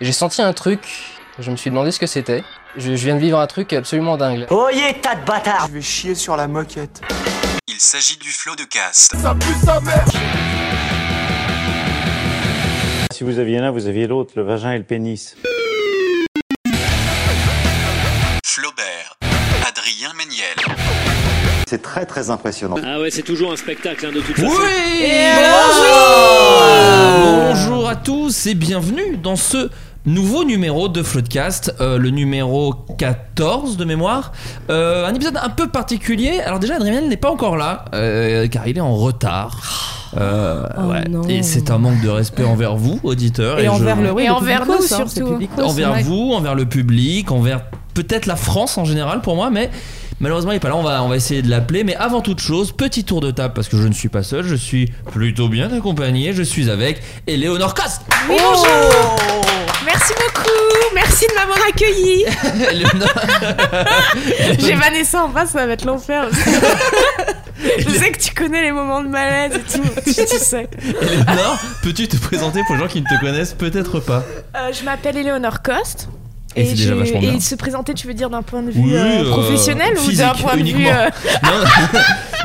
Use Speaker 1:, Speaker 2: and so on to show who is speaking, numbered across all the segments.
Speaker 1: J'ai senti un truc, je me suis demandé ce que c'était. Je, je viens de vivre un truc absolument dingue.
Speaker 2: Oyez, tas de bâtards
Speaker 3: Je vais chier sur la moquette.
Speaker 4: Il s'agit du flot de cast.
Speaker 5: Si vous aviez l'un, vous aviez l'autre, le vagin et le pénis.
Speaker 4: Flaubert. Adrien Méniel.
Speaker 6: C'est très très impressionnant.
Speaker 7: Ah ouais, c'est toujours un spectacle hein, de toute façon.
Speaker 8: Oui Bonjour à tous et bienvenue dans ce nouveau numéro de Floodcast, euh, le numéro 14 de mémoire. Euh, un épisode un peu particulier. Alors déjà, Adrien n'est pas encore là, euh, car il est en retard. Euh,
Speaker 9: Oh
Speaker 8: ouais.
Speaker 9: non.
Speaker 8: Et c'est un manque de respect envers vous, auditeurs.
Speaker 9: Et,
Speaker 8: je-
Speaker 9: envers le oui,
Speaker 10: Et
Speaker 9: le
Speaker 10: envers
Speaker 9: publicos,
Speaker 10: nous,
Speaker 9: hein,
Speaker 10: surtout.
Speaker 9: c'est publicos,
Speaker 8: envers
Speaker 9: ouais.
Speaker 8: vous, envers le public, envers peut-être la France en général pour moi, mais malheureusement il est pas là, on va, on va essayer de l'appeler. Mais avant toute chose, petit tour de table parce que je ne suis pas seul, je suis plutôt bien accompagné, je suis avec Eleonore Coste.
Speaker 10: Oui, bonjour Merci beaucoup Merci de m'avoir accueilli
Speaker 8: Éléonore-
Speaker 10: J'ai Vanessa en face, ça va être l'enfer. Je sais que tu connais les moments de malaise et tout, tu, tu sais.
Speaker 8: Éléonore, peux-tu te présenter pour les gens qui ne te connaissent peut-être pas
Speaker 10: Euh, je m'appelle Eleonore Coste.
Speaker 8: Et c'est déjà
Speaker 10: je-
Speaker 8: vachement
Speaker 10: et
Speaker 8: bien.
Speaker 10: se présenter, tu veux dire d'un point de
Speaker 8: Oui,
Speaker 10: vue euh,
Speaker 8: euh,
Speaker 10: professionnel ou d'un
Speaker 8: physique,
Speaker 10: point de vue
Speaker 8: uniquement.
Speaker 10: euh,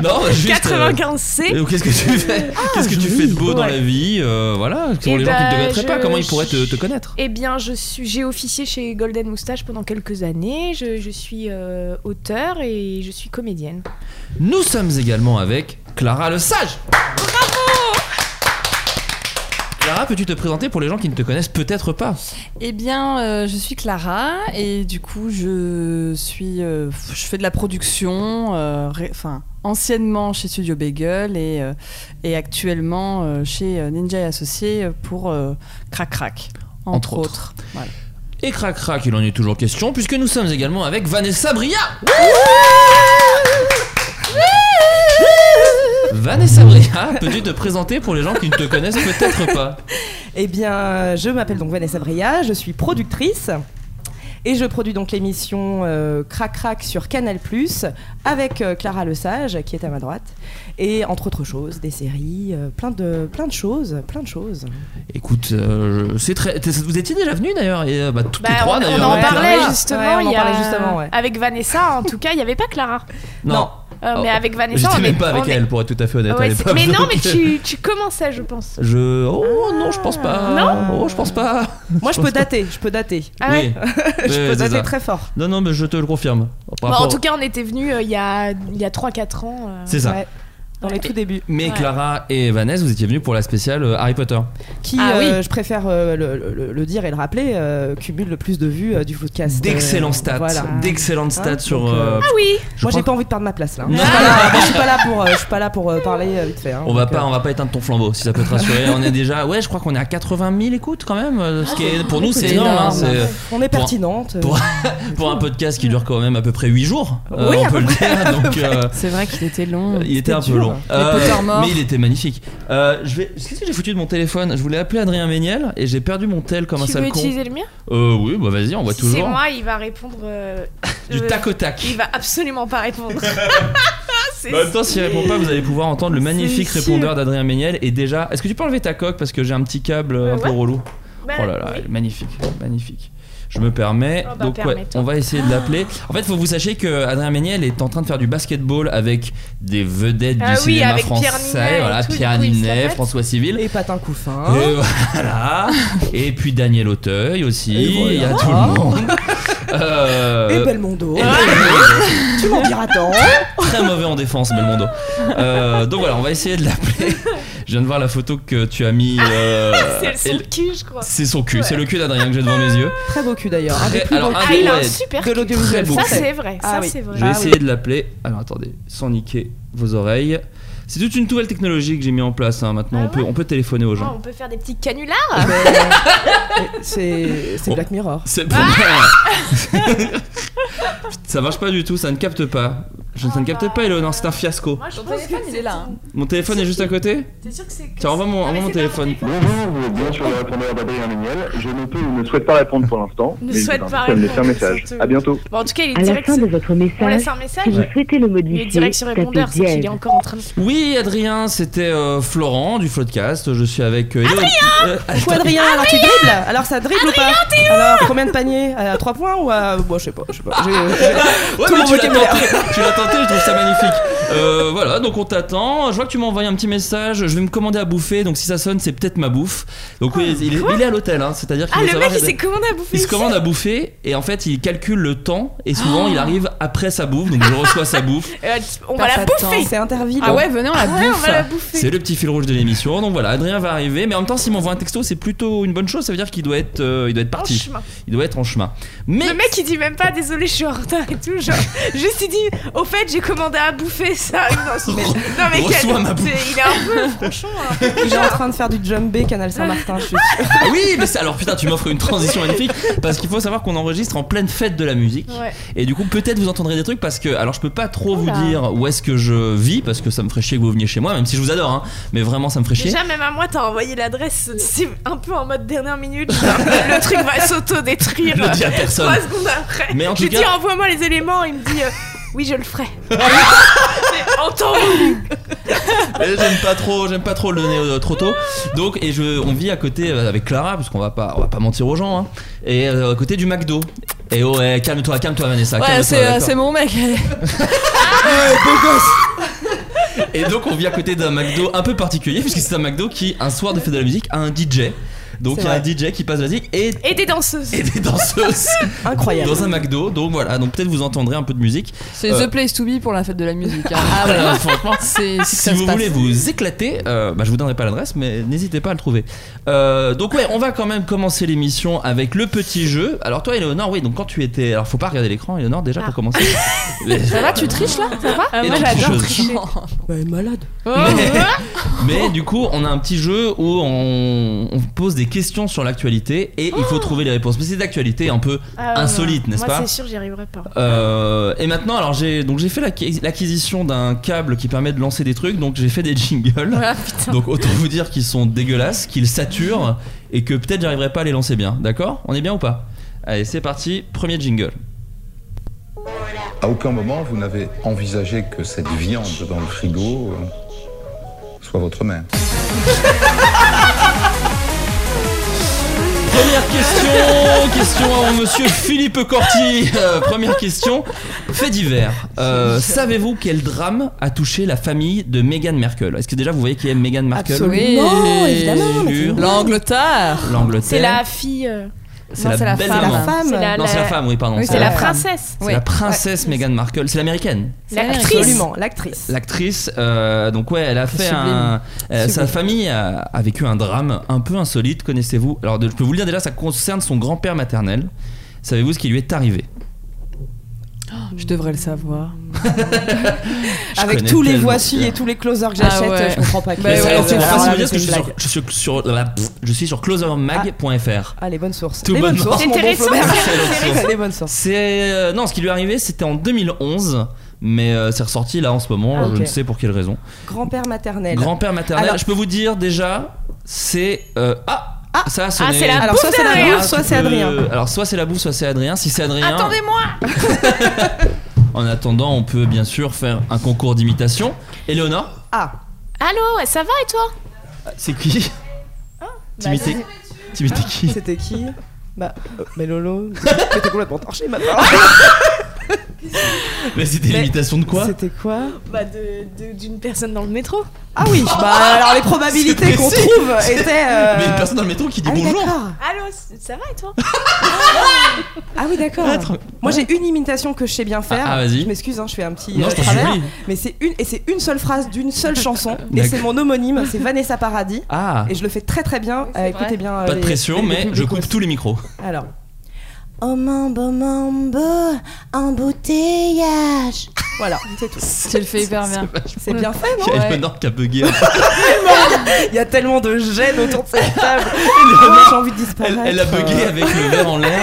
Speaker 8: Non, non, juste, euh,
Speaker 10: 95C
Speaker 8: euh, Qu'est-ce que tu fais Qu'est-ce que tu fais de beau dans
Speaker 10: Ah, Ouais.
Speaker 8: la vie Euh, Voilà, pour
Speaker 10: Eh
Speaker 8: les gens qui ne
Speaker 10: ben,
Speaker 8: te connaîtraient pas,
Speaker 10: je-
Speaker 8: comment ils pourraient te, te connaître
Speaker 10: Eh bien, je suis, j'ai officié chez Golden Moustache pendant quelques années. Je, je suis euh, auteur et je suis comédienne.
Speaker 8: Nous sommes également avec Clara le Sage. Bravo Clara, peux-tu te présenter pour les gens qui ne te connaissent peut-être pas
Speaker 11: Eh bien, euh, je suis Clara et du coup, je suis, euh, je fais de la production, euh, ré- enfin anciennement chez Studio Bagel et, euh, et actuellement euh, chez euh, Ninja et Associés euh, pour euh, Crac Crac, entre,
Speaker 8: Entre autres.
Speaker 11: autres. Voilà.
Speaker 8: Et crac crac, il en est toujours question, puisque nous sommes également avec Vanessa Bria. Vanessa Bria, peux-tu te présenter pour les gens qui ne te connaissent peut-être pas
Speaker 12: Eh bien, je m'appelle donc Vanessa Bria, je suis productrice et je produis donc l'émission euh, Crac Crac sur Canal avec euh, Clara Lesage qui est à ma droite et entre autres choses des séries, euh, plein de plein de choses, plein de choses.
Speaker 8: Écoute, euh, je- c'est très. t'es- Vous étiez déjà venus d'ailleurs, et euh, bah, toutes les
Speaker 10: Bah, on,
Speaker 8: trois
Speaker 10: on
Speaker 8: d'ailleurs.
Speaker 10: en
Speaker 12: ouais.
Speaker 10: parlait
Speaker 12: Clara.
Speaker 10: justement,
Speaker 12: hein. Ouais, on en
Speaker 10: il y a-
Speaker 12: parlait justement, ouais.
Speaker 10: avec Vanessa. En tout cas, il n'y avait pas Clara.
Speaker 8: Non,
Speaker 10: Euh, mais
Speaker 8: Oh,
Speaker 10: avec Vanessa,
Speaker 8: j'étais
Speaker 10: on
Speaker 8: même
Speaker 10: est-
Speaker 8: pas avec
Speaker 10: on est-
Speaker 8: elle, pour être tout à fait honnête à
Speaker 10: Ouais, c'est-
Speaker 8: l'époque.
Speaker 10: mais non,
Speaker 8: donc,
Speaker 10: mais
Speaker 8: euh,
Speaker 10: tu, tu commençais, je pense.
Speaker 8: Je. Oh non, je pense pas.
Speaker 12: Non
Speaker 8: Oh, je pense pas.
Speaker 12: Moi, je peux dater, je peux dater,
Speaker 10: Ah ouais.
Speaker 8: Oui.
Speaker 12: je
Speaker 8: Ouais,
Speaker 12: peux
Speaker 8: c'est ça.
Speaker 12: dater très Bah, fort.
Speaker 8: Non, non, mais je te le confirme. Par
Speaker 10: Bon,
Speaker 8: rapport-
Speaker 10: Bah, en tout cas, on était venus euh, il y a, il y a 3-4 ans. euh,
Speaker 8: c'est ça.
Speaker 12: Ouais, Dans les tout débuts.
Speaker 8: Mais
Speaker 10: Ouais.
Speaker 8: Clara et Vanessa, vous étiez venus pour la spéciale euh, Harry Potter.
Speaker 12: Qui,
Speaker 10: Ah
Speaker 12: euh,
Speaker 10: oui.
Speaker 12: je préfère euh, le, le- le dire et le rappeler, euh, cumule le plus de vues euh, du podcast.
Speaker 8: D'excellentes
Speaker 12: Euh,
Speaker 8: stats.
Speaker 12: voilà.
Speaker 8: D'excellentes
Speaker 12: Hein,
Speaker 8: stats sur.
Speaker 12: donc, euh,
Speaker 8: euh,
Speaker 10: Ah oui
Speaker 8: je
Speaker 12: Moi,
Speaker 8: crois
Speaker 12: j'ai pas envie de perdre ma place là. hein. Je suis pas là- moi, je suis pas là pour, euh, je suis pas là pour euh, parler euh, vite fait. hein.
Speaker 8: On va,
Speaker 12: Donc, euh,
Speaker 8: pas, on va pas éteindre ton flambeau si ça peut te rassurer. on est déjà, ouais, je crois qu'on est à 80 000 écoutes quand même. euh, Ce qui est, pour
Speaker 12: Ah,
Speaker 8: nous, c'est
Speaker 11: c'est
Speaker 8: énorme.
Speaker 11: énorme.
Speaker 8: hein, c'est-
Speaker 12: On est
Speaker 8: Pour un-
Speaker 12: pertinente. euh,
Speaker 8: pour- pour un podcast qui dure quand même à peu près 8 jours. euh,
Speaker 12: Oui,
Speaker 8: on
Speaker 12: à
Speaker 8: peut
Speaker 12: peu
Speaker 8: le
Speaker 12: près, à
Speaker 8: dire.
Speaker 12: peu
Speaker 8: Donc,
Speaker 12: près.
Speaker 8: euh,
Speaker 11: C'est vrai qu'il était long.
Speaker 8: il était un peu
Speaker 12: dur.
Speaker 8: long. Euh,
Speaker 12: Les
Speaker 11: Pottermore.
Speaker 8: mais il était magnifique. Euh, je vais. Qu'est-ce que j'ai foutu de mon téléphone Je voulais appeler Adrien Méniel et j'ai perdu mon tel comme un
Speaker 10: Tu veux
Speaker 8: sale con.
Speaker 10: utiliser le mien
Speaker 8: Euh, oui, bah vas-y, on voit
Speaker 10: Si
Speaker 8: toujours.
Speaker 10: C'est moi, il va répondre. euh,
Speaker 8: Du
Speaker 10: euh,
Speaker 8: tac au tac. Bah,
Speaker 10: Il va absolument pas répondre. C'est-
Speaker 8: En même temps, s'il répond pas, vous allez pouvoir entendre le magnifique
Speaker 10: sûr.
Speaker 8: répondeur d'Adrien Méniel. Et déjà, est-ce que tu peux enlever ta coque parce que j'ai un petit câble euh, un
Speaker 10: Euh,
Speaker 8: peu
Speaker 10: ouais.
Speaker 8: relou
Speaker 10: Bah,
Speaker 8: Oh là là,
Speaker 10: oui.
Speaker 8: elle est magnifique, magnifique. Je me permets,
Speaker 10: Oh bah,
Speaker 8: donc ouais,
Speaker 10: permets-toi.
Speaker 8: on va essayer de l'appeler. En fait, faut que vous sachiez que Adrien Méniel est en train de faire du basketball avec des vedettes
Speaker 10: Ah
Speaker 8: du
Speaker 10: oui,
Speaker 8: cinéma
Speaker 10: avec
Speaker 8: français,
Speaker 10: Pierre Ninet et
Speaker 8: voilà,
Speaker 10: tout, du
Speaker 8: Pierre
Speaker 10: coup, il se la
Speaker 8: Ninet,
Speaker 10: pète.
Speaker 8: François Civil.
Speaker 12: Et patin couffin.
Speaker 8: Et voilà. Et puis Daniel Auteuil aussi.
Speaker 12: Et voilà.
Speaker 8: Il y a tout le monde. Euh,
Speaker 12: Et Belmondo. Ah,
Speaker 8: et Belmondo.
Speaker 12: tu m'en diras tant.
Speaker 8: Très mauvais en défense, Belmondo. Euh, donc voilà, on va essayer de l'appeler. Je viens de voir la photo que tu as mis. euh,
Speaker 10: C'est le son
Speaker 8: elle-
Speaker 10: de cul, je crois.
Speaker 8: c'est son cul,
Speaker 10: Ouais.
Speaker 8: c'est le cul d'Adrien que j'ai devant mes yeux.
Speaker 12: Très beau cul d'ailleurs. Un des
Speaker 8: Très-
Speaker 12: plus
Speaker 8: alors,
Speaker 12: beaux
Speaker 8: un
Speaker 10: Ah,
Speaker 8: des-
Speaker 12: culs.
Speaker 10: il a un
Speaker 8: ouais,
Speaker 10: super
Speaker 12: de
Speaker 10: cul.
Speaker 12: l'audiovisuel
Speaker 8: beau.
Speaker 10: Ça,
Speaker 12: français.
Speaker 10: c'est vrai.
Speaker 12: Ah
Speaker 10: ça,
Speaker 12: oui.
Speaker 10: c'est vrai.
Speaker 8: Je vais
Speaker 12: Ah
Speaker 8: essayer
Speaker 12: oui.
Speaker 8: de l'appeler. Alors attendez, sans niquer vos oreilles. C'est toute une nouvelle technologie que j'ai mis en place. hein, Maintenant,
Speaker 10: Ah
Speaker 8: on, peut, on peut téléphoner aux
Speaker 10: Ah,
Speaker 8: gens.
Speaker 10: on peut faire des petits canulars
Speaker 12: Mais, euh, C'est c'est
Speaker 8: Bon.
Speaker 12: Black Mirror.
Speaker 10: Ah
Speaker 8: C'est pas ça marche pas du tout, ça ne capte pas. Je ne capte pas, Eleonore, c'est un fiasco.
Speaker 10: Moi, je
Speaker 11: Ton
Speaker 10: pense
Speaker 11: téléphone,
Speaker 10: que
Speaker 11: il
Speaker 10: c'est
Speaker 11: est là,
Speaker 10: tout.
Speaker 8: Mon téléphone est juste à côté.
Speaker 10: T'es sûr que c'est.
Speaker 8: hein. Tiens, envoie mon,
Speaker 10: Ah, mais
Speaker 8: envoie mon
Speaker 10: c'est pas
Speaker 8: téléphone.
Speaker 2: Bonjour, vous êtes bien sur le répondeur d'Adrien Méniel. Je ne peux ou ne souhaite pas répondre pour l'instant.
Speaker 10: Ne
Speaker 2: mais je
Speaker 10: souhaite
Speaker 2: vous
Speaker 10: pas
Speaker 2: invite à me laisser un
Speaker 10: répondre,
Speaker 2: message.
Speaker 10: surtout.
Speaker 2: À bientôt.
Speaker 10: Bon, en tout cas, il est
Speaker 3: À la
Speaker 10: direct.
Speaker 3: fin de votre
Speaker 10: On
Speaker 3: message,
Speaker 10: laisse un message
Speaker 3: si vous souhaitez le
Speaker 10: Il est
Speaker 3: modifier,
Speaker 10: direct sur
Speaker 3: tapez
Speaker 10: répondeur, c'est qu'il
Speaker 3: dièse.
Speaker 10: est encore en train de.
Speaker 8: Oui, Adrien, c'était euh, Florent du Floodcast. Je suis avec. euh, Éléonore- euh,
Speaker 12: Pourquoi Adrien Alors tu dribbles Alors ça dribble ou pas Alors combien de paniers À 3 points ou à. Bon, je sais pas, je sais pas.
Speaker 8: Ouais,
Speaker 12: Tout le
Speaker 8: mais tu l'as tenté,
Speaker 12: vocabulaire.
Speaker 8: tu l'as tenté, je trouve ça magnifique. Euh, voilà, donc on t'attend. Je vois que tu m'as envoyé un petit message. Je vais me commander à bouffer, donc si ça sonne, c'est peut-être ma bouffe. Donc oui, il, est, il est à l'hôtel, hein, c'est-à-dire qu'il
Speaker 10: Ah,
Speaker 8: veut
Speaker 10: le
Speaker 8: savoir
Speaker 10: mec, il
Speaker 8: si-
Speaker 10: s'est commandé à bouffer.
Speaker 8: il se commande à bouffer et en fait il calcule le temps et souvent il arrive après sa bouffe donc je reçois sa bouffe
Speaker 10: Euh, On va la
Speaker 11: Papa de temps.
Speaker 10: bouffer.
Speaker 12: C'est interville.
Speaker 11: Ah ouais, venez, on la
Speaker 10: Ouais, on
Speaker 11: bouffe.
Speaker 10: va la bouffer. Oh,
Speaker 8: c'est le petit fil rouge de l'émission donc voilà Adrien va arriver mais en même temps s'il m'envoie un texto c'est plutôt une bonne chose ça veut dire qu'il doit être euh, il doit être
Speaker 10: En
Speaker 8: parti
Speaker 10: chemin.
Speaker 8: il doit être en chemin mais
Speaker 10: Le mec il dit même pas désolé je suis en retard et tout genre juste il dit au fait j'ai commandé à bouffer ça non, c'est-
Speaker 8: Re-
Speaker 10: non mais
Speaker 8: reçois
Speaker 10: quel-
Speaker 8: ma bouffe.
Speaker 10: c'est- il est un peu franchement hein.
Speaker 12: Il est en train de faire du jumbé Canal Saint-Martin, je suis sûre.
Speaker 8: Ah oui mais c'est- alors putain tu m'offres une transition magnifique parce qu'il faut savoir qu'on enregistre en pleine fête de la musique
Speaker 10: Ouais.
Speaker 8: Et du coup, peut-être vous entendrez des trucs parce que, alors je peux pas trop
Speaker 10: Oula.
Speaker 8: vous dire où est-ce que je vis parce que ça me ferait chier que vous veniez chez moi, même si je vous adore, hein, mais vraiment ça me ferait chier.
Speaker 10: Déjà même à moi t'as envoyé l'adresse c'est un peu en mode dernière minute genre, le truc va s'auto-détruire
Speaker 8: Je le dis à personne.
Speaker 10: trois secondes après
Speaker 8: Mais en
Speaker 10: je
Speaker 8: tout
Speaker 10: lui
Speaker 8: cas-
Speaker 10: dis envoie-moi les éléments il me dit euh, oui je le ferai Mais entends-nous
Speaker 8: Et J'aime pas trop, j'aime pas trop le donner euh, trop tôt. Donc, et je, on vit à côté euh, avec Clara, parce qu'on va pas, on va pas mentir aux gens, hein, et euh, à côté du McDo. Et oh, eh, calme-toi, calme-toi, Vanessa.
Speaker 11: Ouais,
Speaker 8: calme-toi,
Speaker 11: c'est euh,
Speaker 8: d'accord.
Speaker 11: c'est mon mec.
Speaker 8: Et donc, on vit à côté d'un McDo un peu particulier, puisque c'est un McDo qui, un soir de fête de la musique, a un DJ. Donc,
Speaker 12: C'est
Speaker 8: il y a un
Speaker 12: vrai.
Speaker 8: DJ qui passe la musique et,
Speaker 10: et des danseuses
Speaker 8: et des danseuses
Speaker 12: Incroyable.
Speaker 8: dans un McDo. Donc, voilà. Donc, peut-être vous entendrez un peu de musique.
Speaker 11: C'est
Speaker 8: Euh.
Speaker 11: The Place to Be pour la fête de la musique. hein. Ah ouais.
Speaker 8: Voilà, franchement.
Speaker 11: C'est c'est que
Speaker 8: Si
Speaker 11: ça se
Speaker 8: vous
Speaker 11: passe.
Speaker 8: voulez vous éclater, euh, bah, je vous donnerai pas l'adresse, mais n'hésitez pas à le trouver. Euh, donc ouais, on va quand même commencer l'émission avec le petit jeu. Alors toi, Eleonore, oui, donc quand tu étais, alors faut pas regarder l'écran, Eleonore, déjà pour commencer. Mais-
Speaker 11: Ah. Ça va, tu hein. triches là Ça va
Speaker 10: Ah,
Speaker 8: Et
Speaker 10: moi
Speaker 8: donc,
Speaker 10: j'adore
Speaker 8: je-
Speaker 10: tricher
Speaker 12: Bah, Elle est malade.
Speaker 11: Oh.
Speaker 8: Mais, mais du coup, on a un petit jeu où on, on pose des questions sur l'actualité et il
Speaker 11: Oh.
Speaker 8: faut trouver les réponses. Mais c'est d'actualité un peu
Speaker 10: Ah, ouais, ouais.
Speaker 8: insolite, n'est-ce pas
Speaker 10: moi c'est sûr j'y arriverai pas
Speaker 8: Euh, et maintenant, alors j'ai donc j'ai fait l'acqui- l'acquisition d'un câble qui permet de lancer des trucs, donc j'ai fait des jingles.
Speaker 11: Ah, putain.
Speaker 8: Donc autant vous dire qu'ils sont dégueulasses, qu'ils saturent et que peut-être j'arriverai pas à les lancer bien. D'accord On est bien ou pas Allez, c'est parti, premier jingle.
Speaker 2: À aucun moment, vous n'avez envisagé que cette viande dans le frigo euh, soit votre mère.
Speaker 8: Première question, question à monsieur Philippe Corti. Euh, première question, fait divers. Euh, Savez-vous quel drame a touché la famille de Meghan Merkel Est-ce que déjà vous voyez qui est Meghan Markle
Speaker 12: Absolument,
Speaker 11: Oui.
Speaker 12: évidemment. mais c'est
Speaker 8: Sûr.
Speaker 12: normal.
Speaker 11: L'Angleterre.
Speaker 8: L'Angleterre.
Speaker 10: c'est la fille euh,
Speaker 11: Non, c'est la
Speaker 8: belle
Speaker 11: femme.
Speaker 12: C'est la
Speaker 8: maman.
Speaker 12: femme.
Speaker 10: c'est la,
Speaker 8: Non, c'est la femme, oui, pardon.
Speaker 11: Oui,
Speaker 8: C'est
Speaker 10: Ah. c'est
Speaker 8: la-
Speaker 10: la princesse
Speaker 8: c'est
Speaker 11: Ouais.
Speaker 8: la princesse Meghan Markle, c'est l'américaine.
Speaker 11: C'est
Speaker 10: L'actrice.
Speaker 11: l'Amérique.
Speaker 12: Absolument, l'actrice.
Speaker 8: L'actrice, euh, donc ouais, elle a fait
Speaker 11: Sublime.
Speaker 8: un. euh, sa
Speaker 11: Sublime.
Speaker 8: famille a, a vécu un drame un peu insolite, connaissez-vous Alors de- je peux vous le dire déjà, ça concerne son grand-père maternel. Savez-vous ce qui lui est arrivé
Speaker 11: Je devrais le savoir.
Speaker 8: Je
Speaker 12: Avec
Speaker 8: connais
Speaker 12: tous les
Speaker 8: tellement
Speaker 12: voici
Speaker 8: bien.
Speaker 12: et tous les closers que
Speaker 11: Ah
Speaker 12: j'achète,
Speaker 11: ouais.
Speaker 12: je comprends pas. qui
Speaker 11: Bah
Speaker 8: Mais
Speaker 12: est-
Speaker 8: ça,
Speaker 11: ouais,
Speaker 8: alors,
Speaker 11: ouais,
Speaker 8: c'est
Speaker 11: ouais.
Speaker 8: facile de
Speaker 12: là,
Speaker 8: dire parce
Speaker 12: c'est
Speaker 8: que je suis
Speaker 12: une
Speaker 8: sur,
Speaker 12: blague.
Speaker 8: je suis sur, la- je suis sur closermag.fr.
Speaker 12: Ah, les bonnes sources.
Speaker 8: Tout
Speaker 12: les bonnes
Speaker 8: bonnement.
Speaker 12: sources, mon
Speaker 10: C'était
Speaker 12: bon Flaubert.
Speaker 10: récent,
Speaker 12: Les bonnes sources.
Speaker 8: C'est euh, non, ce qui lui est arrivé, c'était en 2011, mais euh, c'est ressorti là en ce moment.
Speaker 12: Ah,
Speaker 8: Je
Speaker 12: ok.
Speaker 8: ne sais pour quelle raison.
Speaker 12: Grand-père maternel.
Speaker 8: Grand-père maternel.
Speaker 12: Alors-
Speaker 8: je peux vous dire déjà, c'est euh, ah, ça a sonné.
Speaker 10: c'est la
Speaker 12: Alors, soit c'est la
Speaker 10: Bouffe
Speaker 12: bouffe, soit c'est Adrien.
Speaker 8: Euh, alors soit c'est la bouffe, soit c'est Adrien. Si c'est Adrien,
Speaker 10: attendez-moi
Speaker 8: en attendant, on peut bien sûr faire un concours d'imitation. Eleonore,
Speaker 12: Ah,
Speaker 10: Allô, ouais, ça va et toi
Speaker 8: c'est qui
Speaker 12: Ah, bah,
Speaker 8: T'imitais t'imitais qui
Speaker 12: c'était qui Bah, euh, mais Lolo, Ah, t'étais complètement torché maintenant.
Speaker 8: Mais c'était
Speaker 12: Mais- euh,
Speaker 8: l'imitation de quoi
Speaker 12: C'était quoi
Speaker 10: Bah de- de- d'une personne dans le métro.
Speaker 12: Ah oui, bah alors les probabilités
Speaker 8: C'était
Speaker 12: qu'on
Speaker 8: si.
Speaker 12: trouve étaient. euh,
Speaker 8: Mais une personne dans le métro qui dit
Speaker 12: Ah oui,
Speaker 8: bonjour.
Speaker 12: d'accord.
Speaker 10: Allô, c- ça va et toi
Speaker 12: Ah oui, d'accord.
Speaker 8: Ah, tra-
Speaker 12: Moi j'ai une imitation que je sais bien faire.
Speaker 8: Ah, ah, vas-y.
Speaker 12: Je m'excuse, hein, je fais un petit
Speaker 8: Non,
Speaker 12: euh,
Speaker 8: je t'en
Speaker 12: travers.
Speaker 8: supplie.
Speaker 12: Mais c'est une et c'est une seule phrase d'une seule chanson et
Speaker 8: D'accord.
Speaker 12: c'est mon homonyme, c'est Vanessa Paradis.
Speaker 8: Ah,
Speaker 12: Et je le fais très très bien.
Speaker 10: c'est
Speaker 12: Euh,
Speaker 10: vrai.
Speaker 12: écoutez bien. euh,
Speaker 8: pas de
Speaker 12: les-
Speaker 8: pression,
Speaker 12: les- les-
Speaker 8: mais
Speaker 12: les-
Speaker 8: je
Speaker 12: les-
Speaker 8: coupe tous les micros.
Speaker 12: Alors.
Speaker 3: Oh mambo mambo, embouteillage.
Speaker 12: Voilà, c'est tout.
Speaker 11: Tu le fais hyper bien.
Speaker 12: C'est bien fait, non
Speaker 8: Il y a
Speaker 11: Ouais.
Speaker 8: Eleonore qui a bugué.
Speaker 12: Il y a tellement de gêne autour de cette table. Oh, J'ai envie de
Speaker 8: Elle,
Speaker 12: disparaître.
Speaker 8: elle a bugué
Speaker 12: Euh,
Speaker 8: avec le verre en l'air.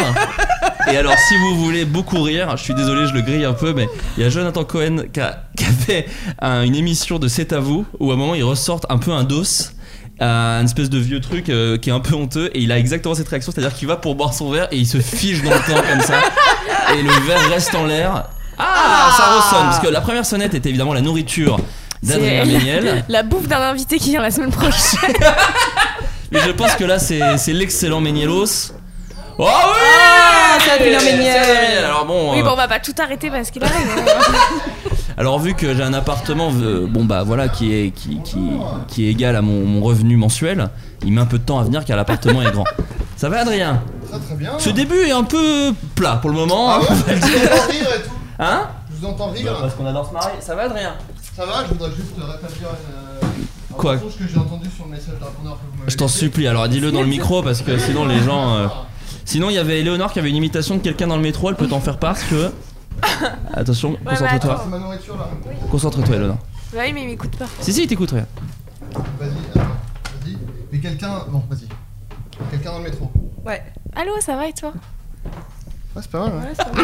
Speaker 8: Et alors, si vous voulez beaucoup rire, je suis désolé, je le grille un peu, mais il y a Jonathan Cohen qui a, qui a fait un- une émission de C'est à vous, où à un moment, ils ressortent un peu un dos. Un espèce de vieux truc euh, qui est un peu honteux et il a exactement cette réaction, c'est-à-dire qu'il va pour boire son verre et il se fige dans le temps comme ça et le verre reste en l'air. Ah, ça ressonne parce que la première sonnette était évidemment la nourriture d'Adrien Méniel.
Speaker 10: la bouffe d'un invité qui vient la semaine prochaine.
Speaker 8: Mais je pense que là, c'est c'est l'excellent Ménielos. Oh oui
Speaker 12: Ah,
Speaker 10: c'est Adrien Méniel.
Speaker 8: Eh, C'est Adrien Méniel. Alors bon,
Speaker 10: oui,
Speaker 8: euh,
Speaker 10: bon, on va pas tout arrêter parce qu'il arrive.
Speaker 8: alors vu que j'ai un appartement, euh, bon bah voilà, qui est qui, qui, qui est égal à mon, mon revenu mensuel, il met un peu de temps à venir car l'appartement est grand. Ça va, Adrien
Speaker 9: Très très bien.
Speaker 8: Ce début est un peu plat pour le moment.
Speaker 9: Ah
Speaker 8: hein,
Speaker 9: ouais
Speaker 8: on va le
Speaker 9: Je vous
Speaker 8: dire.
Speaker 9: entends rire et tout.
Speaker 8: Hein
Speaker 9: Je vous entends rire.
Speaker 8: Bah, parce qu'on adore se marrer. Ça va, Adrien
Speaker 9: Ça va, je voudrais juste rétablir euh, un
Speaker 8: Quoi
Speaker 9: mensonge que j'ai entendu sur le message d'Arpreneur que vous m'avez
Speaker 8: Je t'en
Speaker 9: laissé.
Speaker 8: supplie, alors dis-le dans le micro parce que sinon les gens. euh, Sinon, il y avait Eleonore qui avait une imitation de quelqu'un dans le métro, elle peut t'en faire part si tu veux. Attention,
Speaker 10: Ouais,
Speaker 8: concentre-toi.
Speaker 10: bah, attends. Bah
Speaker 9: Ma nourriture là.
Speaker 8: Concentre-toi, Eleonore.
Speaker 10: oui, mais il m'écoute pas.
Speaker 8: Si, si, il t'écoute, regarde.
Speaker 9: Vas-y, attends, vas-y. Mais quelqu'un. Non, vas-y. Quelqu'un dans le métro.
Speaker 10: Ouais. Allô, ça va et toi
Speaker 9: Ouais, c'est pas mal, hein.
Speaker 10: ouais.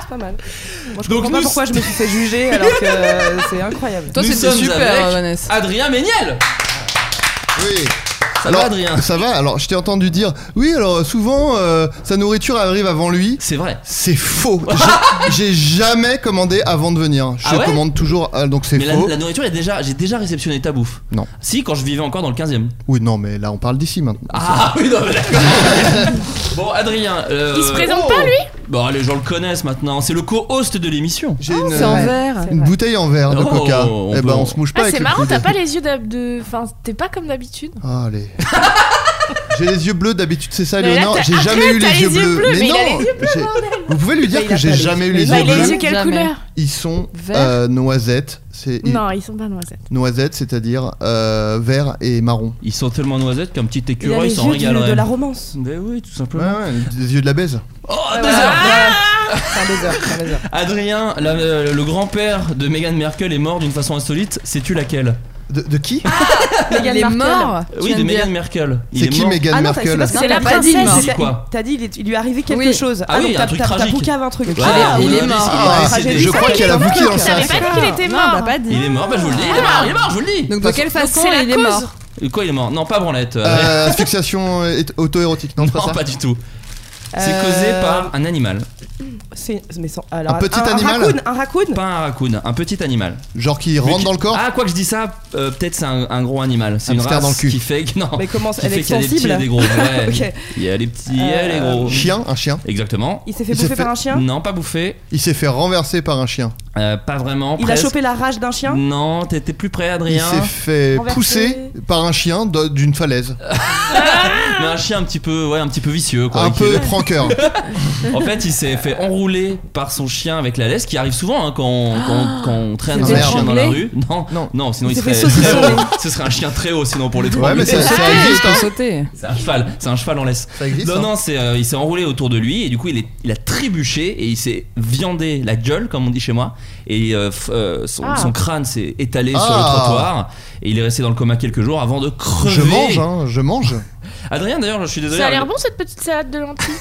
Speaker 12: C'est pas mal. Moi, je
Speaker 8: Donc
Speaker 12: comprends pas
Speaker 8: nous-
Speaker 12: pourquoi je me suis fait juger alors que euh, c'est incroyable.
Speaker 8: Nous sommes avec Adrien Méniel
Speaker 9: Oui
Speaker 8: Ça
Speaker 9: alors,
Speaker 8: va, Adrien
Speaker 9: Ça va, alors je t'ai entendu dire, oui, alors souvent euh, sa nourriture arrive avant lui.
Speaker 8: C'est vrai.
Speaker 9: C'est faux. J'ai- J'ai jamais commandé avant de venir. Je
Speaker 8: Ah ouais
Speaker 9: commande toujours, ah, donc c'est
Speaker 8: Mais la,
Speaker 9: faux.
Speaker 8: la nourriture, est déjà, j'ai déjà réceptionné ta bouffe.
Speaker 9: Non.
Speaker 8: Si, quand je vivais encore dans le 15 e
Speaker 9: Oui, non, mais là on parle d'ici maintenant.
Speaker 8: Ah oui, non, mais d'accord. bon, Adrien. euh,
Speaker 10: Il se présente
Speaker 9: Oh
Speaker 10: pas, lui
Speaker 8: Bon, les gens le connaissent maintenant. C'est le co-host de l'émission.
Speaker 9: J'ai une,
Speaker 10: c'est en verre.
Speaker 9: une bouteille en verre de
Speaker 8: Oh,
Speaker 9: coca.
Speaker 8: on
Speaker 9: eh
Speaker 8: peut-
Speaker 9: ben on se mouche pas
Speaker 10: Ah,
Speaker 9: avec
Speaker 10: c'est
Speaker 9: le
Speaker 10: marrant,
Speaker 9: coude.
Speaker 10: t'as pas les yeux d'hab- de. Enfin, t'es pas comme d'habitude.
Speaker 9: Ah, allez. J'ai les yeux bleus d'habitude, c'est ça,
Speaker 10: Mais là,
Speaker 9: Léonore
Speaker 10: t'as-
Speaker 9: J'ai
Speaker 10: arrête,
Speaker 9: jamais eu
Speaker 10: t'as
Speaker 9: les yeux bleus.
Speaker 10: mais il a
Speaker 9: non
Speaker 10: les yeux bleus,
Speaker 9: j'ai-
Speaker 10: bordel.
Speaker 9: Vous pouvez lui dire
Speaker 10: il
Speaker 9: que
Speaker 10: a
Speaker 9: j'ai
Speaker 10: pas les
Speaker 9: jamais eu
Speaker 10: yeux
Speaker 9: les
Speaker 10: bleus.
Speaker 9: yeux
Speaker 10: Il a les
Speaker 9: bleus.
Speaker 10: yeux quelle Jamais. couleur
Speaker 9: Ils sont
Speaker 10: Vert.
Speaker 9: euh, noisettes. C'est
Speaker 10: Non, ils sont pas noisettes.
Speaker 9: noisettes, c'est-à-dire euh, vert et marron.
Speaker 8: Ils sont tellement noisettes qu'un petit écureuil
Speaker 9: les
Speaker 8: s'en
Speaker 9: yeux
Speaker 8: régalerait.
Speaker 9: du- de la
Speaker 12: romance.
Speaker 8: Mais oui, tout
Speaker 9: Ouais,
Speaker 8: simplement.
Speaker 9: ouais, les yeux de la baise.
Speaker 8: Oh,
Speaker 12: Ouais, ouais,
Speaker 8: désordre.
Speaker 12: ouais. C'est un désordre, c'est un désordre.
Speaker 8: Adrien, la- euh, le grand-père de Meghan Merkel est mort d'une façon insolite. Sais-tu laquelle
Speaker 9: de, qui
Speaker 2: Ah,
Speaker 11: Il est mort. tu
Speaker 8: Oui,
Speaker 11: viens
Speaker 8: de
Speaker 11: de dire.
Speaker 8: Meghan Merkel. Il
Speaker 9: C'est
Speaker 8: est
Speaker 9: qui
Speaker 8: mort.
Speaker 9: Meghan
Speaker 12: Ah non, t'as- c'est
Speaker 9: Merkel
Speaker 12: parce que c'est la
Speaker 8: pas dit,
Speaker 12: princesse.
Speaker 8: mais-
Speaker 12: c'est-
Speaker 8: Quoi
Speaker 12: T'as dit, il, est- il lui est arrivé quelque
Speaker 11: Oui.
Speaker 12: chose.
Speaker 8: Ah oui,
Speaker 12: donc
Speaker 8: un
Speaker 12: t'as-
Speaker 8: truc
Speaker 12: t'as- t'as
Speaker 8: tragique.
Speaker 12: bouqué un truc.
Speaker 8: Ouais, Ah, il est
Speaker 12: ouais,
Speaker 8: mort.
Speaker 12: ouais.
Speaker 8: Ah,
Speaker 12: Ah,
Speaker 8: c'est
Speaker 12: j'ai
Speaker 8: des-
Speaker 12: vu
Speaker 8: je
Speaker 12: ça,
Speaker 8: crois
Speaker 12: il
Speaker 8: qu'il a
Speaker 12: est
Speaker 8: bouqué
Speaker 12: mort.
Speaker 8: dans le
Speaker 12: T'avais
Speaker 8: sac.
Speaker 12: pas dit qu'il était
Speaker 11: Non,
Speaker 12: mort.
Speaker 11: on l'a pas dit.
Speaker 8: Il est mort, bah je vous le dis. Il est mort, il est mort, je vous le dis.
Speaker 11: Donc de quelle façon
Speaker 10: c'est la
Speaker 11: il est
Speaker 10: cause.
Speaker 11: mort
Speaker 8: Euh, Quoi, il est mort Non, pas branlette. euh,
Speaker 9: Euh, Asphyxiation et- auto-érotique, non, c'est pas
Speaker 8: non,
Speaker 9: ça
Speaker 8: pas du tout. C'est
Speaker 12: Euh,
Speaker 8: causé par un animal.
Speaker 12: C'est- mais sans- alors,
Speaker 9: Un petit
Speaker 12: un,
Speaker 9: animal
Speaker 12: raccoon, Un raccoon
Speaker 8: Pas un raccoon, un petit animal.
Speaker 9: Genre qui
Speaker 8: Mais
Speaker 9: rentre
Speaker 8: qui-
Speaker 9: dans le corps
Speaker 8: Ah, quoi que je dis ça, euh, peut-être c'est un, un gros animal. C'est
Speaker 9: Un
Speaker 8: une
Speaker 9: hamster
Speaker 8: race
Speaker 9: dans le cul.
Speaker 8: qui fait que. Non,
Speaker 12: Mais comment-
Speaker 8: qui
Speaker 12: elle
Speaker 8: fait
Speaker 12: est
Speaker 8: qu'il y a des petits et
Speaker 12: sensible
Speaker 8: des gros. Ouais,
Speaker 12: Ok.
Speaker 8: Il y a les petits, il y a les gros.
Speaker 9: Chien, un chien.
Speaker 8: Exactement.
Speaker 12: Il s'est fait
Speaker 9: Il s'est
Speaker 12: bouffer
Speaker 9: fait-
Speaker 12: par un chien
Speaker 8: Non, pas bouffé.
Speaker 9: Il s'est fait renverser par un chien.
Speaker 8: Euh, pas vraiment.
Speaker 12: Il a
Speaker 8: presque.
Speaker 12: chopé la rage d'un chien
Speaker 8: Non, t'étais plus près,
Speaker 9: Il
Speaker 8: Adrien.
Speaker 9: s'est fait
Speaker 12: Renversé.
Speaker 9: pousser par un chien d- d'une falaise.
Speaker 8: Mais un chien un petit peu, ouais, un petit peu vicieux, quoi.
Speaker 9: Un
Speaker 8: qui-
Speaker 9: peu pranker.
Speaker 8: En fait, il s'est fait enrouler par son chien avec la laisse, qui arrive souvent hein, quand, on- quand on- quand on traîne
Speaker 9: Il s'est
Speaker 8: un
Speaker 9: fait
Speaker 8: chien dans la
Speaker 11: étrangler
Speaker 8: rue. Non, non, sinon il,
Speaker 12: Il s'est
Speaker 8: serait
Speaker 12: fait saucisser.
Speaker 8: très haut. Ce serait un chien très haut, sinon pour les trois.
Speaker 9: Ouais, mais ça, ça existe, hein.
Speaker 11: Sauter.
Speaker 8: C'est un cheval, c'est un cheval en laisse.
Speaker 9: Ça existe.
Speaker 8: Non,
Speaker 9: hein.
Speaker 8: non, c'est, euh, il s'est enroulé autour de lui et du coup il, est, il a trébuché et il s'est viandé la gueule, comme on dit chez moi. Et euh, f- euh, son,
Speaker 10: Ah.
Speaker 8: son crâne s'est étalé sur le
Speaker 9: Ah.
Speaker 8: trottoir et il est resté dans le coma quelques jours avant de crever.
Speaker 9: Je mange, hein, je mange.
Speaker 8: Adrien, d'ailleurs, je suis désolé. hein,
Speaker 10: Ça a l'air bon cette petite salade de lentilles.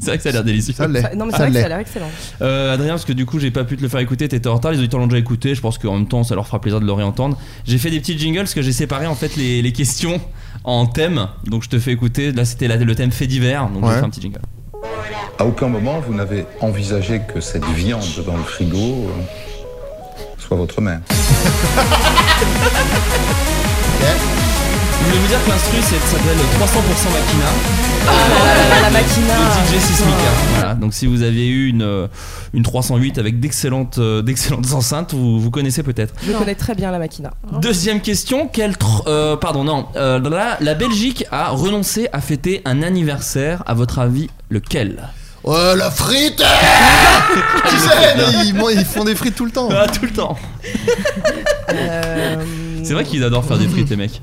Speaker 8: C'est vrai que ça a l'air délicieux.
Speaker 9: Ça l'est.
Speaker 12: Ça- Non, mais c'est
Speaker 9: Ça
Speaker 12: vrai que ça a
Speaker 9: l'est.
Speaker 12: l'air excellent.
Speaker 8: Euh, Adrien, parce que du coup j'ai pas pu te le faire écouter, t'étais en retard, les auditeurs l'ont déjà écouté, je pense qu'en même temps ça leur fera plaisir de le réentendre. J'ai fait des petits jingles parce que j'ai séparé en fait les, les questions en thèmes, donc je te fais écouter, là c'était la- le thème fait divers, donc
Speaker 9: Ouais.
Speaker 8: j'ai fait un petit jingle.
Speaker 2: À aucun moment, vous n'avez envisagé que cette viande dans le frigo euh, soit votre mère.
Speaker 8: Je voulais vous dire que l'instru c'est- ça s'appelle 300% Machina.
Speaker 12: La euh, machina.
Speaker 8: Le DJ Sismica. Voilà, donc si vous avez eu une, euh, une 308 avec d'excellentes euh, d'excellentes enceintes, vous, vous connaissez peut-être.
Speaker 12: Je connais très bien la machina.
Speaker 8: Deuxième question, quel tr- euh, pardon non, euh, la, la Belgique a renoncé à fêter un anniversaire. À votre avis, lequel
Speaker 9: Oh la frite Ah, Tu sais, ils, moi, ils font des frites tout le temps.
Speaker 8: Ah, tout le temps. C'est vrai qu'ils adorent faire des frites les mecs.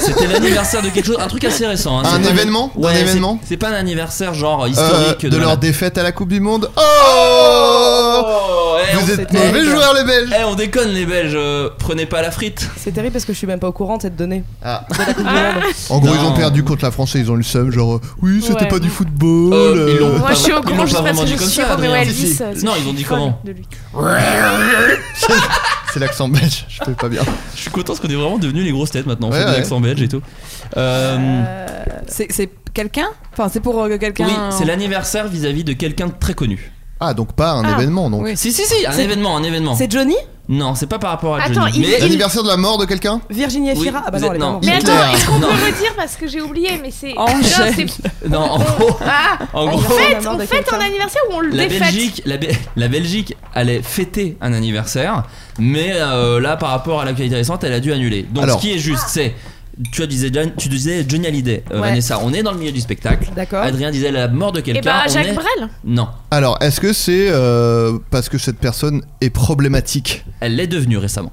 Speaker 8: C'était l'anniversaire de quelque chose, un truc assez récent. hein.
Speaker 9: Un
Speaker 8: C'est pas-
Speaker 9: événement D'un
Speaker 8: Ouais, c'est-
Speaker 9: événement
Speaker 8: C'est pas un anniversaire genre
Speaker 9: Euh,
Speaker 8: historique
Speaker 9: de
Speaker 8: la-
Speaker 9: leur défaite à la Coupe du Monde. Oh
Speaker 8: Oh, eh,
Speaker 9: Vous êtes mauvais joueurs, les Belges.
Speaker 8: Eh, on déconne, les Belges. euh, Prenez pas la frite.
Speaker 12: C'est terrible parce que je suis même pas au courant de cette donnée.
Speaker 9: Ah.
Speaker 13: En gros,
Speaker 8: Non.
Speaker 13: ils ont perdu contre la France et ils ont eu le seum. Genre, euh, oui, c'était
Speaker 8: Ouais.
Speaker 13: pas du football.
Speaker 8: Euh, ils l'ont
Speaker 13: euh,
Speaker 8: pas Moi, je suis au vra- ils courant l'ont juste pas parce vraiment que dit je
Speaker 10: comme suis ça, Roméo Adrien. Elvis,
Speaker 13: Si, si.
Speaker 10: euh, c'est Non,
Speaker 8: ils ont dit comment
Speaker 13: C'est l'accent belge, je fais pas bien.
Speaker 8: Je suis content parce qu'on est vraiment devenus les grosses têtes maintenant. On
Speaker 13: Ouais,
Speaker 8: fait de
Speaker 13: ouais.
Speaker 8: l'accent belge et tout. Euh,
Speaker 11: C'est c'est quelqu'un Enfin, c'est pour euh, quelqu'un.
Speaker 8: Oui, c'est l'anniversaire vis-à-vis de quelqu'un de très connu.
Speaker 13: Ah, donc pas un événement, donc.
Speaker 8: Si, si, si, un
Speaker 13: C'est-
Speaker 8: événement, un événement.
Speaker 13: c'est
Speaker 12: Johnny
Speaker 8: Non, c'est pas par rapport à
Speaker 10: Attends,
Speaker 8: Johnny.
Speaker 10: il-
Speaker 8: mais-
Speaker 10: il- L'anniversaire
Speaker 13: de la mort de quelqu'un
Speaker 12: Virginie
Speaker 8: Oui,
Speaker 12: Efira. ah bah non,
Speaker 8: vous êtes-
Speaker 12: elle est
Speaker 8: non.
Speaker 12: morte.
Speaker 8: Mais
Speaker 10: Attends,
Speaker 8: Hitler.
Speaker 10: est-ce qu'on peut
Speaker 8: Non.
Speaker 10: redire parce que j'ai oublié, mais c'est. Non,
Speaker 8: Angèle.
Speaker 10: c'est-
Speaker 8: Non, en gros,
Speaker 10: Ah,
Speaker 8: en
Speaker 10: on
Speaker 8: gros.
Speaker 10: fête, on fête un anniversaire ou on le
Speaker 8: La
Speaker 10: défête
Speaker 8: Belgique, la, Be- la Belgique allait fêter un anniversaire, mais euh, là, par rapport à l'actualité récente, elle a dû annuler. Donc,
Speaker 13: Alors.
Speaker 8: ce qui est juste,
Speaker 10: Ah.
Speaker 8: c'est. Tu as disais, John- tu disais Johnny Hallyday, euh,
Speaker 13: Ouais.
Speaker 8: Vanessa. On est dans le milieu du spectacle.
Speaker 12: D'accord.
Speaker 8: Adrien disait la mort de quelqu'un.
Speaker 10: Eh ben,
Speaker 8: on
Speaker 10: Jacques
Speaker 8: est-
Speaker 10: Brel.
Speaker 8: Non.
Speaker 13: Alors, est-ce que c'est euh, parce que cette personne est problématique
Speaker 8: Elle l'est devenue récemment.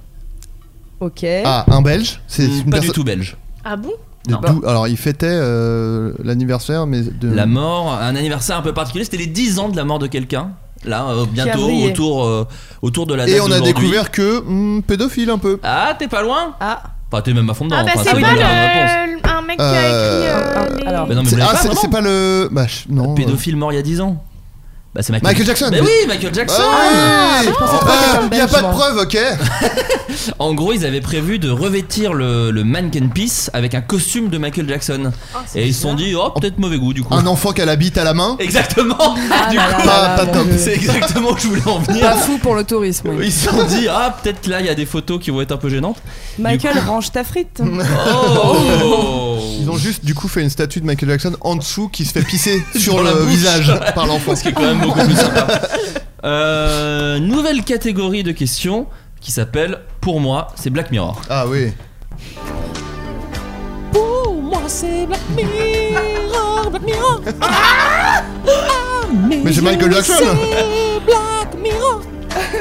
Speaker 12: Ok.
Speaker 13: Ah, un belge C'est
Speaker 8: Mm,
Speaker 13: une
Speaker 8: Pas du
Speaker 13: perso-
Speaker 8: tout belge.
Speaker 10: Ah bon
Speaker 13: D'où- Alors, il fêtait euh, l'anniversaire, mais de.
Speaker 8: La mort, un anniversaire un peu particulier. C'était les 10 ans de la mort de quelqu'un. Là, euh, bientôt,
Speaker 13: Février.
Speaker 8: autour, euh, autour de la date
Speaker 13: Et on a
Speaker 8: d'aujourd'hui.
Speaker 13: découvert que. hmm, pédophile un peu.
Speaker 8: Ah, t'es pas loin
Speaker 12: Ah.
Speaker 8: Enfin, t'es même à fond dedans.
Speaker 10: Ah bah
Speaker 8: enfin,
Speaker 10: c'est
Speaker 8: c'est
Speaker 10: pas
Speaker 8: une bonne réponse.
Speaker 10: le... un mec qui a écrit.
Speaker 13: Euh,
Speaker 10: euh, les-
Speaker 8: Bah non, mais vous
Speaker 13: c'est-
Speaker 8: l'avez
Speaker 13: ah,
Speaker 8: pas,
Speaker 13: c'est
Speaker 8: vraiment
Speaker 13: c'est pas le. Bah, je- non.
Speaker 8: Pédophile mort il y a 10 ans. Bah, c'est Michael,
Speaker 13: Michael Jackson.
Speaker 8: Mais oui, Michael Jackson
Speaker 13: Ah, oui. Ah, y a pas de preuve, ok.
Speaker 8: En gros, ils avaient prévu de revêtir le, le mannequin piece avec un costume de Michael Jackson. Et ils se sont dit, oh, peut-être mauvais goût du coup.
Speaker 13: Un enfant qu'elle habite à la main.
Speaker 8: Exactement
Speaker 12: Ah
Speaker 8: Du
Speaker 11: Ah, là
Speaker 8: coup, euh,
Speaker 11: là là,
Speaker 13: pas
Speaker 11: mon
Speaker 13: top.
Speaker 11: Dieu.
Speaker 8: C'est exactement où je voulais en venir.
Speaker 11: Pas fou pour le tourisme. oui.
Speaker 8: Ils se sont dit, ah, peut-être que là, il y a des photos qui vont être un peu gênantes.
Speaker 12: Michael, range ta frite.
Speaker 8: Oh
Speaker 13: Ils ont juste du coup fait une statue de Michael Jackson en dessous qui se fait pisser sur
Speaker 8: Dans la
Speaker 13: le
Speaker 8: bouche.
Speaker 13: visage par l'enfant.
Speaker 8: Ce qui est quand même beaucoup plus sympa. Euh, nouvelle catégorie de questions qui s'appelle Pour moi, c'est Black Mirror.
Speaker 13: Ah oui.
Speaker 14: Pour moi, c'est Black Mirror, Black Mirror.
Speaker 8: Ah.
Speaker 13: Mais c'est Michael Jackson.
Speaker 14: Black Mirror.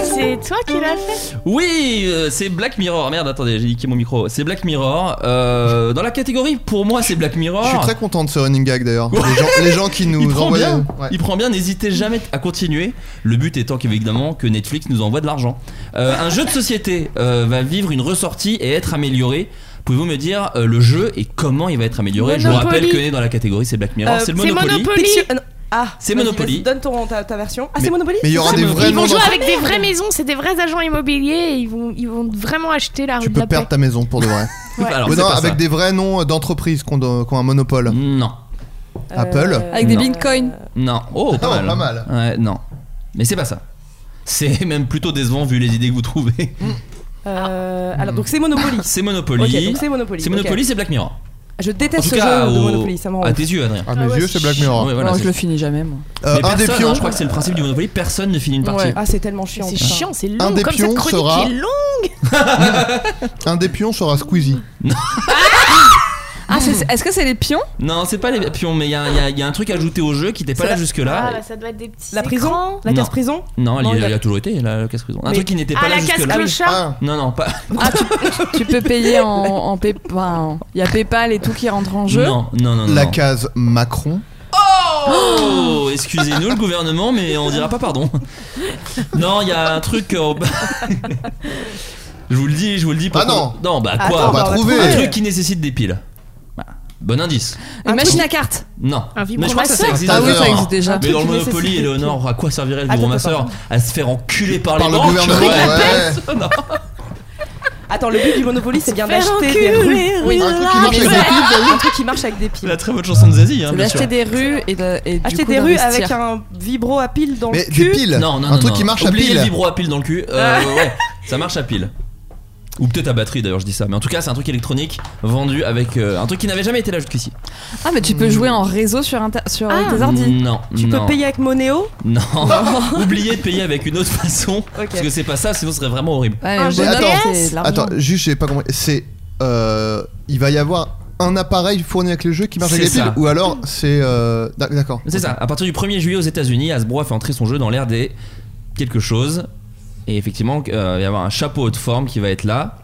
Speaker 10: C'est toi qui l'as fait
Speaker 8: Oui, euh, c'est Black Mirror. Merde, attendez, j'ai niqué mon micro. C'est Black Mirror. Euh, dans la catégorie Pour moi, c'est Black Mirror.
Speaker 13: Je suis très content de ce running gag d'ailleurs. Les, gens, les gens qui nous
Speaker 8: Oh. il prend
Speaker 13: envoient.
Speaker 8: bien,
Speaker 13: Ouais.
Speaker 8: il prend bien, n'hésitez jamais à continuer. Le but étant qu'évidemment que Netflix nous envoie de l'argent. Euh, un jeu de société euh, va vivre une ressortie et être amélioré. Pouvez-vous me dire euh, le jeu et comment il va être amélioré Je vous
Speaker 12: Monopoly.
Speaker 8: rappelle que dans la catégorie c'est Black Mirror,
Speaker 12: Euh,
Speaker 8: c'est le Monopoly.
Speaker 12: Picture- euh, non. Ah,
Speaker 8: C'est
Speaker 12: vas-y,
Speaker 8: Monopoly.
Speaker 12: vas-y, Donne ton, ta, ta version. Ah, c'est Monopoly
Speaker 13: mais il y aura
Speaker 12: C'est
Speaker 13: des
Speaker 12: Monopoly.
Speaker 13: vrais
Speaker 10: Ils vont
Speaker 13: noms
Speaker 10: jouer
Speaker 13: d'enfants.
Speaker 10: avec des vraies maisons, c'est des vrais agents immobiliers et ils vont, ils vont vraiment acheter la rue
Speaker 13: Tu
Speaker 10: de
Speaker 13: peux
Speaker 10: la
Speaker 13: perdre
Speaker 10: paix.
Speaker 13: ta maison pour de vrai.
Speaker 10: Ouais.
Speaker 8: Alors,
Speaker 13: Ou
Speaker 8: c'est
Speaker 13: non,
Speaker 8: pas ça.
Speaker 13: avec des vrais noms d'entreprises qui ont de- qui ont un monopole.
Speaker 8: Non.
Speaker 13: Apple.
Speaker 12: Euh,
Speaker 11: Avec des
Speaker 8: Non.
Speaker 11: bitcoins.
Speaker 8: Non, oh, pas
Speaker 13: Non,
Speaker 8: mal.
Speaker 13: Ah, pas mal.
Speaker 8: Ouais, non. Mais c'est pas ça. C'est même plutôt décevant vu les idées que vous trouvez.
Speaker 12: Euh, alors, donc c'est Monopoly.
Speaker 8: C'est Monopoly.
Speaker 12: Ok, donc c'est Monopoly,
Speaker 8: C'est Monopoly,
Speaker 12: ok. Ah,
Speaker 8: c'est Black Mirror.
Speaker 12: Je
Speaker 8: En
Speaker 12: déteste
Speaker 8: tout
Speaker 12: ce
Speaker 8: cas,
Speaker 12: jeu de
Speaker 8: au-
Speaker 12: Monopoly, ça me rend
Speaker 8: à
Speaker 12: ouf.
Speaker 8: tes yeux, Adrien.
Speaker 13: À mes yeux, c'est Black
Speaker 8: Ah Ouais,
Speaker 13: Mirror.
Speaker 8: voilà,
Speaker 11: non,
Speaker 8: c'est-
Speaker 11: je le finis jamais, moi.
Speaker 13: Ah, Euh,
Speaker 8: Mais
Speaker 13: un des
Speaker 8: personne,
Speaker 13: pions.
Speaker 8: hein, je crois que c'est le principe du Monopoly, personne ne finit une partie.
Speaker 12: Ouais. Ah, c'est tellement chiant.
Speaker 10: C'est
Speaker 12: putain.
Speaker 10: chiant, c'est
Speaker 13: Un
Speaker 10: long
Speaker 13: des
Speaker 10: comme cette
Speaker 13: pions
Speaker 10: chronique
Speaker 13: sera-
Speaker 10: est longue.
Speaker 13: Un des pions sera Squeezie.
Speaker 11: Ah, c'est- est-ce que c'est les pions
Speaker 8: Non, c'est pas les pions, mais il y, a- il y a- il y a un truc ajouté au jeu qui n'était pas
Speaker 12: C'est
Speaker 8: là
Speaker 12: la-
Speaker 8: jusque-là.
Speaker 10: Ah bah ça doit être des petits.
Speaker 12: La prison
Speaker 10: écrans.
Speaker 12: La
Speaker 8: Non.
Speaker 12: casse-prison
Speaker 8: Non, elle y-
Speaker 12: Non,
Speaker 8: elle y
Speaker 12: il
Speaker 8: a,
Speaker 12: y a-
Speaker 8: toujours été, la, la casse-prison. Un
Speaker 12: Mais-
Speaker 8: truc qui n'était
Speaker 10: Ah,
Speaker 8: pas là
Speaker 10: la
Speaker 8: jusque-là.
Speaker 10: casse-clochard.
Speaker 8: Non, non, pas.
Speaker 11: Tu peux payer en, en Pay- enfin, en- Il y a PayPal et tout qui rentre en jeu.
Speaker 8: Non, non, non. non,
Speaker 13: La
Speaker 8: non.
Speaker 13: case Macron.
Speaker 8: Oh Excusez-nous le gouvernement, mais on dira pas pardon. Non, il y a un truc. euh, je vous le dis, je vous le dis.
Speaker 13: Ah
Speaker 8: pour-
Speaker 13: non.
Speaker 8: Non, bah quoi
Speaker 13: Attends, On va bah, on va trouver.
Speaker 8: Un
Speaker 13: trouver.
Speaker 8: truc qui nécessite des piles. Bah, bon indice.
Speaker 11: Une machine à carte.
Speaker 8: Non.
Speaker 11: Un
Speaker 8: mais je crois que ça, ça
Speaker 11: vibromasseur.
Speaker 8: existe.
Speaker 11: Ah oui,
Speaker 8: déjà.
Speaker 11: ça existe déjà. Un
Speaker 8: Mais
Speaker 11: truc
Speaker 8: dans le
Speaker 11: qui
Speaker 8: Monopoly,
Speaker 11: nécessite des Ah,
Speaker 8: Eleonore, à quoi servirait le
Speaker 12: Attends,
Speaker 8: vibromasseur À se faire enculer par,
Speaker 13: Par
Speaker 8: les
Speaker 13: le
Speaker 8: banques.
Speaker 13: gouvernement, ouais.
Speaker 12: Attends, le but du Monopoly, c'est bien
Speaker 10: Faire
Speaker 12: d'acheter
Speaker 10: enculer,
Speaker 12: des rues.
Speaker 10: oui,
Speaker 12: un,
Speaker 11: Ah,
Speaker 12: truc qui marche avec
Speaker 10: des
Speaker 12: des piles, un truc qui marche avec des piles.
Speaker 8: La très bonne chanson de Zazie, hein,
Speaker 11: C'est
Speaker 8: bien
Speaker 11: d'acheter
Speaker 8: sûr.
Speaker 11: des rues et, de, et du
Speaker 12: Acheter
Speaker 11: coup,
Speaker 12: des rues
Speaker 11: d'investir.
Speaker 12: avec un vibro à pile dans
Speaker 13: Mais
Speaker 12: le cul.
Speaker 13: des piles.
Speaker 8: Non, non,
Speaker 13: un
Speaker 8: non,
Speaker 13: truc
Speaker 8: non.
Speaker 13: qui marche
Speaker 8: Oubliez
Speaker 13: à pile.
Speaker 8: le vibro à pile dans le cul. Euh, ouais, ça marche à pile. Ou peut-être à batterie d'ailleurs, je dis ça. Mais en tout cas, c'est un truc électronique vendu avec euh, un truc qui n'avait jamais été là jusqu'ici.
Speaker 11: Ah, mais tu peux jouer en réseau sur, inter- sur
Speaker 12: Ah.
Speaker 11: avec tes ordi.
Speaker 8: Non,
Speaker 12: Tu
Speaker 8: non.
Speaker 12: peux payer avec Monéo
Speaker 8: Non. Oubliez de payer avec une autre façon. Parce que c'est pas ça, sinon ce serait vraiment horrible.
Speaker 11: Ouais, mais bon,
Speaker 13: attends,
Speaker 11: c'est de l'argent.
Speaker 13: attends, juste j'ai pas compris. C'est euh, il va y avoir un appareil fourni avec le jeu qui marche avec les
Speaker 8: C'est
Speaker 13: piles
Speaker 8: ça.
Speaker 13: ou alors c'est euh, d'ac- d'accord.
Speaker 8: C'est ça. À partir du 1er juillet aux États-Unis, Hasbro a fait entrer son jeu dans l'ère des quelque chose. Et effectivement, euh, il va y avoir un chapeau haute forme qui va être là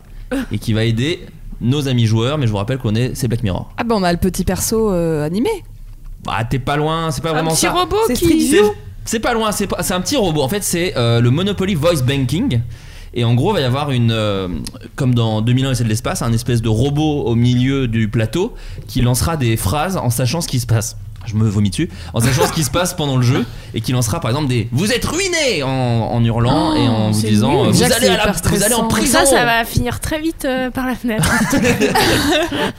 Speaker 8: et qui va aider nos amis joueurs. Mais je vous rappelle qu'on est, c'est Black Mirror.
Speaker 11: Ah, bah on a le petit perso euh, animé.
Speaker 8: Bah, t'es pas loin, c'est pas
Speaker 11: Un
Speaker 8: vraiment
Speaker 11: petit
Speaker 8: ça.
Speaker 11: robot
Speaker 8: C'est
Speaker 11: qui-
Speaker 8: Street View. C'est pas loin, c'est pas- c'est un petit robot. En fait, c'est euh, le Monopoly Voice Banking. Et en gros, il va y avoir une. euh, comme dans 2001 et c'est de l'espace, un espèce de robot au milieu du plateau qui lancera des phrases en sachant ce qui se passe. Je me vomis dessus. En sachant ce qui se passe pendant le jeu et qui lancera par exemple des Vous êtes ruinés en, en hurlant et
Speaker 11: Oh,
Speaker 8: en vous disant euh, vous, allez à la- vous allez en prison.
Speaker 10: Ça, ça va finir très vite euh, par la fenêtre.
Speaker 11: Ah,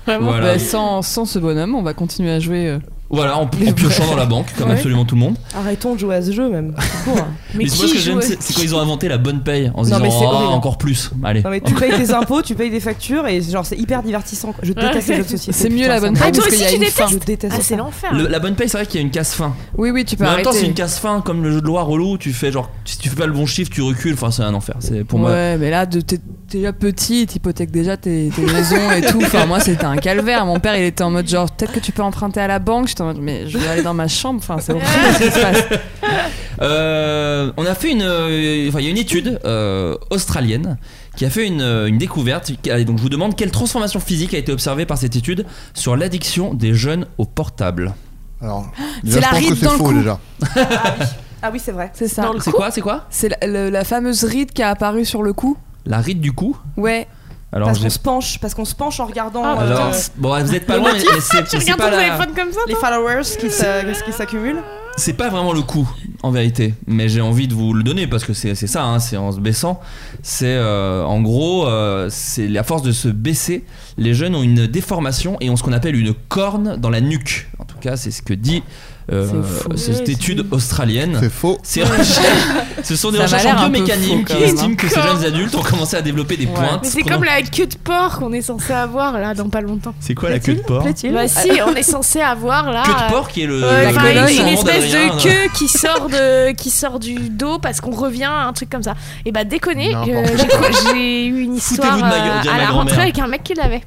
Speaker 8: Voilà.
Speaker 11: Bah, sans, sans ce bonhomme, on va continuer à jouer. euh.
Speaker 8: Voilà, en, en piochant dans la banque, comme
Speaker 11: Ouais.
Speaker 8: absolument tout le monde.
Speaker 12: Arrêtons de jouer à ce jeu même. c'est court, hein.
Speaker 8: Mais, moi, ce que j'aime, c'est c'est quand ils ont inventé la bonne paye en se
Speaker 12: Non, mais
Speaker 8: disant
Speaker 12: c'est
Speaker 8: Oh,
Speaker 12: horrible.
Speaker 8: encore plus. Allez.
Speaker 12: Non mais tu payes tes impôts, tu payes des factures et genre c'est hyper divertissant. quoi. Je
Speaker 11: Ouais.
Speaker 12: déteste les jeux de société.
Speaker 11: C'est mieux
Speaker 12: putain,
Speaker 11: la
Speaker 12: ça
Speaker 11: bonne
Speaker 12: me
Speaker 11: paye
Speaker 10: Ah,
Speaker 12: rend
Speaker 11: parce
Speaker 12: ouf.
Speaker 11: qu'il y a une fin.
Speaker 12: Je déteste
Speaker 11: Ah,
Speaker 12: ça.
Speaker 11: c'est
Speaker 10: l'enfer.
Speaker 8: Le- la bonne paye, c'est vrai qu'il y a une casse fin.
Speaker 12: Bah,
Speaker 11: Oui, oui, tu peux
Speaker 8: Mais en même
Speaker 11: arrêter.
Speaker 8: temps, c'est une casse fin comme le jeu de loi relou. Tu fais genre, si tu fais pas le bon chiffre, tu recules. Enfin, c'est un enfer. C'est pour moi.
Speaker 11: Ouais, mais là, de- t'es t'es déjà petit, t'hypothèques déjà tes, tes maisons et tout. Enfin, moi, c'était un calvaire. Mon père, il était en mode genre, peut-être que tu peux emprunter à la banque. J'étais en mode, mais je vais aller dans ma chambre. Enfin, c'est horrible ce qui se passe.
Speaker 8: Euh, on a fait une, euh, enfin, il y a une étude euh, australienne qui a fait une, euh, une découverte. qui a- Donc, je vous demande quelle transformation physique a été observée par cette étude sur l'addiction des jeunes au portable.
Speaker 13: Alors,
Speaker 11: déjà, C'est je la pense que ride c'est dans le faux, cou. déjà.
Speaker 12: Ah oui, c'est vrai.
Speaker 11: C'est ça.
Speaker 8: C'est quoi C'est quoi
Speaker 11: C'est la, le- la fameuse ride qui a apparu sur le cou.
Speaker 8: La ride du cou.
Speaker 11: Ouais.
Speaker 8: Alors,
Speaker 12: Parce
Speaker 8: j'ai-
Speaker 12: qu'on se penche, parce qu'on se penche en regardant.
Speaker 11: Ah,
Speaker 12: euh,
Speaker 8: Alors, c'est- bon, vous êtes pas loin, mais, mais c'est
Speaker 12: Tu
Speaker 8: c'est
Speaker 12: regardes
Speaker 8: pas
Speaker 12: ton
Speaker 8: la-
Speaker 12: téléphone
Speaker 10: comme ça
Speaker 12: Les followers qui se- qui s'accumulent.
Speaker 8: C'est pas vraiment le coup, en vérité, mais j'ai envie de vous le donner parce que c'est c'est ça, hein, c'est en se baissant. C'est euh, en gros, euh, c'est à force de se baisser, les jeunes ont une déformation et ont ce qu'on appelle une corne dans la nuque. En tout cas, c'est ce que dit euh,
Speaker 11: C'est fou.
Speaker 8: cette
Speaker 11: Ouais,
Speaker 8: étude australienne. C'est
Speaker 13: faux.
Speaker 8: ce sont des
Speaker 11: Ça m'a
Speaker 8: recherches
Speaker 11: l'air
Speaker 8: en
Speaker 11: un peu
Speaker 8: biomécanique
Speaker 11: faux, quand
Speaker 8: qui
Speaker 11: même, hein.
Speaker 8: estiment que ces jeunes adultes ont commencé à développer des pointes.
Speaker 10: Mais c'est
Speaker 8: pendant-
Speaker 10: comme la queue de porc qu'on est censé avoir là dans pas longtemps.
Speaker 8: C'est quoi la queue de porc
Speaker 10: Bah si,
Speaker 11: Ah.
Speaker 10: on est censé avoir là.
Speaker 8: Queue de porc qui est le-
Speaker 10: euh,
Speaker 8: la
Speaker 10: enfin,
Speaker 8: colonne.
Speaker 10: une, une
Speaker 8: Laurent
Speaker 10: espèce
Speaker 8: Adrien,
Speaker 10: de
Speaker 8: là.
Speaker 10: queue qui sort de qui sort du dos parce qu'on revient à un truc comme ça. Et bah déconné, euh,
Speaker 8: N'importe
Speaker 10: j'ai-
Speaker 8: quoi.
Speaker 10: j'ai eu une histoire
Speaker 8: Foutez-vous de ma gueule,
Speaker 10: euh,
Speaker 8: dirait
Speaker 10: à
Speaker 8: ma
Speaker 10: la
Speaker 8: grand-mère.
Speaker 10: rentrée avec un mec qui l'avait.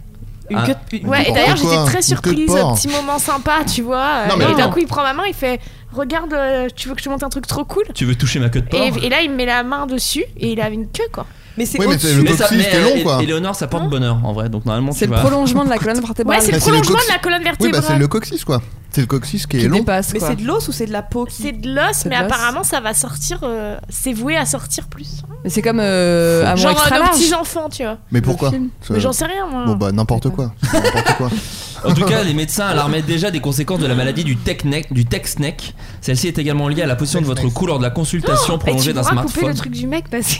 Speaker 8: Une Ah. queue de- une
Speaker 10: Ouais,
Speaker 8: queue
Speaker 10: et
Speaker 8: de
Speaker 10: d'ailleurs
Speaker 8: porc.
Speaker 10: j'étais
Speaker 8: Une queue
Speaker 10: très
Speaker 8: de
Speaker 10: surprise,
Speaker 8: porc.
Speaker 10: petit moment sympa, tu vois.
Speaker 8: Non,
Speaker 10: euh,
Speaker 8: mais
Speaker 10: et d'un
Speaker 8: attends.
Speaker 10: coup il prend ma main, il fait Regarde, euh, tu veux que je te montre un truc trop cool
Speaker 8: Tu veux toucher ma queue de porc
Speaker 10: et, et là il me met la main dessus et il avait une queue quoi.
Speaker 12: Mais
Speaker 8: Oui, mais
Speaker 13: c'est le
Speaker 8: ça-
Speaker 13: coccyx
Speaker 8: mais,
Speaker 13: qui est long,
Speaker 8: euh,
Speaker 13: quoi.
Speaker 8: Éléonore, ça porte bonheur en vrai, donc normalement
Speaker 11: C'est
Speaker 8: tu
Speaker 11: le
Speaker 8: vas-
Speaker 11: prolongement de la colonne vertébrale.
Speaker 10: Ouais, c'est le
Speaker 13: Bah, c'est le
Speaker 10: prolongement
Speaker 13: coccyx.
Speaker 10: de la colonne
Speaker 13: Oui, bah
Speaker 10: vertébrale.
Speaker 13: c'est le coccyx quoi. C'est le coccyx qui est
Speaker 11: Qui
Speaker 13: long.
Speaker 11: dépasse,
Speaker 10: Mais
Speaker 11: quoi.
Speaker 10: c'est
Speaker 12: de l'os ou c'est de la peau qui...
Speaker 10: C'est de l'os,
Speaker 11: C'est de
Speaker 10: mais
Speaker 11: l'os.
Speaker 10: apparemment ça va sortir. euh, c'est voué à sortir plus.
Speaker 11: Mais c'est comme euh, Amour
Speaker 10: Genre
Speaker 11: extra
Speaker 10: euh, nos
Speaker 11: large.
Speaker 10: petits enfants, tu vois.
Speaker 13: Mais pourquoi Ça-
Speaker 10: Mais j'en sais rien moi.
Speaker 13: Bon bah n'importe quoi.
Speaker 8: En tout cas, les médecins alarmaient déjà des conséquences de la maladie du tech neck, du text neck. Celle-ci est également liée à la position de votre cou lors de la consultation
Speaker 10: Oh, Et tu
Speaker 8: prolongée d'un
Speaker 10: pourras couper
Speaker 8: smartphone.
Speaker 10: le truc du mec parce que.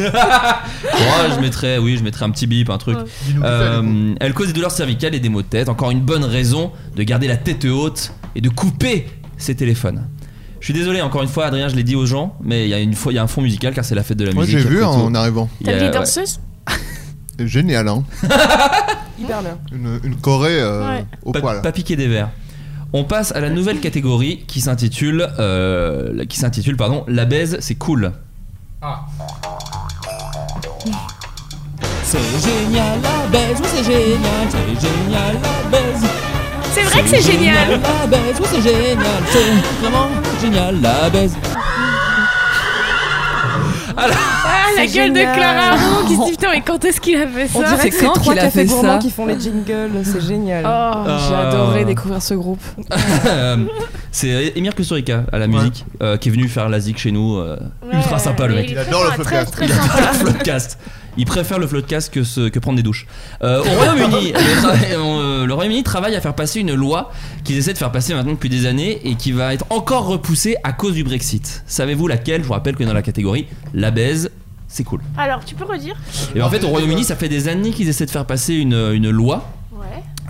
Speaker 8: Ouais, je mettrais, oui, je mettrais un petit bip, un truc.
Speaker 10: Ouais.
Speaker 8: Euh, elle cause des douleurs cervicales et des maux de tête. Encore une bonne raison de garder la tête haute et de couper ses téléphones. Je suis désolé, encore une fois, Adrien, je l'ai dit aux gens, mais il y a une fois, il y a un fond musical car c'est la fête de la
Speaker 13: Moi
Speaker 8: musique.
Speaker 13: j'ai vu
Speaker 8: après
Speaker 13: hein,
Speaker 8: tout.
Speaker 13: en arrivant.
Speaker 8: Il y a- ouais.
Speaker 13: Génial hein.
Speaker 12: Hyper bien.
Speaker 13: Une, une Corée euh,
Speaker 12: Ouais.
Speaker 13: au
Speaker 8: pas,
Speaker 13: poil.
Speaker 8: pas piquer des verres. On passe à la nouvelle catégorie qui s'intitule euh, qui s'intitule pardon la baise c'est cool.
Speaker 14: C'est génial la baise, oui c'est génial, c'est génial la baise.
Speaker 10: C'est vrai que c'est génial.
Speaker 14: La baise, oui c'est génial, c'est vraiment génial la baise.
Speaker 10: Ah, la
Speaker 14: C'est
Speaker 10: gueule de
Speaker 14: génial.
Speaker 10: Clara Arnaud qui se dit putain, mais quand est-ce qu'il a fait ça
Speaker 12: Oh. On dirait que c'est trois
Speaker 11: qu'il a
Speaker 12: cafés
Speaker 11: fait
Speaker 12: gourmands
Speaker 11: ça
Speaker 12: qui font les jingles, c'est génial.
Speaker 10: Oh,
Speaker 11: J'ai
Speaker 8: Ah.
Speaker 11: adoré découvrir ce groupe.
Speaker 8: Euh, c'est Emir Kusturica à la musique euh, qui est venu faire la zik chez nous. euh, ultra sympa le
Speaker 13: mais
Speaker 8: mec.
Speaker 13: il est Il adore très, le floodcast. très,
Speaker 8: Il
Speaker 13: très
Speaker 8: adore le floodcast. Il préfère le floodcast que, ce- que prendre des douches. Euh, au Royaume-Uni, le, tra- euh, le Royaume-Uni travaille à faire passer une loi qu'ils essaient de faire passer maintenant depuis des années et qui va être encore repoussée à cause du Brexit. Savez-vous laquelle Je vous rappelle que dans la catégorie la baise, c'est cool.
Speaker 10: Alors, tu peux redire
Speaker 8: Et ben, en fait, au Royaume-Uni, ça fait des années qu'ils essaient de faire passer une, une loi.
Speaker 10: Ouais.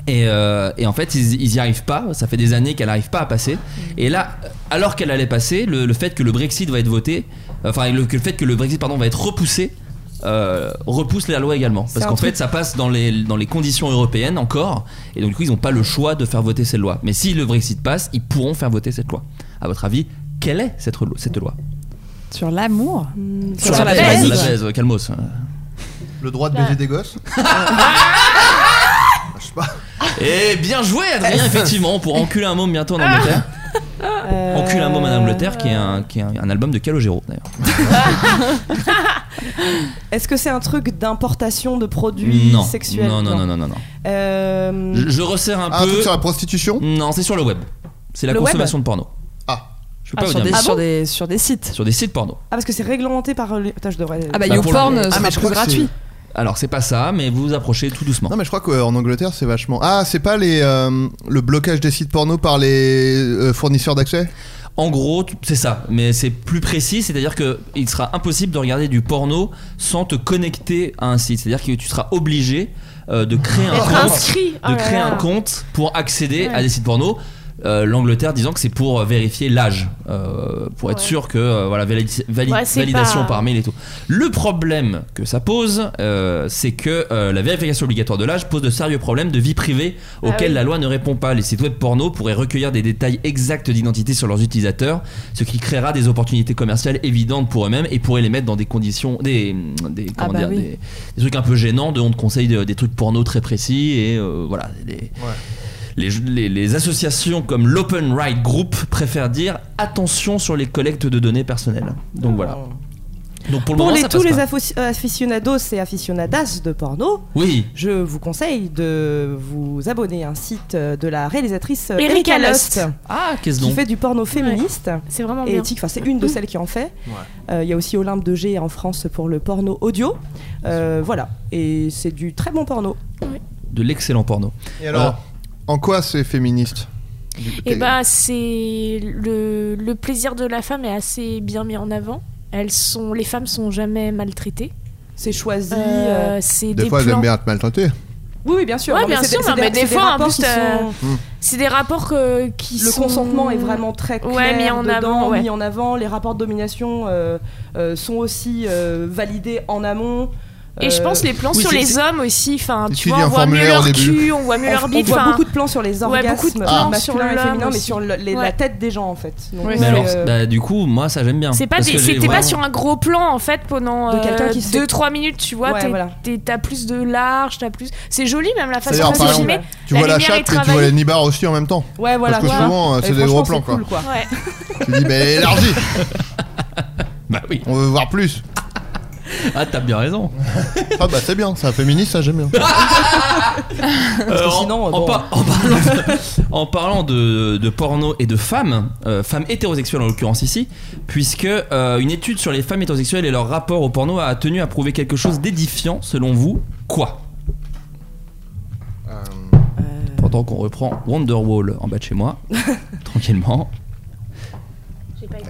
Speaker 8: Et, euh, et en fait, ils, ils y arrivent pas. Ça fait des années qu'elle n'arrive pas à
Speaker 12: Mm.
Speaker 8: passer. Et là, alors qu'elle allait passer, le, le fait que le Brexit va être voté, enfin, le, que le fait que le Brexit pardon, va être repoussé, euh, repousse la loi également.
Speaker 12: C'est
Speaker 8: Parce
Speaker 12: un
Speaker 8: qu'en fait,
Speaker 12: truc-
Speaker 8: ça passe dans les, dans les conditions européennes encore. Et donc, du coup, ils n'ont pas le choix de faire voter cette loi. Mais si le Brexit passe, ils pourront faire voter cette loi. À votre avis, quelle est cette, lo- cette loi
Speaker 11: Sur l'amour.
Speaker 8: La baise, ouais, calmos.
Speaker 13: Le droit de
Speaker 10: Bah.
Speaker 11: Là.
Speaker 13: baiser des gosses.
Speaker 8: Et bien joué, Adrien, effectivement, pour enculer un môme bientôt en Angleterre.
Speaker 12: Ah.
Speaker 8: Enculer un môme en Angleterre, qui est un, qui est un, un album de Calogero d'ailleurs.
Speaker 12: Est-ce que c'est un truc d'importation de produits
Speaker 8: Non.
Speaker 12: sexuels
Speaker 8: Non, non, non, non, non, non.
Speaker 12: Euh,
Speaker 8: Je, je resserre un
Speaker 13: Ah, un
Speaker 8: peu.
Speaker 13: truc sur la prostitution
Speaker 8: Non, c'est sur le web. C'est la
Speaker 12: Le
Speaker 8: consommation
Speaker 12: web
Speaker 8: de porno. Je peux
Speaker 11: Ah,
Speaker 8: pas vous
Speaker 11: sur,
Speaker 8: dire
Speaker 11: des,
Speaker 8: mieux.
Speaker 11: sur, des, sur des sites.
Speaker 8: Sur des sites porno.
Speaker 12: Ah, parce que c'est réglementé par. les- Attends, je devrais.
Speaker 11: Ah bah,
Speaker 8: Bah, pour
Speaker 11: YouPorn,
Speaker 8: le-
Speaker 11: euh,
Speaker 8: Ah,
Speaker 11: sera
Speaker 8: mais je
Speaker 11: plus
Speaker 8: crois que c'est-
Speaker 11: gratuit.
Speaker 8: Alors c'est pas ça, mais vous vous approchez tout doucement.
Speaker 13: Non mais je crois qu'en Angleterre c'est vachement. Ah c'est pas les euh, le blocage des sites porno par les euh, fournisseurs d'accès
Speaker 8: En gros, tu- c'est ça, mais c'est plus précis, c'est-à-dire que il sera impossible de regarder du porno sans te connecter à un site, c'est-à-dire que tu seras obligé euh, de créer un
Speaker 14: D'être
Speaker 8: compte,
Speaker 14: inscrit. Oh
Speaker 8: de
Speaker 14: là
Speaker 8: créer
Speaker 14: là.
Speaker 8: un compte pour accéder
Speaker 14: Ouais.
Speaker 8: à des sites porno. Euh, L'Angleterre disant que c'est pour euh, vérifier l'âge, euh, pour être sûr que euh, voilà validi- vali-
Speaker 14: Ouais, c'est
Speaker 8: validation
Speaker 14: pas-
Speaker 8: par mail et tout. Le problème que ça pose, euh, c'est que euh, la vérification obligatoire de l'âge pose de sérieux problèmes de vie privée
Speaker 14: Ah
Speaker 8: auxquels
Speaker 14: oui.
Speaker 8: la loi ne répond pas. Les sites web porno pourraient recueillir des détails exacts d'identité sur leurs utilisateurs, ce qui créera des opportunités commerciales évidentes pour eux-mêmes et pourrait les mettre dans des conditions, des, des,
Speaker 11: Ah
Speaker 8: comment
Speaker 11: bah
Speaker 8: dire,
Speaker 11: oui.
Speaker 8: des, des trucs un peu gênants. De, on te conseille de- des trucs porno très précis et euh, voilà. des- les, les- les associations comme l'Open Right Group préfèrent dire attention sur les collectes de données personnelles. Donc voilà. Donc
Speaker 12: Pour,
Speaker 8: pour le moment,
Speaker 12: les,
Speaker 8: ça
Speaker 12: tous
Speaker 8: passe
Speaker 12: les
Speaker 8: pas.
Speaker 12: affo- aficionados et aficionadas de porno,
Speaker 8: Oui.
Speaker 12: je vous conseille de vous abonner à un site de la réalisatrice
Speaker 10: Erika
Speaker 12: Erika
Speaker 10: Lust.
Speaker 12: Lust.
Speaker 8: Ah, qu'est-ce
Speaker 12: Qui
Speaker 8: donc
Speaker 12: fait du porno féministe.
Speaker 10: C'est vraiment
Speaker 12: et
Speaker 10: bien. Mm.
Speaker 12: éthique. Enfin, c'est une de celles qui en fait. Euh, Il y a aussi Olympe de G en France pour le porno audio. Euh, voilà. Et c'est du très bon porno.
Speaker 8: de l'excellent porno.
Speaker 13: Et alors Euh, En quoi c'est féministe
Speaker 10: Et bah, c'est le, le plaisir de la femme est assez bien mis en avant. Elles sont, les femmes sont jamais maltraitées.
Speaker 12: C'est choisi.
Speaker 10: Euh, c'est
Speaker 13: Des
Speaker 10: des,
Speaker 13: fois j'aime
Speaker 10: plans.
Speaker 13: bien être maltraité.
Speaker 12: Oui, oui, bien sûr.
Speaker 10: Ouais,
Speaker 12: Non, mais
Speaker 10: bien
Speaker 12: c'est
Speaker 10: sûr,
Speaker 12: c'est
Speaker 10: non, mais des
Speaker 12: c'est
Speaker 10: fois, en
Speaker 12: rapports
Speaker 10: plus,
Speaker 12: qui
Speaker 10: t'as-
Speaker 12: sont-
Speaker 10: C'est des rapports que- qui
Speaker 12: le
Speaker 10: sont-
Speaker 12: consentement est vraiment très clair
Speaker 10: ouais, mis en
Speaker 12: dedans,
Speaker 10: avant. ouais.
Speaker 12: mis en avant. Les rapports de domination euh, euh, sont aussi euh, validés en amont. Euh,
Speaker 10: Et je
Speaker 13: Euh,
Speaker 10: pense les plans sur les hommes aussi. Enfin, tu vois,
Speaker 12: dis
Speaker 10: on
Speaker 12: un
Speaker 10: voit mieux
Speaker 12: formulaire
Speaker 10: leur
Speaker 12: au début.
Speaker 10: cul, on voit mieux
Speaker 12: On-
Speaker 10: leur
Speaker 12: on
Speaker 10: bite.
Speaker 12: voit
Speaker 10: enfin,
Speaker 12: beaucoup de plans sur les
Speaker 10: Ouais, beaucoup de
Speaker 12: orgasmes,
Speaker 10: plans
Speaker 12: masculins
Speaker 10: sur
Speaker 12: et
Speaker 10: l'homme
Speaker 12: féminins, mais
Speaker 10: aussi.
Speaker 12: sur le- les- la
Speaker 10: Ouais.
Speaker 12: tête des gens en fait. Donc,
Speaker 8: Mais
Speaker 12: euh,
Speaker 8: alors, bah, du coup, moi ça j'aime bien.
Speaker 10: C'est pas
Speaker 8: Parce
Speaker 10: des-
Speaker 8: que j'ai
Speaker 10: c'était pas
Speaker 8: vraiment-
Speaker 10: sur un gros plan en fait pendant
Speaker 12: De quelqu'un qui se fait-
Speaker 10: 2-3 minutes, tu vois.
Speaker 12: Ouais,
Speaker 10: t'es-
Speaker 12: voilà.
Speaker 10: t'es- T'as plus de large, t'as plus. C'est joli même la façon
Speaker 13: C'est-à-dire,
Speaker 10: dont
Speaker 13: par
Speaker 10: c'est
Speaker 13: exemple,
Speaker 10: filmé.
Speaker 13: tu vois la
Speaker 10: lumière est
Speaker 13: chatte et tu vois
Speaker 10: travaillée.
Speaker 13: les nibards aussi en même temps.
Speaker 10: Ouais, voilà,
Speaker 13: Parce que
Speaker 10: voilà.
Speaker 13: souvent euh,
Speaker 10: Et
Speaker 13: c'est des gros plans
Speaker 10: franchement,
Speaker 13: quoi.
Speaker 10: c'est cool, quoi. Ouais.
Speaker 13: Tu dis mais elle est élargie.
Speaker 8: bah oui.
Speaker 13: On veut voir plus.
Speaker 8: Ah t'as bien raison.
Speaker 13: ah bah c'est bien, c'est un féministe ça j'aime bien.
Speaker 8: Euh, en- en, par- en parlant, en parlant de, de porno et de femmes, euh, femmes hétérosexuelles en l'occurrence ici, puisque euh, une étude sur les femmes hétérosexuelles et leur rapport au porno a tenu à prouver quelque chose d'édifiant selon vous. Quoi
Speaker 13: Euh,
Speaker 8: Pendant qu'on reprend Wonderwall en bas de chez moi, tranquillement.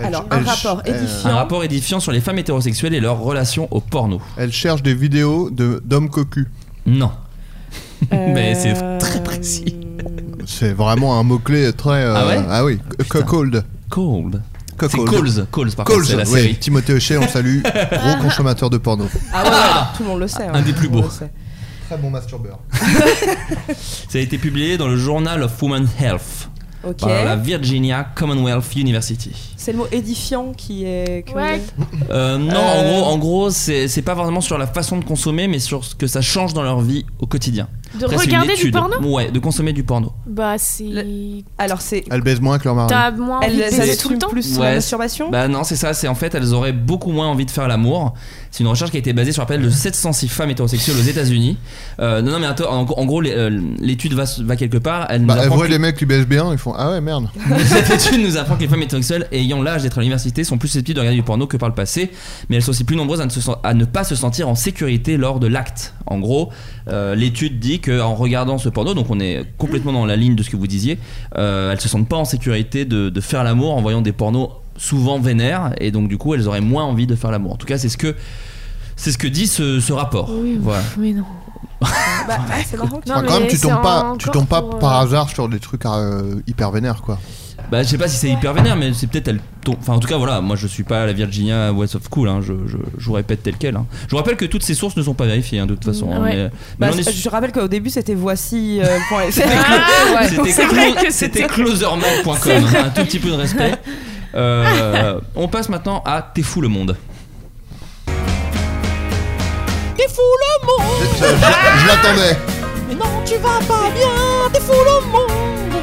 Speaker 12: Alors, un rapport édifiant.
Speaker 8: Un rapport édifiant sur les femmes hétérosexuelles et leur relation au porno.
Speaker 13: euh, Elle cherche des vidéos de d'hommes cocus.
Speaker 8: Non. Mais c'est
Speaker 12: Euh,
Speaker 8: très précis.
Speaker 13: C'est vraiment un mot clé très euh,
Speaker 8: Ah ouais
Speaker 13: oui, cold.
Speaker 8: Cold. C'est Coles, Coles,
Speaker 13: Euh,
Speaker 8: par
Speaker 13: Coles,
Speaker 8: contre, c'est la
Speaker 13: oui.
Speaker 8: série.
Speaker 13: Timothée Hochet, on le salue, gros consommateur de porno.
Speaker 12: Ah ouais, ouais, tout le monde le sait.
Speaker 8: Un des plus beaux.
Speaker 13: Très bon masturbeur.
Speaker 8: Ça a été publié dans le Journal of Women's Health
Speaker 12: Ok.
Speaker 8: par la Virginia Commonwealth University.
Speaker 12: C'est le mot édifiant qui est. que-
Speaker 8: Euh, non, en
Speaker 12: Euh.
Speaker 8: gros, en gros c'est c'est pas vraiment sur la façon de consommer, mais sur ce que ça change dans leur vie au quotidien.
Speaker 10: De
Speaker 8: Après, c'est une
Speaker 10: regarder du
Speaker 8: étude.
Speaker 10: porno
Speaker 8: Ouais, de consommer du porno.
Speaker 10: Bah, c'est.
Speaker 12: Alors, c'est.
Speaker 13: Elles baisent moins que leur mari.
Speaker 10: T'as moins envie de
Speaker 12: Elles
Speaker 10: baiser
Speaker 12: elles
Speaker 10: tout le temps.
Speaker 12: plus sur
Speaker 8: Ouais,
Speaker 12: la masturbation.
Speaker 8: Bah non, c'est ça, c'est en fait elles auraient beaucoup moins envie de faire l'amour. C'est une recherche qui a été basée sur l'appel
Speaker 10: Mmh.
Speaker 8: de 706 femmes hétérosexuelles aux États-Unis. Euh, non, non, mais attends, en, en gros, les- euh, l'étude va, va quelque part. Elle nous
Speaker 13: Bah, elles
Speaker 8: apprend
Speaker 13: voient
Speaker 8: que-
Speaker 13: les mecs qui baissent bien, ils font Ah ouais, merde.
Speaker 8: Cette étude nous apprend que les femmes hétérosexuelles ayant l'âge d'être à l'université sont plus susceptibles de regarder du porno que par le passé, mais elles sont aussi plus nombreuses à ne, se sen- à ne pas se sentir en sécurité lors de l'acte. En gros, euh, l'étude dit qu'en regardant ce porno, donc on est complètement dans la ligne de ce que vous disiez, euh, elles se sentent pas en sécurité de, de faire l'amour en voyant des pornos souvent vénères, et donc du coup elles auraient moins envie de faire l'amour. En tout cas, c'est ce que, c'est ce que dit ce, ce rapport.
Speaker 10: Oui,
Speaker 8: Voilà.
Speaker 10: Mais non.
Speaker 12: Bah, c'est marrant que
Speaker 10: Non,
Speaker 13: Enfin, Ah, quand
Speaker 10: mais
Speaker 13: même, tu
Speaker 10: c'est
Speaker 13: tombes pas,
Speaker 10: encore
Speaker 13: tu tombes pas
Speaker 10: pour, euh,
Speaker 13: par hasard sur des trucs euh, hyper vénères quoi.
Speaker 8: Bah, je sais pas si c'est hyper vénère, mais c'est peut-être elle tombe. Enfin, en tout cas, voilà, moi je suis pas la Virginia West of Cool, hein, je, je, je vous répète tel quel. hein. Je vous rappelle que toutes ces sources ne sont pas vérifiées, hein, de toute façon. hein,
Speaker 12: Ouais.
Speaker 8: mais- mais
Speaker 12: Bah,
Speaker 8: on est
Speaker 12: je-
Speaker 8: su-
Speaker 12: Je rappelle qu'au début c'était voici. euh, point-
Speaker 8: C'était
Speaker 12: Ah, C'est
Speaker 8: clo-
Speaker 12: vrai que
Speaker 8: C'était closerman.com,
Speaker 12: C'est vrai.
Speaker 8: hein, un tout petit peu de respect. Euh, on passe maintenant à T'es fou le monde.
Speaker 14: T'es fou le monde
Speaker 13: Je l'attendais.
Speaker 14: Mais non, tu vas pas bien, t'es fou le monde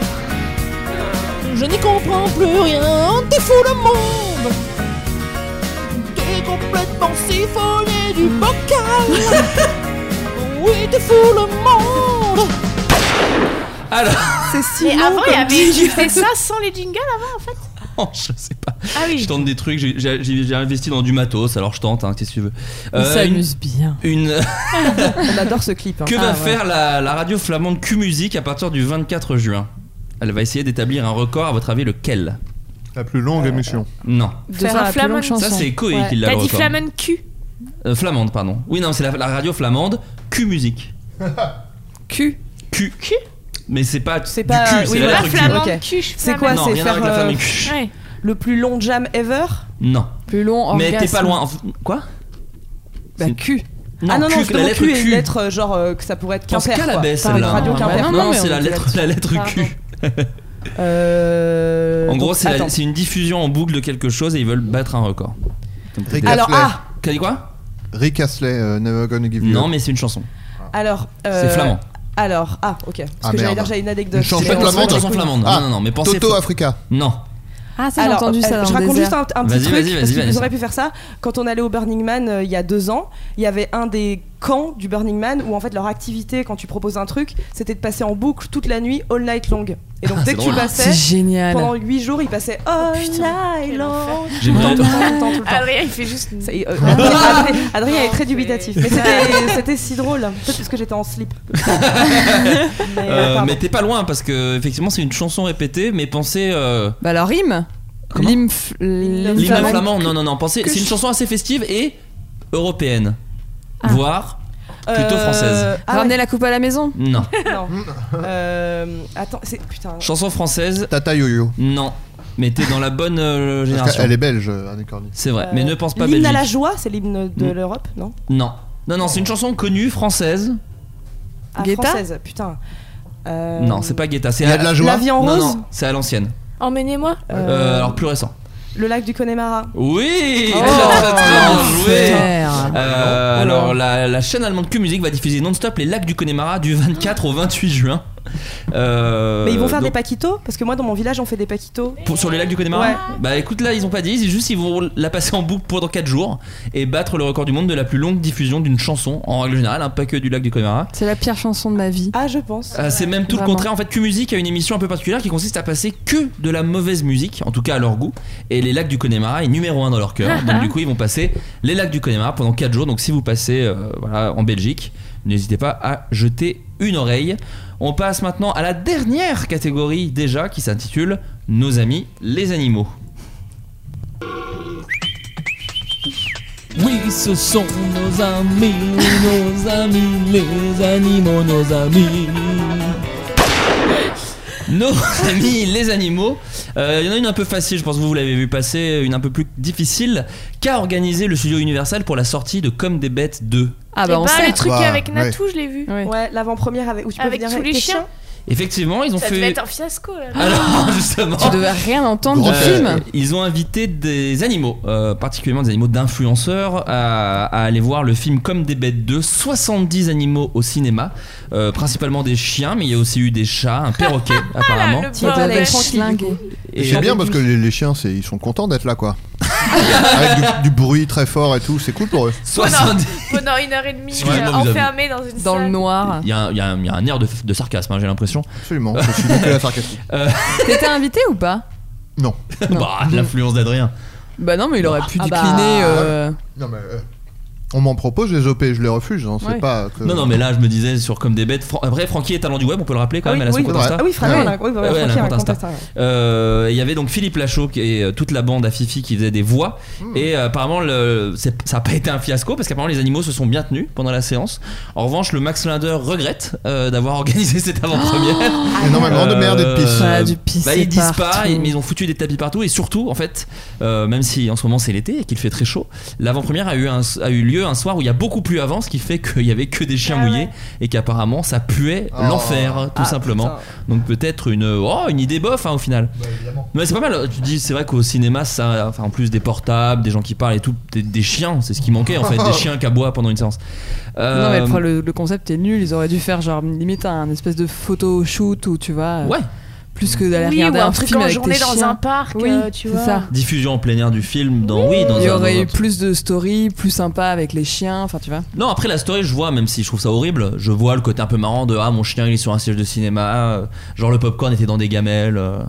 Speaker 14: Je n'y comprends plus rien, t'es fou le monde T'es complètement siphonné du bocal Oui, t'es fou le monde
Speaker 8: Alors
Speaker 12: C'est si
Speaker 10: Et avant, il y
Speaker 14: comme
Speaker 10: avait.
Speaker 14: jingle.
Speaker 10: C'était ça sans les jingles avant en fait
Speaker 8: je sais pas.
Speaker 10: Ah oui.
Speaker 8: Je tente des trucs, j'ai- j'ai j'ai investi dans du matos, alors je tente, hein, qu'est-ce que tu veux.
Speaker 11: Il s'amuse bien.
Speaker 8: Une...
Speaker 12: On adore ce clip. hein.
Speaker 8: Que va
Speaker 12: Ah, ouais.
Speaker 8: faire la, la radio flamande Q-Music à partir du 24 juin Elle va essayer d'établir un record, à votre avis, lequel
Speaker 13: La plus longue émission.
Speaker 8: Non.
Speaker 10: Faire un flamand.
Speaker 8: Ça, c'est Koé qui l'a
Speaker 10: T'as dit
Speaker 8: record.
Speaker 10: flamand cul.
Speaker 8: Euh, flamande, pardon. Oui, non, c'est la, la radio flamande Q-Music.
Speaker 10: Cul.
Speaker 8: Q. Mais c'est pas. C'est
Speaker 12: pas-
Speaker 8: Du cul,
Speaker 12: oui,
Speaker 8: c'est
Speaker 12: voilà,
Speaker 8: la truc.
Speaker 12: flamand,
Speaker 8: du-
Speaker 12: ok. C'est quoi
Speaker 8: Non,
Speaker 12: C'est
Speaker 8: rien à voir
Speaker 12: faire
Speaker 8: avec la flamme
Speaker 12: euh,
Speaker 8: et cul.
Speaker 12: le plus long jam ever
Speaker 8: Non.
Speaker 12: Plus long
Speaker 8: Mais t'es pas loin. en f- Quoi
Speaker 12: Bah, cul.
Speaker 8: Non,
Speaker 12: ah non,
Speaker 8: cul,
Speaker 12: non,
Speaker 8: la
Speaker 12: justement,
Speaker 8: lettre
Speaker 12: cul est une
Speaker 8: cul.
Speaker 12: lettre euh, genre euh, que ça pourrait être
Speaker 8: Pense
Speaker 12: Quimper.
Speaker 8: qu'à ben, la
Speaker 12: quoi.
Speaker 8: baisse,
Speaker 12: Par une
Speaker 8: là.
Speaker 12: radio Quimper.
Speaker 8: Non, c'est la lettre, la lettre Q.
Speaker 12: Euh,
Speaker 8: En gros,
Speaker 12: donc,
Speaker 8: c'est la-
Speaker 12: attends.
Speaker 8: c'est une diffusion en boucle de quelque chose et ils veulent battre un record. Comme
Speaker 13: Rick
Speaker 8: t'as dit.
Speaker 13: Alors, Astley. ah
Speaker 8: T'as dit quoi
Speaker 13: Rick Astley, euh, Never Gonna Give You
Speaker 8: Non,
Speaker 13: Up.
Speaker 8: mais c'est une chanson.
Speaker 12: Alors. euh,
Speaker 8: C'est flamand.
Speaker 12: Alors, ah, ok. Parce
Speaker 13: Ah,
Speaker 12: que j'allais
Speaker 13: merde.
Speaker 12: dire, j'avais une anecdote.
Speaker 13: Une chanson
Speaker 12: Mais on se
Speaker 13: flamande
Speaker 12: bat les
Speaker 8: Chanson
Speaker 12: couilles.
Speaker 8: flamande.
Speaker 13: Ah,
Speaker 8: non, non, non, mais pensez.
Speaker 13: Toto Africa.
Speaker 8: Non.
Speaker 11: Ah, ça, j'ai
Speaker 12: Alors,
Speaker 11: entendu ça
Speaker 12: euh,
Speaker 11: dans
Speaker 12: je
Speaker 11: le
Speaker 12: raconte
Speaker 11: désert.
Speaker 12: juste un, un petit
Speaker 8: Vas-y,
Speaker 12: truc
Speaker 8: vas-y,
Speaker 12: parce
Speaker 8: vas-y,
Speaker 12: que vous
Speaker 8: Vanessa.
Speaker 12: aurez pu faire ça quand on allait au Burning Man euh, il y a deux ans il y avait un des camps du Burning Man où en fait leur activité quand tu proposes un truc c'était de passer en boucle toute la nuit all night long et donc
Speaker 11: Ah,
Speaker 12: dès
Speaker 11: c'est
Speaker 12: que tu
Speaker 11: drôle.
Speaker 12: passais
Speaker 11: C'est génial. Oh,
Speaker 12: pendant huit jours ils passaient all night long
Speaker 11: J'aimerais-
Speaker 12: Tout le temps, tout le temps, tout le temps.
Speaker 10: Adrien, il fait juste.
Speaker 12: Ça y est, euh, Adrien,
Speaker 11: Ah
Speaker 12: Adrien- Adrien est très dubitatif mais c'était- c'était si drôle peut-être parce que j'étais en slip Mais, euh,
Speaker 8: Euh,
Speaker 12: pardon.
Speaker 8: mais t'es pas loin parce que effectivement c'est une chanson répétée, mais pensez. euh,
Speaker 11: Bah alors rime L'hymne f- l'hymne
Speaker 8: L'hymne
Speaker 11: flamand.
Speaker 8: flamand, non, non, non, pensez.
Speaker 11: que
Speaker 8: C'est une
Speaker 11: je-
Speaker 8: chanson assez festive et européenne.
Speaker 12: Ah.
Speaker 8: Voire plutôt
Speaker 11: Euh,
Speaker 8: française.
Speaker 11: Ramener la coupe à la maison
Speaker 8: Non.
Speaker 12: Non. Euh, attends c'est putain
Speaker 8: Chanson française.
Speaker 13: Tata Yo-Yo.
Speaker 8: Non. Mais t'es dans la bonne euh, génération.
Speaker 13: Elle est belge, euh, Anne Cordy.
Speaker 8: C'est vrai, mais ne pense pas
Speaker 12: Euh, l'hymne
Speaker 8: Belgique.
Speaker 12: à la joie c'est l'hymne de
Speaker 8: Mm.
Speaker 12: l'Europe non
Speaker 8: Non. Non, non, c'est une chanson connue française.
Speaker 12: Ah,
Speaker 11: Guetta
Speaker 12: française, putain. Euh,
Speaker 8: Non, c'est pas Guetta. C'est
Speaker 12: Il y a
Speaker 8: à-
Speaker 12: de la joie La vie en
Speaker 8: Non,
Speaker 12: rose
Speaker 8: non, c'est à l'ancienne.
Speaker 10: Emmenez-moi.
Speaker 8: Euh, alors plus récent.
Speaker 12: Le lac du Connemara.
Speaker 8: Oui
Speaker 12: Oh,
Speaker 8: très, très, très bien joué.
Speaker 12: super.
Speaker 8: Euh, Alors, la, la chaîne allemande Q-Music va diffuser non-stop les lacs du Connemara du 24 au 28 juin. Euh,
Speaker 12: Mais ils vont faire des
Speaker 8: donc,
Speaker 12: paquitos Parce que moi, dans mon village, on fait des paquitos.
Speaker 8: pour- sur les lacs du Connemara
Speaker 12: Ouais.
Speaker 8: Bah écoute, là ils ont pas dit, c'est juste ils vont la passer en boucle pendant 4 jours et battre le record du monde de la plus longue diffusion d'une chanson en règle générale, hein, pas que du lac du Connemara.
Speaker 11: C'est la pire chanson de ma vie.
Speaker 12: Ah, je pense.
Speaker 8: Euh, c'est même tout le contraire. En fait, Q-Music a une émission un peu particulière qui consiste à passer que de la mauvaise musique, en tout cas à leur goût. Et les lacs du Connemara est numéro 1 dans leur cœur. donc, du coup, ils vont passer les lacs du Connemara pendant 4 jours. Donc, si vous passez euh, voilà, en Belgique, n'hésitez pas à jeter une oreille. On passe maintenant à la dernière catégorie déjà qui s'intitule Nos amis les animaux.
Speaker 14: Oui, ce sont nos amis, nos amis, les animaux, nos amis.
Speaker 8: Nos amis les animaux, Euh, il y en a une un peu facile, je pense que vous l'avez vu passer, une un peu plus difficile. Qu'a organisé le studio Universal pour la sortie de Comme des bêtes 2
Speaker 11: Ah
Speaker 10: bah, le truc avec Natou, je l'ai vu.
Speaker 12: Ouais, l'avant-première avec, où tu peux
Speaker 10: Avec
Speaker 12: venir
Speaker 10: tous
Speaker 12: avec
Speaker 10: les
Speaker 12: tes
Speaker 10: chiens.
Speaker 8: Effectivement, ils ont
Speaker 10: Ça
Speaker 8: fait.
Speaker 10: devait être un fiasco là.
Speaker 8: Alors, justement.
Speaker 11: Tu devais rien entendre du
Speaker 8: Euh,
Speaker 11: film
Speaker 8: Ils ont invité des animaux, euh, particulièrement des animaux d'influenceurs, à, à aller voir le film Comme des bêtes 2. 70 animaux au cinéma, euh, principalement des chiens, mais il y a aussi eu des chats, un perroquet
Speaker 10: Ah
Speaker 8: apparemment.
Speaker 12: Qui est allé être tranquille, du coup.
Speaker 8: Et
Speaker 13: c'est bien
Speaker 8: avec
Speaker 13: parce
Speaker 8: une-
Speaker 13: que les, les chiens, c'est- ils sont contents d'être là, quoi. Avec du, du bruit très fort et tout, c'est cool pour eux.
Speaker 10: Pendant, pendant une heure et demie,
Speaker 8: Excusez-moi,
Speaker 10: euh,
Speaker 8: vous avez-
Speaker 10: enfermé dans une salle.
Speaker 11: noir.
Speaker 8: Il y, a un- il y a un- il y a un air de, de sarcasme, hein, j'ai l'impression.
Speaker 13: Absolument, je suis beaucoup la sarcastique.
Speaker 11: T'étais invité ou pas
Speaker 13: Non.
Speaker 8: bah, l'influence d'Adrien.
Speaker 11: Bah non mais il aurait pu
Speaker 13: Ah bah,
Speaker 11: décliner euh,
Speaker 13: Non, mais euh, on m'en propose, je les OP, je les refuse. hein, c'est
Speaker 11: Ouais.
Speaker 13: pas que-
Speaker 8: Non, non, mais là, je me disais sur Comme des bêtes. Fran- Après, Francky est talent du web, on peut le rappeler quand
Speaker 13: Ah
Speaker 8: même,
Speaker 13: oui,
Speaker 8: elle a son
Speaker 13: oui,
Speaker 8: compte
Speaker 13: c'est vrai.
Speaker 8: Insta.
Speaker 13: Ah oui, Francky,
Speaker 12: elle hein. a- oui, voilà,
Speaker 8: hein. Ouais, elle a un
Speaker 12: Francky a
Speaker 8: compte
Speaker 12: un compte Insta,
Speaker 8: Insta.
Speaker 12: ouais.
Speaker 8: Euh, Il y avait donc Philippe Lachaud qui- et euh, toute la bande à Fifi qui faisait des voix. Et euh, apparemment, le- c'est- ça n'a pas été un fiasco parce qu'apparemment, les animaux se sont bien tenus pendant la séance. En revanche, le Max Linder regrette euh, d'avoir organisé cette avant-première.
Speaker 13: Oh Énormément de merde et de pisse.
Speaker 8: Euh,
Speaker 13: Ah, du pisse
Speaker 8: bah, ils disent pas,
Speaker 13: partout.
Speaker 8: ils- mais ils ont foutu des tapis partout. Et surtout, en fait, euh, même si en ce moment c'est l'été et qu'il fait très chaud, l'avant-première a, eu un- a eu lieu un soir où il y a beaucoup plus avant, ce qui fait qu'il y avait que des chiens mouillés et qu'apparemment ça puait
Speaker 13: Ah Oh.
Speaker 8: l'enfer, tout
Speaker 13: Ah,
Speaker 8: simplement. Donc peut-être une, oh, une idée bof hein, au final.
Speaker 13: bah,
Speaker 8: Mais c'est pas mal. Tu dis, c'est vrai qu'au cinéma, ça, enfin, en plus des portables, des gens qui parlent et tout, des, des chiens, c'est ce qui manquait en fait, des chiens qui aboient pendant une séance.
Speaker 11: Non mais
Speaker 8: Euh,
Speaker 11: le, pro- le- le concept est nul, ils auraient dû faire genre limite un espèce de photo shoot où tu vois euh,
Speaker 8: Ouais.
Speaker 11: plus que d'aller
Speaker 10: Oui,
Speaker 11: regarder
Speaker 10: ou un
Speaker 11: un
Speaker 10: truc
Speaker 11: film
Speaker 10: en
Speaker 11: avec
Speaker 10: journée
Speaker 11: tes
Speaker 10: dans
Speaker 11: chiens.
Speaker 10: un parc,
Speaker 11: Oui,
Speaker 10: euh, tu
Speaker 11: c'est
Speaker 10: vois.
Speaker 11: ça.
Speaker 8: Diffusion en plein air du film dans oui dans
Speaker 11: il y
Speaker 8: un- dans
Speaker 11: aurait
Speaker 8: un
Speaker 11: eu plus de stories plus sympa avec les chiens, enfin tu vois.
Speaker 8: Non, après la story, je vois, même si je trouve ça horrible, je vois le ah, côté un peu marrant de Ah, mon chien, il est sur un siège de cinéma, euh, genre le popcorn était dans des gamelles. euh,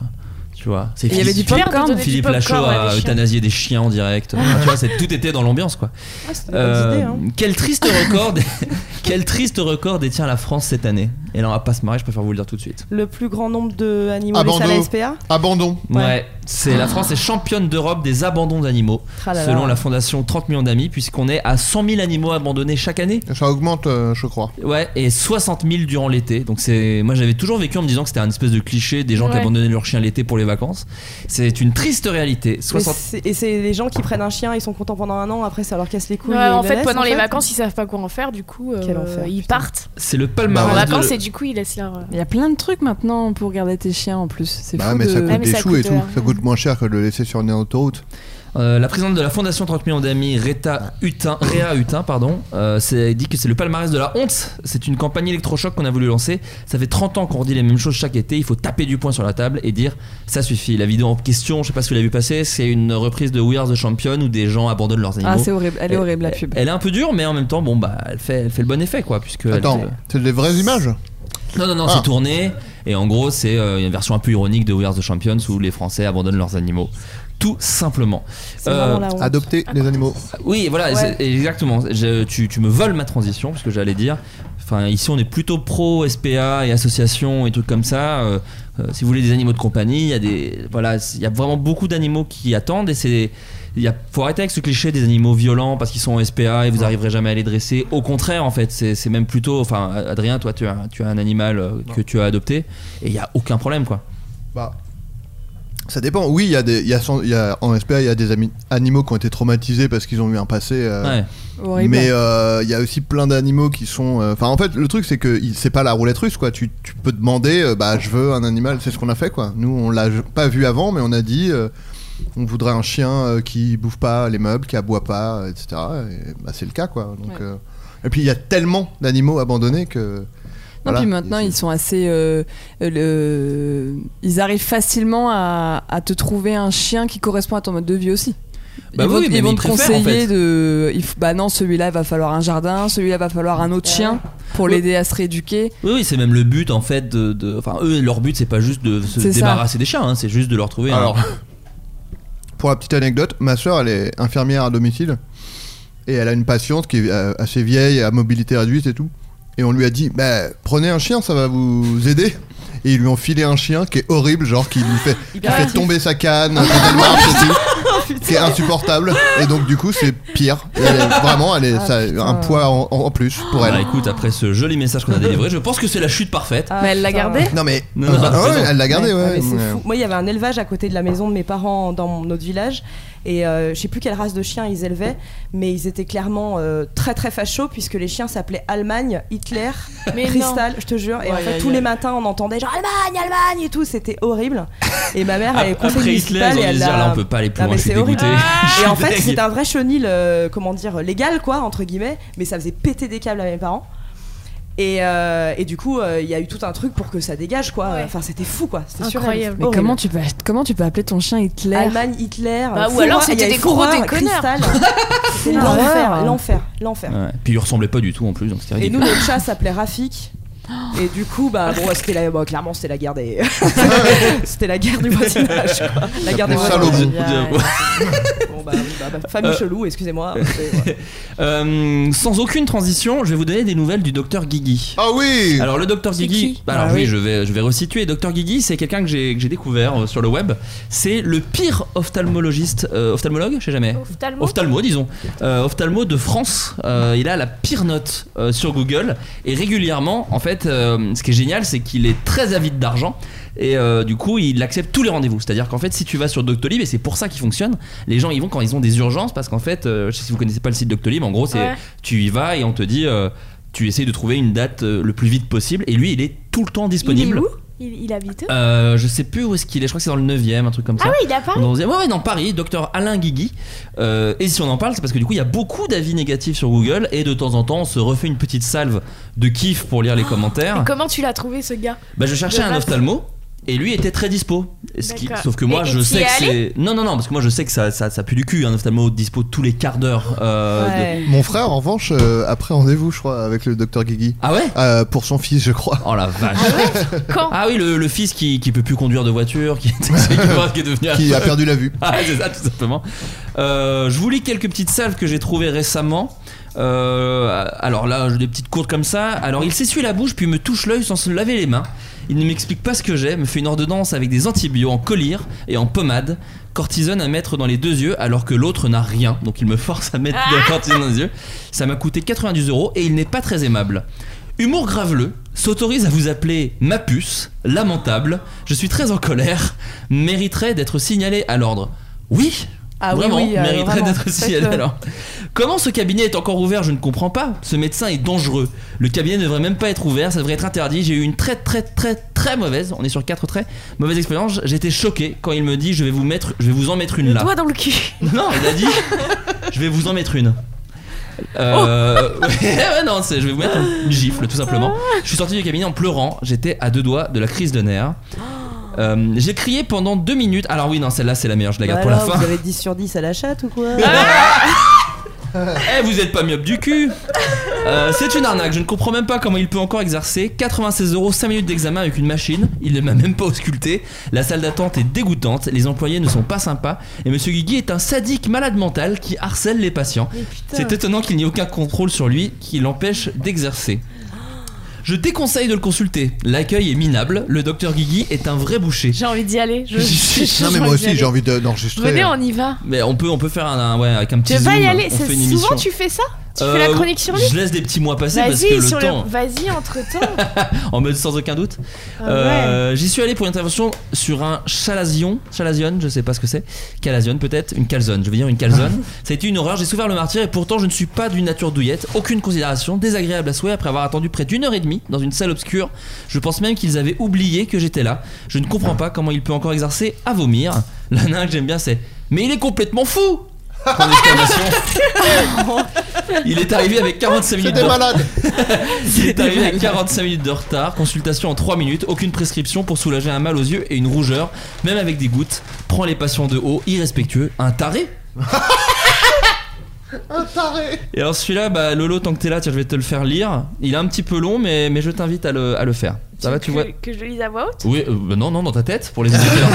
Speaker 8: Tu vois, c'est
Speaker 11: Il y
Speaker 8: Philippe-
Speaker 11: avait du popcorn,
Speaker 8: Philippe-
Speaker 11: on donnait du
Speaker 8: Philippe
Speaker 11: popcorn
Speaker 8: Lachaud
Speaker 11: à
Speaker 8: a
Speaker 11: des chiens.
Speaker 8: euthanasié des chiens en direct. Enfin, tu vois, c'est- tout était dans l'ambiance quoi. Euh,
Speaker 11: Ah, c'est une bonne idée, hein.
Speaker 8: Quel triste record, quel triste record détient la France cette année. Et là, on va pas se marrer, je préfère vous le dire tout de suite.
Speaker 12: Le plus grand nombre de animaux laissés à la
Speaker 8: Abandon.
Speaker 12: SPA
Speaker 13: Abandon.
Speaker 8: Ouais, c'est la France est championne d'Europe des abandons d'animaux,
Speaker 11: Ah
Speaker 10: Ah
Speaker 12: Tralala.
Speaker 8: selon la fondation 30 millions d'amis, puisqu'on est à 100 000 animaux abandonnés chaque année.
Speaker 13: Ça augmente, euh, je crois.
Speaker 8: Ouais, et 60 000 durant l'été. Donc c'est, moi j'avais toujours vécu en me disant que c'était un espèce de cliché des gens qui
Speaker 12: Ouais.
Speaker 8: abandonnaient leur chien l'été pour les vacances. C'est une triste réalité.
Speaker 12: Mais
Speaker 8: 60
Speaker 12: c'est- Et c'est les gens qui prennent un chien, ils sont contents pendant un an, après ça leur casse les couilles.
Speaker 10: Ouais,
Speaker 12: et ils
Speaker 10: en
Speaker 12: le
Speaker 10: fait,
Speaker 12: laissent,
Speaker 10: pendant
Speaker 12: en
Speaker 10: les
Speaker 12: fait.
Speaker 10: vacances, ils savent pas quoi en faire, du coup, euh,
Speaker 12: Quel enfer,
Speaker 10: ils partent
Speaker 8: C'est le
Speaker 10: en
Speaker 8: palmarès.
Speaker 10: Bah, vacances
Speaker 8: de...
Speaker 10: et du coup, ils laissent leur.
Speaker 11: Il y a plein de trucs maintenant pour garder tes chiens en plus. C'est
Speaker 13: Bah,
Speaker 11: fou
Speaker 13: mais ça
Speaker 11: de- Ah,
Speaker 13: coûte euh, des choux et tout. Ça coûte moins cher que de le laisser sur une autoroute.
Speaker 8: Euh, la présidente de la fondation 30 millions d'amis, Rita Hutin, Réa Hutin, pardon, euh, c'est- dit que c'est le palmarès de la honte. C'est une campagne électrochoc qu'on a voulu lancer. Ça fait 30 ans qu'on redit les mêmes choses chaque été. Il faut taper du poing sur la table et dire ça suffit. La vidéo en question, je sais pas si vous l'avez vu passer, c'est une reprise de We Are the Champion où des gens abandonnent leurs animaux.
Speaker 11: Ah, c'est horrible. Elle est
Speaker 8: Et-
Speaker 11: horrible, la pub.
Speaker 8: Elle est un peu dure, mais en même temps, bon bah, elle fait, elle fait le bon effet quoi, puisque. elle- Ah.
Speaker 13: Attends, c'est des vraies images
Speaker 8: non, non, non, c'est tourné. Et en gros, c'est euh, une version un peu ironique de We Are the Champions où les Français abandonnent leurs animaux. Tout simplement. Euh,
Speaker 13: Adopter les animaux.
Speaker 8: Oui, voilà,
Speaker 13: Ouais.
Speaker 8: c'est- exactement. Je- tu, tu me voles ma transition, parce que j'allais dire. Enfin, ici, on est plutôt pro SPA et associations et trucs comme ça. Euh, euh, si vous voulez des animaux de compagnie, il y a des, voilà, il y a vraiment beaucoup d'animaux qui attendent et c'est, il y a- faut arrêter avec ce cliché des animaux violents parce qu'ils sont en SPA et vous arriverez jamais à les dresser. Au contraire, en fait, c'est c'est même plutôt, enfin, Adrien, toi, tu as, tu as un animal euh, que tu as adopté et il y a aucun problème, quoi.
Speaker 13: Bah, Ça dépend. Oui, il y a des, il y a cent- il y a- en SPA, il y a des ami- animaux qui ont été traumatisés parce qu'ils ont eu un passé. euh,
Speaker 8: Ouais.
Speaker 11: Horrible.
Speaker 13: Mais euh, il y a aussi plein d'animaux qui sont. euh, Enfin, en fait, le truc c'est que il- c'est pas la roulette russe, quoi. Tu, tu peux demander, euh, bah, je veux un animal. C'est ce qu'on a fait, quoi. Nous, on l'a pas vu avant, mais on a dit, euh, on voudrait un chien euh, qui bouffe pas les meubles, qui aboie pas, euh, etc. Et, bah, c'est le cas, quoi. Donc,
Speaker 11: Ouais.
Speaker 13: euh, et puis il y a tellement d'animaux abandonnés que.
Speaker 11: Non,
Speaker 13: voilà.
Speaker 11: puis maintenant, ils sont assez. euh, euh, le- Ils arrivent facilement à, à te trouver un chien qui correspond à ton mode de vie aussi.
Speaker 8: Bah
Speaker 11: ils vont,
Speaker 8: oui, mais
Speaker 11: ils vont
Speaker 8: ils
Speaker 11: te
Speaker 8: préfèrent,
Speaker 11: conseiller
Speaker 8: en fait.
Speaker 11: de. il f- bah non, celui-là, il va falloir un jardin, celui-là, il va falloir un autre chien pour l'aider à se rééduquer.
Speaker 8: Oui, oui, c'est même le but en fait de. de- Enfin, eux, leur but c'est pas juste de se
Speaker 11: C'est ça.
Speaker 8: débarrasser des chiens, hein, c'est juste de leur trouver. un-
Speaker 13: Alors, pour la petite anecdote, ma soeur, elle est infirmière à domicile. Et elle a une patiente qui est euh, assez vieille, à mobilité réduite et tout. Et on lui a dit, bah, prenez un chien, ça va vous aider. Et ils lui ont filé un chien qui est horrible, genre qui lui fait, qui fait tomber sa canne, qui fait le marche et tout,
Speaker 12: Oh,
Speaker 13: qui est insupportable. Et donc, du coup, c'est pire. Et elle est- vraiment, elle est,
Speaker 12: Ah,
Speaker 13: ça, un poids en, en plus pour elle.
Speaker 8: Bah écoute, après ce joli message qu'on a délivré, je pense que c'est la chute parfaite.
Speaker 12: Ah, Mais elle l'a putain. gardé
Speaker 13: Non, mais.
Speaker 8: Non, non,
Speaker 13: Bah,
Speaker 8: non,
Speaker 13: ouais,
Speaker 8: raison.
Speaker 13: elle l'a gardé, ouais.
Speaker 12: Ah, mais c'est
Speaker 13: Ouais.
Speaker 12: fou. Moi, il y avait un élevage à côté de la maison de mes parents dans mon- notre village. Et euh, je sais plus quelle race de chien ils élevaient, mais ils étaient clairement euh, très très fachos puisque les chiens s'appelaient Allemagne, Hitler,
Speaker 10: Mais non.
Speaker 12: Cristal, je te jure. Et en
Speaker 10: Ouais,
Speaker 12: fait,
Speaker 10: ouais,
Speaker 12: tous
Speaker 10: ouais.
Speaker 12: les matins, on entendait genre Allemagne, Allemagne et tout. C'était horrible. Et ma mère, elle est
Speaker 8: Après
Speaker 12: conseillère
Speaker 8: Hitler,
Speaker 12: municipale
Speaker 8: ils ont
Speaker 12: et
Speaker 8: dû
Speaker 12: elle
Speaker 8: se dire,
Speaker 12: a-
Speaker 8: là, on peut pas aller plus
Speaker 12: Non,
Speaker 8: loin,
Speaker 12: mais
Speaker 8: je suis
Speaker 12: c'est horrible. Ah,
Speaker 8: dégoûté. Je
Speaker 10: Ah
Speaker 12: Et
Speaker 8: suis
Speaker 12: en fait,
Speaker 8: dingue.
Speaker 12: c'était un vrai chenil, euh, comment dire, légal quoi, entre guillemets, mais ça faisait péter des câbles à mes parents. Et, euh, et du coup, euh, il y a eu tout un truc pour que ça dégage, quoi. Enfin, c'était fou, quoi. C'était surréel.
Speaker 11: Mais comment tu, peux, comment tu peux appeler ton chien Hitler
Speaker 12: Allemagne, Hitler.
Speaker 10: Bah, ou
Speaker 12: Fourra-
Speaker 10: alors,
Speaker 12: il y
Speaker 10: c'était
Speaker 12: avait
Speaker 10: des gros
Speaker 12: Fourra,
Speaker 10: déconneurs. Ah
Speaker 12: Cristal. C'était
Speaker 11: L'horreur.
Speaker 12: l'enfer, l'enfer, l'enfer.
Speaker 8: Ouais. Puis il ressemblait pas Ah, du tout en plus, donc c'était
Speaker 12: Et nous,
Speaker 8: ridicule.
Speaker 12: notre chat s'appelait Rafik. Et du coup, bah, bon, c'était la, bah, clairement, c'était la guerre des. c'était la guerre du voisinage, quoi. La guerre des
Speaker 8: Salomon.
Speaker 12: voisinages.
Speaker 8: Bien.
Speaker 12: Bon, bah, oui, bah, bah, famille
Speaker 8: Euh.
Speaker 12: chelou, excusez-moi.
Speaker 8: Euh, sans aucune transition, je vais vous donner des nouvelles du docteur Guigui.
Speaker 13: Ah oui
Speaker 8: Alors le docteur Guigui,
Speaker 12: qui
Speaker 8: bah, alors
Speaker 12: Ah
Speaker 8: oui,
Speaker 12: oui.
Speaker 8: je vais je vais resituer. Docteur Guigui, c'est quelqu'un que j'ai que j'ai découvert euh, sur le web. C'est le pire ophtalmologiste, euh, ophtalmologue, je sais jamais.
Speaker 10: Ophtalmo
Speaker 8: disons. Euh, ophtalmo de France. Euh, il a la pire note euh, sur Google et régulièrement, en fait, euh, ce qui est génial, c'est qu'il est très avide d'argent. Et euh, du coup, il accepte tous les rendez-vous. C'est-à-dire qu'en fait, si tu vas sur Doctolib, et c'est pour ça qu'il fonctionne, les gens ils vont quand ils ont des urgences parce qu'en fait, euh, je sais si vous connaissez pas le site Doctolib, en gros, c'est
Speaker 15: Ouais.
Speaker 8: tu y vas et on te dit, euh, tu essayes de trouver une date euh, le plus vite possible. Et lui, il est tout le temps disponible.
Speaker 10: Il est où il, il habite où
Speaker 8: Euh, je sais plus où est-ce qu'il est, je crois que c'est dans le 9ème, un truc comme
Speaker 10: Ah
Speaker 8: ça.
Speaker 10: oui, il est à Paris
Speaker 8: Dans le 11e. Ouais, ouais, dans Paris, docteur Alain Guigui. Euh, et si on en parle, c'est parce que du coup, il y a beaucoup d'avis négatifs sur Google et de temps en temps, on se refait une
Speaker 14: Oh,
Speaker 8: petite salve de kiff pour lire les commentaires.
Speaker 10: Comment tu l'as trouvé ce gars
Speaker 8: Bah, je cherchais un ophtalmo. Et lui était très dispo. Ce qui-
Speaker 14: D'accord.
Speaker 8: sauf que moi,
Speaker 14: Et- et
Speaker 8: je
Speaker 14: t'y
Speaker 8: sais
Speaker 14: es
Speaker 8: que
Speaker 14: allé
Speaker 8: c'est. Non, non, non, parce que moi, je sais que ça, ça, ça pue du cul, un ophtalmo dispo tous les quarts d'heure. euh, de-
Speaker 13: Mon frère, en revanche, euh, après rendez-vous, je crois, avec le docteur Guigui. Euh,
Speaker 8: Ah ouais
Speaker 13: Pour son fils, je crois.
Speaker 8: Oh la vache. Ah oui, le, le fils qui, qui peut plus conduire de voiture, qui, qui est devenu
Speaker 13: Qui a perdu la vue.
Speaker 8: Ah, c'est ça, tout simplement. Euh, je vous lis quelques petites salves que j'ai trouvées récemment. Euh, alors là, j'ai des petites courtes comme ça. Alors, il s'essuie la bouche puis me touche l'œil sans se laver les mains. Il ne m'explique pas ce que j'ai, me fait une ordonnance avec des antibiotiques en collyre et en pommade, cortisone à mettre dans les deux yeux alors que l'autre n'a rien. Donc il me force à mettre de la cortisone dans les yeux. Ça m'a coûté 90 euros et il n'est pas très aimable. Humour graveleux s'autorise à vous appeler ma puce, lamentable, je suis très en colère, mériterait d'être signalé à l'ordre. Oui
Speaker 11: Ah oui,
Speaker 8: Vraiment,
Speaker 11: oui, euh,
Speaker 8: mériterait
Speaker 11: vraiment.
Speaker 8: d'être signalé à
Speaker 11: Faites-le.
Speaker 8: l'ordre. Comment ce cabinet est encore ouvert, je ne comprends pas. Ce médecin est dangereux. Le cabinet ne devrait même pas être ouvert, ça devrait être interdit. J'ai eu une très très très très mauvaise, on est sur quatre traits, mauvaise expérience. J'étais choqué quand il me dit je vais vous mettre, je vais vous en mettre une
Speaker 10: Le
Speaker 8: là.
Speaker 10: doigt dans le cul.
Speaker 8: Non, il a dit je vais vous en mettre une. Euh,
Speaker 12: Oh.
Speaker 8: ouais, non, c'est- je vais vous mettre une gifle tout simplement.
Speaker 12: Ah.
Speaker 8: Je suis sorti du cabinet en pleurant, j'étais à deux doigts de la crise de nerfs. Euh, j'ai crié pendant deux minutes. Alors oui, non, celle-là c'est la meilleure, je la garde
Speaker 12: Bah
Speaker 8: pour la
Speaker 12: alors,
Speaker 8: fin.
Speaker 12: Vous avez 10 sur 10 à la chatte ou quoi
Speaker 8: Ah. Eh, vous êtes pas myope du cul Euh, C'est une arnaque, je ne comprends même pas comment il peut encore exercer. 96 euros, 5 minutes d'examen avec une machine, il ne m'a même pas ausculté. La salle d'attente est dégoûtante, les employés ne sont pas sympas, et Monsieur Guigui est un sadique malade mental qui harcèle les patients. C'est étonnant qu'il n'y ait aucun contrôle sur lui qui l'empêche d'exercer. Je déconseille de le consulter. L'accueil est minable. Le docteur Guigui est un vrai boucher.
Speaker 10: J'ai envie d'y aller. Je, je- je-
Speaker 13: non, mais moi aussi, j'ai envie de- d'enregistrer. hein.
Speaker 10: Venez, on y va.
Speaker 8: Mais on peut, on peut faire un, un- ouais, avec un petit
Speaker 10: Je vais y
Speaker 8: zoom,
Speaker 10: aller.
Speaker 8: on fait une
Speaker 10: C'est-
Speaker 8: émission.
Speaker 10: Souvent, tu fais ça Tu fais la
Speaker 8: Euh,
Speaker 10: chronique sur lui
Speaker 8: Je laisse des petits mois passer parce que
Speaker 10: Vas-y,
Speaker 8: le
Speaker 10: sur
Speaker 8: temps.
Speaker 10: le. Vas-y, entre temps.
Speaker 8: en mode sans aucun doute.
Speaker 10: Ah
Speaker 8: Euh, J'y suis allé pour une intervention sur un chalazion, chalazion, je sais pas ce que c'est, calazion peut-être, une calzone, je vais dire une calzone. ça a été une horreur, j'ai souffert le martyr et pourtant je ne suis pas d'une nature douillette, aucune considération, désagréable à souhait après avoir attendu près d'une heure et demie dans une salle obscure. Je pense même qu'ils avaient oublié que j'étais là. Je ne comprends pas comment il peut encore exercer à vomir. La nain que j'aime bien c'est Mais il est complètement fou Point d'exclamation. Il est arrivé avec 45 minutes
Speaker 13: des
Speaker 8: de-
Speaker 13: malades.
Speaker 8: Il est arrivé avec
Speaker 13: malades.
Speaker 8: 45 minutes de retard, consultation en 3 minutes, aucune prescription pour soulager un mal aux yeux et une rougeur, même avec des gouttes. Prend les patients de haut, irrespectueux, un taré.
Speaker 13: Un taré
Speaker 8: Et alors celui-là, bah, Lolo, tant que t'es là, tiens, je vais te le faire lire. Il est un petit peu long, mais, mais je t'invite à le, à le faire. Ça va, tu
Speaker 10: que,
Speaker 8: vois
Speaker 10: que je lise à voix haute
Speaker 8: Oui, euh, bah non, non, dans ta tête, pour les auditeurs.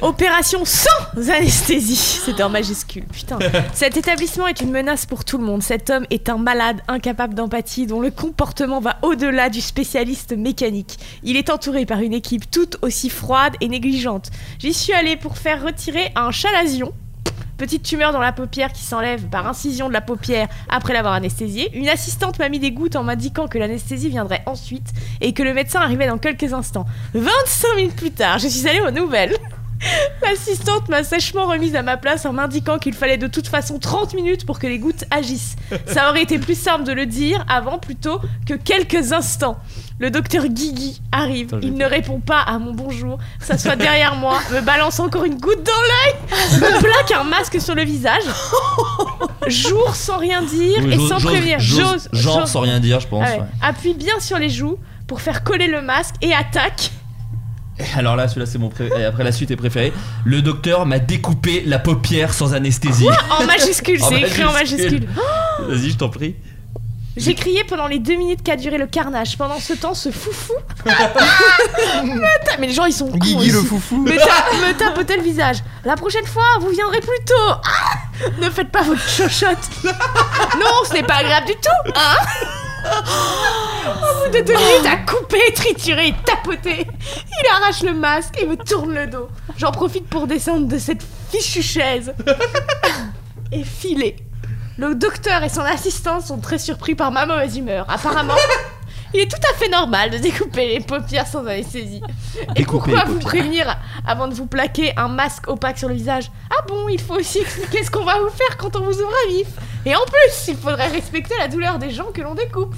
Speaker 10: Opération sans anesthésie. C'est en majuscule, putain. Cet établissement est une menace pour tout le monde. Cet homme est un malade, incapable d'empathie, dont le comportement va au-delà du spécialiste mécanique. Il est entouré par une équipe toute aussi froide et négligente. J'y suis allée pour faire retirer un chalazion. Petite tumeur dans la paupière qui s'enlève par incision de la paupière après l'avoir anesthésiée. Une assistante m'a mis des gouttes en m'indiquant que l'anesthésie viendrait ensuite et que le médecin arrivait dans quelques instants. 25 minutes plus tard, je suis allée aux nouvelles. L'assistante m'a sèchement remise à ma place en m'indiquant qu'il fallait de toute façon 30 minutes pour que les gouttes agissent. Ça aurait été plus simple de le dire avant plutôt que quelques instants. Le docteur Guigui arrive,
Speaker 14: Attends, je vais
Speaker 10: il ne répond pas à mon bonjour, s'assoit derrière moi, me balance encore une goutte dans l'œil, me plaque un masque sur le visage, jour sans rien dire
Speaker 8: Oui,
Speaker 10: et
Speaker 8: j'ose-
Speaker 10: sans
Speaker 8: j'ose-
Speaker 10: prévenir,
Speaker 8: j'ose-
Speaker 10: j'ose,
Speaker 8: genre
Speaker 10: j'ose. Ah
Speaker 8: sans rien dire, je pense, ouais.
Speaker 10: Appuie bien sur les joues pour faire coller le masque et attaque.
Speaker 8: Alors là, celui-là, c'est mon pré- et Après la suite est préférée. Le docteur m'a découpé la paupière sans anesthésie.
Speaker 10: En majuscule, c'est écrit en majuscule.
Speaker 8: Vas-y, je t'en prie.
Speaker 10: J'ai crié pendant les deux minutes qu'a duré le carnage. Pendant ce temps, ce foufou. mais, t'as- mais les gens, ils sont. cons
Speaker 13: Guigui, le
Speaker 10: aussi.
Speaker 13: foufou.
Speaker 10: Me, ta- me tapotait le visage. La prochaine fois, vous viendrez plus tôt. Ah ne faites pas votre chochotte. non, ce n'est pas agréable du tout. Hein Au bout de deux minutes, à couper, triturer, tapoter, il arrache le masque et me tourne le dos. J'en profite pour descendre de cette fichue chaise et filer. Le docteur et son assistant sont très surpris par ma mauvaise humeur. Apparemment, il est tout à fait normal de découper les paupières sans anesthésie. Et
Speaker 14: Découper
Speaker 10: pourquoi
Speaker 14: les
Speaker 10: vous
Speaker 14: paupières.
Speaker 10: prévenir avant de vous plaquer un masque opaque sur le visage Ah bon, il faut aussi expliquer ce qu'on va vous faire quand on vous ouvre à vif. Et en plus, il faudrait respecter la douleur des gens que l'on découpe.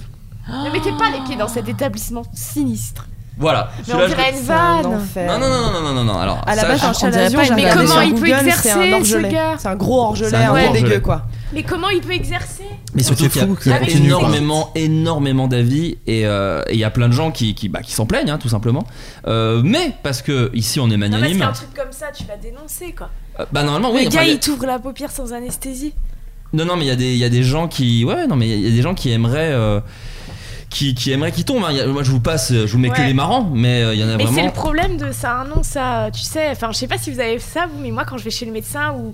Speaker 10: Ne mettez pas les pieds dans cet établissement sinistre.
Speaker 8: Voilà.
Speaker 10: Mais on
Speaker 8: Celui-là, je-
Speaker 10: dirait une vanne.
Speaker 8: Non, non, non, non, non, non, non. Alors,
Speaker 12: À la
Speaker 8: ça,
Speaker 12: base,
Speaker 8: je-
Speaker 12: un chalazion,
Speaker 10: pas une-
Speaker 12: j'ai
Speaker 10: Mais
Speaker 12: regardé
Speaker 10: comment
Speaker 12: sur
Speaker 10: il peut
Speaker 12: Google,
Speaker 10: exercer,
Speaker 12: C'est un
Speaker 10: ce
Speaker 12: orgelet.
Speaker 10: gars
Speaker 12: C'est un gros
Speaker 8: C'est
Speaker 12: orgelet,
Speaker 8: un
Speaker 12: un
Speaker 8: gros
Speaker 12: peu
Speaker 8: orgelet.
Speaker 12: dégueu quoi.
Speaker 10: Mais comment il peut exercer
Speaker 8: Mais surtout qu'il y a
Speaker 9: fou que ça
Speaker 8: Ah, mais
Speaker 9: continue, quoi.
Speaker 8: énormément, énormément d'avis et euh, et il y a plein de gens qui, qui, bah, qui s'en plaignent, hein, tout simplement. Euh, mais parce que ici on est
Speaker 10: Non, parce
Speaker 8: magnanime,
Speaker 10: qu'un truc comme ça, tu vas dénoncer quoi.
Speaker 8: euh, bah normalement oui.
Speaker 10: le
Speaker 8: enfin,
Speaker 10: gars,
Speaker 8: il y a-
Speaker 10: il t'ouvre la paupière sans anesthésie.
Speaker 8: Non, non, mais il y, a des- il y a des gens qui. Ouais, non, mais il y a des gens qui aimeraient. euh, qui, qui aimeraient qu'ils tombent. hein. Il y a- Moi, je vous passe, je vous mets que
Speaker 10: Ouais.
Speaker 8: les marrants, mais euh, il y en a
Speaker 10: Mais c'est
Speaker 8: vraiment.
Speaker 10: le problème de ça, a un nom, ça, tu sais. Enfin, je sais pas si vous avez ça, vous, mais moi, quand je vais chez le médecin ou.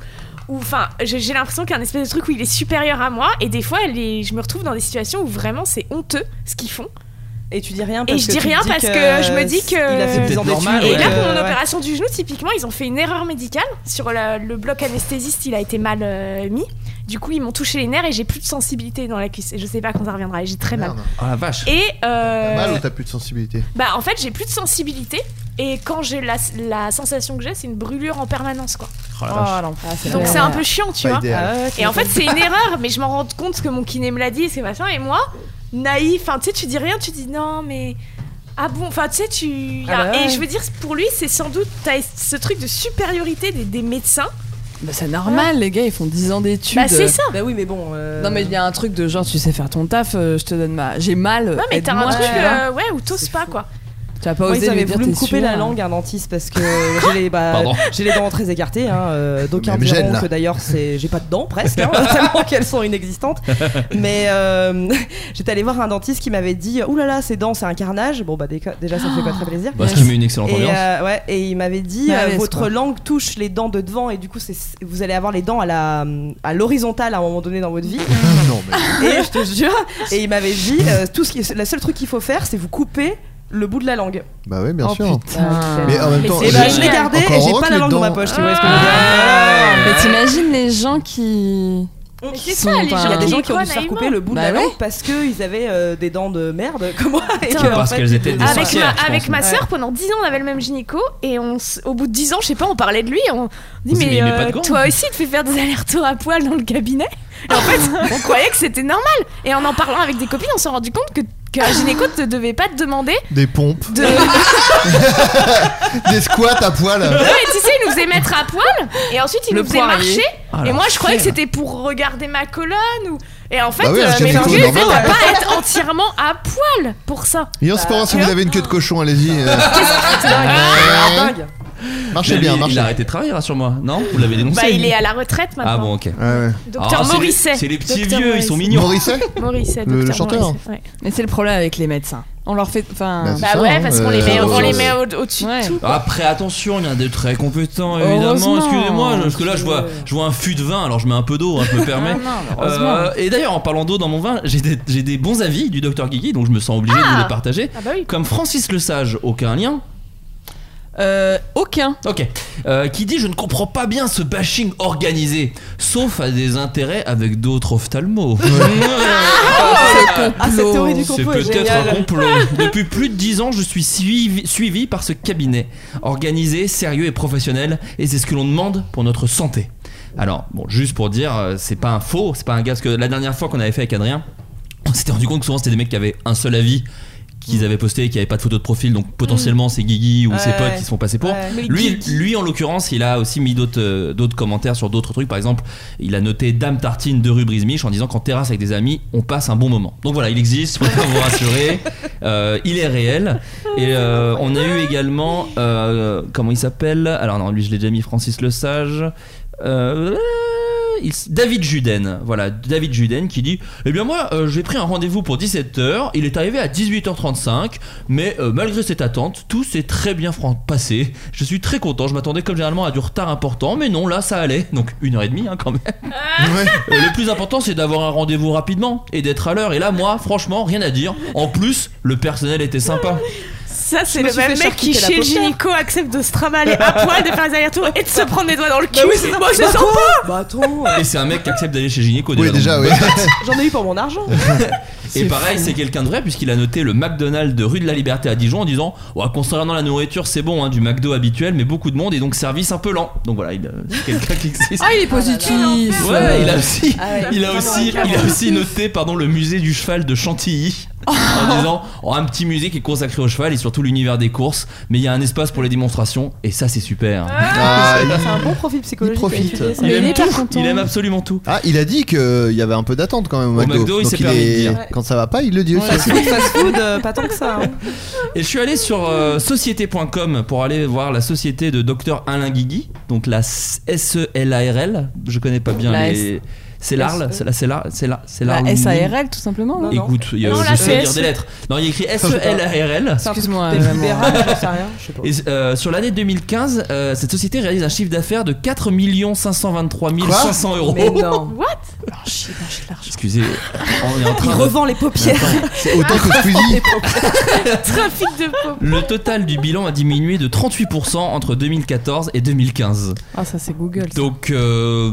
Speaker 10: ou Enfin, j'ai j'ai l'impression qu'il y a un espèce de truc où il est supérieur à moi, et des fois, les- je me retrouve dans des situations où vraiment c'est honteux ce qu'ils font.
Speaker 12: Et tu dis rien
Speaker 10: Et
Speaker 12: parce
Speaker 10: je
Speaker 12: que
Speaker 10: dis
Speaker 12: tu te
Speaker 10: rien
Speaker 12: dis
Speaker 10: parce que,
Speaker 12: que
Speaker 10: je me dis
Speaker 12: c'est-
Speaker 10: que.
Speaker 12: il a fait C'est deux ans peut-être d'études, normal,
Speaker 10: Et
Speaker 12: Ah ouais.
Speaker 10: là, pour mon
Speaker 12: ouais.
Speaker 10: opération du genou, typiquement, ils ont fait une erreur médicale. Sur la- le bloc anesthésiste, il a été mal euh, mis. Du coup, ils m'ont touché les nerfs et j'ai plus de sensibilité dans la cuisse. Et je sais pas quand ça reviendra, et j'ai très mal.
Speaker 8: Ah la vache.
Speaker 10: Et.
Speaker 13: T'as
Speaker 10: euh,
Speaker 13: mal ou t'as plus de sensibilité
Speaker 10: bah en fait j'ai plus de sensibilité et quand j'ai la, la sensation que j'ai c'est une brûlure en permanence quoi.
Speaker 8: Oh la
Speaker 12: Ah,
Speaker 8: vache.
Speaker 10: Donc c'est un peu chiant tu
Speaker 8: Pas
Speaker 10: vois. euh,
Speaker 8: idéal. Ah ouais, tu
Speaker 10: et en fait
Speaker 8: m'étonnes.
Speaker 10: c'est une erreur mais je m'en rends compte que mon kiné me l'a dit c'est machin et moi naïf enfin tu sais tu dis rien tu dis non mais ah bon enfin tu sais tu y a-
Speaker 11: Ah bah ouais.
Speaker 10: et je veux dire pour lui c'est sans doute t'as ce truc de supériorité des, des médecins.
Speaker 11: Bah, c'est normal, les gars, ils font 10 ans d'études.
Speaker 10: Bah, c'est ça.
Speaker 12: Bah oui, mais bon. euh,
Speaker 11: Non, mais il y a un truc de genre, tu sais faire ton taf, euh, je te donne ma. J'ai mal.
Speaker 10: Ouais mais t'as un
Speaker 11: aide-moi,
Speaker 10: truc
Speaker 11: tu vois.
Speaker 10: euh, ouais où t'oses pas quoi.
Speaker 11: Tu vas pas
Speaker 12: Moi,
Speaker 11: osé
Speaker 12: ils avaient
Speaker 11: lui dire
Speaker 12: voulu me
Speaker 11: t'es
Speaker 12: couper la
Speaker 11: sûr.
Speaker 12: langue un dentiste parce que j'ai les, bah,
Speaker 11: Pardon.
Speaker 12: j'ai les dents très écartées. Hein, euh, d'aucuns
Speaker 11: Mais elle me gêne,
Speaker 12: diront
Speaker 11: là.
Speaker 12: que d'ailleurs c'est, j'ai pas de dents presque, hein, tellement qu'elles sont inexistantes. Mais euh, j'étais allée voir un dentiste qui m'avait dit Ouh là là, ces dents, c'est un carnage. Bon, bah déco- déjà, ça me fait pas très plaisir.
Speaker 8: Bah, ce qui met une excellente
Speaker 12: et,
Speaker 8: ambiance.
Speaker 12: euh, ouais, et il m'avait dit
Speaker 11: Mais à
Speaker 12: euh,
Speaker 11: l'aise,
Speaker 12: Votre
Speaker 11: quoi.
Speaker 12: langue touche les dents de devant et du coup, c'est, vous allez avoir les dents à, la, à l'horizontale à un moment donné dans votre vie. Et je te jure, et il m'avait dit euh, tout ce qui, la seule truc qu'il faut faire, c'est vous couper le bout de la langue.
Speaker 13: Bah ouais, bien
Speaker 12: Oh,
Speaker 13: sûr.
Speaker 12: putain.
Speaker 13: Mais en même temps, euh,
Speaker 12: Et bah, je l'ai gardé
Speaker 13: Oh, Encore
Speaker 12: et j'ai
Speaker 13: heureux
Speaker 12: pas
Speaker 13: que
Speaker 12: la
Speaker 13: les
Speaker 12: langue dans ma
Speaker 13: dents-
Speaker 12: poche, tu vois ce que je veux dire
Speaker 11: Mais t'imagines les gens qui.
Speaker 12: c'est
Speaker 11: ça, les gens
Speaker 12: Il y a des
Speaker 11: qui
Speaker 12: gens qui ont
Speaker 11: croient
Speaker 12: dû se faire
Speaker 11: naïvement.
Speaker 12: couper le bout
Speaker 11: Bah
Speaker 12: de la
Speaker 11: ouais.
Speaker 12: langue parce qu'ils avaient euh, des dents de merde, comme moi. et
Speaker 10: Putain.
Speaker 12: que, en
Speaker 8: Parce
Speaker 12: fait,
Speaker 8: qu'elles étaient des
Speaker 10: avec ma,
Speaker 8: sorcières, je
Speaker 10: avec
Speaker 8: pense.
Speaker 10: ma
Speaker 8: Ouais.
Speaker 10: soeur pendant 10 ans on avait le même gynéco et on, s- au bout de 10 ans je sais pas on parlait de lui et on dit
Speaker 8: Vous
Speaker 10: mais,
Speaker 8: dites, mais il met pas de
Speaker 10: euh,
Speaker 8: gants.
Speaker 10: toi aussi tu fais faire des allers-retours à poil dans le cabinet et en fait on croyait que c'était normal et en en parlant avec des copines on s'est rendu compte que qu'un gynéco ne devait pas te demander
Speaker 13: Des pompes,
Speaker 10: de
Speaker 13: des squats à poil.
Speaker 10: Non, mais tu sais il nous faisait mettre à poil et ensuite il
Speaker 13: Le
Speaker 10: nous faisait
Speaker 13: poirier.
Speaker 10: marcher
Speaker 13: Ah,
Speaker 10: et
Speaker 13: la
Speaker 10: moi je croyais que
Speaker 13: vache.
Speaker 10: c'était pour regarder ma colonne ou et en fait
Speaker 13: Bah oui, un
Speaker 10: euh, mais
Speaker 13: gynéco,
Speaker 10: tu sais,
Speaker 13: normal.
Speaker 10: t'as pas à être entièrement à poil pour ça
Speaker 13: Et en ce moment, si vous avez une queue de cochon, allez-y. euh, Marchez
Speaker 8: Mais
Speaker 13: bien,
Speaker 8: lui,
Speaker 13: marchez.
Speaker 8: Il a arrêté de travailler, rassure-moi. Non Vous l'avez dénoncé
Speaker 10: bah il est à la retraite maintenant
Speaker 8: Ah bon, ok.
Speaker 10: Docteur
Speaker 8: Ah, c'est les-
Speaker 10: Morisset.
Speaker 8: C'est les petits
Speaker 10: Docteur
Speaker 8: vieux, ils sont
Speaker 10: Morisset.
Speaker 8: mignons.
Speaker 10: Morisset,
Speaker 8: Le- le
Speaker 10: docteur
Speaker 8: chanteur.
Speaker 10: Morisset, ouais.
Speaker 11: Mais c'est le problème avec les médecins. On leur fait. Enfin.
Speaker 10: Bah ouais, parce qu'on les met, on les met au- au-dessus de tout. quoi.
Speaker 8: Ah, Après, attention, il y en a des très compétents, évidemment.
Speaker 10: Heureusement.
Speaker 8: Excusez-moi, je- parce que là, je vois, je vois un fût de vin, alors je mets un peu d'eau, hein, je me
Speaker 11: Ah
Speaker 8: permets. Euh,
Speaker 10: non, mais heureusement.
Speaker 8: et d'ailleurs, en parlant d'eau dans mon vin, j'ai des, j'ai des bons avis du docteur Guigui, donc je me sens obligé de vous les partager.
Speaker 10: Ah bah oui.
Speaker 8: Comme Francis Le Sage, aucun lien.
Speaker 11: aucun.
Speaker 8: Ok. Euh, qui dit Je ne comprends pas bien ce bashing organisé, sauf à des intérêts avec d'autres ophtalmos.
Speaker 12: Ah, cette théorie du complot est
Speaker 8: C'est peut-être
Speaker 12: géniale.
Speaker 8: un complot. Depuis plus de 10 ans, je suis suivi, suivi par ce cabinet. Organisé, sérieux et professionnel. Et c'est ce que l'on demande pour notre santé. Alors, bon, juste pour dire, euh, c'est pas un faux, c'est pas un gars. Parce que la dernière fois qu'on avait fait avec Adrien, on s'était rendu compte que souvent c'était des mecs qui avaient un seul avis qu'ils avaient posté et qui avaient pas de photo de profil donc potentiellement
Speaker 12: Mm.
Speaker 8: c'est Guigui ou ses
Speaker 9: Ouais,
Speaker 8: potes
Speaker 9: ouais.
Speaker 8: qui se font passer pour
Speaker 9: Ouais.
Speaker 8: lui lui en l'occurrence il a aussi mis d'autres euh, d'autres commentaires sur d'autres trucs par exemple il a noté Dame Tartine de rue Brismiche en disant qu'en terrasse avec des amis on passe un bon moment donc voilà il existe pour vous rassurer Euh, il est réel et euh, on a eu également euh, comment il s'appelle alors non lui je l'ai déjà mis Francis Le Sage Euh, il s- David Juden, voilà, David Juden qui dit Eh bien, moi, euh, j'ai pris un rendez-vous pour 17h, il est arrivé à 18h35, mais euh, malgré cette attente, tout s'est très bien fran- passé. Je suis très content, je m'attendais comme généralement à du retard important, mais non, là, ça allait. Donc, une heure et demie, hein, quand même. Euh, le plus important, c'est d'avoir un rendez-vous rapidement et d'être à l'heure. Et là, moi, franchement, rien à dire. En plus, le personnel était sympa.
Speaker 10: Ça,
Speaker 12: Je
Speaker 10: c'est
Speaker 12: me
Speaker 10: le
Speaker 12: suis
Speaker 10: même
Speaker 12: fait
Speaker 10: mec qui,
Speaker 12: charcuter la
Speaker 10: chez le
Speaker 12: paupière.
Speaker 10: gynéco, accepte de se trimballer à poil, de faire des allers-retours et de se prendre les doigts dans le cul.
Speaker 12: Bah oui, c'est
Speaker 10: Moi, c'est
Speaker 12: bah,
Speaker 10: sympa.
Speaker 12: quoi Bah attends,
Speaker 8: Et c'est un mec qui accepte d'aller chez Gynéco
Speaker 13: Oui, déjà, oui.
Speaker 12: j'en ai eu pour mon argent.
Speaker 8: Et pareil, c'est quelqu'un de vrai puisqu'il a noté le McDonald's de rue de la Liberté à Dijon en disant Ouais, concernant la nourriture, c'est bon, hein, du McDo habituel, mais beaucoup de monde et donc service un peu lent. Donc voilà, il, euh, c'est quelqu'un qui existe.
Speaker 11: Ah, il est positif.
Speaker 8: Ouais, il a aussi,
Speaker 11: Ah ouais.
Speaker 8: il a aussi, il a aussi noté, pardon, le musée du cheval de Chantilly. en disant oh, un petit musique est consacré au cheval et surtout l'univers des courses, mais il y a un espace pour les démonstrations et ça c'est super.
Speaker 10: Ah,
Speaker 13: Ah,
Speaker 11: Ah.
Speaker 12: C'est un bon profil psychologique. à
Speaker 13: profite.
Speaker 12: étudier, ça.
Speaker 8: Ah, Il aime tout. Il aime absolument tout.
Speaker 13: Ah, il a dit qu'il y avait un peu d'attente quand même au McDo.
Speaker 8: McDo, il
Speaker 13: Donc
Speaker 8: s'est permis de
Speaker 13: est-
Speaker 8: dire.
Speaker 13: Quand ça va pas, il le dit
Speaker 12: Ouais,
Speaker 13: aussi.
Speaker 12: la food, fast food, euh, pas tant que ça. hein.
Speaker 8: Et je suis allé sur euh, société.com pour aller voir la société de docteur Alain Guigui, donc la E S-E-L-A-R-L. Je connais pas bien
Speaker 11: La
Speaker 8: les.
Speaker 11: S- E
Speaker 8: C'est l'ARL,
Speaker 11: S-E.
Speaker 8: c'est la, c'est la, c'est la, c'est
Speaker 11: La
Speaker 8: l'ARL.
Speaker 11: SARL tout simplement. non
Speaker 8: Écoute, il y a-
Speaker 11: Non, la E
Speaker 8: je sais dire
Speaker 11: CS.
Speaker 8: des lettres. Non, il y a écrit S-E-L-A-R-L.
Speaker 11: Excuse-moi. euh,
Speaker 12: Des
Speaker 11: maman.
Speaker 12: libérales, j'en sais rien, je sais pas.
Speaker 8: Et euh, sur l'année 2015, euh, cette société réalise un chiffre d'affaires de 4 523 500 euros.
Speaker 12: Mais non.
Speaker 10: What
Speaker 8: Excusez, on est en train
Speaker 12: Il
Speaker 8: de-
Speaker 12: revend les paupières.
Speaker 8: C'est autant que Squeezie.
Speaker 12: Les paupières.
Speaker 10: Trafic de paupières.
Speaker 8: Le total du bilan a diminué de 38% entre 2014 et 2015.
Speaker 11: Ah, ça c'est Google. ça.
Speaker 8: Donc, euh,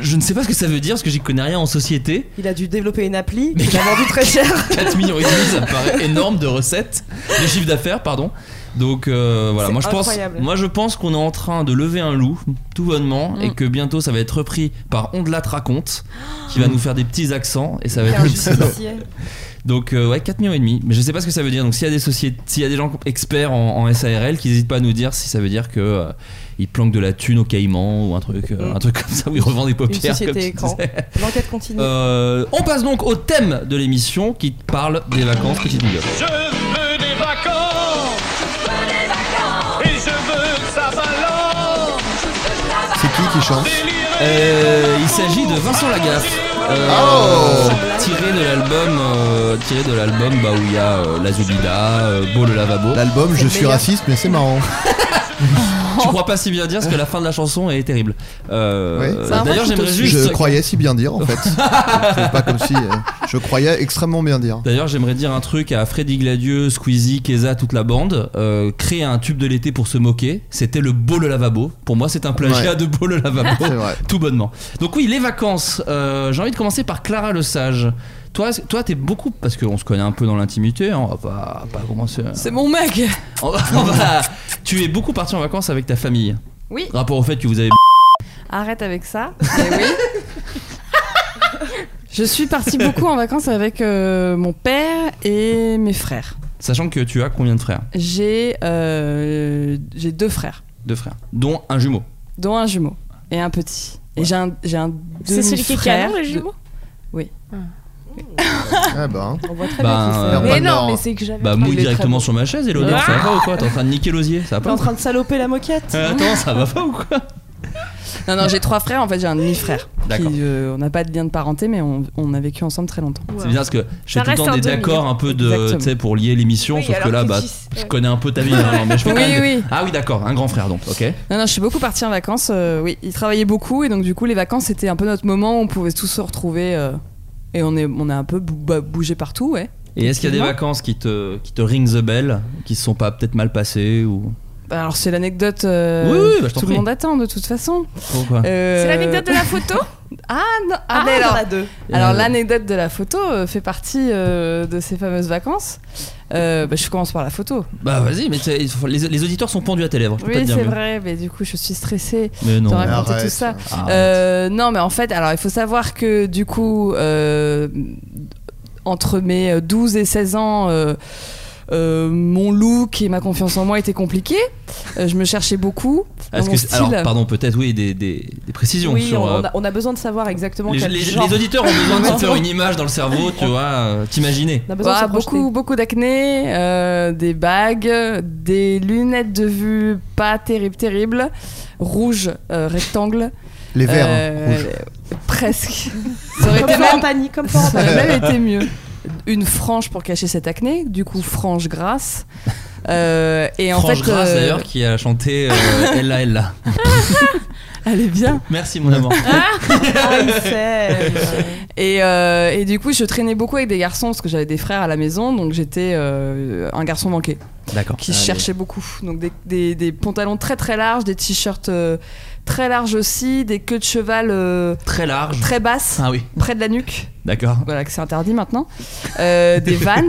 Speaker 8: je ne sais pas ce que ça veut dire parce que j'y connais rien en société.
Speaker 12: Il a dû développer une appli qu'il a vendue très cher.
Speaker 8: 4 millions et demi, ça me paraît énorme de recettes, de chiffre d'affaires, pardon. Donc euh, voilà,
Speaker 12: C'est
Speaker 8: moi je, pense,
Speaker 12: incroyable.
Speaker 8: moi je pense qu'on est en train de lever un loup, tout bonnement,
Speaker 12: Mm.
Speaker 8: et que bientôt ça va être repris par Ondelat Raconte, qui va nous faire des petits accents, et ça va
Speaker 12: Faire
Speaker 8: être
Speaker 12: un
Speaker 8: excellent.
Speaker 12: justicier.
Speaker 8: Donc euh, ouais, 4 millions et demi, mais je sais pas ce que ça veut dire. Donc s'il y a des sociétés, s'il y a des gens experts en, en SARL qui n'hésitent pas à nous dire si ça veut dire que euh, ils planquent de la thune au Caïman ou un truc, euh,
Speaker 12: Mm.
Speaker 8: un truc comme ça où ils revendent des
Speaker 12: Une
Speaker 8: paupières. comme
Speaker 12: société
Speaker 8: tu
Speaker 12: écran.
Speaker 8: disais.
Speaker 12: L'enquête continue.
Speaker 8: Euh, on passe donc au thème de l'émission qui parle des vacances petite Google.
Speaker 14: veux des vacances. Je veux des vacances. Et je veux que ça balance.
Speaker 13: C'est qui qui chante
Speaker 8: Euh, il s'agit de Vincent Lagaffe. euh, Tiré de l'album, euh, tiré de l'album, bah où il y a euh, La Zubida, euh, Beau le lavabo.
Speaker 13: L'album Je suis raciste, mais c'est marrant.
Speaker 8: Tu crois pas si bien dire parce que la fin de la chanson est terrible. Euh,
Speaker 13: Ouais.
Speaker 8: euh, D'ailleurs, j'aimerais juste.
Speaker 13: Je croyais si bien dire en fait. C'est pas comme si. euh, je croyais extrêmement bien dire.
Speaker 8: D'ailleurs, j'aimerais dire un truc à Freddy Gladieux, Squeezie, Keza, toute la bande. Euh, créer un tube de l'été pour se moquer, c'était le beau le lavabo. Pour moi, c'est un plagiat
Speaker 13: Ouais.
Speaker 8: de beau le lavabo.
Speaker 13: C'est vrai.
Speaker 8: Tout bonnement. Donc, oui, les vacances. Euh, J'ai envie de commencer par Clara Le Sage. Toi, est-ce- toi, t'es beaucoup parce qu'on se connaît un peu dans l'intimité. hein, on va pas, pas commencer. à-
Speaker 11: C'est mon mec.
Speaker 8: On va- on va- tu es beaucoup parti en vacances avec ta famille.
Speaker 11: Oui.
Speaker 8: Rapport au fait que vous avez.
Speaker 11: Arrête avec ça. Mais oui. Je suis partie beaucoup en vacances avec euh, mon père et mes frères.
Speaker 8: Sachant que tu as combien de frères
Speaker 11: J'ai euh, j'ai deux frères,
Speaker 8: Deux frères, dont un jumeau.
Speaker 11: dont un jumeau et un petit. Et j'ai un, j'ai un
Speaker 10: C'est celui qui est
Speaker 11: demi-frère
Speaker 10: canon, le
Speaker 11: de-
Speaker 10: jumeau
Speaker 11: Oui.
Speaker 13: Ah bah.
Speaker 11: On voit
Speaker 8: très bien qui c'est.
Speaker 11: Mais
Speaker 8: Bah
Speaker 11: non,
Speaker 8: non.
Speaker 11: mais c'est que j'avais.
Speaker 8: Bah,
Speaker 12: Ah,
Speaker 8: mouille
Speaker 12: il est
Speaker 8: directement
Speaker 12: très
Speaker 8: sur ma chaise, Elodie.
Speaker 12: Ah
Speaker 8: ça va pas ou quoi T'es en train de niquer l'osier, ça va
Speaker 12: T'es
Speaker 8: pas
Speaker 12: en train de saloper la moquette.
Speaker 11: Ah,
Speaker 8: Euh, Attends, ça va pas ou quoi
Speaker 11: Non, non, j'ai trois frères. En fait, j'ai un demi-frère. qui,
Speaker 8: D'accord.
Speaker 11: euh, on n'a pas de lien de parenté, mais on, on a vécu ensemble très longtemps.
Speaker 8: C'est bizarre parce que je fais tout le temps des d'accord un peu de,
Speaker 11: Exactement.
Speaker 8: tu sais, pour lier l'émission,
Speaker 11: Oui,
Speaker 8: sauf que
Speaker 11: alors
Speaker 8: là,
Speaker 11: que
Speaker 8: bah,
Speaker 11: tu-
Speaker 8: je connais un peu ta vie. maintenant, mais je fais
Speaker 11: Oui,
Speaker 8: quand même des-
Speaker 11: oui.
Speaker 8: Ah oui, d'accord, un grand frère donc, ok.
Speaker 11: Non, non, je suis beaucoup partie en vacances. euh, oui, il travaillait beaucoup et donc du coup, les vacances, c'était un peu notre moment où on pouvait tous se retrouver euh, et on, est, on a un peu bou- bah, bougé partout, ouais.
Speaker 8: Et est-ce qu'il y a des
Speaker 11: Effectivement.
Speaker 8: vacances qui te, qui te ring the bell, qui se sont pas peut-être mal passées ou
Speaker 11: Bah, Alors, c'est l'anecdote. euh,
Speaker 8: Oui, oui, bah, je t'en
Speaker 11: tout
Speaker 8: prie.
Speaker 11: le
Speaker 8: Ah.
Speaker 11: monde attend de toute façon.
Speaker 8: Pourquoi
Speaker 11: Euh,
Speaker 10: C'est l'anecdote de la photo
Speaker 11: Ah non
Speaker 10: Ah,
Speaker 11: mais
Speaker 10: il y en
Speaker 11: alors,
Speaker 10: a deux.
Speaker 11: alors
Speaker 10: Euh,
Speaker 11: l'anecdote de la photo euh, fait partie euh, de ces fameuses vacances. Euh, bah, je commence par la photo.
Speaker 8: Bah vas-y, mais t'sais, il faut- les, les auditeurs sont pendus à tes lèvres. Je peux pas
Speaker 11: Oui,
Speaker 8: te dire
Speaker 11: c'est
Speaker 8: mieux.
Speaker 11: vrai, mais du coup, je suis stressée
Speaker 8: Mais non, Ah.
Speaker 11: de
Speaker 8: mais
Speaker 11: raconter
Speaker 8: arrête,
Speaker 11: tout ça.
Speaker 8: arrête.
Speaker 11: Euh, non, mais en fait, alors il faut savoir que du coup, euh, entre mes 12 et 16 ans, euh, euh, mon look et ma confiance en moi étaient compliqués. Euh, je me cherchais beaucoup. dans
Speaker 8: Est-ce
Speaker 11: mon
Speaker 8: que c'est-
Speaker 11: style.
Speaker 8: alors, pardon, peut-être oui, des, des, des précisions
Speaker 12: Oui,
Speaker 8: sur.
Speaker 12: on,
Speaker 8: euh,
Speaker 12: on a, on a besoin de savoir exactement
Speaker 8: les,
Speaker 12: quel
Speaker 8: les-
Speaker 12: genre.
Speaker 8: les auditeurs ont besoin de se faire une image dans le cerveau, tu vois, euh, t'imaginer.
Speaker 12: On a besoin de
Speaker 11: Voilà,
Speaker 12: se projeter.
Speaker 11: beaucoup, beaucoup d'acné, euh, des bagues, des lunettes de vue pas terrible, terrible, rouge, euh, rectangle.
Speaker 13: Les verts, hein,
Speaker 11: Euh,
Speaker 13: rouges.
Speaker 11: Presque. Ça aurait
Speaker 12: Comme
Speaker 11: été
Speaker 12: Florent
Speaker 11: même-
Speaker 12: Pagny, comme Florent
Speaker 11: ça aurait
Speaker 12: Pagny.
Speaker 11: même été mieux. Une frange pour cacher cette acné, du coup frange grasse. Euh, et en
Speaker 8: Franche
Speaker 11: fait,
Speaker 8: Grasse
Speaker 11: euh,
Speaker 8: d'ailleurs qui a chanté euh, Ella Ella.
Speaker 11: elle est bien.
Speaker 8: Merci mon amour.
Speaker 10: Ah.
Speaker 11: et, euh, et du coup, je traînais beaucoup avec des garçons parce que j'avais des frères à la maison, donc j'étais euh, un garçon manqué.
Speaker 8: D'accord.
Speaker 11: Qui
Speaker 8: Allez.
Speaker 11: cherchait beaucoup. Donc des, des- des pantalons très très larges, des t-shirts euh, très larges aussi, des queues de cheval euh,
Speaker 8: Très large.
Speaker 11: très basses,
Speaker 8: Ah oui.
Speaker 11: près de la nuque.
Speaker 8: D'accord.
Speaker 11: Voilà, que c'est interdit maintenant. Euh, des vans,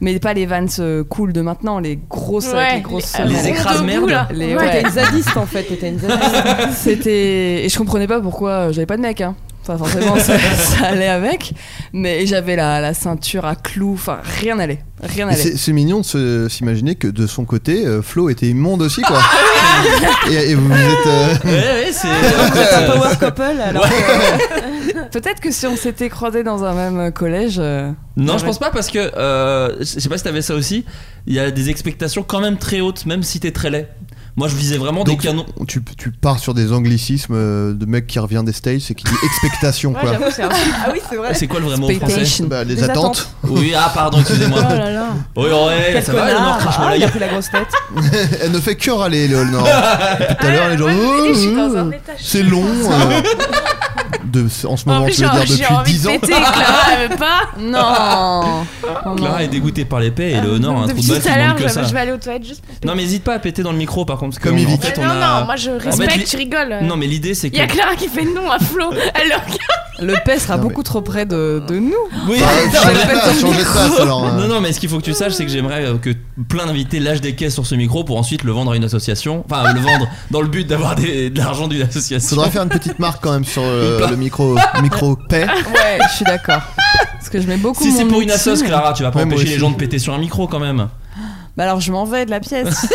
Speaker 11: mais pas les vans euh, cool de maintenant, les grosses avec
Speaker 12: Ouais,
Speaker 11: les grosses.
Speaker 12: les- les écrase-merdes.
Speaker 11: merdes
Speaker 12: Ouais, t'es une zadiste, en fait, t'étais une zadiste.
Speaker 11: C'était. Et je comprenais pas pourquoi euh, j'avais pas de mec, hein. Enfin, forcément, ça, ça allait avec. Mais j'avais la, la ceinture à clous. Enfin, rien n'allait. Rien
Speaker 13: Mais C'est
Speaker 11: n'allait.
Speaker 13: c'est mignon de se- s'imaginer que de son côté, euh, Flo était immonde aussi, quoi.
Speaker 11: Ah
Speaker 13: et, et vous êtes. euh,
Speaker 8: ouais, c'est.
Speaker 10: Ah,
Speaker 8: Euh,
Speaker 12: Vous êtes un power couple alors.
Speaker 11: Peut-être que si on s'était croisés dans un même collège. euh,
Speaker 8: Non,
Speaker 11: j'aurais-
Speaker 8: je pense pas parce que euh, je sais pas si t'avais ça aussi. Il y a des expectations quand même très hautes, même si t'es très laid. Moi, je visais vraiment des canons.
Speaker 13: Tu, tu pars sur des anglicismes euh, de mec qui revient des States et qui dit expectation, quoi.
Speaker 12: Ah oui, c'est vrai.
Speaker 8: C'est quoi le vrai mot français
Speaker 13: Bah, les, attentes.
Speaker 8: Oui, ah pardon, excusez-moi.
Speaker 12: Oh là là.
Speaker 8: Oui, ouais,
Speaker 12: Quel
Speaker 8: ça va,
Speaker 12: connard.
Speaker 8: Eleanor, crache-moi
Speaker 12: Ah,
Speaker 8: la
Speaker 12: il a
Speaker 8: gueule.
Speaker 12: pris la grosse tête.
Speaker 13: Elle ne fait que râler, le Nord. Tout à l'heure, les gens.
Speaker 11: je suis
Speaker 13: Oh,
Speaker 11: dans un
Speaker 13: oh,
Speaker 11: état
Speaker 13: C'est long. euh, de- en ce moment,
Speaker 11: En plus,
Speaker 13: je veux dire
Speaker 11: j'ai j'ai
Speaker 13: depuis
Speaker 11: envie
Speaker 13: 10
Speaker 11: de
Speaker 13: ans.
Speaker 11: péter, Clara, elle veut pas Non Oh non.
Speaker 8: Clara est dégoûtée par l'épée et Léonore a un trou de
Speaker 10: Depuis
Speaker 8: balle
Speaker 10: Ah, tout
Speaker 8: qui
Speaker 10: à
Speaker 8: manque
Speaker 10: l'heure,
Speaker 8: que ça.
Speaker 10: je je vais aller aux toilettes juste pour
Speaker 8: Non, mais hésite pas à péter dans le micro par contre. Comme
Speaker 13: Yvick.
Speaker 10: Non, non, moi, je respecte, je rigole.
Speaker 8: Non, mais l'idée c'est
Speaker 10: Il
Speaker 8: que.
Speaker 10: y a Clara qui fait non à Flo. Elle le regarde.
Speaker 11: Le P sera beaucoup trop près de, de nous.
Speaker 8: Oui,
Speaker 13: Bah,
Speaker 11: Dans le P de
Speaker 13: changez
Speaker 11: micro.
Speaker 13: ça, alors, hein.
Speaker 8: Non, non, mais ce qu'il faut que tu saches, c'est que j'aimerais euh, que plein d'invités lâchent des caisses sur ce micro pour ensuite le vendre à une association. Enfin, le vendre dans le but d'avoir des- de l'argent d'une association.
Speaker 13: Faudrait faire une petite marque quand même sur euh,
Speaker 8: Une
Speaker 13: le micro, micro paix.
Speaker 11: Ouais, je suis d'accord. Parce que je mets beaucoup
Speaker 8: Si c'est
Speaker 11: mon
Speaker 8: pour une
Speaker 11: outil.
Speaker 8: assoce, Clara, tu vas pas
Speaker 13: Ouais, moi
Speaker 8: empêcher les
Speaker 13: aussi.
Speaker 8: gens de péter sur un micro quand même.
Speaker 11: Bah alors je m'en vais de la pièce.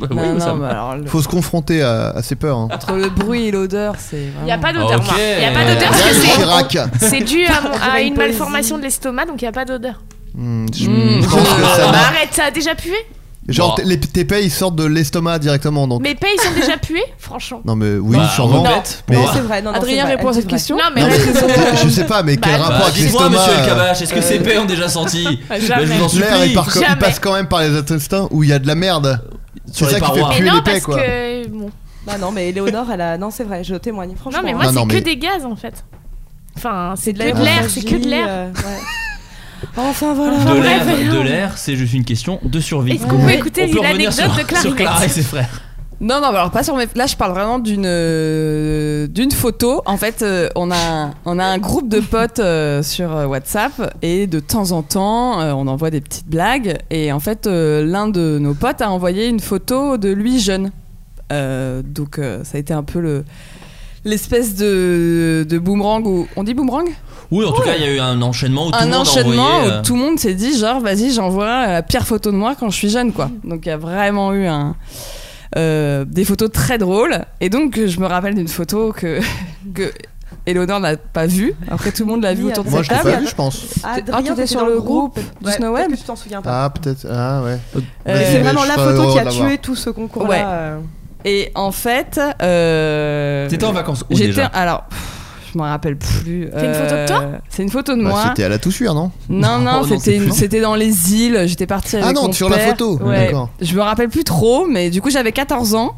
Speaker 8: Bah
Speaker 11: Non,
Speaker 8: oui,
Speaker 11: non,
Speaker 8: ça me-
Speaker 11: mais alors, le-
Speaker 13: Faut se confronter à, à ses peurs. hein.
Speaker 11: Entre le bruit et l'odeur, c'est.
Speaker 10: Il n'y a pas d'odeur,
Speaker 13: Ok.
Speaker 10: moi. Il n'y a pas
Speaker 13: Regarde
Speaker 10: d'odeur. parce que Ah, c'est-
Speaker 13: Chirac.
Speaker 10: C'est dû à, mon- à
Speaker 11: J'aurais
Speaker 10: une
Speaker 11: une poésie.
Speaker 10: malformation de l'estomac, donc il n'y a pas d'odeur.
Speaker 13: Hmm, je je pense que
Speaker 10: Bah,
Speaker 13: ça marche.
Speaker 10: arrête, ça a déjà pué
Speaker 13: Genre,
Speaker 8: Bon.
Speaker 13: les- tes paix, ils sortent de l'estomac directement. Donc.
Speaker 10: Mes pays sont déjà pués, franchement.
Speaker 13: Non, mais oui,
Speaker 8: Bah,
Speaker 13: sûrement.
Speaker 8: on répète
Speaker 13: Mais-
Speaker 8: pour voir.
Speaker 12: vrai, non, non,
Speaker 10: Adrien
Speaker 12: c'est vrai,
Speaker 10: répond à
Speaker 12: elle
Speaker 10: cette
Speaker 12: dit vrai.
Speaker 10: question. Non, mais
Speaker 13: Non, mais
Speaker 10: reste-
Speaker 13: c'est- je sais pas, mais
Speaker 10: Bah,
Speaker 13: quel
Speaker 10: bah,
Speaker 13: rapport
Speaker 8: Bah,
Speaker 13: avec
Speaker 8: Dites-moi,
Speaker 13: l'estomac
Speaker 8: monsieur El
Speaker 13: euh,
Speaker 8: Kabash, est-ce que ces paix ont déjà senti Bah, Je vous en
Speaker 13: L'air,
Speaker 8: supplie.
Speaker 13: il, part co- il
Speaker 10: Jamais.
Speaker 13: passe quand même par les intestins où il y a de la merde.
Speaker 8: Sur
Speaker 13: C'est
Speaker 8: les
Speaker 13: ça qui fait
Speaker 8: parois.
Speaker 10: Mais
Speaker 13: puer
Speaker 10: non,
Speaker 13: les paix,
Speaker 10: parce
Speaker 13: quoi.
Speaker 10: que. Bon.
Speaker 12: Bah non, mais Léonore, elle a. Non, c'est vrai, je témoigne. Franchement,
Speaker 10: Non, mais moi,
Speaker 13: Non,
Speaker 10: c'est
Speaker 13: non,
Speaker 10: que
Speaker 13: mais-
Speaker 10: des gaz en fait. Enfin, c'est que
Speaker 12: l'air,
Speaker 10: de l'air, c'est que de l'air.
Speaker 12: euh, ouais. Enfin voilà.
Speaker 8: De
Speaker 10: Ouais,
Speaker 8: l'air,
Speaker 10: ouais,
Speaker 8: de
Speaker 10: ouais.
Speaker 8: l'air, c'est juste une question de survie.
Speaker 10: Est-ce qu'on peut
Speaker 8: Ouais.
Speaker 10: écouter
Speaker 8: On peut revenir
Speaker 10: l'anecdote
Speaker 8: sur-
Speaker 10: de Clarisse
Speaker 8: Sur Clara et ses frères.
Speaker 11: Non, non, mais alors pas sur mes. Là, je parle vraiment d'une euh, d'une photo. En fait, euh, on a un- on a un groupe de potes euh, sur euh, WhatsApp et de temps en temps, euh, on envoie des petites blagues. Et en fait, euh, l'un de nos potes a envoyé une photo de lui jeune. Euh, donc, euh, ça a été un peu le l'espèce de, de boomerang où on dit boomerang
Speaker 8: Oui, en tout cas, il y a eu un enchaînement où tout le
Speaker 11: un
Speaker 8: monde a
Speaker 11: enchaînement
Speaker 8: envoyé, euh,
Speaker 11: où tout le monde s'est dit genre vas-y j'envoie la pire photo de moi quand je suis jeune quoi donc il y a vraiment eu un euh, des photos très drôles et donc je me rappelle d'une photo que que Eleonore n'a pas vue après tout le monde l'a vue
Speaker 12: Ni
Speaker 11: autour de
Speaker 13: Moi,
Speaker 11: cette
Speaker 13: je l'ai
Speaker 11: table
Speaker 13: pas vu, je pense.
Speaker 11: Ah,
Speaker 12: Adrien,
Speaker 11: t'étais
Speaker 12: t'étais
Speaker 11: sur
Speaker 12: dans
Speaker 11: le groupe du
Speaker 12: Ouais,
Speaker 11: Snow
Speaker 12: peut-être
Speaker 11: Web
Speaker 12: que Tu t'en souviens pas.
Speaker 13: Ah, peut-être. Ah, ouais.
Speaker 11: Euh,
Speaker 12: C'est
Speaker 13: Mais
Speaker 12: vraiment
Speaker 13: je
Speaker 12: la
Speaker 13: serais
Speaker 12: photo qui
Speaker 13: heureux
Speaker 12: a
Speaker 13: de l'avoir.
Speaker 12: tué tout ce concours-là.
Speaker 11: Ouais.
Speaker 12: euh.
Speaker 11: et en fait euh,
Speaker 8: T'étais en vacances où
Speaker 11: j'étais
Speaker 8: déjà
Speaker 11: alors pff, je me rappelle plus
Speaker 10: C'est une photo de toi
Speaker 11: Euh, c'est une photo de
Speaker 13: Bah,
Speaker 11: moi
Speaker 13: C'était à la toussure, non
Speaker 11: Non, non,
Speaker 8: Oh non, c'est
Speaker 11: c'était,
Speaker 8: plus long.
Speaker 11: c'était dans les îles. J'étais partie avec
Speaker 13: Ah non,
Speaker 11: mon
Speaker 13: sur la
Speaker 11: père.
Speaker 13: photo.
Speaker 11: Ouais.
Speaker 13: D'accord.
Speaker 11: Je me rappelle plus trop, mais du coup, j'avais 14 ans.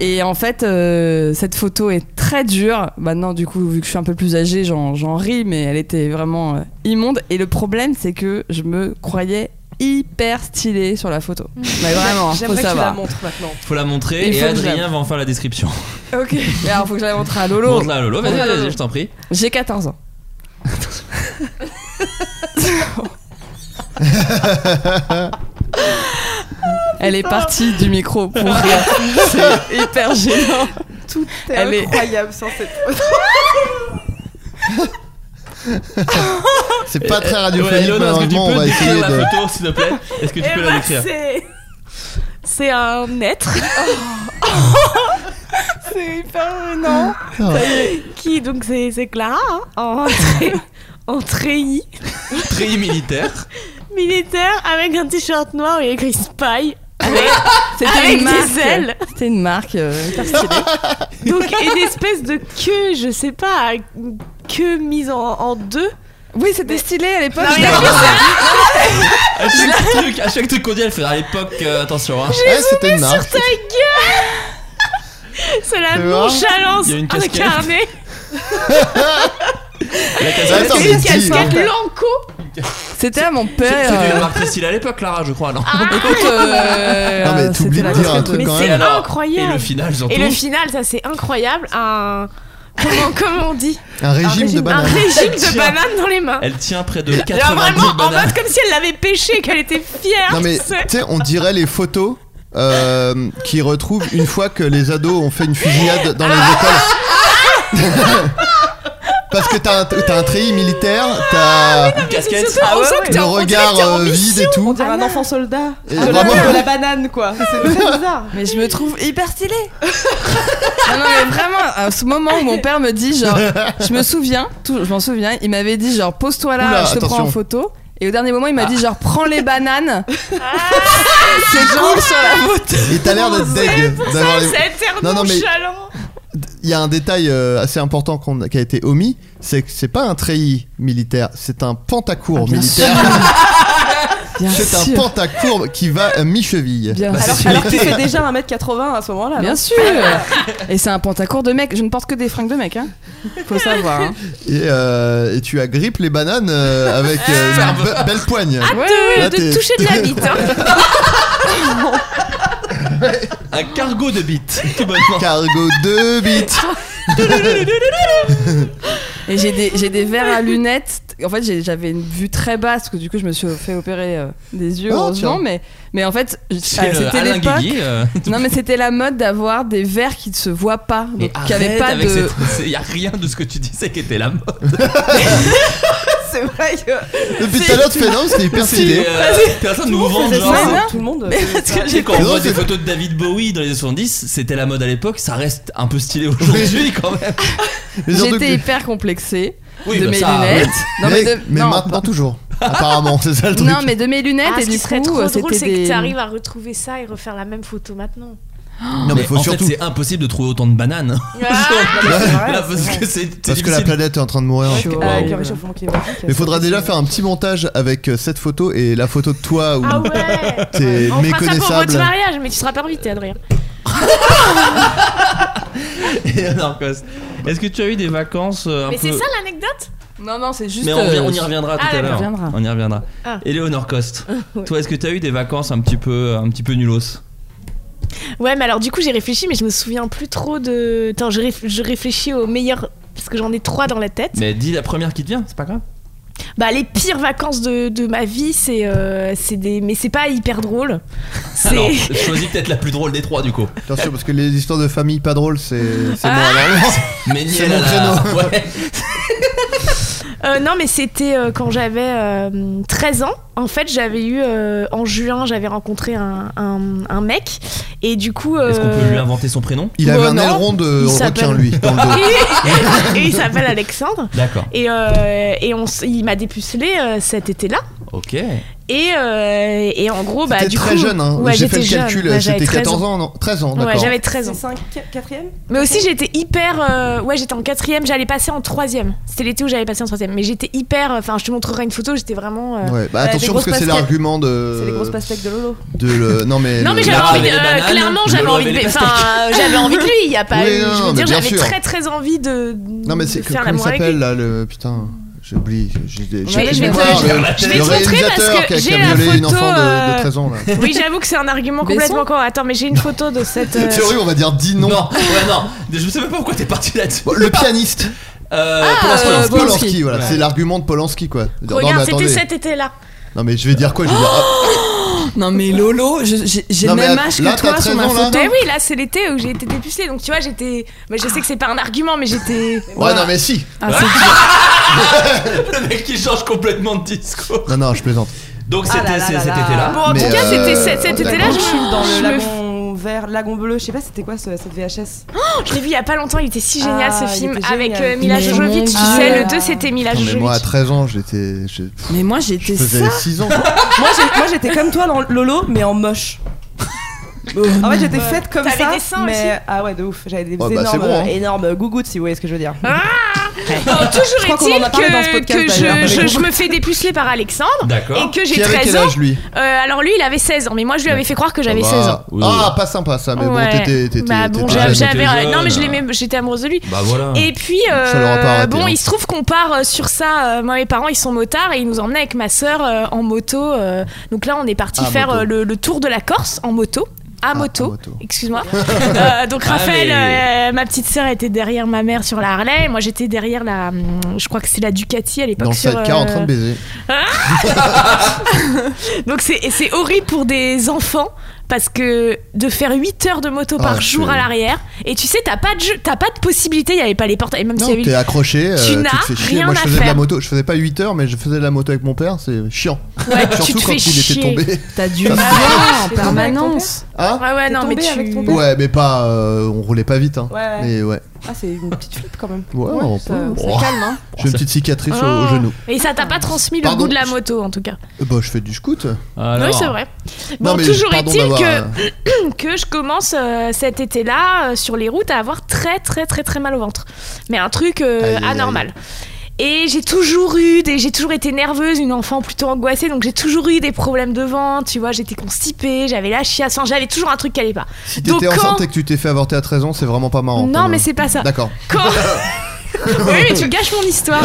Speaker 11: Et en fait, euh, cette photo est très dure. Maintenant, du coup, vu que je suis un peu plus âgée, j'en, j'en ris, mais elle était vraiment euh, immonde. Et le problème, c'est que je me croyais hyper stylée sur la photo. Mais vraiment, hein, faut
Speaker 12: Mmh. J'aimerais que tu la
Speaker 11: savoir.
Speaker 12: montres maintenant.
Speaker 8: Faut la montrer
Speaker 11: Il
Speaker 8: et
Speaker 11: faut que je
Speaker 8: Adrien
Speaker 11: la-
Speaker 8: va en faire la description.
Speaker 11: Ok. Mais alors, faut que je la montre à Lolo.
Speaker 8: Montre-la à Lolo, vas-y,
Speaker 11: Montre-la à
Speaker 8: vas-y,
Speaker 11: Lolo.
Speaker 8: je t'en prie.
Speaker 11: J'ai 14 ans. Elle est partie du micro pour rien. C'est hyper gênant.
Speaker 12: Tout est
Speaker 11: Elle est-
Speaker 12: incroyable sans cette photo.
Speaker 13: C'est pas très
Speaker 8: Ouais,
Speaker 13: radiophonique,
Speaker 8: Léonore, est-ce que tu
Speaker 13: Ah, malheureusement, on
Speaker 8: peux
Speaker 13: va
Speaker 8: décrire
Speaker 13: essayer
Speaker 8: la
Speaker 13: de.
Speaker 8: photo, s'il te plaît Est-ce que tu
Speaker 10: Eh
Speaker 8: peux
Speaker 10: ben,
Speaker 8: la décrire
Speaker 10: c'est- C'est un être
Speaker 11: C'est hyper gênant.
Speaker 13: Ah.
Speaker 10: qui, donc, c'est c'est Clara, hein, en, tré- en treillis
Speaker 8: Très militaire.
Speaker 10: militaire avec un t-shirt noir où il y a écrit Spy.
Speaker 11: C'était
Speaker 10: Avec
Speaker 11: une
Speaker 10: des
Speaker 11: marque.
Speaker 10: ailes.
Speaker 11: C'était une marque euh, hyper stylée.
Speaker 10: Donc, une espèce de queue, je sais pas, une queue mise en, en deux.
Speaker 11: Oui, c'était stylé à l'époque.
Speaker 10: Non, mais
Speaker 11: Je l'ai-
Speaker 8: À chaque truc, à chaque truc qu'on dit, elle fait à l'époque, euh, attention, hein.
Speaker 13: Ouais, Eh, c'était une marque.
Speaker 10: C'est la
Speaker 13: Tu vois
Speaker 10: nonchalance
Speaker 8: Il y a une casquette.
Speaker 10: incarnée.
Speaker 8: La casquette.
Speaker 13: Attends,
Speaker 10: C'est
Speaker 13: mais
Speaker 10: une
Speaker 13: dis, hein.
Speaker 10: casquette
Speaker 13: non.
Speaker 10: Lanco.
Speaker 11: C'était à mon père.
Speaker 8: C'était une
Speaker 11: euh,
Speaker 8: marque très stylée à l'époque, Clara, je crois, non
Speaker 11: Écoute, euh,
Speaker 13: Non, mais
Speaker 11: c'était
Speaker 13: t'oublies de
Speaker 11: la
Speaker 13: dire un
Speaker 11: casquette
Speaker 13: truc
Speaker 11: de-
Speaker 13: quand même.
Speaker 10: Mais c'est-
Speaker 8: alors,
Speaker 10: incroyable.
Speaker 8: Et le final, surtout.
Speaker 10: Et le final, ça c'est incroyable. Un. Comment, comment on dit
Speaker 13: Un régime de
Speaker 10: Un
Speaker 13: banane.
Speaker 10: régime de
Speaker 8: Tiens.
Speaker 10: banane dans les mains.
Speaker 8: Elle tient près de 90
Speaker 10: Genre vraiment en
Speaker 8: bananes.
Speaker 10: mode comme si elle l'avait pêché, qu'elle était fière.
Speaker 13: Non, mais
Speaker 10: tu
Speaker 13: tu
Speaker 10: sais.
Speaker 13: sais, on dirait les photos. euh, qui retrouvent une fois que les ados ont fait une fusillade dans les écoles. Parce que t'as un, t'as un treillis militaire, t'as
Speaker 12: mais Casquette.
Speaker 8: Ah
Speaker 12: surtout, on sent que t'es
Speaker 13: le
Speaker 12: en- on dirait que
Speaker 13: regard
Speaker 12: t'es en
Speaker 13: euh, vide et tout.
Speaker 12: On
Speaker 11: Ah,
Speaker 12: dirait un enfant soldat. Ah,
Speaker 13: Et
Speaker 12: de, la,
Speaker 13: vraiment-
Speaker 12: de la banane, quoi. C'est très bizarre.
Speaker 11: Mais je me trouve hyper stylée. non, non, mais vraiment, à ce moment où mon père me dit, genre, je me souviens, tout, je m'en souviens, il m'avait dit, genre, pose-toi là,
Speaker 13: Oula,
Speaker 11: je te prends en
Speaker 13: attention.
Speaker 11: photo. Et au dernier moment, il m'a dit, genre, prends les bananes. C'est genre sur la photo.
Speaker 13: Et t'as
Speaker 10: Oh,
Speaker 13: l'air d'être deg d'avoir les- Non, non, mais
Speaker 10: nonchalant.
Speaker 13: il y a un détail euh, assez important qu'on- qui a été omis, c'est que c'est pas un treillis militaire, c'est un
Speaker 11: Ah,
Speaker 13: pentacourt militaire. C'est un pentacourt qui va à mi-cheville.
Speaker 11: Bien
Speaker 13: Bah, c'est
Speaker 11: sûr.
Speaker 13: sûr.
Speaker 11: Alors qu'il
Speaker 12: Tu fais déjà 1m80 à ce moment-là.
Speaker 11: Bien
Speaker 12: non
Speaker 11: sûr. Et c'est un pantacourt de mec. Je ne porte que des fringues de mec, hein. Faut savoir. hein.
Speaker 13: Et, euh, et tu agrippes les bananes euh, avec euh, une be- belle poigne. Là, t'es- t'es-
Speaker 10: hein.
Speaker 8: Un cargo de bites.
Speaker 13: Ah, Cargo 2 bites.
Speaker 11: Et j'ai des, j'ai des verres à lunettes. En fait, j'ai- j'avais une vue très basse, parce que du coup, je me suis fait opérer euh, des yeux,
Speaker 8: Oh,
Speaker 11: heureusement.
Speaker 8: tiens.
Speaker 11: Mais, mais en fait, j-
Speaker 8: C'est,
Speaker 11: ah,
Speaker 8: euh,
Speaker 11: c'était
Speaker 8: Alain
Speaker 11: l'époque.
Speaker 8: Guigui, euh.
Speaker 11: Non, mais c'était la mode d'avoir des verres qui ne se voient pas. Donc, qui avaient pas de.
Speaker 8: Il y a rien de ce que tu disais qui était la mode.
Speaker 12: C'est vrai que.
Speaker 13: Depuis tout à l'heure, tu fais non, c'est hyper
Speaker 8: Si,
Speaker 13: stylé.
Speaker 8: euh, personne nous vend genre.
Speaker 12: Tout le monde.
Speaker 11: Mais
Speaker 12: faisait
Speaker 11: parce
Speaker 12: ça.
Speaker 11: que
Speaker 8: Tu sais,
Speaker 11: j'ai
Speaker 8: quand on
Speaker 11: pas-
Speaker 8: voit des photos de David Bowie dans les années 70, c'était la mode à l'époque, ça reste un peu stylé aujourd'hui quand même.
Speaker 11: J'étais hyper complexée
Speaker 8: Oui,
Speaker 11: de
Speaker 8: bah
Speaker 11: mes
Speaker 8: ça,
Speaker 11: lunettes.
Speaker 8: ouais.
Speaker 11: Non, mais,
Speaker 13: Mais-
Speaker 11: de-
Speaker 13: mais
Speaker 11: non,
Speaker 13: maintenant, toujours. Apparemment, c'est ça le truc.
Speaker 11: Non, mais de mes lunettes
Speaker 10: Ah,
Speaker 11: et
Speaker 10: ce
Speaker 11: du
Speaker 10: qui serait
Speaker 11: coup, euh,
Speaker 10: trop
Speaker 11: c'était
Speaker 10: drôle, c'est que
Speaker 11: des.
Speaker 10: tu arrives à retrouver ça et refaire la même photo maintenant.
Speaker 8: Non, mais,
Speaker 13: mais faut
Speaker 8: en
Speaker 13: surtout-
Speaker 8: fait, c'est impossible de trouver autant de bananes. hein.
Speaker 10: Ah,
Speaker 8: Là, parce que Ah, c'est- c'est
Speaker 13: Parce que la
Speaker 8: difficile.
Speaker 13: planète est en train de mourir.
Speaker 12: Avec Ah, avec le réchauffement climatique.
Speaker 13: Mais faudra déjà faire un petit montage avec euh, cette photo et la photo de toi où
Speaker 10: Ah ouais
Speaker 13: t'es
Speaker 10: On fera ça pour
Speaker 13: méconnaissable.
Speaker 10: votre mariage, mais tu seras pas invité, Adrien.
Speaker 8: Et alors, Cos, Est-ce que tu as eu des vacances euh, un
Speaker 10: Mais
Speaker 8: peu
Speaker 10: c'est ça l'anecdote
Speaker 11: Non, non, c'est juste.
Speaker 8: Mais on, revient-
Speaker 11: euh,
Speaker 8: on y reviendra
Speaker 11: Ah,
Speaker 8: tout
Speaker 11: on
Speaker 8: à
Speaker 11: y
Speaker 8: l'heure.
Speaker 11: reviendra.
Speaker 8: On y reviendra.
Speaker 10: Ah.
Speaker 8: Éléonore Coste,
Speaker 10: Ouais.
Speaker 8: toi, est-ce que tu as eu des vacances un petit peu, euh, un petit peu nulos
Speaker 10: Ouais, mais alors du coup, j'ai réfléchi, mais je me souviens plus trop de. Attends, je, réf- je réfléchis aux meilleurs. Parce que j'en ai trois dans la tête.
Speaker 8: Mais dis la première qui te vient, c'est pas grave.
Speaker 10: Bah, les pires vacances de, de ma vie, c'est euh, c'est des. Mais c'est pas hyper drôle. C'est.
Speaker 8: Alors, choisis peut-être la plus drôle des trois du coup.
Speaker 13: Attention, parce que les histoires de famille pas drôles, c'est c'est
Speaker 10: Ah.
Speaker 13: moi. alors.
Speaker 8: Mais ni
Speaker 13: C'est
Speaker 8: elle
Speaker 13: mon
Speaker 8: à la- Ouais.
Speaker 10: Euh, non, mais c'était euh, quand j'avais euh, 13 ans. En fait, j'avais eu. euh, en juin, j'avais rencontré un, un- un mec. Et du coup.
Speaker 8: Est-ce qu'on peut
Speaker 10: euh,
Speaker 8: lui inventer son prénom
Speaker 13: Il avait un aileron de
Speaker 10: Il s'appelle-
Speaker 13: requin, lui, dans le dos.
Speaker 10: et il s'appelle Alexandre.
Speaker 8: D'accord.
Speaker 10: Et, euh, et on, s- il m'a dépucelé euh, cet été-là.
Speaker 8: Ok.
Speaker 10: Et, euh, et en gros, bah,
Speaker 13: T'étais
Speaker 10: du
Speaker 13: très
Speaker 10: coup.
Speaker 13: jeune, hein.
Speaker 10: ouais,
Speaker 13: j'ai fait
Speaker 10: j'étais
Speaker 13: le calcul,
Speaker 10: jeune. Ouais, j'avais
Speaker 13: c'était
Speaker 10: 13
Speaker 13: 14 ans, non 13 ans, d'accord.
Speaker 10: Ouais, j'avais 13 ans.
Speaker 12: C'est 4ème
Speaker 10: Mais aussi, j'étais hyper. euh, ouais, j'étais en quatrième, j'allais passer en troisième. C'était l'été où j'allais passer en troisième. Mais j'étais hyper. euh, Enfin, je te montrerai une photo, j'étais vraiment. euh,
Speaker 13: Ouais, bah attention parce que c'est l'argument de.
Speaker 10: C'est les grosses pastèques de Lolo.
Speaker 13: De le... Non mais.
Speaker 10: Non, mais
Speaker 13: le-
Speaker 10: j'avais
Speaker 13: la-
Speaker 10: envie. de- euh, clairement, j'avais
Speaker 13: Lolo
Speaker 10: envie
Speaker 13: avait
Speaker 10: de.
Speaker 13: les
Speaker 10: Enfin, euh, j'avais envie de lui, il y a pas
Speaker 13: Oui,
Speaker 10: eu.
Speaker 13: non,
Speaker 10: je veux
Speaker 13: mais
Speaker 10: dire,
Speaker 13: bien
Speaker 10: j'avais
Speaker 13: sûr.
Speaker 10: très très envie de.
Speaker 13: Non mais c'est
Speaker 10: de
Speaker 13: que
Speaker 10: faire
Speaker 13: comment il
Speaker 10: l'amour avec lui.
Speaker 13: s'appelle là le putain j'ai oublié j'ai des
Speaker 10: Ouais,
Speaker 13: j'ai
Speaker 10: je
Speaker 13: plus
Speaker 10: vais
Speaker 13: de
Speaker 10: te-
Speaker 13: mémoire,
Speaker 10: je-
Speaker 13: le-
Speaker 10: je vais
Speaker 13: le
Speaker 10: te montrer parce
Speaker 13: réalisateur
Speaker 10: que
Speaker 13: qui a- qui
Speaker 10: j'ai
Speaker 13: a
Speaker 10: la
Speaker 13: violé une
Speaker 10: photo,
Speaker 13: enfant de, de
Speaker 10: euh,
Speaker 13: 13 ans là.
Speaker 10: Oui, j'avoue que c'est un argument
Speaker 11: Besson
Speaker 10: complètement con. Attends, mais j'ai une photo de cette. euh,
Speaker 13: Théorie on va dire dis non.
Speaker 8: Non, ouais, non. Je sais même pas pourquoi t'es parti là-dessus.
Speaker 13: le pianiste.
Speaker 8: Euh,
Speaker 10: Ah,
Speaker 13: Polanski,
Speaker 8: Polanski.
Speaker 13: Polanski, voilà, c'est l'argument de Polanski quoi. Dire, non mais
Speaker 10: Regarde, c'était
Speaker 13: attendez.
Speaker 10: cet été-là.
Speaker 13: Non mais je vais dire quoi je vais dire, ah,
Speaker 11: Non, mais Lolo, je- j'ai j'ai
Speaker 13: Non,
Speaker 11: le
Speaker 13: mais
Speaker 11: même
Speaker 13: à-
Speaker 11: âge
Speaker 13: là,
Speaker 11: que toi
Speaker 13: t'as
Speaker 11: sur
Speaker 13: 13
Speaker 11: ma
Speaker 13: ans, là.
Speaker 11: photo.
Speaker 10: Bah oui, là, c'est l'été où j'ai été dépucelée. Donc, tu vois, j'étais. Mais je sais que c'est pas un argument, mais j'étais.
Speaker 13: Ouais non mais si.
Speaker 10: euh.
Speaker 8: Le mec qui change complètement de discours.
Speaker 13: Non non je plaisante.
Speaker 8: Donc
Speaker 10: Ah
Speaker 8: c'était c'est- cet été-là.
Speaker 10: Bon, en tout cas, c'était
Speaker 13: euh,
Speaker 10: cet cet été-là. Je
Speaker 12: suis dans le
Speaker 10: je me
Speaker 12: lagon vert, lagon bleu, je sais pas c'était quoi ce- cette VHS.
Speaker 10: Oh, je l'ai vu il y a pas longtemps, il était si génial
Speaker 12: Ah,
Speaker 10: ce
Speaker 12: il
Speaker 10: film
Speaker 12: était génial.
Speaker 10: avec euh, Mila
Speaker 12: Mais
Speaker 10: Jojovic, tu
Speaker 12: mon
Speaker 10: sais,
Speaker 12: Dieu.
Speaker 10: le 2 c'était Mila
Speaker 13: Non, Ah. mais
Speaker 10: Jojovic.
Speaker 13: moi à 13 ans j'étais je-
Speaker 11: Mais moi
Speaker 13: je
Speaker 11: j'étais
Speaker 13: faisais
Speaker 11: ça.
Speaker 13: 6 ans.
Speaker 12: moi j'ai- moi, j'étais comme toi dans Lolo mais en moche. en fait j'étais faite comme
Speaker 10: T'avais
Speaker 12: ça
Speaker 10: des seins
Speaker 12: mais
Speaker 10: aussi
Speaker 12: ah ouais de ouf j'avais des
Speaker 13: Ouais, bah, c'est
Speaker 12: énormes
Speaker 13: bon, hein.
Speaker 12: énormes gougouttes si vous voyez ce que je veux dire.
Speaker 10: Ah, Bon,
Speaker 12: Je crois
Speaker 10: Oh, toujours
Speaker 12: qu'on
Speaker 10: est-il
Speaker 12: en a parlé dans ce
Speaker 10: que,
Speaker 12: podcast,
Speaker 10: que
Speaker 12: d'ailleurs.
Speaker 10: je, je- je me fais dépuceler par Alexandre
Speaker 8: D'accord.
Speaker 10: et que
Speaker 13: Qui
Speaker 10: j'ai
Speaker 13: avait
Speaker 10: 13
Speaker 13: quel
Speaker 10: ans.
Speaker 13: âge, lui
Speaker 10: Euh, alors lui il avait 16 ans, mais moi je lui avais fait croire que j'avais
Speaker 13: Ah,
Speaker 10: 16 ans.
Speaker 13: Ah pas sympa ça mais bon
Speaker 10: Ouais.
Speaker 13: t'étais t'étais-
Speaker 10: Bah bon,
Speaker 13: t'étais
Speaker 10: j'avais-
Speaker 13: jeune.
Speaker 10: j'avais-
Speaker 8: Ah, T'étais jeune.
Speaker 10: non mais je l'aimais, j'étais amoureuse de lui.
Speaker 8: Bah voilà.
Speaker 10: Et puis,
Speaker 13: Ça l'aura
Speaker 10: euh,
Speaker 13: pas arrêté,
Speaker 10: bon,
Speaker 13: hein.
Speaker 10: il se trouve qu'on part euh, sur ça. euh, moi, mes parents, ils sont motards et ils nous emmenaient avec ma sœur euh, en moto. euh, donc là, on est parti
Speaker 13: Ah,
Speaker 10: faire
Speaker 13: moto. Ah,
Speaker 10: euh, le, le tour de la Corse en moto. À moto, excuse-moi. Euh, donc
Speaker 8: Ah,
Speaker 10: Raphaël,
Speaker 8: mais-
Speaker 10: euh, ma petite sœur était derrière ma mère sur la Harley. Moi, j'étais derrière la, hum, je crois que c'est la Ducati à l'époque.
Speaker 13: Dans le
Speaker 10: sur, euh,
Speaker 13: sidecar en train de baiser.
Speaker 10: donc c'est et c'est horrible pour des enfants parce que de faire 8 heures de moto
Speaker 13: Ah,
Speaker 10: par
Speaker 13: c'est-
Speaker 10: jour à l'arrière et tu sais t'as pas de jeu- t'as pas de possibilité, il y avait pas les portes et même
Speaker 13: Non,
Speaker 10: s'il y avait
Speaker 13: t'es
Speaker 10: une-
Speaker 13: accroché, euh,
Speaker 10: tu
Speaker 13: te
Speaker 10: n'as
Speaker 13: fais chier.
Speaker 10: rien
Speaker 13: Moi, je
Speaker 10: à
Speaker 13: faisais de la
Speaker 10: faire.
Speaker 13: moto, je faisais pas 8 heures, mais je faisais de la moto avec mon père, c'est chiant.
Speaker 10: Ouais,
Speaker 13: Surtout
Speaker 10: tu te
Speaker 13: quand
Speaker 10: fais
Speaker 13: il était
Speaker 10: chier.
Speaker 13: tombé.
Speaker 11: T'as dû
Speaker 13: Ça
Speaker 11: mal
Speaker 13: fait-
Speaker 11: en permanence.
Speaker 13: Hein
Speaker 10: ouais ouais non mais tu
Speaker 13: Ouais, mais pas. euh, on roulait pas vite, hein.
Speaker 12: Ouais, ouais.
Speaker 13: Mais ouais.
Speaker 12: Ah, c'est une petite flippe quand même.
Speaker 13: Ouais, on
Speaker 12: ça,
Speaker 13: peut.
Speaker 12: ça
Speaker 13: Oh.
Speaker 12: calme, hein.
Speaker 13: J'ai une petite cicatrice au, au
Speaker 10: Oh.
Speaker 13: genou.
Speaker 10: Et ça t'a pas transmis le
Speaker 13: Pardon,
Speaker 10: goût de la moto en tout cas.
Speaker 13: Euh, Bah, je fais du scout.
Speaker 10: Oui, c'est vrai.
Speaker 13: Non,
Speaker 10: Bon,
Speaker 13: mais
Speaker 10: toujours
Speaker 13: pardon
Speaker 10: est-il
Speaker 13: d'avoir, euh,
Speaker 10: que, que je commence euh, cet été-là euh, sur les routes à avoir très, très, très, très mal au ventre. Mais un truc euh,
Speaker 15: Aïe, aïe, aïe.
Speaker 10: anormal. Et j'ai toujours eu des, j'ai toujours été nerveuse, une enfant plutôt angoissée, donc j'ai toujours eu des problèmes de ventre, tu vois, j'étais constipée, j'avais la chiasse, enfin, j'avais toujours un truc qui allait pas.
Speaker 13: Si t'étais
Speaker 10: Donc, quand-
Speaker 13: enceinte et que tu t'es fait avorter à 13 ans, c'est vraiment pas
Speaker 15: Oh,
Speaker 13: marrant. hein.
Speaker 10: Non,
Speaker 13: comme-
Speaker 10: mais c'est pas Ah, ça.
Speaker 13: D'accord. Euh,
Speaker 10: Quand... oui, mais tu gâches mon histoire.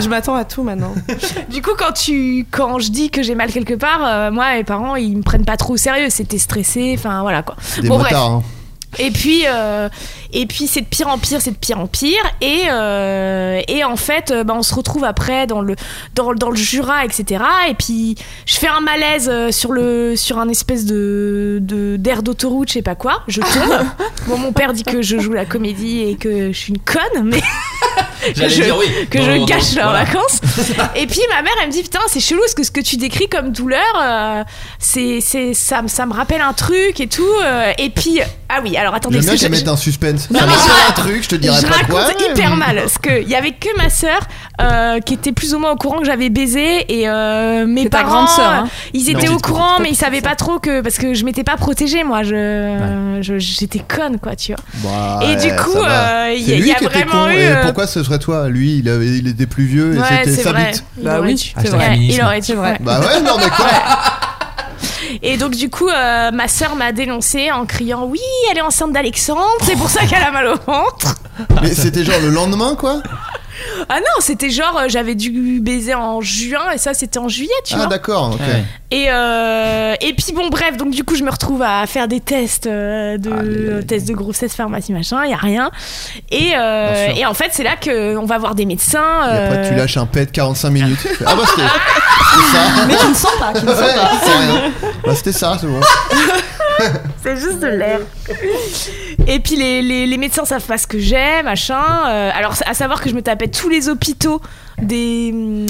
Speaker 12: Je m'attends à tout maintenant.
Speaker 10: Du coup, quand tu, quand je dis que j'ai mal quelque part, euh, moi, mes parents, ils me prennent pas trop au sérieux. C'était stressé, enfin voilà quoi.
Speaker 13: Des
Speaker 10: bon
Speaker 13: motards.
Speaker 10: bref.
Speaker 13: hein.
Speaker 10: Et puis, euh, et puis c'est de pire en pire, c'est de pire en pire. Et, euh, et en fait, euh, bah, on se retrouve après dans le, dans, le- dans le Jura, etc. Et puis, je fais un malaise euh, sur, le, sur un espèce de de- d'air d'autoroute, je sais pas quoi. Je tombe. bon, mon père dit que je joue la comédie et que je suis une conne, mais.
Speaker 14: J'allais
Speaker 10: que je-
Speaker 14: dire oui.
Speaker 10: Que
Speaker 14: Non,
Speaker 10: je
Speaker 14: non,
Speaker 10: gâche
Speaker 14: non,
Speaker 10: leurs
Speaker 14: voilà.
Speaker 10: vacances. et puis ma mère, elle me dit Putain, c'est chelou, parce que ce que tu décris comme douleur, euh, c'est, c'est, ça, me- ça me rappelle un truc et tout. euh, et puis, ah oui, alors attendez,
Speaker 13: J'aime bien
Speaker 10: parce que
Speaker 13: qu'elle
Speaker 10: je-
Speaker 13: mette un suspense. Ça
Speaker 10: Non, mais
Speaker 13: m'a fait
Speaker 10: je-
Speaker 13: un truc, je te dirais
Speaker 10: je
Speaker 13: pas quoi.
Speaker 10: raconte
Speaker 13: mais-
Speaker 10: hyper mal parce que il y avait que ma sœur euh, qui était plus ou moins au courant que j'avais baisé et euh, mes
Speaker 11: C'est ta
Speaker 10: parents
Speaker 11: grande sœur, hein.
Speaker 10: ils
Speaker 11: Non.
Speaker 10: étaient au
Speaker 11: Petite,
Speaker 10: courant
Speaker 11: petite,
Speaker 10: mais ils savaient pas trop que parce que je m'étais pas protégée moi je je- j'étais conne quoi tu vois.
Speaker 13: Bah,
Speaker 10: Et du
Speaker 13: ouais,
Speaker 10: coup,
Speaker 13: ça va.
Speaker 10: euh,
Speaker 13: C'est
Speaker 10: il y a-
Speaker 13: lui
Speaker 10: il y a
Speaker 13: qui était
Speaker 10: vraiment
Speaker 13: con,
Speaker 10: eu,
Speaker 13: et
Speaker 10: euh,
Speaker 13: pourquoi ce serait toi Lui, il, avait, il était plus vieux et
Speaker 10: Ouais,
Speaker 13: c'était
Speaker 10: c'est
Speaker 13: sa
Speaker 10: vrai.
Speaker 13: bite.
Speaker 10: Il Bah aurait oui, dû.
Speaker 8: Ah,
Speaker 10: c'est
Speaker 13: Hashtag
Speaker 10: vrai.
Speaker 13: féminisme.
Speaker 10: Il aurait dû, ouais.
Speaker 13: Bah ouais, non mais quoi
Speaker 10: Et donc du coup, euh, ma sœur m'a dénoncé en criant oui, elle est enceinte d'Alexandre, c'est pour ça qu'elle a mal au ventre.
Speaker 13: Mais c'était genre le lendemain quoi
Speaker 10: Ah non, c'était genre euh, j'avais dû baiser en juin et ça c'était en juillet, tu
Speaker 13: Ah
Speaker 10: vois.
Speaker 13: d'accord, ok.
Speaker 10: Et, euh, et puis bon bref, donc du coup je me retrouve à faire des tests euh,
Speaker 13: Ah,
Speaker 10: de tests de grossesse, pharmacie, machin, il y a rien. Et, euh,
Speaker 13: Bien sûr.
Speaker 10: et en fait c'est là que on va voir des médecins.
Speaker 13: Et après
Speaker 10: euh,
Speaker 13: tu lâches un pet de 45 minutes. Tu fais, Ah bah c'était
Speaker 12: Mais tu ne sens pas, tu ne sens
Speaker 13: Ouais,
Speaker 12: pas.
Speaker 13: c'est rien. Bah c'était ça, c'est bon.
Speaker 10: C'est juste de l'air. Et puis les, les, les médecins savent pas ce que j'ai, machin. Euh, alors à savoir que je me tapais tous les hôpitaux des hum,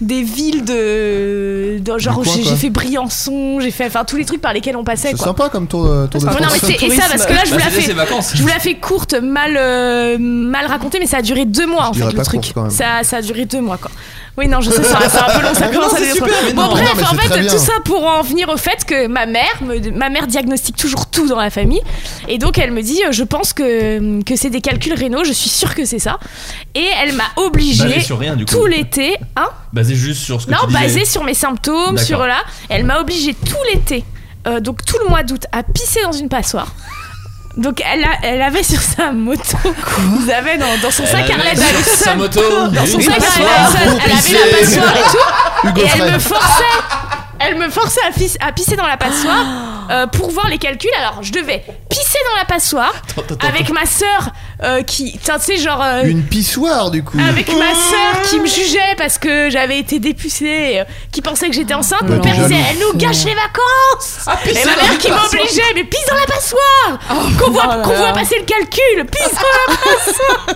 Speaker 10: des villes de, de- genre
Speaker 13: coin,
Speaker 10: j'ai
Speaker 13: quoi.
Speaker 10: j'ai fait Briançon, j'ai fait enfin tous les trucs par lesquels on passait
Speaker 13: C'est
Speaker 10: quoi.
Speaker 13: sympa comme tour, euh, tour de
Speaker 10: Non, mais
Speaker 13: France.
Speaker 10: c'est- et ça parce que là je vous
Speaker 13: Bah,
Speaker 10: la
Speaker 13: c'était ses vacances.
Speaker 10: fais, je vous la fais courte, mal euh, mal racontée, mais ça a duré deux mois en
Speaker 13: dirais
Speaker 10: fait le
Speaker 13: pas
Speaker 10: truc.
Speaker 13: courte, quand même.
Speaker 10: Ça, ça a duré deux mois quoi. Oui non je sais ça, c'est un peu long, ça
Speaker 13: Mais
Speaker 10: commence
Speaker 13: non,
Speaker 10: à
Speaker 13: c'est
Speaker 10: devenir
Speaker 13: super,
Speaker 10: trop-
Speaker 13: mais
Speaker 10: Bon
Speaker 13: non.
Speaker 10: bref
Speaker 13: Non, mais
Speaker 10: en
Speaker 13: c'est très
Speaker 10: fait
Speaker 13: bien.
Speaker 10: tout ça pour en venir au fait que ma mère me- ma mère diagnostique toujours tout dans la famille et donc elle me dit euh, je pense que que c'est des calculs rénaux, je suis sûre que c'est ça et elle
Speaker 13: Bah,
Speaker 10: m'a obligée
Speaker 8: Basée sur rien, du coup.
Speaker 10: tout l'été hein
Speaker 8: Basé juste sur ce que
Speaker 10: non,
Speaker 8: tu disais.
Speaker 10: basé sur mes symptômes,
Speaker 8: D'accord.
Speaker 10: sur là. Elle m'a obligée tout l'été, euh, donc tout le mois d'août, à pisser dans une passoire. Donc elle, a- elle avait sur sa moto, vous avez dans, dans son
Speaker 14: Elle
Speaker 10: sac à
Speaker 14: avait
Speaker 10: l'aide
Speaker 14: sur
Speaker 10: à Alison.
Speaker 14: sa moto
Speaker 10: dans son
Speaker 14: une
Speaker 10: sac à
Speaker 14: passoire
Speaker 10: Alison,
Speaker 14: pour
Speaker 10: elle avait la
Speaker 14: pisser.
Speaker 10: passoire et tout,
Speaker 14: Hugo
Speaker 10: et elle
Speaker 14: Fred.
Speaker 10: me forçait. Elle me forçait à, fis- à pisser dans la passoire euh, pour voir les calculs. Alors je devais pisser dans la passoire avec ma sœur euh, qui, tiens, tu sais genre euh,
Speaker 13: Une pissoire du coup.
Speaker 10: avec ma sœur qui me jugeait parce que j'avais été dépucée, euh, qui pensait que j'étais enceinte. Mon
Speaker 13: Bah,
Speaker 10: père
Speaker 13: t'es
Speaker 10: disait
Speaker 13: jalouse.
Speaker 10: Elle nous gâche les vacances
Speaker 14: Ah, pisse
Speaker 10: Et
Speaker 14: dans
Speaker 10: ma
Speaker 14: la
Speaker 10: mère qui
Speaker 14: passoire.
Speaker 10: m'obligeait Mais pisse dans la passoire Qu'on voit,
Speaker 14: oh là
Speaker 10: qu'on
Speaker 14: là.
Speaker 10: voit passer le calcul Pisse dans la passoire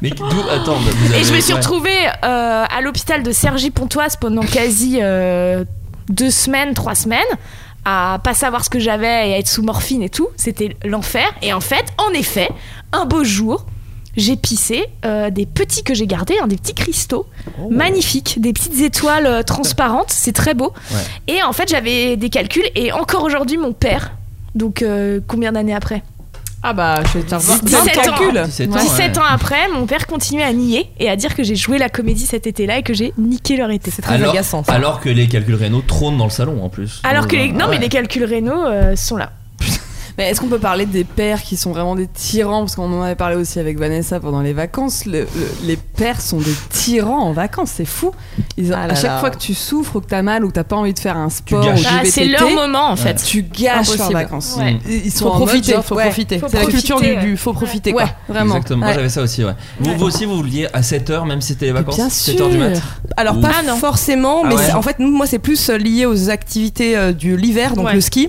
Speaker 8: Mais d'où Attends, vous
Speaker 10: Et
Speaker 8: avez-
Speaker 10: je me suis
Speaker 8: ouais.
Speaker 10: retrouvée euh, à l'hôpital de Cergy-Pontoise pendant quasi euh, deux semaines, trois semaines à pas savoir ce que j'avais et à être sous morphine et tout, c'était l'enfer. Et en fait, en effet, un beau jour, j'ai pissé euh, des petits que j'ai gardés, hein, des petits cristaux
Speaker 8: Oh.
Speaker 10: magnifiques, des petites étoiles euh, transparentes, c'est très beau. Et en fait, j'avais des calculs et encore aujourd'hui, mon père, donc euh, combien d'années après
Speaker 11: Ah bah, je vais te faire
Speaker 10: 17 ans,
Speaker 11: calcul.
Speaker 10: 17 ans, après, mon père continuait à nier et à dire que j'ai joué la comédie cet été-là et que j'ai niqué leur été. C'est
Speaker 8: alors, alors que les calculs rénaux trônent dans le salon en plus.
Speaker 10: Alors que les, non, mais
Speaker 8: Ouais.
Speaker 10: les calculs rénaux euh, sont là.
Speaker 11: Mais est-ce qu'on peut parler des pères qui sont vraiment des tyrans Parce qu'on en avait parlé aussi avec Vanessa pendant les vacances. Le- le- les pères sont des tyrans en vacances, c'est fou. Ils- à
Speaker 10: là
Speaker 11: chaque
Speaker 10: là.
Speaker 11: fois que tu souffres ou que t'as mal ou que t'as pas envie de faire un sport,
Speaker 10: gâches.
Speaker 11: ou du
Speaker 10: Ah, c'est
Speaker 11: VTT,
Speaker 10: leur moment, en fait.
Speaker 11: Tu gâches leurs
Speaker 10: Impossible.
Speaker 11: vacances.
Speaker 10: Ouais.
Speaker 11: Ils sont
Speaker 12: Faut
Speaker 11: en mode
Speaker 12: profiter,
Speaker 11: genre,
Speaker 12: faut
Speaker 11: ouais,
Speaker 12: profiter.
Speaker 11: faut
Speaker 12: C'est la
Speaker 11: profiter.
Speaker 12: culture du- du faut profiter, quoi.
Speaker 11: Ouais, vraiment.
Speaker 8: Exactement,
Speaker 11: Ouais.
Speaker 8: moi j'avais ça aussi, ouais. Vous, vous aussi, vous vouliez à 7h, même si c'était les vacances
Speaker 12: Bien
Speaker 8: 7h du mat
Speaker 12: sûr. Alors pas
Speaker 8: Ouf.
Speaker 12: forcément,
Speaker 8: Ah
Speaker 12: mais
Speaker 8: ouais.
Speaker 12: c'est- en fait nous, moi c'est plus euh, lié aux activités euh, de l'hiver, donc
Speaker 10: Ouais.
Speaker 12: le ski.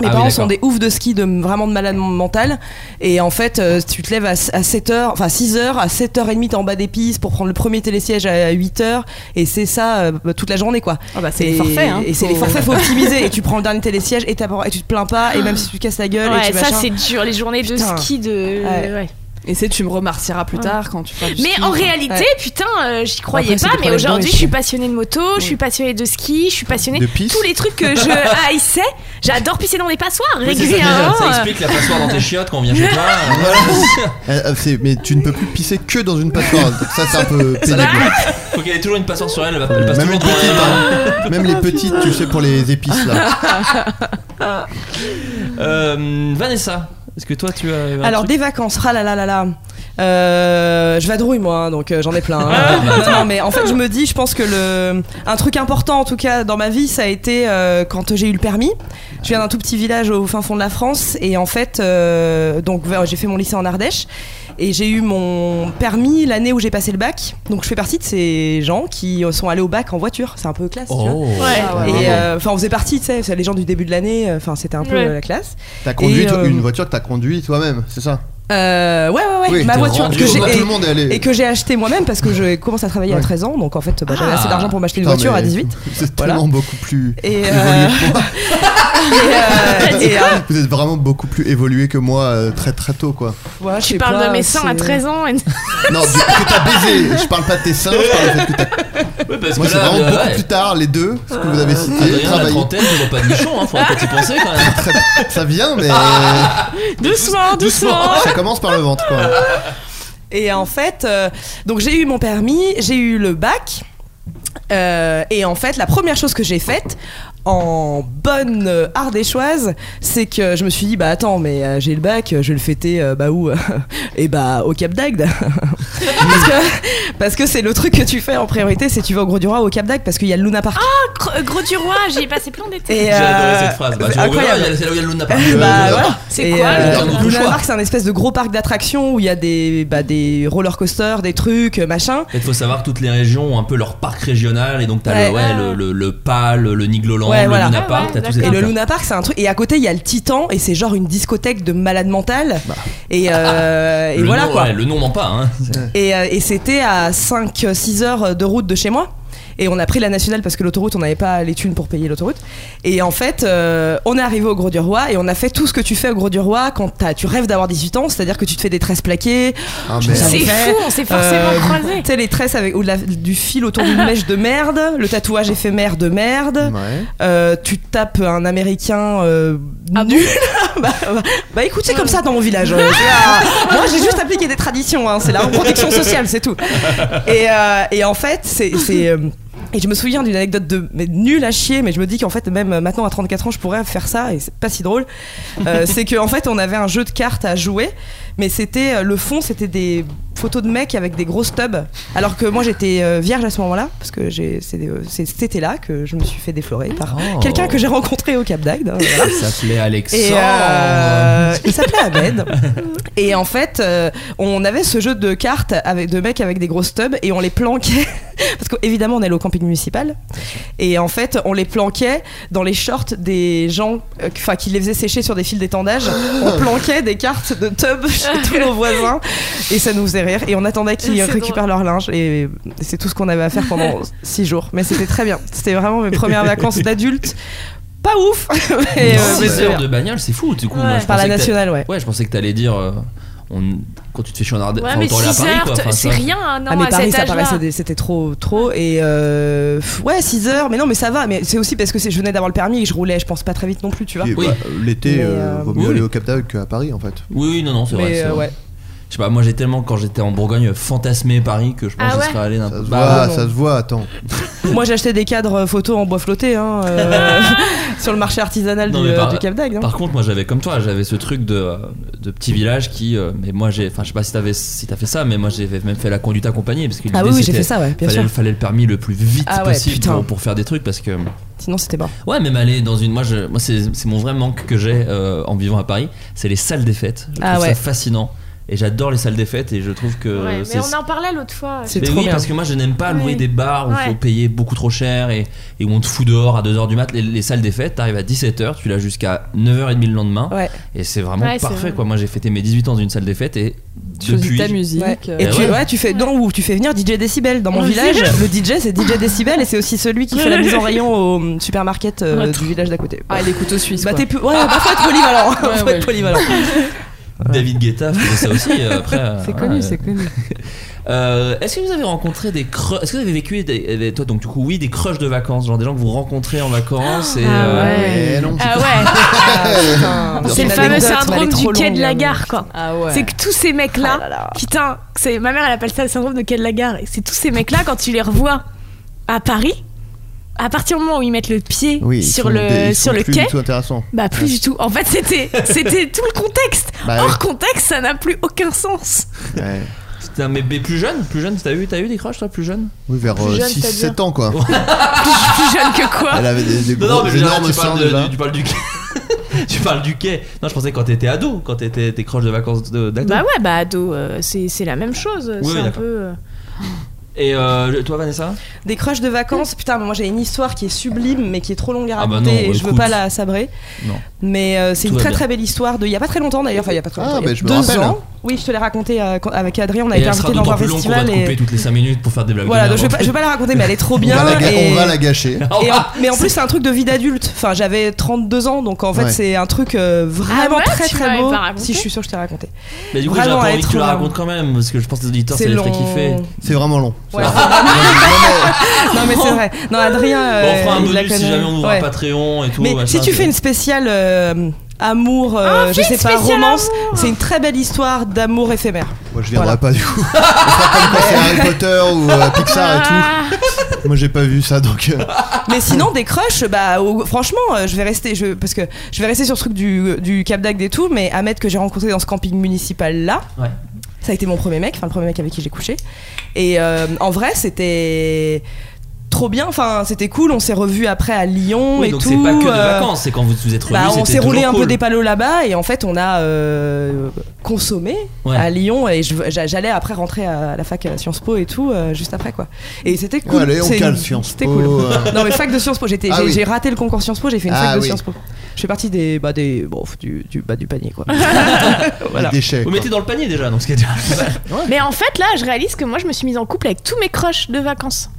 Speaker 12: Mes
Speaker 8: Ah oui,
Speaker 12: parents sont des
Speaker 8: d'accord.
Speaker 12: oufs de ski, de, vraiment de malade mental. Et en fait, euh, tu te lèves à, 7h, enfin 6h, à 7h30, t'es en bas des pistes pour prendre le premier télésiège à 8h. Et c'est ça euh, bah, toute la journée, quoi.
Speaker 11: c'est
Speaker 12: Et-
Speaker 11: les forfaits, hein.
Speaker 12: Et c'est
Speaker 11: Faut-
Speaker 12: les forfaits, faut optimiser. et tu prends le dernier télésiège et, t'as- et tu te plains pas.
Speaker 11: Ah.
Speaker 12: Et même si tu te casses la gueule. et
Speaker 10: Ouais,
Speaker 12: tu
Speaker 10: ça
Speaker 12: machin.
Speaker 10: c'est dur, les journées
Speaker 12: Putain.
Speaker 10: de ski de.
Speaker 12: Ouais.
Speaker 10: ouais.
Speaker 11: Et c'est tu me remercieras plus tard quand tu feras du
Speaker 10: Mais
Speaker 11: ski,
Speaker 10: en
Speaker 11: enfin.
Speaker 10: réalité,
Speaker 11: Ouais.
Speaker 10: putain, euh, j'y croyais
Speaker 11: Après, c'est des
Speaker 10: pas, mais
Speaker 11: problèmes de
Speaker 10: aujourd'hui,
Speaker 11: riches.
Speaker 10: je suis passionnée de moto, je suis passionnée de ski, je suis passionnée
Speaker 8: De pisse.
Speaker 10: tous les trucs que je haïssais. J'adore pisser dans les passoires
Speaker 8: Oui, c'est ça,
Speaker 10: régulièrement.
Speaker 8: Ça
Speaker 10: euh,
Speaker 8: explique la passoire dans tes chiottes quand on vient chez toi. euh, voilà.
Speaker 13: Euh, euh, c'est- mais tu ne peux plus pisser que dans une passoire. Donc ça, c'est un peu pénible.
Speaker 8: Faut qu'elle ait toujours une passoire sur elle, elle, va- elle passe
Speaker 13: Même les
Speaker 8: toujours
Speaker 13: petites,
Speaker 8: devant elle.
Speaker 13: hein. Même les petites, tu sais, pour les épices là.
Speaker 8: Euh, Vanessa, est-ce que toi tu as. un
Speaker 12: Alors
Speaker 8: truc
Speaker 12: des vacances, Ah ralalalala. Euh, je vadrouille moi, hein, donc euh, j'en ai plein.
Speaker 13: Ah.
Speaker 12: hein. non, non, mais en fait, je me dis, je pense que le un truc important en tout cas dans ma vie, ça a été euh, quand j'ai eu le permis. Je viens d'un tout petit village au fin fond de la France et en fait, euh, donc voilà, j'ai fait mon lycée en Ardèche et j'ai eu mon permis l'année où j'ai passé le bac. Donc je fais partie de ces gens qui sont allés au bac en voiture. C'est un peu classe. tu vois.
Speaker 14: Oh. Ouais.
Speaker 12: Et
Speaker 13: Ouais.
Speaker 12: euh, enfin, on faisait partie, tu sais, c'est les gens du début de l'année. euh, Enfin, c'était un peu
Speaker 13: Ouais.
Speaker 12: euh, la classe.
Speaker 13: T'as conduit
Speaker 12: Et,
Speaker 13: toi-
Speaker 12: euh,
Speaker 13: une voiture que t'as conduit toi-même, c'est ça
Speaker 12: euh, ouais, ouais, ouais,
Speaker 13: Oui,
Speaker 12: ma
Speaker 13: t'es
Speaker 12: voiture
Speaker 13: rendu
Speaker 12: que
Speaker 13: au
Speaker 12: j'ai
Speaker 13: bas,
Speaker 12: et,
Speaker 13: tout le monde est allé.
Speaker 12: et que j'ai acheté moi-même parce que je commence à travailler à 13 ans, donc en fait bah, j'avais
Speaker 13: Ah.
Speaker 12: assez d'argent pour m'acheter une
Speaker 13: Putain,
Speaker 12: voiture à
Speaker 13: mais
Speaker 12: 18.
Speaker 13: C'est
Speaker 12: Voilà.
Speaker 13: tellement beaucoup plus
Speaker 12: Et,
Speaker 13: évolué
Speaker 12: euh,
Speaker 13: que moi.
Speaker 12: Et, euh, et, euh,
Speaker 13: Vous êtes vraiment beaucoup plus évolué que moi euh, très très tôt quoi.
Speaker 12: ouais, je
Speaker 10: tu
Speaker 12: sais
Speaker 10: parles
Speaker 12: pas,
Speaker 10: de mes seins à
Speaker 12: c'est-
Speaker 8: euh.
Speaker 10: 13 ans. et-
Speaker 13: Non, du coup que t'as baisé. Je parle pas de tes seins, je parle du fait que t'as.
Speaker 8: Ouais, parce
Speaker 13: moi
Speaker 8: que
Speaker 13: c'est
Speaker 8: là,
Speaker 13: vraiment
Speaker 8: euh,
Speaker 13: beaucoup
Speaker 8: ouais. Ah,
Speaker 13: plus tard les deux, ce que vous avez cité,
Speaker 8: Adrien, la
Speaker 13: travaillé.
Speaker 8: trentaine, tu vois pas de nichon, hein, faut un peu y penser quand même.
Speaker 13: Ça vient mais
Speaker 10: Doucement, doucement.
Speaker 13: ça commence par le ventre quoi.
Speaker 12: Et en fait, euh, donc j'ai eu mon permis, j'ai eu le bac. euh, et en fait, la première chose que j'ai faite en bonne euh, ardéchoise, c'est que je me suis dit bah attends, mais euh, j'ai le bac, euh, je vais le fêter euh, bah où Et bah au Cap d'Agde. parce que parce que c'est le truc que tu fais en priorité, c'est tu vas au Gros du Roi ou au Cap d'Agde parce qu'il y a le Luna Park.
Speaker 10: Ah, Gr- Gros du Roi, j'y ai passé plein d'été.
Speaker 12: Et, euh,
Speaker 8: J'ai adoré cette phrase. Bah,
Speaker 12: c'est
Speaker 8: tu vois,
Speaker 12: incroyable.
Speaker 8: il y a- c'est là où il y a le Luna Park.
Speaker 12: Bah,
Speaker 8: Euh,
Speaker 12: voilà.
Speaker 10: C'est
Speaker 12: Et,
Speaker 10: quoi,
Speaker 12: euh,
Speaker 8: le- le
Speaker 12: Luna
Speaker 8: choix
Speaker 12: Park, c'est un espèce de gros parc d'attractions où il y a des bah, des roller coasters, des trucs, euh, machin.
Speaker 8: Il faut savoir que toutes les régions ont un peu leur parc régional et donc t'as le,
Speaker 12: Ouais.
Speaker 8: ouais, le, le, le PAL, le Nigloland,
Speaker 12: Ouais,
Speaker 8: le
Speaker 12: voilà.
Speaker 8: Luna Park, t'as tous ces
Speaker 12: Et le
Speaker 8: trucs-là.
Speaker 12: Luna Park, c'est un truc. Et à côté, il y a le Titan, et c'est genre une discothèque de malade mental. Et, euh, et
Speaker 8: Bah. Le
Speaker 12: voilà
Speaker 8: nom,
Speaker 12: quoi.
Speaker 8: ouais, le nom ment pas. Hein.
Speaker 12: Et, euh, et c'était à 5-6 heures de route de chez moi. Et on a pris la nationale parce que l'autoroute, on n'avait pas les thunes pour payer l'autoroute. Et en fait, euh, on est arrivé au Gros du Roi et on a fait tout ce que tu fais au Gros du Roi quand t'as- tu rêves d'avoir 18 ans, c'est-à-dire que tu te fais des tresses plaquées.
Speaker 13: Ah,
Speaker 12: je
Speaker 13: merde.
Speaker 12: savais
Speaker 13: C'est
Speaker 12: faire.
Speaker 10: fou, on s'est forcément
Speaker 8: Euh,
Speaker 10: croisés.
Speaker 12: Euh, Tu sais, les tresses avec ou de la- du fil autour d'une mèche de merde, le tatouage éphémère de merde. Euh, tu tapes un américain euh, nul. bah, bah- bah, écoute, c'est comme ça dans mon village. euh, c'est là. Moi, j'ai juste appliqué des traditions. hein, c'est la protection sociale, c'est tout. Et, euh, et en fait, c'est. c'est, euh, et je me souviens d'une anecdote de mais nulle à chier, mais je me dis qu'en fait, même maintenant à 34 ans, je pourrais faire ça et c'est pas si drôle. Euh, c'est qu'en fait, on avait un jeu de cartes à jouer, mais c'était euh, le fond, c'était des photos de mecs avec des grosses tubs. Alors que moi, j'étais euh, vierge à ce moment-là, parce que j'ai- c'est des- euh, c'est cet été-là que je me suis fait déflorer par
Speaker 8: Oh.
Speaker 12: quelqu'un que j'ai rencontré au Cap d'Agde. hein, voilà.
Speaker 8: Ça s'appelait Alexandre.
Speaker 12: Et euh, il s'appelait Ahmed. Et en fait, euh, on avait ce jeu de cartes avec de mecs avec des grosses tubs et on les planquait. Parce qu'évidemment, on allait au camping municipal. Et en fait, on les planquait dans les shorts des gens euh, enfin, qui les faisaient sécher sur des fils d'étendage. On planquait des cartes de tubs chez tous nos voisins. Et ça nous faisait rire. Et on attendait qu'ils
Speaker 10: C'est drôle.
Speaker 12: récupèrent leur linge. Et c'est tout ce qu'on avait à faire pendant six jours. Mais c'était très bien. C'était vraiment mes premières vacances d'adulte. Pas ouf, mais, euh, mais
Speaker 8: 6
Speaker 12: c'est bien.
Speaker 8: heures de bagnole, c'est fou. Du coup,
Speaker 12: Ouais.
Speaker 8: moi, je
Speaker 12: Par la
Speaker 8: pensais que t'a-
Speaker 12: nationale, ouais.
Speaker 8: Ouais, je pensais que t'allais dire. euh, on- Quand tu te fais chier en Ardèche,
Speaker 10: Ouais,
Speaker 8: enfin,
Speaker 10: mais
Speaker 8: autant aller à
Speaker 10: 6
Speaker 8: Paris,
Speaker 10: heures,
Speaker 8: quoi.
Speaker 10: t-
Speaker 8: Enfin,
Speaker 10: c'est
Speaker 8: ça-
Speaker 10: rien, hein, non,
Speaker 12: ah mais
Speaker 10: à
Speaker 12: Paris
Speaker 10: cet
Speaker 12: ça
Speaker 10: âge-là.
Speaker 12: paraissait des- c'était trop trop et euh, pff, ouais 6 heures mais non mais ça va mais c'est aussi parce que c'est- je venais d'avoir le permis et je roulais je pense pas très vite non plus tu vois
Speaker 13: Et, bah, L'été,
Speaker 12: Mais,
Speaker 13: euh,
Speaker 12: euh,
Speaker 13: vaut mieux
Speaker 8: oui.
Speaker 13: aller au Cap d'Agde qu'à Paris en fait.
Speaker 8: Oui, oui, non, non, c'est vrai.
Speaker 12: Mais,
Speaker 8: c'est
Speaker 12: euh,
Speaker 8: vrai.
Speaker 12: ouais.
Speaker 8: Je sais pas, moi j'ai tellement, quand j'étais en Bourgogne, euh, fantasmé Paris que je pense
Speaker 12: Ah
Speaker 8: que
Speaker 12: ouais
Speaker 8: je serais allé d'un
Speaker 13: Ça
Speaker 8: peu
Speaker 13: se
Speaker 8: Bah,
Speaker 13: voit, ça se voit, attends.
Speaker 12: moi j'achetais des cadres euh, photos en bois flotté hein, euh, sur le marché artisanal
Speaker 8: Non,
Speaker 12: du,
Speaker 8: mais
Speaker 12: euh,
Speaker 8: par-
Speaker 12: du Cap d'Agde hein.
Speaker 8: Par contre, moi j'avais comme toi, j'avais ce truc de, euh, de petit village qui. euh, mais moi j'ai. Enfin, je sais pas si t'avais si t'as fait ça, mais moi j'ai même fait la conduite accompagnée. Parce que
Speaker 12: Ah
Speaker 8: l'idée,
Speaker 12: oui, oui, j'ai
Speaker 8: c'était-
Speaker 12: fait ça, ouais, bien
Speaker 8: fallait,
Speaker 12: sûr.
Speaker 8: fallait le permis le plus vite
Speaker 12: Ah ouais,
Speaker 8: possible
Speaker 12: putain.
Speaker 8: pour, pour faire des trucs parce que.
Speaker 12: sinon c'était mort
Speaker 8: Ouais, même aller dans une. Moi, je, moi c'est c'est mon vrai manque que j'ai euh, en vivant à Paris, c'est les salles des fêtes. Je
Speaker 12: Ah
Speaker 8: trouve
Speaker 12: ouais.
Speaker 8: ça fascinant. Et j'adore les salles des fêtes et je trouve que
Speaker 10: Ouais,
Speaker 8: Euh, c'est
Speaker 10: mais on en parlait l'autre fois.
Speaker 8: mais oui, parce que moi je n'aime pas louer
Speaker 10: Oui.
Speaker 8: des bars où il
Speaker 10: Ouais.
Speaker 8: faut payer beaucoup trop cher et, et où on te fout dehors à 2h du mat. Les, les salles des fêtes, t'arrives à 17h, tu l'as jusqu'à 9h30 le lendemain. Et c'est vraiment
Speaker 12: Ouais, c'est
Speaker 8: parfait
Speaker 12: vrai.
Speaker 8: quoi. Moi j'ai fêté mes 18 ans dans une salle des fêtes et depuis.
Speaker 12: Ouais.
Speaker 8: Eh
Speaker 11: euh.
Speaker 12: Et tu,
Speaker 8: ouais.
Speaker 12: ouais, tu fais dans où tu fais venir DJ Décibel dans mon
Speaker 8: Ouais,
Speaker 12: village.
Speaker 8: c'est
Speaker 12: Le DJ c'est DJ Décibel et c'est aussi celui qui fait la mise en rayon au mm, supermarket euh,
Speaker 8: Ouais,
Speaker 12: du village d'à côté.
Speaker 11: Ah, les couteaux suisses.
Speaker 12: Bah
Speaker 11: quoi.
Speaker 12: t'es plus- ouais, bah, faut être polyvalent. Faut être polyvalent.
Speaker 8: David Guetta faisait ça aussi euh, après. euh,
Speaker 11: C'est connu,
Speaker 8: ouais.
Speaker 11: c'est connu.
Speaker 8: Euh, Est-ce que vous avez rencontré des cru- Est-ce que vous avez vécu des, des- toi donc du coup oui des crushs de vacances genre des gens que vous rencontrez en
Speaker 12: Ah,
Speaker 8: vacances et
Speaker 13: Eh
Speaker 8: euh,
Speaker 10: Ah ouais.
Speaker 8: putain.
Speaker 10: c'est le
Speaker 8: Cette
Speaker 10: fameux
Speaker 8: anecdote, elle
Speaker 10: syndrome
Speaker 8: est
Speaker 10: du
Speaker 8: trop
Speaker 10: quai de
Speaker 8: longue,
Speaker 10: la
Speaker 8: hein,
Speaker 10: gare, quoi. C'est que tous ces mecs-là, putain, c'est ma mère, elle appelle ça le syndrome de quai de la gare. Et c'est tous ces mecs-là quand tu les revois à Paris. À partir du moment où ils mettent le pied
Speaker 13: Oui, ils
Speaker 10: sur
Speaker 13: sont
Speaker 10: le
Speaker 13: des- ils
Speaker 10: sur
Speaker 13: sont
Speaker 10: le
Speaker 13: plus
Speaker 10: quai,
Speaker 13: du tout intéressants.
Speaker 10: bah plus
Speaker 13: Ouais. Ah
Speaker 10: du tout. En fait, c'était c'était tout le contexte.
Speaker 8: Bah
Speaker 10: Hors
Speaker 8: oui.
Speaker 10: contexte, ça n'a plus aucun sens.
Speaker 8: Putain, mais, mais plus jeune plus jeune t'as eu t'as eu des crushs toi plus jeune
Speaker 13: Oui, vers
Speaker 8: Plus jeune,
Speaker 13: 6-7
Speaker 8: c'est-à-dire
Speaker 13: ans, quoi.
Speaker 10: plus jeune que quoi
Speaker 13: Elle avait des, des
Speaker 8: non,
Speaker 13: gros,
Speaker 8: non, mais je veux dire,
Speaker 13: énormes
Speaker 8: tu parles,
Speaker 13: seins
Speaker 8: de-
Speaker 13: déjà.
Speaker 8: du, tu parles du quai. tu parles du quai. Non, je pensais quand t'étais ado, quand t'étais tes croches de vacances de- d'ado.
Speaker 10: Bah ouais, bah ado, euh, c'est c'est la même chose.
Speaker 8: Ah, Oui,
Speaker 10: c'est un
Speaker 8: d'accord.
Speaker 10: peu. euh,
Speaker 8: Et euh, toi, Vanessa
Speaker 12: Des crushs de vacances. Putain, mais moi j'ai une histoire qui est sublime mais qui est trop longue à
Speaker 8: Ah bah
Speaker 12: raconter
Speaker 8: non,
Speaker 12: et je veux
Speaker 8: écoute.
Speaker 12: pas la sabrer.
Speaker 8: Non.
Speaker 12: Mais euh, c'est une
Speaker 8: Tout va
Speaker 12: très
Speaker 8: bien.
Speaker 12: très belle histoire de il y a pas très longtemps d'ailleurs, enfin il y a pas très
Speaker 13: Ah,
Speaker 12: longtemps, il y a
Speaker 13: bah, je me
Speaker 12: deux
Speaker 13: rappelle.
Speaker 12: ans. Oui, je te l'ai raconté euh, quand- avec Adrien, on
Speaker 8: Et
Speaker 12: avait été
Speaker 8: elle sera
Speaker 12: invité dans
Speaker 8: d'autant
Speaker 12: un
Speaker 8: plus longue qu'on va
Speaker 12: festival
Speaker 8: te couper
Speaker 12: et
Speaker 8: toutes les 5 minutes pour faire des blagues.
Speaker 12: voilà,
Speaker 8: de
Speaker 12: donc je vais,
Speaker 8: merde.
Speaker 12: pas, je vais pas la raconter, mais elle est trop
Speaker 8: On
Speaker 12: bien.
Speaker 8: va la ga-
Speaker 12: et-
Speaker 8: on va la gâcher.
Speaker 12: Et en- mais en plus, c'est un truc de vie d'adulte. Enfin, j'avais 32 ans, donc en fait,
Speaker 8: Ouais.
Speaker 12: c'est un truc euh, vraiment
Speaker 10: Ah ouais,
Speaker 12: très
Speaker 10: tu
Speaker 12: très
Speaker 10: m'avais
Speaker 12: beau.
Speaker 10: pas raconté.
Speaker 12: Si je suis sûre que je t'ai raconté.
Speaker 8: Mais du coup, j'ai
Speaker 12: Vraiment,
Speaker 8: pas
Speaker 12: elle est
Speaker 8: envie que tu
Speaker 12: trop
Speaker 8: la
Speaker 12: bien.
Speaker 8: racontes quand même, parce que je pense que les auditeurs, ça
Speaker 12: C'est
Speaker 8: les ferait
Speaker 12: long.
Speaker 8: kiffer.
Speaker 13: C'est vraiment long.
Speaker 12: Ouais, non mais c'est vrai. Non, Adrien.
Speaker 8: Bon, on fera un
Speaker 12: euh, il la
Speaker 8: bonus si
Speaker 12: connaît.
Speaker 8: jamais on ouvre
Speaker 12: Ouais.
Speaker 8: un Patreon et tout.
Speaker 12: Mais
Speaker 8: machin,
Speaker 12: si tu
Speaker 8: c'est-
Speaker 12: fais une spéciale euh, amour, euh, je sais pas,
Speaker 13: spécial
Speaker 12: romance, c'est une très belle histoire d'amour éphémère.
Speaker 13: Moi, je viendrai pas du coup. On fera comme quand c'est Harry Potter ou euh, Pixar et tout. Moi, j'ai pas vu ça, donc. euh,
Speaker 12: Mais sinon, des crushs, bah au- franchement, euh, je vais rester, je, parce que je vais rester sur ce truc du, du Cap d'Agde et tout, mais Ahmed que j'ai rencontré dans ce camping municipal là.
Speaker 8: Ouais.
Speaker 12: Ça a été mon premier mec, enfin le premier mec avec qui j'ai couché. Et euh, en vrai, c'était trop bien, enfin c'était cool, on s'est revus après à Lyon
Speaker 8: Oui,
Speaker 12: et
Speaker 8: donc
Speaker 12: tout.
Speaker 8: c'est pas que de
Speaker 12: euh,
Speaker 8: vacances, c'est quand vous vous êtes
Speaker 12: bah,
Speaker 8: remis,
Speaker 12: on
Speaker 8: c'était
Speaker 12: s'est roulé
Speaker 8: toujours
Speaker 12: un peu
Speaker 8: cool.
Speaker 12: des palos là-bas et en fait on a euh, consommé
Speaker 8: Ouais.
Speaker 12: à Lyon et je- j'a- j'allais après rentrer à la fac à Sciences Po et tout euh, juste après quoi et c'était cool
Speaker 13: allez, on
Speaker 12: C'est-
Speaker 13: cale Sciences
Speaker 12: c'était
Speaker 13: Po,
Speaker 12: cool
Speaker 13: euh.
Speaker 12: non mais fac de Sciences Po j'étais
Speaker 13: Ah
Speaker 12: j'ai
Speaker 13: oui.
Speaker 12: j'ai raté le concours Sciences Po j'ai fait une
Speaker 13: Ah
Speaker 12: fac de
Speaker 13: oui.
Speaker 12: Sciences Po je fais partie des bah des bon du, du bas du panier quoi
Speaker 13: Les déchets.
Speaker 8: Vous mettez dans le panier déjà, donc ce qui est déjà.
Speaker 10: Mais en fait, là, je réalise que moi, je me suis mise en couple avec tous mes crushs de vacances.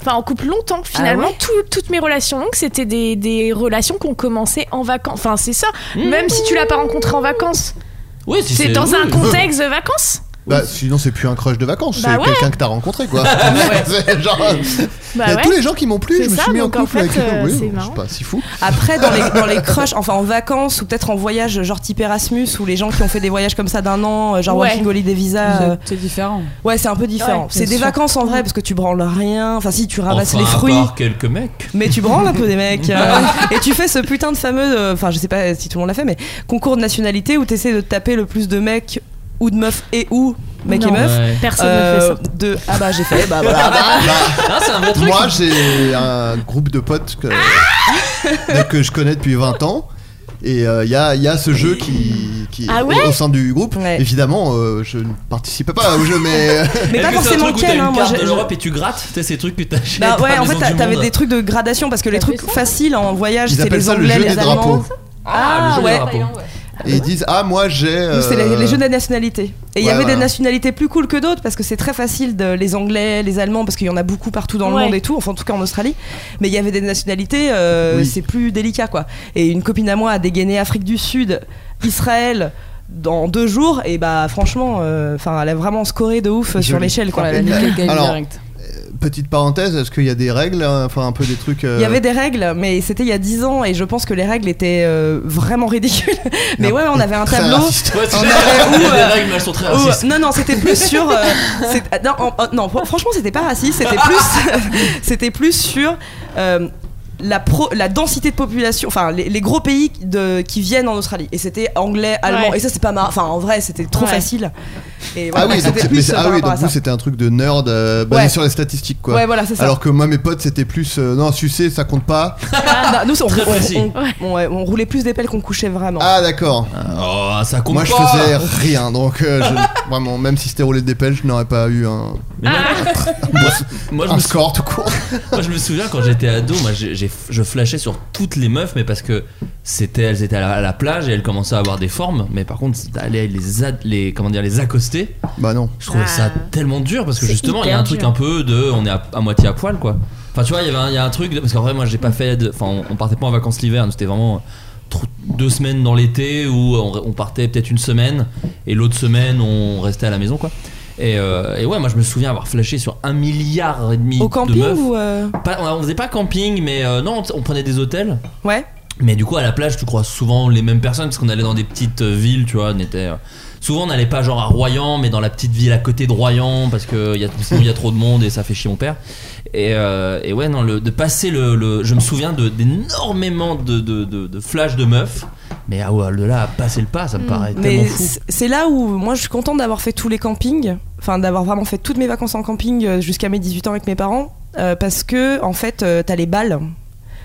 Speaker 10: Enfin, en couple longtemps, finalement.
Speaker 12: Ah ouais
Speaker 10: Tout- toutes mes relations longues, c'était des, des relations qu'on commençait en vacances. Enfin, c'est ça. Même si tu l'as pas rencontré en vacances.
Speaker 8: Oui,
Speaker 13: si
Speaker 10: c'est
Speaker 13: c'est-
Speaker 10: dans un
Speaker 13: oui.
Speaker 10: contexte de vacances.
Speaker 13: Bah, sinon, c'est plus un crush de vacances,
Speaker 10: Bah
Speaker 13: c'est
Speaker 10: ouais.
Speaker 13: quelqu'un que t'as rencontré, quoi. C'est genre.
Speaker 10: Bah
Speaker 13: Il y a
Speaker 10: ouais.
Speaker 13: tous les gens qui m'ont plu,
Speaker 10: C'est
Speaker 13: je me
Speaker 10: ça,
Speaker 13: suis mis en
Speaker 10: donc en
Speaker 13: couple
Speaker 10: fait,
Speaker 13: avec
Speaker 10: euh,
Speaker 13: eux. Oui,
Speaker 10: c'est
Speaker 13: je
Speaker 10: marrant.
Speaker 13: sais pas, si fou.
Speaker 12: Après, dans les, dans les crushs, enfin en vacances ou peut-être en voyage, genre type Erasmus, ou les gens qui ont fait des voyages comme ça d'un an, euh, genre
Speaker 11: Ouais.
Speaker 12: Working Holiday Visa.
Speaker 11: C'est-
Speaker 12: euh,
Speaker 11: C'est différent.
Speaker 12: Ouais, c'est un peu différent.
Speaker 11: Ouais,
Speaker 12: c'est
Speaker 11: bien
Speaker 12: des
Speaker 11: sûr.
Speaker 12: vacances en vrai parce que tu branles rien. Enfin, si tu ramasses Ah, bah,
Speaker 8: Enfin,
Speaker 12: les
Speaker 8: à
Speaker 12: fruits.
Speaker 8: part quelques mecs.
Speaker 12: Mais tu branles un peu des mecs. euh, et tu fais ce putain de fameux. euh, Enfin, je sais pas si tout le monde l'a fait, mais concours de nationalité où t'essaies de te taper le plus de mecs ou de meufs et ou mecs
Speaker 10: Non.
Speaker 12: et meufs.
Speaker 8: Ouais.
Speaker 10: Personne ne fait
Speaker 13: Euh,
Speaker 10: ça.
Speaker 12: De, ah bah j'ai fait. Bah voilà.
Speaker 8: Ah, c'est un vrai truc.
Speaker 13: Bah, Moi, j'ai un groupe de potes que,
Speaker 12: Ah
Speaker 13: donc, que je connais depuis 20 ans. Et euh, il y, a, y a ce jeu qui, qui
Speaker 12: Ah
Speaker 13: au-
Speaker 12: ouais
Speaker 13: au, sein du groupe.
Speaker 12: Ouais.
Speaker 13: Évidemment, euh, je ne participais pas au jeu, mais. euh,
Speaker 12: Mais
Speaker 8: Est-ce
Speaker 12: pas
Speaker 8: que c'est
Speaker 12: forcément
Speaker 8: un truc où t'as
Speaker 12: lequel, hein,
Speaker 8: une
Speaker 12: moi,
Speaker 8: carte de
Speaker 12: j'ai-
Speaker 8: l'Europe et tu grattes, tu sais, ces trucs que t'achètes.
Speaker 12: Bah ouais,
Speaker 8: à
Speaker 12: en
Speaker 8: Maison
Speaker 12: fait, t'a-
Speaker 8: du
Speaker 12: t'avais
Speaker 8: Monde.
Speaker 12: des trucs de gradation parce que les trucs faciles en voyage,
Speaker 13: Ils
Speaker 12: c'est
Speaker 13: appellent
Speaker 12: les
Speaker 13: ça le
Speaker 12: Anglais,
Speaker 13: jeu
Speaker 12: les
Speaker 13: des
Speaker 12: Allemands.
Speaker 13: drapeaux.
Speaker 12: Ah, ouais.
Speaker 13: Et ils disent Ah, moi j'ai.
Speaker 12: Nous, c'est les,
Speaker 13: euh,
Speaker 12: les jeux de la nationalité. Et il y
Speaker 13: ouais,
Speaker 12: avait des
Speaker 13: voilà.
Speaker 12: nationalités plus cool que d'autres parce que c'est très facile de les Anglais, les Allemands, parce qu'il y en a beaucoup partout dans le
Speaker 10: Ouais.
Speaker 12: monde et tout, enfin en tout cas en Australie. Mais il y avait des nationalités, euh,
Speaker 13: Oui.
Speaker 12: c'est plus délicat quoi. Et une copine à moi a dégainé Afrique du Sud, Israël dans deux jours et bah franchement, enfin elle a vraiment scoré de ouf euh, sur
Speaker 13: Joli.
Speaker 12: l'échelle quoi.
Speaker 13: Alors, euh, petite parenthèse, est-ce qu'il y a des règles hein, Enfin, un peu des trucs. euh,
Speaker 12: Il y avait des règles, mais c'était il y a 10 ans et je pense que les règles étaient euh, vraiment ridicules. Mais ouais, on avait un
Speaker 13: Très
Speaker 12: tableau.
Speaker 13: raciste.
Speaker 8: Ouais, c'est
Speaker 12: On
Speaker 8: vrai.
Speaker 12: avait où,
Speaker 8: Il y a des
Speaker 12: euh,
Speaker 8: règles, mais elles sont très
Speaker 12: où-
Speaker 8: racistes.
Speaker 12: Non, non, c'était plus sur. euh, c'est- ah, non, en- en- non, fr- franchement, c'était pas raciste. C'était plus, c'était plus sur. euh, la, pro- la densité de population, enfin les, les gros pays de- qui viennent en Australie. Et c'était anglais, allemand.
Speaker 10: Ouais.
Speaker 12: Et ça, c'est pas marrant. Enfin, en vrai, c'était trop
Speaker 10: Ouais.
Speaker 12: facile. Et voilà,
Speaker 13: ah oui, donc,
Speaker 12: c'était
Speaker 13: mais
Speaker 12: plus,
Speaker 13: c'est-
Speaker 12: euh,
Speaker 13: ah
Speaker 12: par
Speaker 13: oui,
Speaker 12: rapport à
Speaker 13: donc vous
Speaker 12: ça.
Speaker 13: c'était un truc de nerd euh, basé
Speaker 12: Ouais.
Speaker 13: sur les statistiques quoi.
Speaker 12: Ouais, voilà, c'est ça.
Speaker 13: Alors que moi mes potes c'était plus euh, non sucer ça compte pas.
Speaker 12: Ah, non, nous, on,
Speaker 13: Très
Speaker 12: on-
Speaker 13: précis.
Speaker 12: on- on- ouais, on roulait plus des pelles qu'on couchait vraiment.
Speaker 13: Ah d'accord.
Speaker 8: Oh ça compte
Speaker 13: Moi
Speaker 8: pas.
Speaker 13: je faisais rien donc euh, je- vraiment même si c'était roulé des pelles je n'aurais pas eu un.
Speaker 12: Ah.
Speaker 8: Moi, je
Speaker 13: un
Speaker 8: me
Speaker 13: score tout court.
Speaker 8: Moi, je me souviens quand j'étais ado, moi, j'ai- j'ai- je flashais sur toutes les meufs, mais parce que c'était, elles étaient à la, à la plage et elles commençaient à avoir des formes. Mais par contre, d'aller les, ad- les, comment dire, les accoster,
Speaker 13: bah non.
Speaker 8: Je trouvais ça tellement dur parce que
Speaker 13: C'est
Speaker 8: justement, il y
Speaker 13: hyper
Speaker 8: a un truc
Speaker 13: dur.
Speaker 8: un peu de, on est à, à moitié à poil, quoi. Enfin, tu vois, il y avait, un- il y a un truc de- parce qu'en vrai, moi, j'ai pas fait, de- enfin, on, on partait pas en vacances l'hiver, nous, c'était vraiment. euh, tr- Deux semaines dans l'été où on, on partait peut-être une semaine et l'autre semaine on restait à la maison quoi. Et, euh, et ouais, moi je me souviens avoir flashé sur un milliard et demi
Speaker 12: Au
Speaker 8: de
Speaker 12: camping
Speaker 8: meufs.
Speaker 12: ou. euh,
Speaker 8: Pas- on, on faisait pas camping, mais euh, non, on prenait des hôtels.
Speaker 12: Ouais.
Speaker 8: Mais du coup, à la plage, tu crois souvent les mêmes personnes parce qu'on allait dans des petites euh, villes, tu vois. On était, euh, souvent, on n'allait pas genre à Royan, mais dans la petite ville à côté de Royan parce que y a, sinon il y a trop de monde et ça fait chier mon père. Et, euh, et ouais, non, le, de passer le, le- Je me souviens de- d'énormément de, de, de, de flashs de meufs, mais ah ouais, de là à passer le pas, ça me paraît tellement
Speaker 12: Mm, Mais
Speaker 8: fou.
Speaker 12: c'est- c'est là où moi je suis contente d'avoir fait tous les campings, enfin d'avoir vraiment fait toutes mes vacances en camping euh, jusqu'à mes 18 ans avec mes parents, euh, parce que en fait euh, t'as les balles.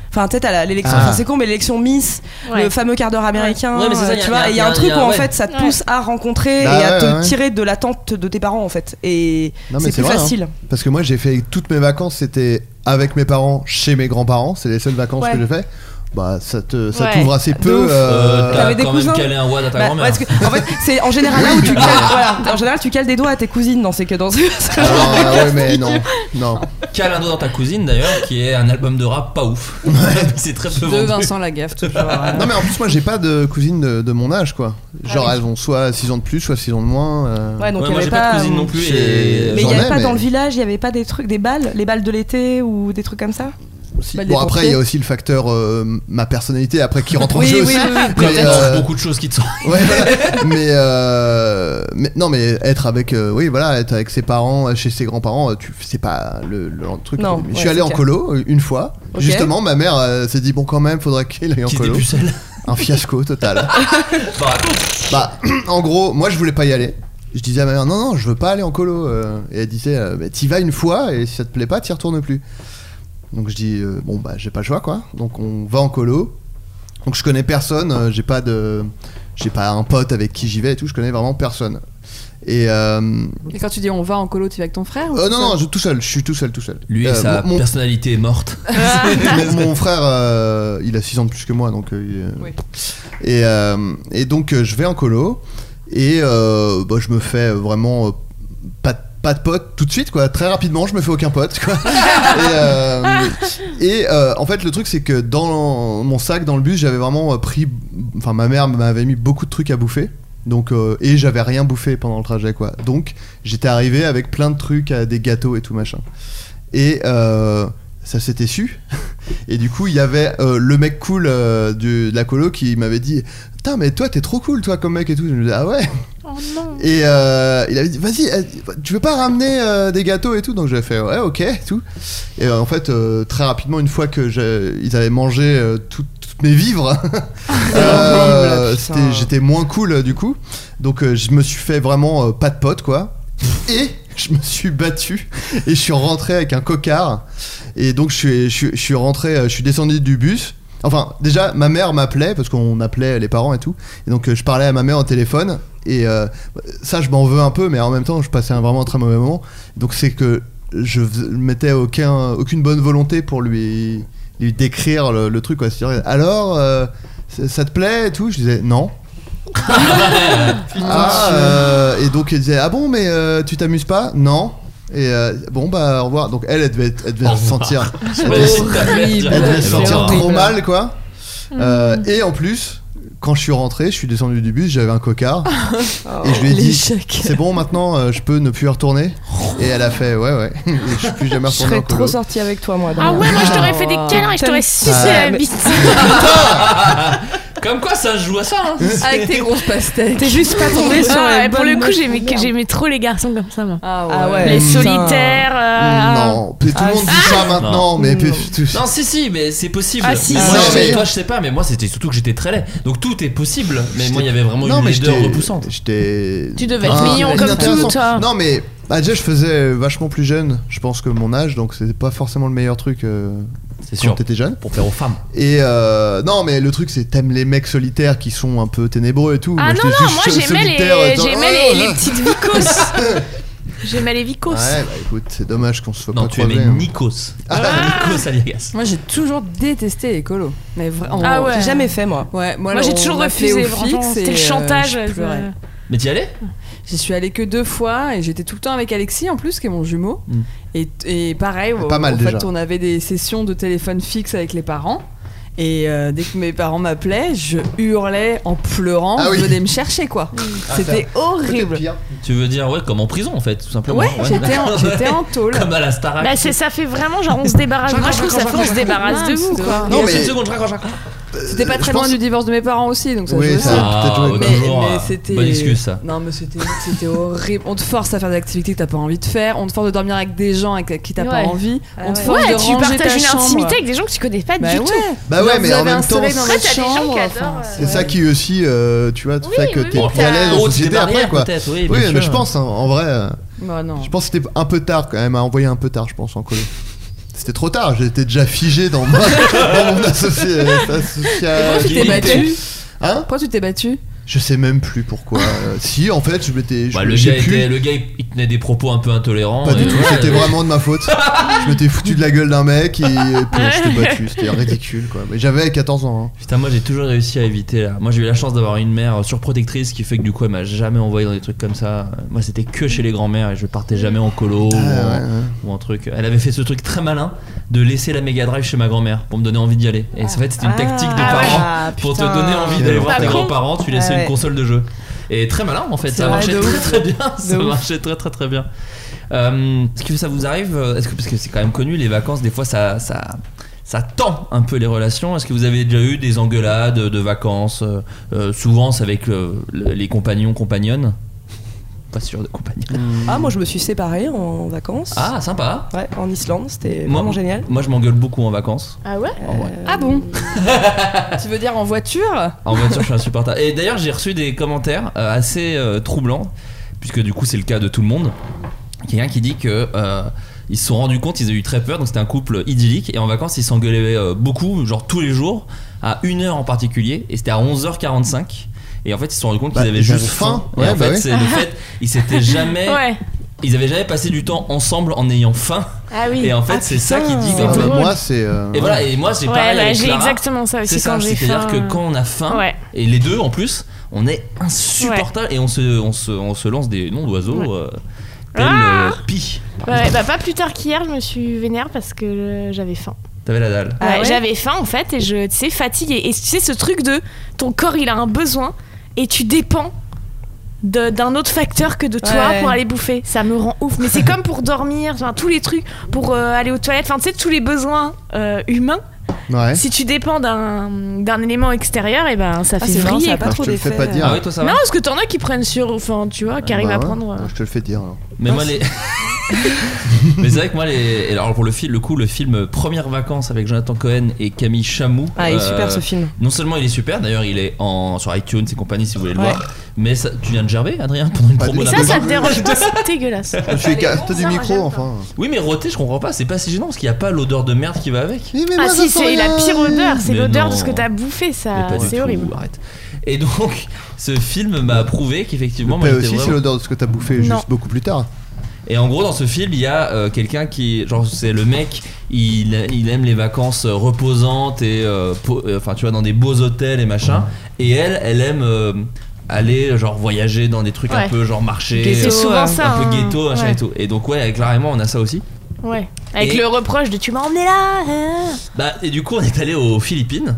Speaker 12: Enfin, peut-être à la- l'élection,
Speaker 8: Ah.
Speaker 12: enfin, c'est con, mais l'élection Miss, le fameux quart d'heure américain,
Speaker 8: Ouais, mais c'est ça,
Speaker 12: euh,
Speaker 8: y a-
Speaker 12: tu
Speaker 8: y
Speaker 12: vois,
Speaker 8: a-
Speaker 12: et il y a un
Speaker 8: y a-
Speaker 12: truc
Speaker 8: y a-
Speaker 12: où en
Speaker 8: ouais.
Speaker 12: fait ça te pousse à rencontrer
Speaker 13: Bah
Speaker 12: et à
Speaker 13: ouais,
Speaker 12: te
Speaker 13: ouais.
Speaker 12: tirer de l'attente de tes parents en fait. Et
Speaker 13: Non, mais
Speaker 12: c'est plus
Speaker 13: vrai, hein.
Speaker 12: facile.
Speaker 13: Parce que moi j'ai fait toutes mes vacances c'était avec mes parents chez mes grands-parents c'est les seules vacances
Speaker 12: Ouais.
Speaker 13: que j'ai fait. Bah ça te ça
Speaker 12: Ouais.
Speaker 13: t'ouvre assez
Speaker 12: De
Speaker 13: peu.
Speaker 12: ouf.
Speaker 13: euh,
Speaker 12: T'avais des cousins Bah, ouais, parce que, en fait, c'est en général là où
Speaker 8: Ah.
Speaker 12: tu cales, voilà, en général tu cales des doigts à tes cousines dans ces que dans ce- ce genre de
Speaker 13: Ah ouais, mais
Speaker 12: casting.
Speaker 13: non non.
Speaker 8: Cale un doigt dans ta cousine d'ailleurs, qui est un album de rap pas ouf. c'est très peu
Speaker 11: De
Speaker 8: vendu.
Speaker 11: Vincent Lagaffe, toujours. euh.
Speaker 12: Ah.
Speaker 13: Non mais en plus moi j'ai pas de cousine de, de mon âge quoi. Genre elles ont soit 6 ans de plus soit 6 ans de moins. euh.
Speaker 12: Ouais, donc il y
Speaker 8: moi,
Speaker 12: avait
Speaker 8: j'ai pas de
Speaker 12: pas,
Speaker 8: cousine
Speaker 12: euh,
Speaker 8: non plus.
Speaker 13: J'ai-
Speaker 8: Et...
Speaker 12: Mais il n'y
Speaker 13: J'en
Speaker 12: avait
Speaker 13: ai,
Speaker 12: pas
Speaker 13: mais-
Speaker 12: dans le village, il n'y avait pas des trucs, des balles, les balles de l'été ou des trucs comme ça Balles des
Speaker 13: Bon après il y a
Speaker 12: pompiers.
Speaker 13: aussi le facteur euh, ma personnalité après qui rentre en
Speaker 12: Oui,
Speaker 13: jeu
Speaker 12: oui,
Speaker 13: aussi.
Speaker 12: oui, oui.
Speaker 13: Mais,
Speaker 8: Quand t'as
Speaker 13: euh,
Speaker 8: beaucoup de choses qui te sont.
Speaker 13: Ouais, voilà. mais, euh, mais non, mais être avec, euh, oui, voilà, être avec ses parents, euh, chez ses grands-parents, euh, tu, c'est pas le, le truc.
Speaker 12: Non,
Speaker 13: je suis
Speaker 12: ouais,
Speaker 13: allé
Speaker 12: c'est
Speaker 13: en
Speaker 12: clair.
Speaker 13: colo euh, une fois.
Speaker 12: Ok.
Speaker 13: Justement, ma mère euh, s'est dit bon, quand même, faudrait qu'il aille en
Speaker 8: Qu'il se
Speaker 13: colo.
Speaker 8: dépucelle.
Speaker 13: Un fiasco total.
Speaker 8: Bon, raconte.
Speaker 13: bah, en gros, moi, je voulais pas y aller. Je disais à ma mère non, non, je veux pas aller en colo. euh, et elle disait euh, Bah, t'y vas une fois et si ça te plaît pas, t'y retournes plus. Donc je dis euh, bon bah j'ai pas le choix quoi. Donc on va en colo. Donc je connais personne, euh, j'ai pas de j'ai pas un pote avec qui j'y vais et tout, je connais vraiment personne. Et euh,
Speaker 11: Et quand tu dis on va en colo, tu vas avec ton frère ou
Speaker 13: euh,
Speaker 11: Oh, tout
Speaker 13: non
Speaker 11: seul
Speaker 13: non, je tout seul, je suis tout seul tout seul.
Speaker 8: Lui,
Speaker 13: Euh,
Speaker 8: sa
Speaker 13: mon, mon-
Speaker 8: personnalité est morte.
Speaker 13: mon- mon frère euh, il a 6 ans de plus que moi donc euh, il, euh,
Speaker 11: Oui.
Speaker 13: et, euh, et donc euh, je vais en colo et euh, bah, je me fais vraiment euh, pas de pas de pote tout de suite quoi très rapidement je me fais aucun pote quoi et, euh, et, euh, en fait le truc c'est que dans mon sac dans le bus j'avais vraiment euh, pris enfin ma mère m'avait mis beaucoup de trucs à bouffer donc euh, et j'avais rien bouffé pendant le trajet quoi donc j'étais arrivé avec plein de trucs euh, des gâteaux et tout machin et euh, ça s'était su et du coup il y avait euh, le mec cool euh, du- de la colo qui m'avait dit putain mais toi t'es trop cool toi comme mec et tout je me disais ah ouais et euh, il avait dit vas-y euh, tu veux pas ramener euh, des gâteaux et tout donc j'ai fait ouais ok et tout et euh, en fait euh, très rapidement une fois que je- ils avaient mangé euh, tout- toutes mes vivres euh,
Speaker 12: horrible,
Speaker 13: c'était- j'étais moins cool euh, du coup donc euh, je me suis fait vraiment euh, pas de pote quoi et je me suis battu et je suis rentré avec un cocard et donc je suis, je, suis- je suis rentré euh, je suis descendu du bus Enfin, déjà, ma mère m'appelait parce qu'on appelait les parents et tout. Et donc, euh, je parlais à ma mère au téléphone. Et euh, ça, je m'en veux un peu, mais en même temps, je passais un vraiment un très mauvais moment. Donc, c'est que je fais- mettais aucun, aucune bonne volonté pour lui, lui décrire le, le truc. Quoi. C'est-à-dire, alors, euh, ça ça te plaît et tout Je disais non. Ah, euh, et donc elle disait ah bon mais euh, tu t'amuses pas non et euh, bon bah au revoir donc elle elle devait, elle devait se sentir elle devait,
Speaker 8: Oh, horrible.
Speaker 13: elle devait se
Speaker 8: C'est
Speaker 13: sentir trop
Speaker 8: horrible. Hmm.
Speaker 13: mal quoi Euh, et en plus quand je suis rentré je suis descendu
Speaker 10: Oh,
Speaker 13: du bus j'avais un cocard et je lui ai dit c'est bon maintenant euh, je peux ne plus y retourner Et elle a fait ouais ouais. Et je suis plus jamais
Speaker 12: Je
Speaker 13: retourné
Speaker 12: serais
Speaker 13: en colo.
Speaker 12: trop sortie avec toi, moi.
Speaker 10: Ah ouais, moi je t'aurais fait des câlins et je t'aurais euh, sucé
Speaker 12: Bah, Ah,
Speaker 10: la bite.
Speaker 8: Comme quoi ça se joue à ça hein.
Speaker 11: Ah,
Speaker 10: Avec tes grosses
Speaker 11: pastèques.
Speaker 10: T'es juste pas tombé sur
Speaker 11: Ah
Speaker 10: la
Speaker 11: ouais,
Speaker 10: Pour le coup,
Speaker 11: bonne
Speaker 10: j'aimais,
Speaker 11: mouche.
Speaker 10: j'aimais trop les garçons comme ça, moi.
Speaker 12: Ah ouais.
Speaker 10: Les
Speaker 12: Putain.
Speaker 10: solitaires. euh,
Speaker 13: Non, puis tout le monde dit ça maintenant, mais puis tout-
Speaker 8: Non, si, si, mais c'est possible.
Speaker 13: Ah, si,
Speaker 8: Moi,
Speaker 13: si.
Speaker 8: je-
Speaker 13: Non, mais-
Speaker 8: Toi, je sais pas, mais moi, c'était surtout que j'étais très laid. Donc tout est possible, mais moi, il y avait vraiment
Speaker 13: Non,
Speaker 8: une
Speaker 13: mais
Speaker 8: laideur
Speaker 13: j'étais-
Speaker 8: repoussante.
Speaker 13: J'étais.
Speaker 10: Tu devais être mignon comme
Speaker 13: inintéressant.
Speaker 10: tout, toi.
Speaker 13: Non, mais bah, déjà, je faisais vachement plus jeune, je pense, que mon âge, donc c'était pas forcément le meilleur truc euh, quand
Speaker 8: sûr.
Speaker 13: t'étais jeune.
Speaker 8: Pour faire aux femmes.
Speaker 13: Et euh, non, mais le truc, c'est t'aimes les mecs solitaires qui sont un peu ténébreux et tout.
Speaker 10: Ah non,
Speaker 13: j'étais
Speaker 10: non,
Speaker 13: juste
Speaker 10: moi
Speaker 13: sol-
Speaker 10: j'aimais les,
Speaker 13: solitaire, attends,
Speaker 10: j'aimais
Speaker 13: oh,
Speaker 10: les,
Speaker 13: là.
Speaker 10: les petites vicos. j'aimais les vicos.
Speaker 13: Ouais, bah écoute, c'est dommage qu'on se soit
Speaker 8: Non,
Speaker 13: pas
Speaker 8: tu
Speaker 13: croisés,
Speaker 8: aimais
Speaker 13: hein.
Speaker 8: Nikos. Ah, Nikos Aliagas.
Speaker 11: Moi j'ai toujours détesté les colos. Mais vraiment.
Speaker 10: Ah ouais. J'ai jamais
Speaker 12: fait moi.
Speaker 11: Ouais, moi,
Speaker 10: Moi, j'ai
Speaker 11: on
Speaker 10: toujours
Speaker 11: m'a fait
Speaker 10: refusé,
Speaker 11: au
Speaker 10: vraiment,
Speaker 11: fixe
Speaker 10: c'était
Speaker 11: et,
Speaker 10: le
Speaker 11: euh,
Speaker 10: chantage,
Speaker 11: je pleurais.
Speaker 10: ça.
Speaker 8: Mais t'y allais
Speaker 11: J'y suis allée que deux fois et j'étais tout le temps avec Alexis en plus, qui est mon jumeau.
Speaker 8: Mm.
Speaker 11: Et, et pareil,
Speaker 13: Pas
Speaker 11: au-
Speaker 13: mal
Speaker 11: en
Speaker 13: déjà.
Speaker 11: fait, on avait des sessions de téléphone fixe avec les parents. Et euh, dès que mes parents m'appelaient, je hurlais en pleurant,
Speaker 13: Ah oui.
Speaker 11: venez me chercher quoi. C'était horrible.
Speaker 8: Tu veux dire, ouais, comme en prison, en fait, tout simplement.
Speaker 11: Ouais, j'étais en- j'étais en tôle.
Speaker 8: Comme à la Starac.
Speaker 10: Bah, c'est, ça fait vraiment genre on se débarrasse. Moi je trouve ça fait on se débarrasse de vous quoi.
Speaker 8: Non,
Speaker 13: Non,
Speaker 8: mais.
Speaker 13: mais-
Speaker 8: Une seconde, je raccroche, je raccroche.
Speaker 11: C'était
Speaker 13: Euh,
Speaker 11: pas très loin du divorce de mes parents aussi, donc ça
Speaker 13: Oui,
Speaker 11: jouait
Speaker 13: ça
Speaker 11: aussi.
Speaker 13: a peut-être joué
Speaker 8: Ah,
Speaker 13: quoi.
Speaker 11: Mais,
Speaker 8: toujours,
Speaker 11: mais
Speaker 8: euh,
Speaker 11: c'était.
Speaker 8: bonne excuse, ça.
Speaker 11: Non, mais c'était c'était horrible. On te force à faire des activités que t'as pas envie de faire. On te force de dormir avec des gens avec qui t'as pas
Speaker 10: Ouais.
Speaker 11: envie.
Speaker 10: Ah
Speaker 11: on te
Speaker 10: ouais.
Speaker 11: force
Speaker 10: Ouais,
Speaker 11: de
Speaker 10: tu
Speaker 11: ranger ta
Speaker 10: partages une
Speaker 11: chambre.
Speaker 10: intimité avec des gens que tu connais pas
Speaker 11: Bah
Speaker 10: du
Speaker 11: ouais.
Speaker 10: tout.
Speaker 13: Bah ouais,
Speaker 11: Genre,
Speaker 13: mais
Speaker 11: vous
Speaker 13: en
Speaker 11: avez
Speaker 13: même
Speaker 11: un
Speaker 13: temps,
Speaker 11: soleil dans
Speaker 10: Après,
Speaker 11: votre
Speaker 10: t'as des gens
Speaker 11: chambre,
Speaker 10: qui
Speaker 11: enfin,
Speaker 13: C'est ça qui aussi, euh, tu vois, fait que t'es
Speaker 10: oui,
Speaker 13: plus à l'aise
Speaker 8: t'as-
Speaker 13: en
Speaker 8: Oh, c'est des
Speaker 13: société après
Speaker 8: barrières,
Speaker 13: quoi.
Speaker 8: peut-être, oui, bien sûr.
Speaker 13: mais je pense hein, en vrai. euh,
Speaker 11: Bah non.
Speaker 13: Je pense que c'était un peu tard quand même, à envoyer un peu tard, je pense, en colo. C'était trop tard, j'étais déjà figé dans, ma- dans mon associé.
Speaker 11: Pourquoi tu t'es battu
Speaker 13: Hein
Speaker 11: Pourquoi tu t'es battu
Speaker 13: Je sais même plus pourquoi. Euh, si, en fait, je m'étais. je-
Speaker 8: Bah, le
Speaker 13: j'ai
Speaker 8: gars,
Speaker 13: pu-
Speaker 8: était, le gars, il- il tenait des propos un peu intolérants.
Speaker 13: Pas du
Speaker 8: et
Speaker 13: tout,
Speaker 8: ouais,
Speaker 13: c'était
Speaker 8: euh,
Speaker 13: vraiment de ma faute. je m'étais foutu de la gueule d'un mec et, et puis on s'était battu, c'était ridicule quoi. Mais j'avais 14 ans. hein.
Speaker 8: Putain, moi j'ai toujours réussi à éviter là. Moi j'ai eu la chance d'avoir une mère surprotectrice qui fait que du coup elle m'a jamais envoyé dans des trucs comme ça. Moi c'était que chez les grands-mères et je partais jamais en
Speaker 13: Ah,
Speaker 8: colo ou, en, ou en truc. Elle avait fait ce truc très malin de laisser la Mega Drive chez ma grand-mère pour me donner envie d'y aller. Et en fait c'était une tactique de
Speaker 12: Ah ouais.
Speaker 8: parents
Speaker 12: Ah,
Speaker 8: pour te
Speaker 12: putain.
Speaker 8: donner envie d'aller voir
Speaker 12: Pas
Speaker 8: tes
Speaker 12: con.
Speaker 8: grands-parents, tu laissais
Speaker 12: Ah ouais.
Speaker 8: une console de jeu. Et très malin en fait,
Speaker 12: C'est
Speaker 8: ça
Speaker 12: vrai,
Speaker 8: marchait
Speaker 12: de
Speaker 8: très
Speaker 12: ouf.
Speaker 8: très bien. Ça
Speaker 12: De ouf.
Speaker 8: marchait très très très bien. Euh, Est-ce que ça vous arrive euh, Est-ce que parce que c'est quand même connu, les vacances des fois ça ça ça tend un peu les relations. Est-ce que vous avez déjà eu des engueulades de vacances euh, euh, Souvent c'est avec euh, le- les compagnons compagnonnes. Pas sûr de compagnonnes.
Speaker 12: Ah, moi je me suis séparée en vacances.
Speaker 8: Ah, sympa.
Speaker 12: Ouais, en Islande, c'était vraiment génial.
Speaker 8: Moi je m'engueule beaucoup en vacances.
Speaker 11: Ah ouais
Speaker 12: Euh,
Speaker 8: En vrai.
Speaker 11: Ah bon Tu veux dire en voiture
Speaker 8: En voiture, je suis insupportable. Et d'ailleurs, j'ai reçu des commentaires euh, assez euh, troublants, puisque du coup, c'est le cas de tout le monde. Quelqu'un qui dit que euh, ils se sont rendus compte, ils ont eu très peur, donc c'était un couple idyllique, et en vacances, ils s'engueulaient euh, beaucoup, genre tous les jours, à une heure en particulier, et c'était à 11h45. Et en fait, ils se sont rendus compte qu'ils
Speaker 13: Bah,
Speaker 8: avaient
Speaker 13: ils
Speaker 8: juste
Speaker 13: avaient
Speaker 8: faim.
Speaker 13: faim.
Speaker 8: Et
Speaker 13: Ouais,
Speaker 8: en
Speaker 13: bah
Speaker 8: fait,
Speaker 13: oui.
Speaker 8: c'est le fait, ils s'étaient jamais.
Speaker 10: Ouais.
Speaker 8: Ils avaient jamais passé du temps ensemble en ayant faim.
Speaker 10: Ah oui.
Speaker 8: Et en fait,
Speaker 10: Ah,
Speaker 8: c'est ça qui
Speaker 10: putain.
Speaker 8: dit.
Speaker 10: C'est
Speaker 13: bah
Speaker 8: en fait,
Speaker 10: drôle.
Speaker 13: Moi, c'est. euh,
Speaker 8: et voilà, et moi j'ai
Speaker 10: Ouais,
Speaker 8: pareil
Speaker 10: bah,
Speaker 8: avec
Speaker 10: j'ai
Speaker 8: Clara.
Speaker 10: exactement ça aussi
Speaker 8: C'est
Speaker 10: quand j'ai
Speaker 8: C'est-à-dire
Speaker 10: faim.
Speaker 8: que quand on a faim,
Speaker 10: Ouais.
Speaker 8: et les deux en plus, on est insupportable et on se, on, se, on se lance des noms d'oiseaux euh, tels
Speaker 10: Ah
Speaker 8: euh, Pi. par
Speaker 10: Ouais,
Speaker 8: exemple.
Speaker 10: bah pas plus tard qu'hier, je me suis vénère parce que euh, j'avais faim.
Speaker 8: T'avais la dalle.
Speaker 10: Ouais, J'avais faim en fait et je, tu sais, fatiguée. Et tu sais, ce truc de ton corps il a un besoin et tu dépends de- d'un autre facteur que de toi
Speaker 11: Ouais.
Speaker 10: pour aller bouffer. Ça me rend ouf. Mais c'est comme pour dormir, enfin, tous les trucs, pour euh, aller aux toilettes, enfin, tu sais, tous les besoins euh, humains.
Speaker 13: Ouais.
Speaker 10: Si tu dépends d'un d'un élément extérieur, et ben ça
Speaker 12: Ah,
Speaker 10: fait
Speaker 12: c'est marrant, ça
Speaker 10: vriller.
Speaker 12: a pas
Speaker 10: quoi.
Speaker 12: trop euh, Je te le fais
Speaker 13: pas d'effet. dire. Ah ouais, toi, ça va
Speaker 10: Non, parce que t'en as qui prennent sur, enfin, tu vois, qui arrivent
Speaker 13: bah
Speaker 10: à
Speaker 13: ouais.
Speaker 10: prendre. euh,
Speaker 13: Je te le fais dire.
Speaker 12: Ah,
Speaker 13: alors.
Speaker 8: Mais moi les. Mais c'est vrai que moi les. et Alors pour le film, le coup, le film Premières vacances avec Jonathan Cohen et Camille Chamou.
Speaker 12: Ah, il est super, ce film.
Speaker 8: Non seulement il est super, d'ailleurs il est en sur iTunes et compagnie si vous voulez le
Speaker 12: Ouais.
Speaker 8: voir. Mais ça- tu viens de gerber, Adrien, pendant une promo
Speaker 10: Mais
Speaker 8: d'un
Speaker 10: ça, ça
Speaker 8: peu.
Speaker 10: te dérange pas, c'est dégueulasse.
Speaker 13: Je suis casse du micro enfin.
Speaker 8: Oui, mais roté, je comprends pas. C'est pas si gênant parce qu'il n'y a pas l'odeur de merde qui va avec.
Speaker 10: Ah si, c'est la pire odeur, c'est
Speaker 8: Mais
Speaker 10: l'odeur de
Speaker 8: non.
Speaker 10: ce que t'as bouffé,
Speaker 8: Mais
Speaker 10: ça,
Speaker 8: pas du
Speaker 10: Ah, c'est
Speaker 8: tout,
Speaker 10: horrible.
Speaker 8: Arrête. Et donc, ce film m'a prouvé qu'effectivement, moi
Speaker 13: Mais
Speaker 8: j'étais
Speaker 13: aussi, c'est
Speaker 8: vraiment-
Speaker 13: l'odeur de ce que t'as bouffé
Speaker 10: Non.
Speaker 13: juste beaucoup plus tard.
Speaker 8: Et en gros, dans ce film, il y a euh, quelqu'un qui, genre, c'est le mec, il, il aime les vacances euh, reposantes et, euh, po- euh, enfin, tu vois, dans des beaux hôtels et machin. Et elle, elle aime. euh, aller genre voyager dans des trucs
Speaker 10: Ouais.
Speaker 8: un peu genre marché
Speaker 10: C'est
Speaker 8: euh,
Speaker 10: souvent
Speaker 8: un
Speaker 10: ça,
Speaker 8: peu
Speaker 10: hein.
Speaker 8: ghetto machin
Speaker 10: Ouais.
Speaker 8: et tout et donc ouais clairement on a ça aussi
Speaker 10: Ouais. Avec
Speaker 8: Et-
Speaker 10: le reproche de tu m'as emmené là. hein.
Speaker 8: Bah, et du coup, on est allé aux Philippines,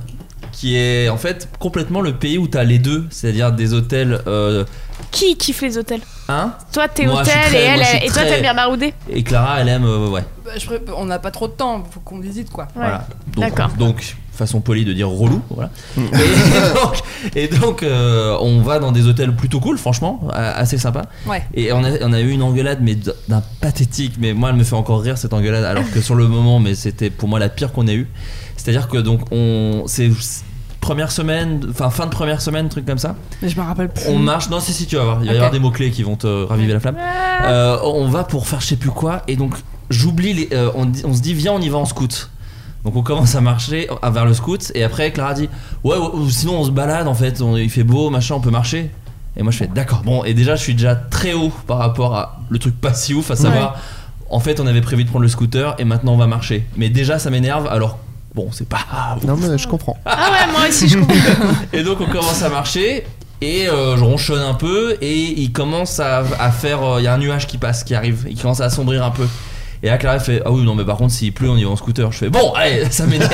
Speaker 8: qui est en fait complètement le pays où t'as les deux, c'est-à-dire des hôtels euh,
Speaker 10: Qui kiffe les hôtels
Speaker 8: Hein
Speaker 10: Toi, t'es
Speaker 8: Moi, je suis
Speaker 10: hôtel
Speaker 8: très-
Speaker 10: et, elle,
Speaker 8: moi, je suis
Speaker 10: et toi,
Speaker 8: très-
Speaker 10: t'aimes bien marauder
Speaker 8: Et Clara, elle aime. euh, ouais.
Speaker 11: Bah, je pré- On n'a pas trop de temps, faut qu'on visite quoi.
Speaker 8: Voilà. Donc, donc, façon polie de dire relou, voilà. et, donc, et donc, euh, on va dans des hôtels plutôt cool, franchement, a- assez sympa.
Speaker 11: Ouais.
Speaker 8: Et on a, on a eu une engueulade, mais d- d'un pathétique. Mais moi, elle me fait encore rire cette engueulade, alors que sur le moment, mais c'était pour moi la pire qu'on ait eue. C'est-à-dire que donc, on, c'est première semaine, enfin fin de première semaine, truc comme ça.
Speaker 11: Mais je me rappelle plus.
Speaker 8: On marche, non, si, si, tu vas voir. Il va y
Speaker 11: Mm. Ok.
Speaker 8: avoir des mots-clés qui vont te raviver la flamme. Euh, on va pour faire je sais plus quoi, et donc j'oublie les. euh, on, dit- on se dit, viens, on y va en scout. Donc on commence à marcher à- vers le scout, et après Clara dit, ouais, ouais, ou sinon on se balade en fait, on- il fait beau, machin, on peut marcher. Et moi je fais, d'accord, bon, et déjà je suis déjà très haut par rapport à le truc pas si ouf, à savoir, en fait on avait prévu de prendre le scooter, et maintenant on va marcher. Mais déjà ça m'énerve, alors bon, c'est pas.
Speaker 13: Non, mais je comprends.
Speaker 10: Ah ouais, moi aussi, je comprends.
Speaker 8: Et donc on commence à marcher et euh, je ronchonne un peu et il commence à, à faire. euh, Il y a un nuage qui passe, qui arrive, il commence à assombrir un peu. Et là Clara fait Ah oui, non, mais par contre, s'il pleut, on y va en scooter. Je fais Bon, allez, ça m'énerve.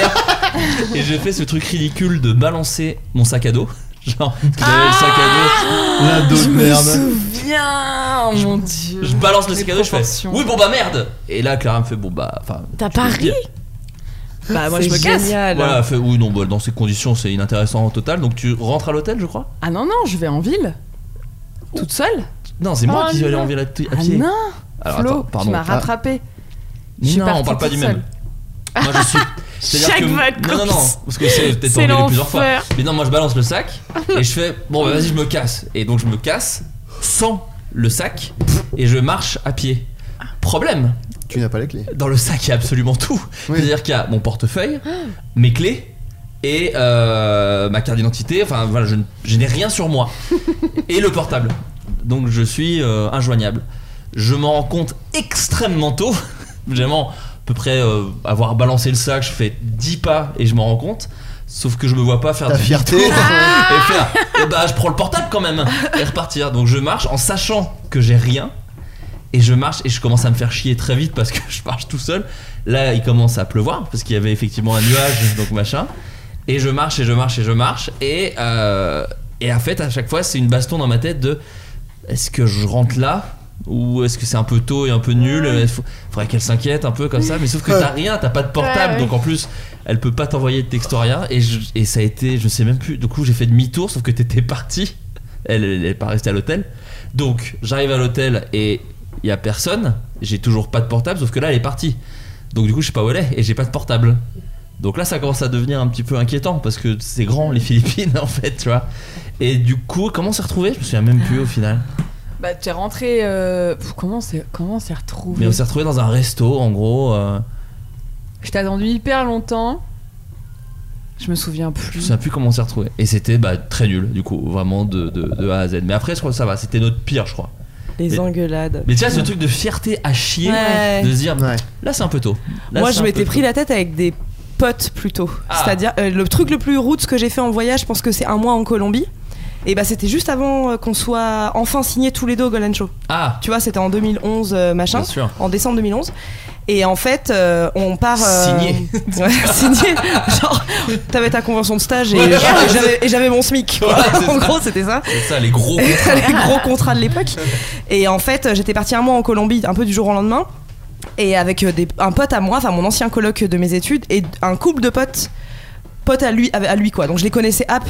Speaker 8: et je fais ce truc ridicule de balancer mon sac à dos. Genre, parce que j'avais le sac à dos.
Speaker 13: Ah La dos de Je me merde. souviens.
Speaker 11: Viens, oh mon dieu.
Speaker 8: Je balance le
Speaker 11: Les
Speaker 8: sac à dos, je fais
Speaker 11: proportions.
Speaker 8: Oui, bon, bah merde. Et là, Clara me fait Bon, bah. enfin,
Speaker 10: T'as
Speaker 8: je peux
Speaker 10: pas
Speaker 8: le
Speaker 10: ri
Speaker 8: dire.
Speaker 11: Bah, moi, je me
Speaker 8: C'est
Speaker 11: casse.
Speaker 8: génial. Voilà, elle fait Oui, non, bah, dans ces conditions, c'est inintéressant en total. Donc tu rentres à l'hôtel, je crois
Speaker 11: Ah non, non, je vais en ville. Toute seule
Speaker 8: Non, c'est moi
Speaker 11: Oh
Speaker 8: qui suis allé
Speaker 11: non.
Speaker 8: en ville à, t- à
Speaker 11: Ah
Speaker 8: pied.
Speaker 11: non
Speaker 8: Alors,
Speaker 11: Flo,
Speaker 8: attends, pardon.
Speaker 11: tu m'as
Speaker 8: Ah.
Speaker 11: rattrapé. Je suis
Speaker 8: Non, on
Speaker 11: partie
Speaker 8: parle pas du
Speaker 11: toute
Speaker 8: même. Moi je suis. c'est-à-dire
Speaker 11: Chaque vacances.
Speaker 8: que- Non, non, non, parce que c'est peut-être
Speaker 11: C'est
Speaker 8: en ville plusieurs fois.
Speaker 11: l'enfer.
Speaker 8: Mais non, moi je balance le sac et je fais bon, bah, vas-y, je me casse. Et donc je me casse sans le sac et je marche à pied. Problème
Speaker 13: Tu n'as pas les clés.
Speaker 8: Dans le sac, il y a absolument tout. C'est-à-dire qu'il y a mon portefeuille, mes clés et euh, ma carte d'identité. Enfin, voilà, je, n- je n'ai rien sur moi. et le portable. Donc je suis euh, injoignable. Je m'en rends compte extrêmement tôt. Vraiment, à peu près euh, avoir balancé le sac, je fais 10 pas et je m'en rends compte. Sauf que je me vois pas faire
Speaker 13: Ta
Speaker 8: du
Speaker 13: fierté. Ah.
Speaker 8: et faire eh bah je prends le portable quand même et repartir. Donc je marche en sachant que j'ai rien et je marche et je commence à me faire chier très vite parce que je marche tout seul. Là, il commence à pleuvoir parce qu'il y avait effectivement un nuage donc machin. Et je marche et je marche et je marche et euh, et en fait à chaque fois c'est une baston dans ma tête de est-ce que je rentre là ou est-ce que c'est un peu tôt et un peu nul Il faut- faudrait qu'elle s'inquiète un peu comme ça mais sauf que t'as rien t'as pas de portable
Speaker 11: Ouais, ouais.
Speaker 8: donc en plus elle peut pas t'envoyer de texto rien et, je- et ça a été je sais même plus du coup j'ai fait demi-tour sauf que t'étais parti elle elle est pas restée à l'hôtel donc j'arrive à l'hôtel et il y a personne j'ai toujours pas de portable sauf que là elle est partie donc du coup je sais pas où elle est et j'ai pas de portable donc là, ça commence à devenir un petit peu inquiétant parce que c'est grand les Philippines en fait, tu vois. Et du coup, comment on s'est retrouvé Je me souviens même plus au final.
Speaker 11: Bah, t'es rentré. euh, pff, Comment c'est comment on s'est retrouvé
Speaker 8: Mais on s'est retrouvé dans un resto en gros. euh,
Speaker 11: Je t'ai attendu hyper longtemps. Je me souviens
Speaker 8: je me
Speaker 11: plus.
Speaker 8: souviens plus comment on s'est retrouvé. Et c'était bah, très nul du coup, vraiment de, de- de A à Z. Mais après, je crois que ça va. C'était notre pire, je crois.
Speaker 12: euh, Les
Speaker 8: mais,
Speaker 12: engueulades.
Speaker 8: mais tu vois, ce truc de fierté à chier,
Speaker 12: Ouais.
Speaker 8: de se dire là c'est un peu tôt. Là,
Speaker 12: Moi,
Speaker 8: c'est
Speaker 12: je
Speaker 8: un
Speaker 12: m'étais
Speaker 8: peu
Speaker 12: pris
Speaker 8: tôt.
Speaker 12: la tête avec des potes plutôt.
Speaker 8: Ah.
Speaker 12: C'est-à-dire, euh, le truc le plus route que j'ai fait en voyage, je pense que c'est un mois en Colombie. Et bah, c'était juste avant euh, qu'on soit enfin signés tous les deux au Golden Show.
Speaker 8: Ah
Speaker 12: Tu vois, c'était en 2011, euh, machin.
Speaker 8: Bien sûr.
Speaker 12: En décembre 2011. Et en fait, euh, on part.
Speaker 8: Signé.
Speaker 12: Ouais, signé. Genre, t'avais ta convention de stage et,
Speaker 8: Ouais,
Speaker 12: et
Speaker 8: c'est-
Speaker 12: j'avais- et j'avais mon SMIC.
Speaker 8: Ouais, c'est
Speaker 12: en
Speaker 8: ça.
Speaker 12: gros, c'était ça.
Speaker 8: C'est ça, les gros contrats.
Speaker 12: les gros contrats de l'époque. Et en fait, j'étais partie un mois en Colombie, un peu du jour au lendemain. Et avec euh, des- un pote à moi, enfin mon ancien coloc de mes études, et un couple de potes, potes à lui, à- à lui quoi. Donc je les connaissais app.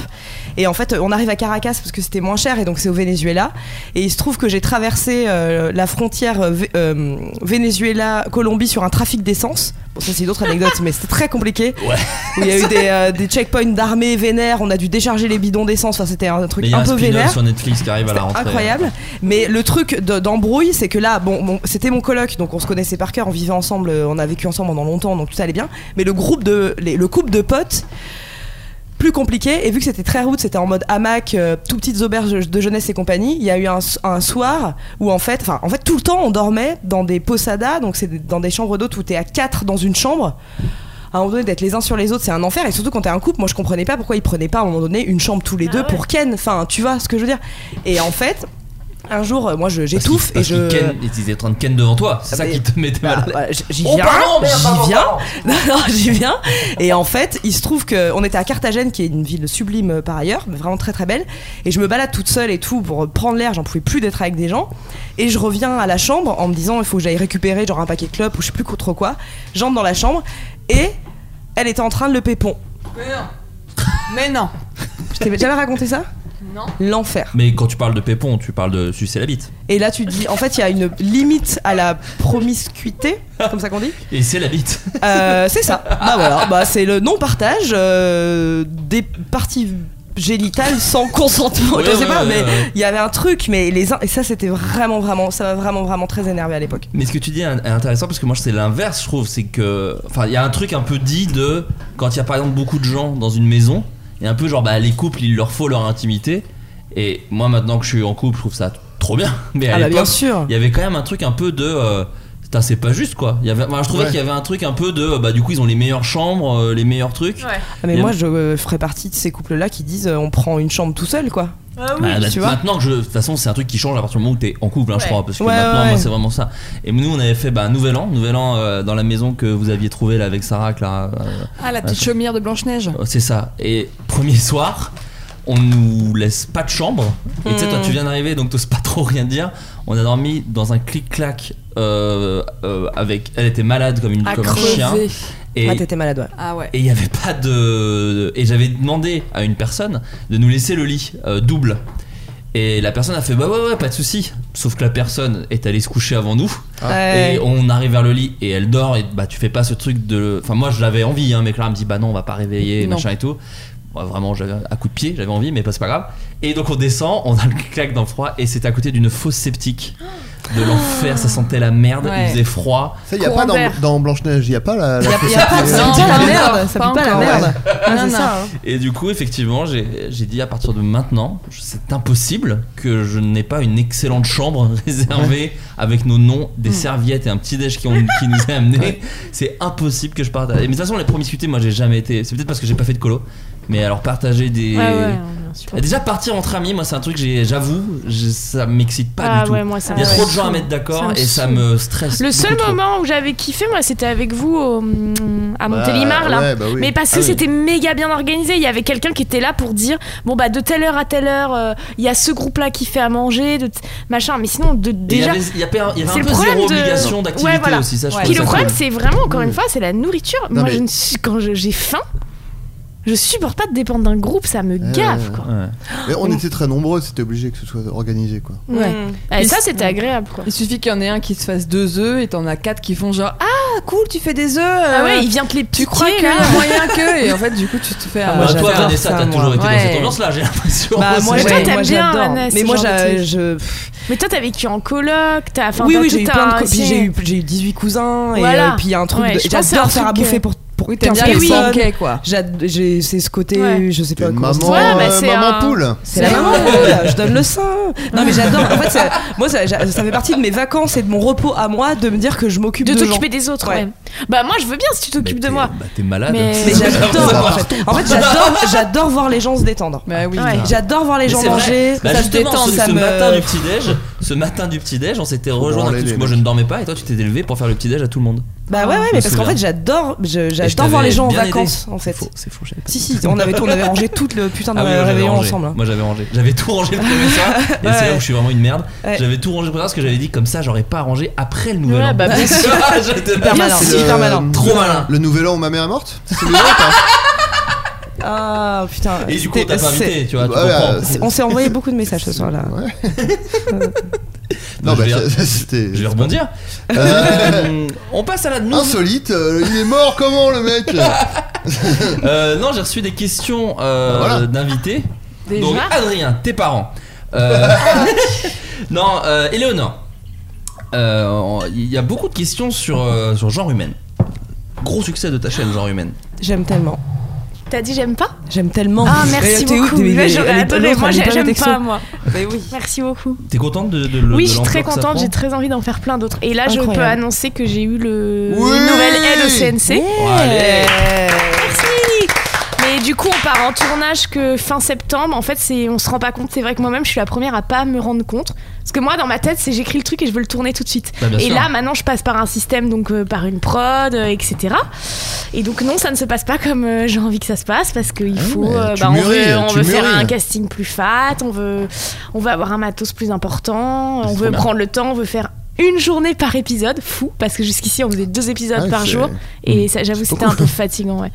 Speaker 12: Et en fait, on arrive à Caracas parce que c'était moins cher, et donc c'est au Venezuela. Et il se trouve que j'ai traversé euh, la frontière euh, Vé- euh, Venezuela-Colombie sur un trafic d'essence. Bon, ça c'est une autre anecdote, mais c'était très compliqué. Où il y a eu des, euh, des checkpoints d'armée vénères, on a dû décharger les bidons d'essence, enfin c'était un truc
Speaker 8: Mais il y a
Speaker 12: un
Speaker 8: un
Speaker 12: peu
Speaker 8: spin-off
Speaker 12: vénère.
Speaker 8: sur Netflix qui arrive à la rentrée. hein.
Speaker 12: Incroyable. Mais le truc de- d'embrouille, c'est que là, bon, bon, c'était mon coloc, donc on se connaissait par cœur, on vivait ensemble, euh, on a vécu ensemble pendant longtemps, donc tout allait bien. Mais le groupe de, les- le couple de potes, plus compliqué. Et vu que c'était très route, c'était en mode hamac, euh, tout petites auberges de jeunesse et compagnie. Il y a eu un, s- un soir où en fait, enfin en fait tout le temps on dormait dans des posadas, donc c'est des- dans des chambres d'hôtes où t'es à quatre dans une chambre. À un moment donné, d'être les uns sur les autres, c'est un enfer. Et surtout quand t'es un couple, moi je comprenais pas pourquoi ils prenaient pas à un moment donné une chambre tous les deux pour Ken. Enfin, tu vois ce que je veux dire. Et en fait, Un jour, euh, moi, je- j'étouffe et
Speaker 8: Parce
Speaker 12: je. bah,
Speaker 8: qu'ils ken- ils étaient en train de ken devant toi, c'est ça qui te mettait mal. à
Speaker 12: l'aise. J'y
Speaker 8: Oh,
Speaker 12: viens,
Speaker 8: pardon, merde, pardon,
Speaker 12: j'y viens,
Speaker 8: pardon.
Speaker 12: non, non, j'y viens. Et en fait, il se trouve que on était à Carthagène, qui est une ville sublime euh, par ailleurs, mais vraiment très très belle. Et je me balade toute seule et tout pour prendre l'air. J'en pouvais plus d'être avec des gens. Et je reviens à la chambre en me disant il faut que j'aille récupérer genre un paquet de clopes ou je sais plus trop quoi. J'entre dans la chambre et elle était en train de le pépon.
Speaker 11: Mais non.
Speaker 12: Je t'avais jamais raconté ça
Speaker 11: Non.
Speaker 12: L'enfer.
Speaker 8: Mais quand tu parles de pépon, tu parles de sucer la bite.
Speaker 12: Et là, tu te dis, en fait, il y a une limite à la promiscuité, c'est comme ça qu'on dit.
Speaker 8: Et c'est la bite.
Speaker 12: Euh, c'est ça. Bah voilà, bah c'est le non-partage euh, des parties génitales sans consentement.
Speaker 8: Ouais,
Speaker 12: je sais
Speaker 8: ouais,
Speaker 12: pas,
Speaker 8: ouais,
Speaker 12: mais il
Speaker 8: ouais.
Speaker 12: y avait un truc, mais les uns- et ça c'était vraiment vraiment, ça m'a vraiment vraiment très énervé à l'époque.
Speaker 8: Mais ce que tu dis est est intéressant parce que moi c'est l'inverse, je trouve. C'est que. Enfin, il y a un truc un peu dit de. Quand il y a par exemple beaucoup de gens dans une maison, il y a un peu genre, bah les couples, il leur faut leur intimité. Et moi maintenant que je suis en couple, je trouve ça trop bien. Mais à
Speaker 12: Ah bah, bien
Speaker 8: l'époque,
Speaker 12: sûr.
Speaker 8: il y avait quand même un truc un peu de. euh, Putain, c'est pas juste quoi. Il y avait, enfin, je trouvais
Speaker 12: Ouais.
Speaker 8: qu'il y avait un truc un peu de. euh, Bah, du coup, ils ont les meilleures chambres, euh, les meilleurs trucs.
Speaker 12: Ah, mais
Speaker 8: Il y a-
Speaker 12: moi je euh, ferais partie de ces couples là qui disent euh, on prend une chambre tout seul quoi.
Speaker 8: Bah, bah,
Speaker 12: tu vois.
Speaker 8: maintenant que je. De toute façon, c'est un truc qui change à partir du moment où t'es en couple, hein, je
Speaker 12: Ouais.
Speaker 8: crois. Parce que
Speaker 12: Ouais,
Speaker 8: maintenant,
Speaker 12: ouais,
Speaker 8: moi,
Speaker 12: ouais.
Speaker 8: c'est vraiment ça. Et nous, on avait fait bah, Nouvel An. Nouvel An euh, dans la maison que vous aviez trouvée là avec Sarah, Clara. euh,
Speaker 11: Ah, la petite
Speaker 8: machin.
Speaker 11: chaumière de Blanche-Neige.
Speaker 8: Euh, C'est ça. Et premier soir, on nous laisse pas de chambre. Et tu sais, toi,
Speaker 11: Hmm.
Speaker 8: tu viens d'arriver, donc t'oses pas trop rien dire. On a dormi dans un clic-clac euh, euh, avec. Elle était malade comme, une,
Speaker 12: À
Speaker 8: comme un
Speaker 12: crever.
Speaker 8: chien. Et
Speaker 12: Ah t'étais malade ouais.
Speaker 11: Ah ouais.
Speaker 8: et il n'y avait pas de. Et j'avais demandé à une personne de nous laisser le lit euh, double. Et la personne a fait bah ouais ouais pas de souci. Sauf que la personne est allée se coucher avant nous.
Speaker 12: Ah. Ouais.
Speaker 11: Eh
Speaker 8: Et on arrive vers le lit et elle dort et bah tu fais pas ce truc de. Enfin moi je l'avais envie hein, mais Clara me dit bah non on va pas réveiller
Speaker 11: Non.
Speaker 8: machin et tout. Bah, vraiment j'avais à coup de pied j'avais envie mais pas c'est pas grave. Et donc on descend on a le claque dans le froid et c'était à côté d'une fosse septique. De l'enfer, ça sentait la merde,
Speaker 11: Ouais.
Speaker 8: il faisait froid.
Speaker 13: Ça, y a pas dans, dans Blanche-Neige, y a pas la. la
Speaker 8: Y a-
Speaker 13: fausse
Speaker 8: y a
Speaker 12: Ah,
Speaker 8: pas-
Speaker 13: petite-
Speaker 8: ça
Speaker 13: euh,
Speaker 8: pue la
Speaker 12: merde, ça pue pas la merde. Ah, c'est ça, hein.
Speaker 8: Et du coup, effectivement, j'ai j'ai dit à partir de maintenant, je- c'est impossible que je n'ai pas une excellente chambre réservée avec nos noms, des
Speaker 14: Hmm.
Speaker 8: serviettes et un petit déj qui, ont- qui nous est amené. C'est impossible que je partage. Mais de toute façon, les promiscuités, moi, j'ai jamais été. C'est peut-être parce que j'ai pas fait de colo. Mais alors, partager des.
Speaker 14: Ouais, ouais, on supporte.
Speaker 8: Déjà, partir entre amis, moi, c'est un truc, j'ai- j'avoue, je- ça m'excite pas
Speaker 14: Ah
Speaker 8: du tout.
Speaker 14: ouais, moi, ça
Speaker 8: Il y a
Speaker 14: me
Speaker 8: trop de
Speaker 14: saoule.
Speaker 8: gens à mettre d'accord
Speaker 14: Ça me
Speaker 8: et ça
Speaker 14: saoule.
Speaker 8: me stresse.
Speaker 14: Le seul
Speaker 8: beaucoup trop.
Speaker 14: moment où j'avais kiffé, moi, c'était avec vous au- mm, à Montélimar, là.
Speaker 8: ouais, bah oui.
Speaker 14: Mais parce que
Speaker 8: Ah oui.
Speaker 14: c'était méga bien organisé. Il y avait quelqu'un qui était là pour dire bon, bah, de telle heure à telle heure, euh, il y a ce groupe-là qui fait à manger, de t- machin. Mais sinon, de,
Speaker 8: Et il y
Speaker 14: déjà.
Speaker 8: avait- il y avait un- il y avait
Speaker 14: c'est
Speaker 8: un
Speaker 14: le
Speaker 8: peu
Speaker 14: problème
Speaker 8: zéro
Speaker 14: de-
Speaker 8: obligation d'activité
Speaker 14: Ouais, voilà.
Speaker 8: aussi, ça, je
Speaker 14: Puis
Speaker 8: trouve
Speaker 14: le
Speaker 8: ça
Speaker 14: problème,
Speaker 8: cool.
Speaker 14: c'est vraiment, encore
Speaker 8: Oui.
Speaker 14: une fois, c'est la nourriture.
Speaker 8: Non,
Speaker 14: moi,
Speaker 8: mais-
Speaker 14: je ne suis, quand je- j'ai faim, je supporte pas de dépendre d'un groupe, ça me gave,
Speaker 13: euh,
Speaker 14: quoi.
Speaker 13: Mais on était très nombreux, c'était obligé que ce soit organisé quoi.
Speaker 14: Ouais. Ah, et
Speaker 11: Il
Speaker 14: ça,
Speaker 11: s-
Speaker 14: c'était agréable, quoi.
Speaker 11: Il suffit qu'il y en ait un qui se fasse deux œufs et t'en as quatre qui font genre Ah cool, tu fais des œufs. euh,
Speaker 14: Ah ouais, il hein. vient te les
Speaker 11: Tu crois
Speaker 14: piquer,
Speaker 11: qu'il y
Speaker 14: là.
Speaker 11: a moyen que. Et en fait, du coup, tu te fais.
Speaker 8: Ah,
Speaker 11: euh,
Speaker 8: bah,
Speaker 11: j'adore
Speaker 8: toi, Vanessa,
Speaker 11: ça,
Speaker 8: t'as
Speaker 11: moi.
Speaker 8: toujours été dans cette
Speaker 11: Ouais.
Speaker 8: ambiance-là, j'ai l'impression.
Speaker 12: Bah, moi,
Speaker 8: C'est-
Speaker 12: j'ai-
Speaker 14: toi, t'aimes
Speaker 12: moi,
Speaker 14: bien,
Speaker 12: j'adore.
Speaker 14: Vanessa,
Speaker 12: Mais
Speaker 14: ce
Speaker 12: moi
Speaker 14: genre de
Speaker 12: j'a-
Speaker 14: truc.
Speaker 12: je
Speaker 14: Mais toi, t'as vécu en coloc, t'as. enfin,
Speaker 12: oui,
Speaker 14: t'as
Speaker 12: oui,
Speaker 14: tout
Speaker 12: j'ai eu
Speaker 14: un-
Speaker 12: plein de co-
Speaker 14: c'est-
Speaker 12: puis j'ai eu, j'ai eu 18 cousins et,
Speaker 14: Voilà.
Speaker 12: euh, puis il y a un truc
Speaker 14: Ouais,
Speaker 12: de-
Speaker 14: je pense que c'est un
Speaker 12: j'adore faire à
Speaker 14: truc,
Speaker 12: bouffer
Speaker 14: euh,
Speaker 12: pour pour
Speaker 11: Oui, t'aimes
Speaker 12: 15
Speaker 11: bien les
Speaker 12: personnes.
Speaker 11: banquets, quoi.
Speaker 12: J'ad- j'ai c'est ce côté
Speaker 11: Ouais.
Speaker 12: je sais pas comment
Speaker 13: maman,
Speaker 12: ça s'appelle.
Speaker 13: Ouais, bah, euh, c'est maman un- poule.
Speaker 12: C'est la maman poule, je donne le sein. Non mais j'adore en fait ça- moi ça, j'a- ça fait partie de mes vacances et de mon repos à moi de me dire que je m'occupe
Speaker 14: de
Speaker 12: de
Speaker 14: t'occuper
Speaker 12: gens.
Speaker 14: des autres, ouais. Bah, moi, je veux bien si tu t'occupes de moi.
Speaker 8: Bah, t'es malade.
Speaker 14: Mais-
Speaker 8: C'est-
Speaker 14: Mais
Speaker 8: c'est-
Speaker 12: J'adore, en
Speaker 8: c'est-
Speaker 12: fait, En fait, j'adore, j'adore voir les gens se détendre.
Speaker 11: Bah
Speaker 8: Ouais.
Speaker 12: J'adore voir les gens
Speaker 8: Mais c'est
Speaker 12: manger,
Speaker 8: vrai. Bah,
Speaker 12: ça se
Speaker 8: justement,
Speaker 12: détend,
Speaker 8: ce,
Speaker 12: ça
Speaker 8: ce
Speaker 12: me.
Speaker 8: matin du petit déj, ce matin du petit déj, on s'était rejoint
Speaker 13: branler
Speaker 8: parce que
Speaker 13: les
Speaker 8: moi je ne dormais pas et toi tu t'es élevé pour faire le petit déj à tout le monde.
Speaker 12: Bah ouais, ouais,
Speaker 8: Je
Speaker 12: mais
Speaker 8: me
Speaker 12: parce qu'en
Speaker 8: souviens.
Speaker 12: fait, j'adore, je-
Speaker 8: Et je t'avais
Speaker 12: j'adore voir les gens en
Speaker 8: bien
Speaker 12: vacances,
Speaker 8: aidé.
Speaker 12: en fait.
Speaker 8: C'est faux,
Speaker 12: Si, si, on avait, on avait rangé tout le putain de
Speaker 8: Ah oui, moi, j'avais
Speaker 12: réveillon
Speaker 8: rangé.
Speaker 12: ensemble. hein.
Speaker 8: Moi j'avais rangé. J'avais tout rangé le premier soir et c'est là
Speaker 12: Ouais.
Speaker 8: où je suis vraiment une merde.
Speaker 12: Ouais.
Speaker 8: J'avais tout rangé le premier soir parce que j'avais dit comme ça j'aurais pas rangé après le nouvel
Speaker 12: Ouais,
Speaker 8: an. Ah,
Speaker 12: bah, bien sûr.
Speaker 8: J'étais
Speaker 12: Hyper
Speaker 8: bien
Speaker 12: malin,
Speaker 8: sûr.
Speaker 12: hyper malin.
Speaker 8: Trop malin.
Speaker 13: Le nouvel an où ma mère est morte
Speaker 12: Ah putain.
Speaker 8: Et du coup, on
Speaker 12: c'était-
Speaker 8: t'a pas invité,
Speaker 12: c'est-
Speaker 8: tu vois, tu
Speaker 13: Ouais,
Speaker 8: comprends.
Speaker 13: euh,
Speaker 12: C'est- On s'est envoyé beaucoup de messages ce soir-là.
Speaker 13: Non,
Speaker 8: Je
Speaker 13: bah,
Speaker 8: vais-
Speaker 13: ça- ça, c'était.
Speaker 8: Je vais rebondir.
Speaker 13: Euh,
Speaker 8: on passe à la nouvelle.
Speaker 13: Insolite, euh, il est mort comment le mec
Speaker 8: Euh, non, j'ai reçu des questions euh,
Speaker 13: Voilà.
Speaker 8: d'invités.
Speaker 13: Déjà
Speaker 8: Donc, Adrien, tes parents. Euh, non, euh, Éléonore. Euh, on- Il y a beaucoup de questions sur, euh, sur genre humain. Gros succès de ta chaîne, genre humaine.
Speaker 12: J'aime tellement.
Speaker 14: T'as dit j'aime pas
Speaker 12: J'aime tellement.
Speaker 14: Ah, merci
Speaker 12: T'es où,
Speaker 14: beaucoup.
Speaker 12: t'es-
Speaker 14: Ouais,
Speaker 12: elle-
Speaker 14: j'aurais
Speaker 12: elle est-
Speaker 14: adoré.
Speaker 12: l'autre,
Speaker 14: Moi,
Speaker 12: elle est
Speaker 14: j'ai-
Speaker 12: au
Speaker 14: j'aime
Speaker 12: texto.
Speaker 14: pas, moi.
Speaker 11: Bah
Speaker 12: Mais oui.
Speaker 14: Merci beaucoup.
Speaker 8: T'es contente de, de, le-
Speaker 14: oui,
Speaker 8: de
Speaker 14: je suis très
Speaker 8: l'ampleur que ça
Speaker 14: contente,
Speaker 8: prend
Speaker 14: j'ai très envie d'en faire plein d'autres. Et là, je peux
Speaker 12: Incroyable.
Speaker 14: annoncer que j'ai eu le E
Speaker 12: Oui
Speaker 14: une nouvelle aide au CNC.
Speaker 8: Oh, allez.
Speaker 14: Merci Mais
Speaker 10: du coup, on part en tournage que fin septembre. En fait, c'est, on se rend pas compte. C'est vrai que moi-même, je suis la première à pas me rendre compte. Parce que moi, dans ma tête, c'est j'écris le truc et je veux le tourner tout de suite.
Speaker 15: Bah, bien
Speaker 10: et
Speaker 15: sûr.
Speaker 10: là, maintenant, je passe par un système, donc euh, par une prod, euh, etc. Et donc, non, ça ne se passe pas comme euh, j'ai envie que ça se passe parce qu'il faut.
Speaker 15: Ah, mais
Speaker 10: euh,
Speaker 15: tu
Speaker 10: bah, on
Speaker 15: mûris,
Speaker 10: veut, on
Speaker 15: tu
Speaker 10: veut faire
Speaker 15: mûris.
Speaker 10: un casting plus fat, on veut, on veut avoir un matos plus important, on
Speaker 15: trop
Speaker 10: veut
Speaker 15: bien.
Speaker 10: prendre le temps, on veut faire. Une journée par épisode, fou, parce que jusqu'ici on faisait deux épisodes
Speaker 15: Ouais,
Speaker 10: par
Speaker 15: Ah, c'est- Hmm.
Speaker 10: jour, et ça, j'avoue c'était un peu fatigant. Ouais.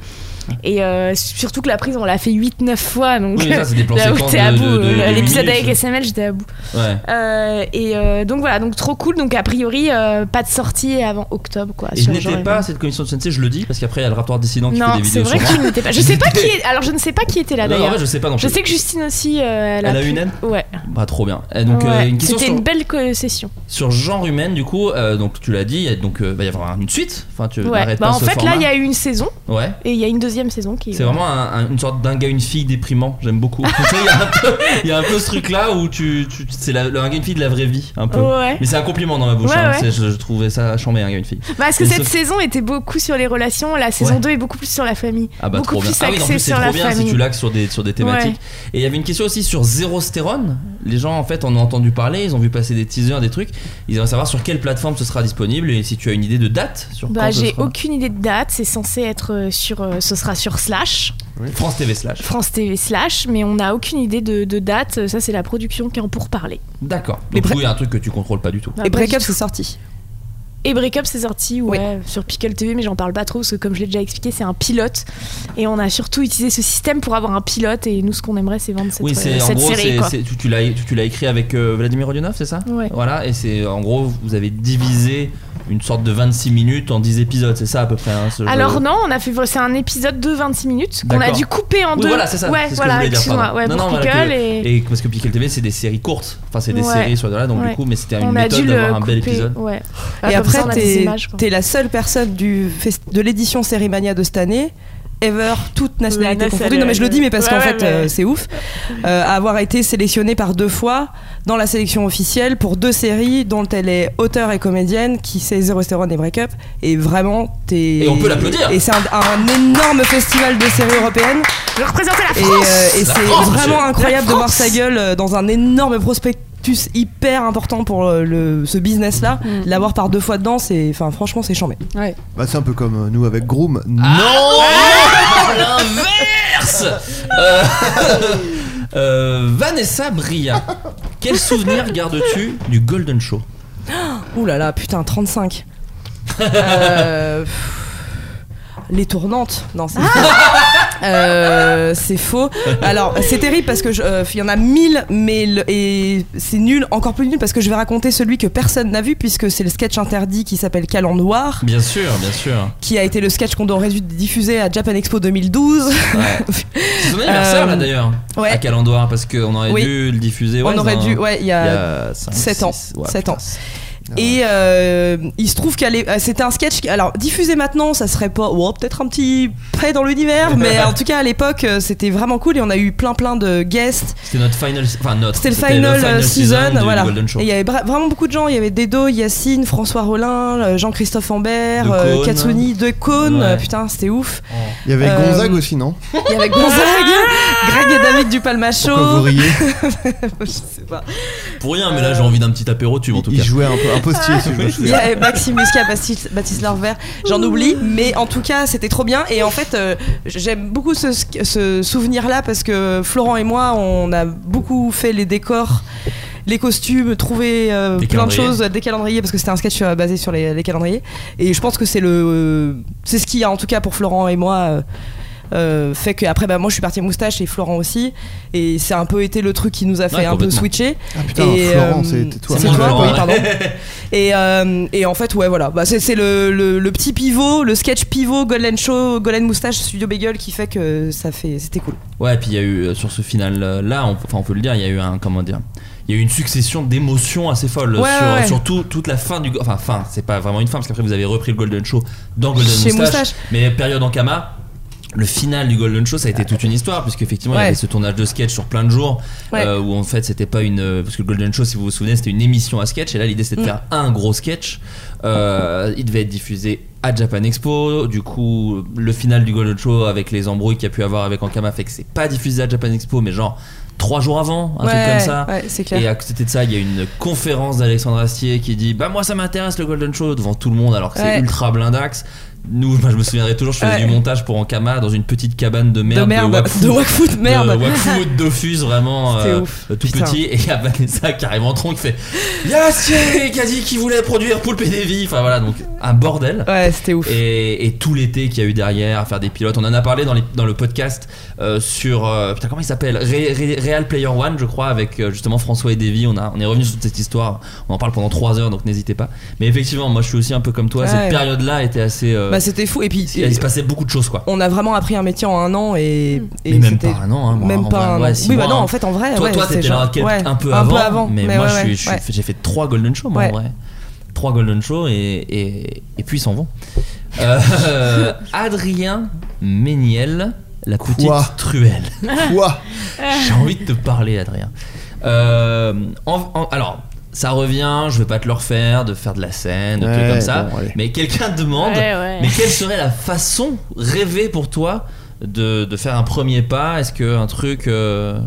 Speaker 10: Et euh, surtout que la prise, on l'a fait 8-9 fois. Donc
Speaker 15: Oui, mais ça, c'est des plans
Speaker 10: là où
Speaker 15: séquences
Speaker 10: t'es à
Speaker 15: de-
Speaker 10: bout.
Speaker 15: de- de-
Speaker 10: euh,
Speaker 15: de
Speaker 10: L'épisode
Speaker 15: minutes.
Speaker 10: avec SML, j'étais à bout.
Speaker 15: Ouais.
Speaker 10: Euh, et euh, donc voilà, donc trop cool. Donc a priori, euh, pas de sortie avant octobre. Quoi,
Speaker 8: Et je
Speaker 10: sur
Speaker 8: n'étais
Speaker 10: Genre
Speaker 8: pas à cette commission de Sensei, je le dis, parce qu'après il y a le rapporteur dissident qui fait
Speaker 10: Non,
Speaker 8: des
Speaker 10: c'est
Speaker 8: vidéos
Speaker 10: vrai
Speaker 8: sur
Speaker 10: que tu
Speaker 8: moi.
Speaker 10: n'étais pas. Je sais pas qui est. Alors je ne sais pas qui était là
Speaker 8: Non, en
Speaker 10: d'ailleurs.
Speaker 8: vrai, je sais pas non
Speaker 10: Je
Speaker 8: plus.
Speaker 10: sais que Justine aussi. euh, elle,
Speaker 8: Elle a
Speaker 10: pris-
Speaker 8: une aide
Speaker 10: Ouais.
Speaker 8: Bah, trop bien. Et donc, euh,
Speaker 10: Ouais.
Speaker 8: une question
Speaker 10: C'était
Speaker 8: sur,
Speaker 10: une belle co- session.
Speaker 8: sur genre humain, du coup, euh, donc tu l'as dit, il y a- donc euh, va y avoir une suite. Enfin, tu
Speaker 10: Ouais.
Speaker 8: n'arrêtes
Speaker 10: Bah,
Speaker 8: pas
Speaker 10: en
Speaker 8: ce
Speaker 10: fait, là,
Speaker 8: format.
Speaker 10: il y a eu une saison
Speaker 8: Ouais.
Speaker 10: et il y a une deuxième saison qui.
Speaker 8: C'est vraiment un- un- une sorte d'un gars, une fille déprimant, j'aime beaucoup. Tu sais, il y a un peu- Il y, a un peu ce truc là où tu, tu- c'est la- le un gars, une fille de la vraie vie, un peu.
Speaker 10: Ouais.
Speaker 8: Mais c'est un compliment dans ma bouche,
Speaker 10: Ouais,
Speaker 8: hein.
Speaker 10: ouais.
Speaker 8: C'est- Je, je trouvais ça chambé, un gars, une fille.
Speaker 10: Bah, Parce que
Speaker 8: Et
Speaker 10: cette
Speaker 8: sauf-
Speaker 10: saison était beaucoup sur les relations, la saison
Speaker 8: Ouais.
Speaker 10: 2 est beaucoup plus sur la famille.
Speaker 8: Ah bah
Speaker 10: beaucoup
Speaker 8: trop bien.
Speaker 10: plus
Speaker 8: Ah oui,
Speaker 10: axée
Speaker 8: en plus c'est
Speaker 10: sur
Speaker 8: trop
Speaker 10: la
Speaker 8: bien
Speaker 10: famille.
Speaker 8: si tu l'axes sur des sur des thématiques.
Speaker 10: Ouais.
Speaker 8: Et il y avait une question aussi sur zérostérone. Les gens en fait en ont entendu parler, ils ont vu passer des teasers, des trucs. Ils aimeraient savoir sur quelle plateforme ce sera disponible et si tu as une idée de date sur
Speaker 10: Bah,
Speaker 8: quand ce
Speaker 10: j'ai
Speaker 8: sera.
Speaker 10: aucune idée de date, c'est censé être euh, sur. euh, ce sera sur Slash,
Speaker 8: France TV slash.
Speaker 10: France TV Slash, mais on n'a aucune idée de, de date, euh, ça c'est la production qui est en pourparlers.
Speaker 8: D'accord. Donc oui, un truc que tu contrôles pas du tout.
Speaker 10: Non, Et pas Break du Up,
Speaker 12: c'est sorti.
Speaker 10: Et Break Up c'est sorti ouais, sur Pickle TV, mais j'en parle pas trop parce que comme je l'ai déjà expliqué, c'est un pilote et on a surtout utilisé ce système pour avoir un pilote et nous ce qu'on aimerait c'est vendre cette,
Speaker 8: Oui,
Speaker 10: euh,
Speaker 8: c'est en
Speaker 10: cette
Speaker 8: gros,
Speaker 10: série.
Speaker 8: c'est-
Speaker 10: quoi.
Speaker 8: c'est- tu, tu l'as tu, tu l'as écrit avec euh, Vladimir Rodionov, c'est ça
Speaker 10: Ouais.
Speaker 8: Voilà, et c'est en gros, vous avez divisé une sorte de 26 minutes en 10 épisodes, c'est ça à peu près hein, ce-
Speaker 10: Alors non, on a fait c'est un épisode de 26 minutes qu'on a
Speaker 8: D'accord.
Speaker 10: dû couper en
Speaker 8: Oui,
Speaker 10: deux.
Speaker 8: voilà, c'est ça.
Speaker 10: Ouais,
Speaker 8: c'est ce que
Speaker 10: voilà,
Speaker 8: je voulais dire.
Speaker 10: excuse-moi,
Speaker 8: pardon.
Speaker 10: ouais,
Speaker 8: non,
Speaker 10: pour
Speaker 8: non,
Speaker 10: Pickle
Speaker 8: voilà, que-
Speaker 10: et...
Speaker 8: parce que Pickle TV, c'est des séries courtes. Enfin, c'est des
Speaker 10: Ouais.
Speaker 8: séries sur là, donc
Speaker 10: Ouais.
Speaker 8: du coup, mais c'était une
Speaker 10: On a dû
Speaker 8: méthode
Speaker 10: le
Speaker 8: d'avoir un bel
Speaker 10: couper,
Speaker 8: épisode.
Speaker 10: ouais. Ah,
Speaker 12: Et
Speaker 10: Bah, Comme ça,
Speaker 12: après,
Speaker 10: on a des
Speaker 12: t'es
Speaker 10: images, quoi.
Speaker 12: t'es la seule personne du fest- de l'édition Cérémania de cette année. Ever, toute nationalité
Speaker 10: nationale-
Speaker 12: confondue. Non, mais je le dis, mais parce
Speaker 10: Ouais,
Speaker 12: qu'en
Speaker 10: ouais,
Speaker 12: fait,
Speaker 10: mais-
Speaker 12: euh, c'est ouf. Euh, à avoir été sélectionnée par deux fois dans la sélection officielle pour deux séries dont elle est auteur et comédienne, qui c'est Zero Stérone et Break Up. Et vraiment, t'es.
Speaker 8: Et on peut l'applaudir.
Speaker 12: Et c'est un, un énorme festival de séries européennes.
Speaker 10: Je représentais la
Speaker 12: Et,
Speaker 10: France
Speaker 12: euh, et
Speaker 10: La
Speaker 12: c'est
Speaker 10: France,
Speaker 12: vraiment
Speaker 10: monsieur.
Speaker 12: incroyable
Speaker 10: La
Speaker 12: de voir
Speaker 10: France.
Speaker 12: sa gueule euh, dans un énorme prospectus hyper important pour euh, le, ce business là l'avoir par deux fois dedans c'est enfin franchement c'est chambé
Speaker 11: ouais.
Speaker 13: Bah, c'est un peu comme euh, nous avec Groom.
Speaker 12: Ah
Speaker 8: non L'inverse Euh, euh, Vanessa Bria, quel souvenir gardes-tu du Golden Show
Speaker 12: ouh là là putain 35 Euh, pff, les tournantes non c'est Euh, c'est faux alors c'est terrible parce que je- euh, il y en a 1000 mais le- et c'est nul encore plus nul parce que je vais raconter celui que personne n'a vu puisque c'est le sketch interdit qui s'appelle Calendoir
Speaker 8: Bien sûr, bien sûr.
Speaker 12: qui a été le sketch qu'on aurait dû diffuser à Japan Expo 2012.
Speaker 8: Ouais. C'est son anniversaire
Speaker 12: Euh,
Speaker 8: là d'ailleurs.
Speaker 12: ouais.
Speaker 8: À Calendoir, parce qu'on aurait
Speaker 12: Oui.
Speaker 8: dû le diffuser.
Speaker 12: On aurait
Speaker 8: dans-
Speaker 12: dû, ouais, il y a
Speaker 8: cinq,
Speaker 12: 7 ans.
Speaker 8: six- ouais,
Speaker 12: 7 ans. Et euh, il se trouve qu'elle est- euh, c'était un sketch. qui- Alors diffusé maintenant, ça serait pas, ouais, peut-être un petit près dans l'univers, mais en tout cas à l'époque, euh, c'était vraiment cool et on a eu plein plein de guests.
Speaker 8: C'était notre final. Enfin, notre.
Speaker 12: C'était le final, euh, season,
Speaker 8: du
Speaker 12: voilà.
Speaker 8: Golden Show.
Speaker 12: Et il y avait bra- vraiment beaucoup de gens. Il y avait Dedo, Yacine, François Rollin, euh, Jean-Christophe Ambert,
Speaker 13: De
Speaker 12: euh,
Speaker 13: Cônes.
Speaker 12: Katsuni, De Cônes.
Speaker 13: Ouais.
Speaker 12: euh, Putain, c'était ouf.
Speaker 13: Il y avait
Speaker 12: Euh,
Speaker 13: Gonzague aussi, non
Speaker 12: Il y avait Gonzague, Greg et David du Palmacho.
Speaker 13: Pourquoi vous riez
Speaker 12: Je sais pas.
Speaker 8: Pour rien, mais là j'ai envie d'un petit apéro tube en tout cas. Il
Speaker 13: jouait un peu un postier
Speaker 12: Ah.
Speaker 13: si je me
Speaker 12: Il y avait Maxime Muscat, Baptiste, Baptiste Larvert, j'en oublie, mais en tout cas c'était trop bien et en fait euh, j'aime beaucoup ce, ce souvenir là parce que Florent et moi on a beaucoup fait les décors, les costumes, trouvé euh,
Speaker 15: Des
Speaker 12: plein de
Speaker 15: calendriers.
Speaker 12: choses, des calendriers parce que c'était un sketch euh, basé sur les, les calendriers et je pense que c'est le euh, c'est ce qu'il y a en tout cas pour Florent et moi. euh, euh, fait que après bah, moi je suis partie moustache et Florent aussi et c'est un peu été le truc qui nous a fait
Speaker 13: Ouais,
Speaker 12: un peu
Speaker 13: complètement.
Speaker 12: switcher
Speaker 13: Ah, putain,
Speaker 12: et,
Speaker 13: Florent,
Speaker 12: euh,
Speaker 13: c'était toi.
Speaker 12: c'est
Speaker 13: C'est moi,
Speaker 12: toi, oui,
Speaker 13: Florent.
Speaker 12: pardon et, euh, et en fait, ouais, voilà. Bah, c'est c'est le, le- le petit pivot, le sketch pivot, Golden Show, Golden Moustache, Studio Bagel qui fait que ça fait. C'était cool.
Speaker 8: Ouais, et puis il y a eu euh, sur ce final euh, là, on, enfin on peut le dire, il y a eu un comment dire, il y a eu une succession d'émotions assez folles
Speaker 12: Ouais,
Speaker 8: sur,
Speaker 12: ouais, ouais.
Speaker 8: sur tout- toute la fin du, enfin fin, c'est pas vraiment une fin parce qu'après vous avez repris le Golden Show dans Golden
Speaker 12: Chez
Speaker 8: Moustache,
Speaker 12: Moustache.
Speaker 8: mais période en Kama. le final du Golden Show, ça a été toute une histoire, puisque effectivement, il y
Speaker 12: Ouais.
Speaker 8: avait ce tournage de sketch sur plein de jours,
Speaker 12: Ouais.
Speaker 8: euh, où en fait, c'était pas une. euh, Parce que le Golden Show, si vous vous souvenez, c'était une émission à sketch, et là, l'idée, c'était de
Speaker 12: Mm.
Speaker 8: faire un gros sketch. Euh, il devait être diffusé à Japan Expo. Du coup, le final du Golden Show, avec les embrouilles qu'il y a pu avoir avec Ankama, fait que c'est pas diffusé à Japan Expo, mais genre. Trois jours avant, un truc
Speaker 12: Ouais,
Speaker 8: comme ça.
Speaker 12: ouais, c'est clair.
Speaker 8: Et à côté de ça, il y a une conférence d'Alexandre Astier qui dit Bah, moi, ça m'intéresse le Golden Show devant tout le monde, alors que
Speaker 12: Ouais.
Speaker 8: c'est ultra blindax. Nous, moi, je me souviendrai toujours, je faisais
Speaker 12: Ouais.
Speaker 8: du montage pour Ankama dans une petite cabane de ah, merde.
Speaker 12: De merde,
Speaker 8: Wakfu.
Speaker 12: de Wakfu, de merde.
Speaker 8: De Wakfu, de Dofus, vraiment
Speaker 12: C'était
Speaker 8: euh,
Speaker 12: ouf.
Speaker 8: tout
Speaker 12: Putain.
Speaker 8: petit. Et il y a Vanessa carrément tronc qui fait Yassier qui a dit qu'il voulait produire Poulpe et Davy. Enfin voilà, donc un bordel.
Speaker 12: Ouais, c'était ouf.
Speaker 8: Et, et tout l'été qu'il y a eu derrière, à faire des pilotes. On en a parlé dans, les- dans le podcast euh, sur. euh, putain, comment il s'appelle Ré- Ré- Real Player One, je crois, avec euh, justement François et Davy. On, a, on est revenu sur cette histoire. On en parle pendant 3 heures, donc n'hésitez pas. Mais effectivement, moi je suis aussi un peu comme toi.
Speaker 12: Ouais.
Speaker 8: Cette période-là était assez. euh,
Speaker 12: Bah, c'était fou. Et puis,
Speaker 8: il se passait beaucoup de choses, quoi.
Speaker 12: on a vraiment appris un métier en un an et, et
Speaker 8: Mais même
Speaker 12: c'était-
Speaker 8: pas un an, hein, moi,
Speaker 12: même
Speaker 8: en
Speaker 12: pas
Speaker 8: vrai,
Speaker 12: un
Speaker 8: ouais,
Speaker 12: an.
Speaker 8: six
Speaker 12: oui,
Speaker 8: mois,
Speaker 12: bah non,
Speaker 8: hein.
Speaker 12: en fait, en vrai,
Speaker 8: Toi,
Speaker 12: ouais,
Speaker 8: toi,
Speaker 12: c'est
Speaker 8: t'étais
Speaker 12: genre-
Speaker 8: là quel-
Speaker 12: ouais,
Speaker 8: un, peu, avant, Mais, moi,
Speaker 12: ouais,
Speaker 8: je suis-
Speaker 12: ouais,
Speaker 8: je suis-
Speaker 12: ouais.
Speaker 8: j'ai fait trois Golden Show, moi,
Speaker 12: Ouais.
Speaker 8: en vrai. Trois Golden Show et, et, et puis ils s'en vont. Euh, Adrien Méniel, la petite truelle.
Speaker 13: Quoi
Speaker 8: J'ai envie de te parler, Adrien. Euh, en- en- alors, ça revient, je vais pas te le refaire, de faire de la scène, de trucs
Speaker 13: Ouais,
Speaker 8: comme ça.
Speaker 13: bon, allez.
Speaker 8: mais quelqu'un demande
Speaker 14: Ouais, ouais.
Speaker 8: mais quelle serait la façon rêvée pour toi de, de faire un premier pas Est-ce que un truc. euh,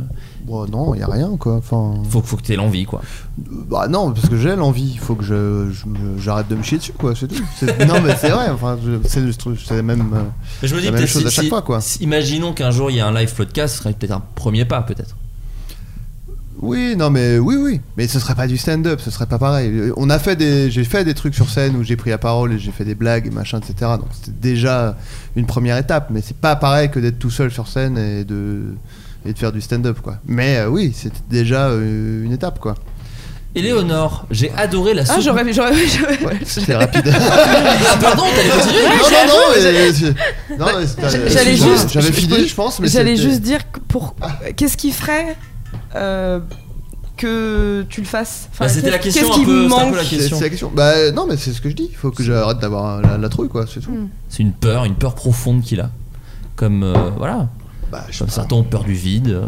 Speaker 13: Bon, non, il y a rien quoi. Enfin,
Speaker 8: faut, faut que t'aies l'envie quoi.
Speaker 13: bah non, parce que j'ai l'envie. Il faut que je je me- j'arrête de me chier dessus quoi. C'est tout. C'est- non mais c'est vrai. Enfin, je- c'est le stru- c'est la même. euh,
Speaker 8: Je me dis
Speaker 13: la même
Speaker 8: peut-être
Speaker 13: chose
Speaker 8: si-
Speaker 13: à chaque
Speaker 8: si-
Speaker 13: fois quoi.
Speaker 8: si- Imaginons qu'un jour il y a un live podcast, ce serait peut-être un premier pas peut-être.
Speaker 13: Oui, non, mais oui, oui. Mais ce serait pas du stand-up, ce serait pas pareil. Euh, On a fait des, j'ai fait des trucs sur scène où j'ai pris la parole et j'ai fait des blagues et machin, etc. Donc c'était déjà une première étape, mais c'est pas pareil que d'être tout seul sur scène et de et de faire du stand-up, quoi. Mais euh, oui, c'était déjà euh, une étape, quoi.
Speaker 8: Éléonore, j'ai adoré la soupe.
Speaker 12: Ah, j'aurais. j'aurais- j'aurais-
Speaker 13: C'était rapide.
Speaker 8: Ah, pardon, t'allais continuer
Speaker 13: Non,
Speaker 12: j'avoue,
Speaker 13: non, non, mais-
Speaker 12: j'ai-
Speaker 13: non, mais c'était-
Speaker 12: J'allais
Speaker 13: excuse-moi,
Speaker 12: juste.
Speaker 13: J'avais fini, je pense, mais
Speaker 12: J'allais
Speaker 13: c'était-
Speaker 12: juste dire que pour. Qu'est-ce qui ferait euh, que tu le fasses
Speaker 13: Bah,
Speaker 12: Enfin, qu'est-ce- Qu'est-ce qui me manque
Speaker 13: C'est- c'est la question. Bah non, mais c'est ce que je dis. Il faut que j'arrête d'avoir la, la trouille, quoi. C'est tout.
Speaker 8: C'est une peur, une peur profonde qu'il a. Comme euh,
Speaker 13: Bah,
Speaker 8: voilà. Comme certains ont peur du vide. euh.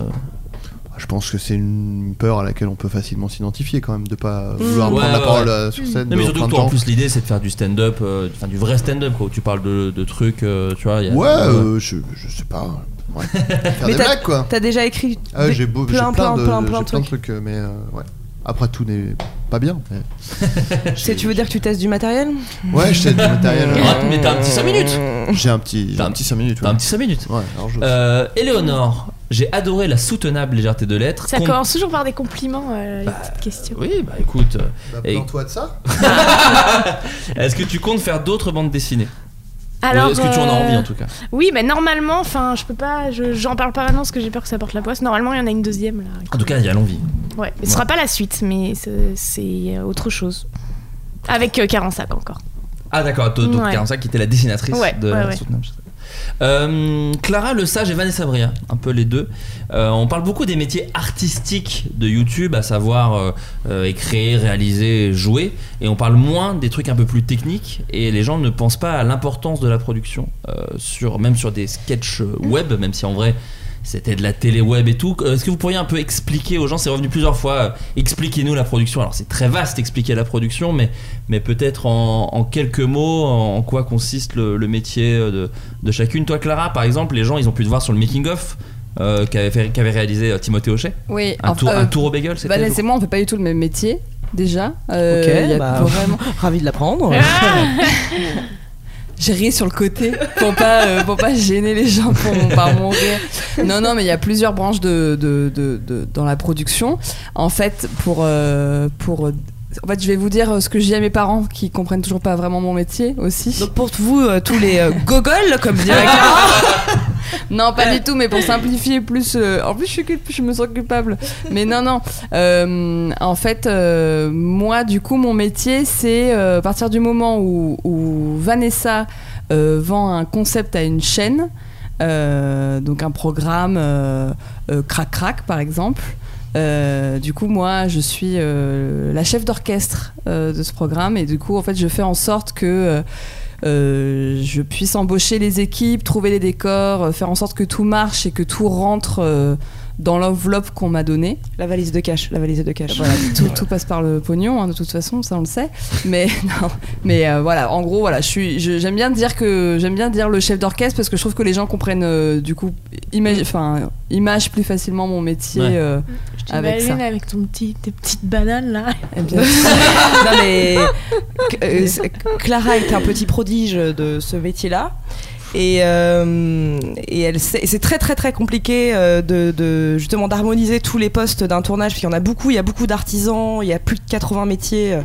Speaker 13: Je pense que c'est une peur à laquelle on peut facilement s'identifier quand même, de pas
Speaker 8: Ouais,
Speaker 13: vouloir prendre la
Speaker 8: Mmh. ouais,
Speaker 13: parole
Speaker 8: ouais.
Speaker 13: euh, sur scène.
Speaker 8: Non,
Speaker 13: de
Speaker 8: mais surtout que
Speaker 13: prendre
Speaker 8: toi, en
Speaker 13: temps.
Speaker 8: plus, l'idée c'est de faire du stand-up, euh, enfin du vrai stand-up quoi, où tu parles de, de trucs, euh, tu vois. il y a-
Speaker 13: Ouais, euh, je, je sais pas. euh, Ouais. Faire
Speaker 12: Mais
Speaker 13: des
Speaker 12: t'as-
Speaker 13: blagues quoi.
Speaker 12: T'as déjà écrit
Speaker 13: Ah,
Speaker 12: des-
Speaker 13: j'ai beau- j'ai
Speaker 12: plein, plein,
Speaker 13: de,
Speaker 12: plein, plein
Speaker 13: j'ai
Speaker 12: de
Speaker 13: plein de
Speaker 12: trucs.
Speaker 13: trucs, euh, mais euh, ouais. Après tout n'est pas bien. mais-
Speaker 12: C'est- Tu veux dire que tu testes du matériel
Speaker 13: Ouais, je sais du matériel. euh,
Speaker 8: Ah, mais t'as un petit cinq minutes.
Speaker 13: J'ai un petit, un petit 5 minutes. T'as un
Speaker 8: petit 5 minutes.
Speaker 13: Ouais, alors je.
Speaker 8: Euh, Éléonore, j'ai adoré la soutenable légèreté de l'être.
Speaker 10: Ça
Speaker 8: Com-
Speaker 10: commence toujours par des compliments, euh, les petites questions.
Speaker 8: Oui, bah écoute. euh, et-
Speaker 13: toi de ça
Speaker 8: Est-ce que tu comptes faire d'autres bandes dessinées
Speaker 10: Alors,
Speaker 8: Ou Est-ce que tu en as
Speaker 10: euh,
Speaker 8: envie en tout cas
Speaker 10: Oui, mais normalement, enfin, je peux pas, je- j'en parle pas maintenant parce que j'ai peur que ça porte la poisse. Normalement, il y en a une deuxième là.
Speaker 8: En tout cas, il y a l'envie.
Speaker 10: Ouais, ce sera pas la suite, mais c'est c'est euh, autre chose. Avec euh, Carensac encore.
Speaker 8: Ah d'accord, toi, donc
Speaker 10: Ouais.
Speaker 8: Carensac qui était la dessinatrice
Speaker 10: Ouais,
Speaker 8: de
Speaker 10: ouais,
Speaker 8: la
Speaker 10: ouais.
Speaker 8: soutenable. Euh, Clara Le Sage et Vanessa Bria, un peu les deux. Euh, on parle beaucoup des métiers artistiques de YouTube, à savoir euh, euh, écrire, réaliser, jouer, et on parle moins des trucs un peu plus techniques. Et les gens ne pensent pas à l'importance de la production, euh, sur, même sur des sketchs euh,
Speaker 10: Mm.
Speaker 8: web, même si en vrai c'était de la télé web et tout. Euh, Est-ce que vous pourriez un peu expliquer aux gens, c'est revenu plusieurs fois, euh, expliquez-nous la production. Alors c'est très vaste expliquer la production, mais, mais peut-être en, en quelques mots, en, en quoi consiste le, le métier euh, de, de chacune. Toi Clara, par exemple, les gens, ils ont pu te voir sur le making-of qu'avait fait- qu'avait réalisé euh, Timothée Hochet.
Speaker 11: Oui,
Speaker 8: un,
Speaker 11: enfin,
Speaker 8: tour,
Speaker 11: euh,
Speaker 8: un tour au bagel,
Speaker 12: bah,
Speaker 8: c'était
Speaker 11: Vanessa et moi, on fait pas du tout le même métier, déjà. Euh, il y a
Speaker 8: bah,
Speaker 11: vraiment-
Speaker 12: ravi de l'apprendre.
Speaker 11: J'ai ri sur le côté pour pas, euh, pour pas gêner les gens pour mon, par mon rire. Non, non, mais il y a plusieurs branches de, de- de- de- dans la production. En fait, pour, euh, pour. En fait, je vais vous dire ce que j'ai à mes parents qui comprennent toujours pas vraiment mon métier aussi. Donc
Speaker 12: pour vous, euh, tous les gogoles, comme dirait
Speaker 11: non, pas du tout, mais pour simplifier plus. euh, en plus, je, suis culp- je me sens culpable. Mais non, non. Euh, en fait, euh, moi, du coup, mon métier, c'est euh, à partir du moment où, où Vanessa euh, vend un concept à une chaîne, euh, donc un programme euh, euh, Crac Crac, par exemple. Euh, du coup, moi, je suis euh, la chef d'orchestre euh, de ce programme et du coup, en fait, je fais en sorte que euh, euh, je puisse embaucher les équipes, trouver les décors, euh, faire en sorte que tout marche et que tout rentre euh, dans l'enveloppe qu'on m'a donnée.
Speaker 12: La valise de cash, la valise de cash.
Speaker 11: Voilà, tout, tout passe par le pognon, hein, de toute façon, ça on le sait. Mais non, mais euh, voilà, en gros, voilà, je suis, je- j'aime bien dire que j'aime bien dire le chef d'orchestre parce que je trouve que les gens comprennent euh, du coup, image, enfin, image plus facilement mon métier
Speaker 10: Ouais.
Speaker 11: euh,
Speaker 10: Je
Speaker 11: avec ça.
Speaker 10: t'imagine avec ton petit, tes petites bananes là.
Speaker 12: non mais euh, c'est- Clara est un petit prodige de ce métier-là. Et, euh, et elle sait- c'est très très très compliqué euh, de, de- justement d'harmoniser tous les postes d'un tournage parce qu'il y en a beaucoup, il y a beaucoup d'artisans, il y a plus de 80 métiers euh,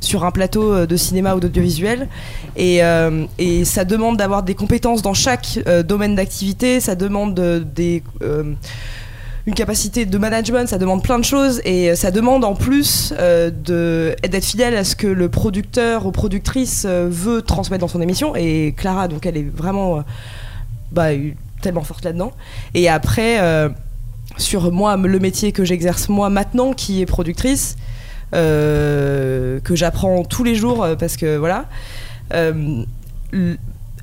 Speaker 12: sur un plateau euh, de cinéma ou d'audiovisuel et, euh, et ça demande d'avoir des compétences dans chaque euh, domaine d'activité, ça demande de- des euh, une capacité de management, ça demande plein de choses et euh, ça demande en plus euh, de- d'être fidèle à ce que le producteur ou productrice euh, veut transmettre dans son émission. Et Clara, donc elle est vraiment euh, bah, euh, tellement forte là-dedans. Et après, euh, sur moi, le métier que j'exerce moi maintenant, qui est productrice, euh, que j'apprends tous les jours euh, parce que voilà. euh, l-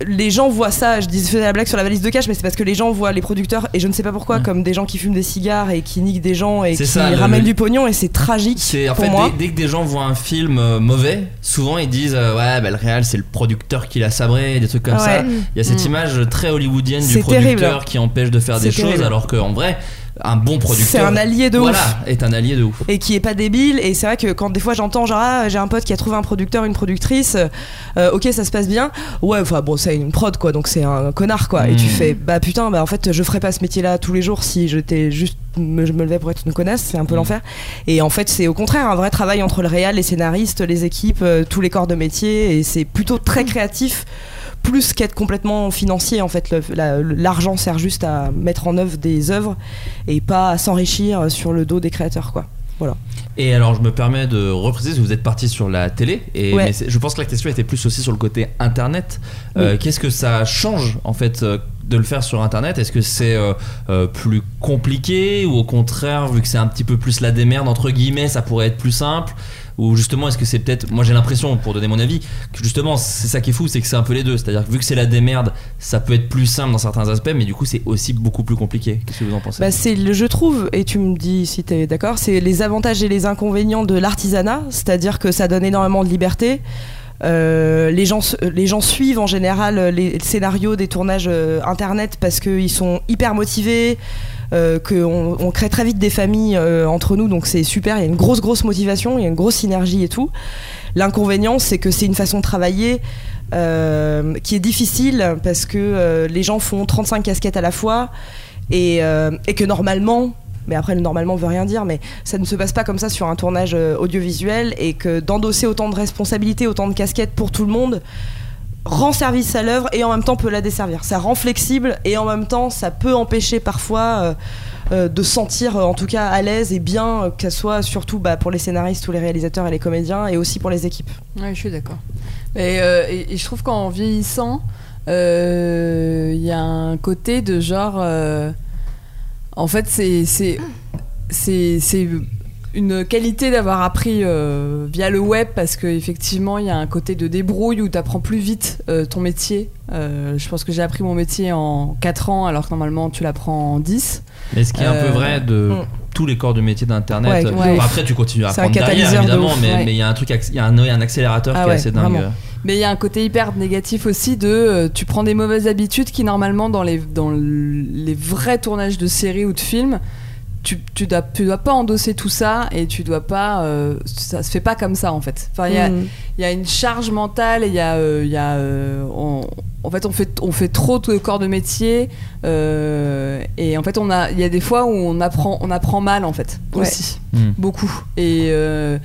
Speaker 12: les gens voient ça, je dis- je faisais la blague sur la valise de cash, mais c'est parce que les gens voient les producteurs, et je ne sais pas pourquoi, comme des gens qui fument des cigares et qui niquent des gens et
Speaker 8: C'est
Speaker 12: qui
Speaker 8: ça, le-
Speaker 12: ramènent du pognon, et c'est tragique.
Speaker 8: C'est en
Speaker 12: pour
Speaker 8: fait
Speaker 12: moi.
Speaker 8: dès, dès que des gens voient un film euh, mauvais, souvent ils disent euh, ouais bah, le réal c'est le producteur qui l'a sabré, des trucs comme
Speaker 12: Ouais.
Speaker 8: ça.
Speaker 12: Mm.
Speaker 8: Il y a cette
Speaker 12: Mm.
Speaker 8: image très hollywoodienne du
Speaker 12: C'est
Speaker 8: producteur
Speaker 12: terrible.
Speaker 8: qui empêche de faire des
Speaker 12: C'est
Speaker 8: choses
Speaker 12: terrible.
Speaker 8: alors qu'en vrai un bon producteur
Speaker 12: C'est un allié de
Speaker 8: voilà,
Speaker 12: ouf.
Speaker 8: est un allié de ouf.
Speaker 12: et qui est pas débile et c'est vrai que quand des fois j'entends genre ah, j'ai un pote qui a trouvé un producteur une productrice euh, ok ça se passe bien ouais enfin bon c'est une prod quoi donc c'est un connard quoi et tu
Speaker 15: Mm.
Speaker 12: fais bah putain bah en fait je ferais pas ce métier là tous les jours si j'étais juste me- je me levais pour être une connasse c'est un peu l'enfer et en fait c'est au contraire un vrai travail entre le réal les scénaristes les équipes euh, tous les corps de métier et c'est plutôt très créatif plus qu'être complètement financier en fait Le- la- l'argent sert juste à mettre en œuvre des œuvres et pas à s'enrichir sur le dos des créateurs quoi voilà
Speaker 8: Et alors, je me permets de repréciser, parce que vous êtes parti sur la télé, et
Speaker 12: Ouais.
Speaker 8: mais c'est- je pense que la question était plus aussi sur le côté internet. Euh,
Speaker 12: Oui.
Speaker 8: Qu'est-ce que ça change en fait euh, de le faire sur internet Est-ce que c'est euh, euh, plus compliqué ou au contraire, vu que c'est un petit peu plus la démerde entre guillemets, ça pourrait être plus simple ou justement, est-ce que c'est peut-être. Moi j'ai l'impression, pour donner mon avis, que justement, c'est ça qui est fou, c'est que c'est un peu les deux. C'est-à-dire que vu que c'est la démerde, ça peut être plus simple dans certains aspects, mais du coup, c'est aussi beaucoup plus compliqué. Qu'est-ce que vous en pensez
Speaker 12: Bah, c'est le- je trouve, et tu me dis si tu es d'accord, c'est les avantages et les inconvénients de l'artisanat, c'est-à-dire que ça donne énormément de liberté. Euh, les, gens, se- les gens suivent en général euh, les scénarios des tournages euh, internet parce qu'ils sont hyper motivés, euh, qu'on on crée très vite des familles euh, entre nous, donc c'est super, il y a une grosse grosse motivation, il y a une grosse synergie et tout. L'inconvénient c'est que c'est une façon de travailler euh, qui est difficile parce que euh, les gens font 35 casquettes à la fois et, euh, et que normalement mais après le normalement veut rien dire mais ça ne se passe pas comme ça sur un tournage euh, audiovisuel et que d'endosser autant de responsabilités autant de casquettes pour tout le monde rend service à l'œuvre et en même temps peut la desservir ça rend flexible et en même temps ça peut empêcher parfois euh, euh, de se sentir euh, en tout cas à l'aise et bien euh, que ce soit surtout bah, pour les scénaristes ou les réalisateurs et les comédiens et aussi pour les équipes
Speaker 11: Ouais, je suis d'accord. Mais, euh, et, et je trouve qu'en vieillissant, euh, il y a un côté de genre. euh, en fait, c'est- c'est c'est c'est une qualité d'avoir appris euh, via le web parce qu'effectivement, il y a un côté de débrouille où tu apprends plus vite euh, ton métier. Euh, je pense que j'ai appris mon métier en 4 ans alors que normalement, tu l'apprends en 10.
Speaker 8: Mais ce qui est un peu
Speaker 11: Euh,
Speaker 8: vrai de
Speaker 11: mm.
Speaker 8: tous les corps de métier d'internet.
Speaker 11: Ouais, ouais.
Speaker 8: Enfin, après, tu continues à
Speaker 11: C'est un
Speaker 8: apprendre derrière,
Speaker 11: catalyseur de
Speaker 8: évidemment,
Speaker 11: ouf,
Speaker 8: mais mais il
Speaker 11: ouais.
Speaker 8: y a un truc, acc- il y a un, il y a un accélérateur
Speaker 11: Ah
Speaker 8: qui est
Speaker 11: ouais,
Speaker 8: assez dingue.
Speaker 11: vraiment. Mais il y a un côté hyper négatif aussi de euh, tu prends des mauvaises habitudes qui normalement dans les, dans l- les vrais tournages de séries ou de films tu, tu dois, tu dois pas endosser tout ça et tu dois pas euh, ça se fait pas comme ça en fait. Enfin il y a-
Speaker 12: Mhm.
Speaker 11: il y, a une charge mentale et il y a, euh, il y a, euh, on- en fait on fait on fait trop de corps de métier euh, et en fait on a il y a des fois où on apprend on apprend mal en fait
Speaker 12: Ouais.
Speaker 11: aussi
Speaker 8: Hmm.
Speaker 12: Mhm.
Speaker 11: beaucoup. Et, euh,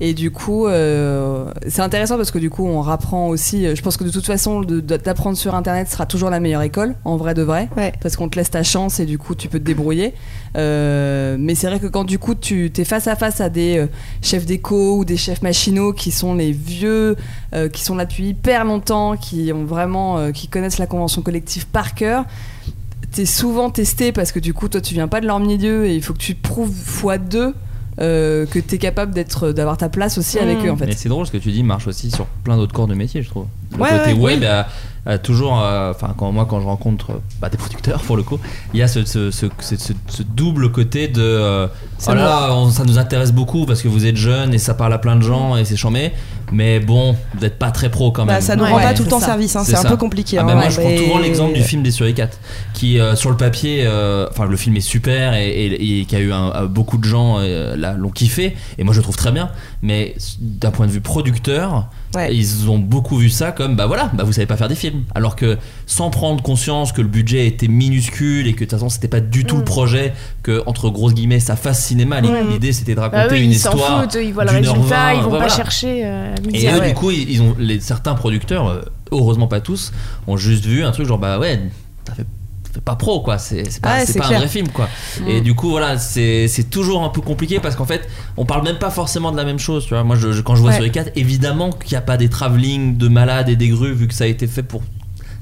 Speaker 11: et du coup, euh, c'est intéressant parce que du coup, on rapprend aussi. euh, Je pense que de toute façon, de- de- d'apprendre sur Internet sera toujours la meilleure école, en vrai de vrai. Parce qu'on te laisse ta chance et du coup, tu peux te débrouiller. Euh, mais c'est vrai que quand du coup, tu es face à face à des euh, chefs d'éco ou des chefs machinaux qui sont les vieux, euh, qui sont là depuis hyper longtemps, qui ont vraiment, euh, qui connaissent la convention collective par cœur t'es souvent testé parce que du coup toi tu viens pas de leur milieu et il faut que tu prouves fois deux euh, que t'es capable d'être, d'avoir ta place aussi avec eux en fait.
Speaker 8: Mais c'est drôle ce que tu dis, marche aussi sur plein d'autres corps de métier, je trouve. Le
Speaker 11: Ouais,
Speaker 8: côté
Speaker 11: ouais,
Speaker 8: web
Speaker 11: oui.
Speaker 8: a, a toujours, euh, enfin quand moi quand je rencontre euh, bah, des producteurs pour le coup, il y a ce, ce- ce- ce- ce- ce double côté de, euh,
Speaker 15: C'est
Speaker 8: oh là,
Speaker 15: moi.
Speaker 8: là, on- ça nous intéresse beaucoup parce que vous êtes jeunes et ça parle à plein de gens et c'est chambé, mais bon, vous n'êtes pas très pro quand même.
Speaker 12: Bah, ça nous rend pas tout le temps service, hein, c'est un
Speaker 8: ça.
Speaker 12: peu compliqué,
Speaker 8: Ah,
Speaker 12: hein,
Speaker 8: bah, moi
Speaker 12: ouais.
Speaker 8: je prends toujours
Speaker 12: Et-
Speaker 8: l'exemple du film des suricates qui euh, sur le papier euh, enfin le film est super et, et- et qui a eu un- un- beaucoup de gens euh, là l'ont kiffé et moi je le trouve très bien mais s- d'un point de vue producteur ils ont beaucoup vu ça comme bah voilà bah vous savez pas faire des films alors que sans prendre conscience que le budget était minuscule et que de toute façon c'était pas du tout le projet que entre grosses guillemets ça fasse cinéma L'i-
Speaker 10: Mm.
Speaker 8: l'idée c'était de raconter
Speaker 10: Bah oui,
Speaker 8: une
Speaker 10: ils s'en
Speaker 8: histoire
Speaker 10: foutent, ils voient le
Speaker 8: d'une heure vingt,
Speaker 10: résultat, ils vont
Speaker 8: voilà.
Speaker 10: pas chercher euh, à
Speaker 8: Et
Speaker 10: midi.
Speaker 8: eux,
Speaker 10: Ouais.
Speaker 8: du coup, ils, ils ont les, certains producteurs, euh, heureusement pas tous, ont juste vu un truc genre bah ouais, t'as fait t'as fait pas pro quoi c'est c'est pas,
Speaker 15: Ouais,
Speaker 8: c'est
Speaker 15: c'est
Speaker 8: pas un
Speaker 15: clair.
Speaker 8: vrai film quoi
Speaker 15: Mm.
Speaker 8: et du coup voilà c'est c'est toujours un peu compliqué parce qu'en fait on parle même pas forcément de la même chose tu vois moi je, je- quand je vois
Speaker 15: Ouais.
Speaker 8: sur les 4 évidemment qu'il n'y a pas des travelling de malades et des grues vu que ça a été fait pour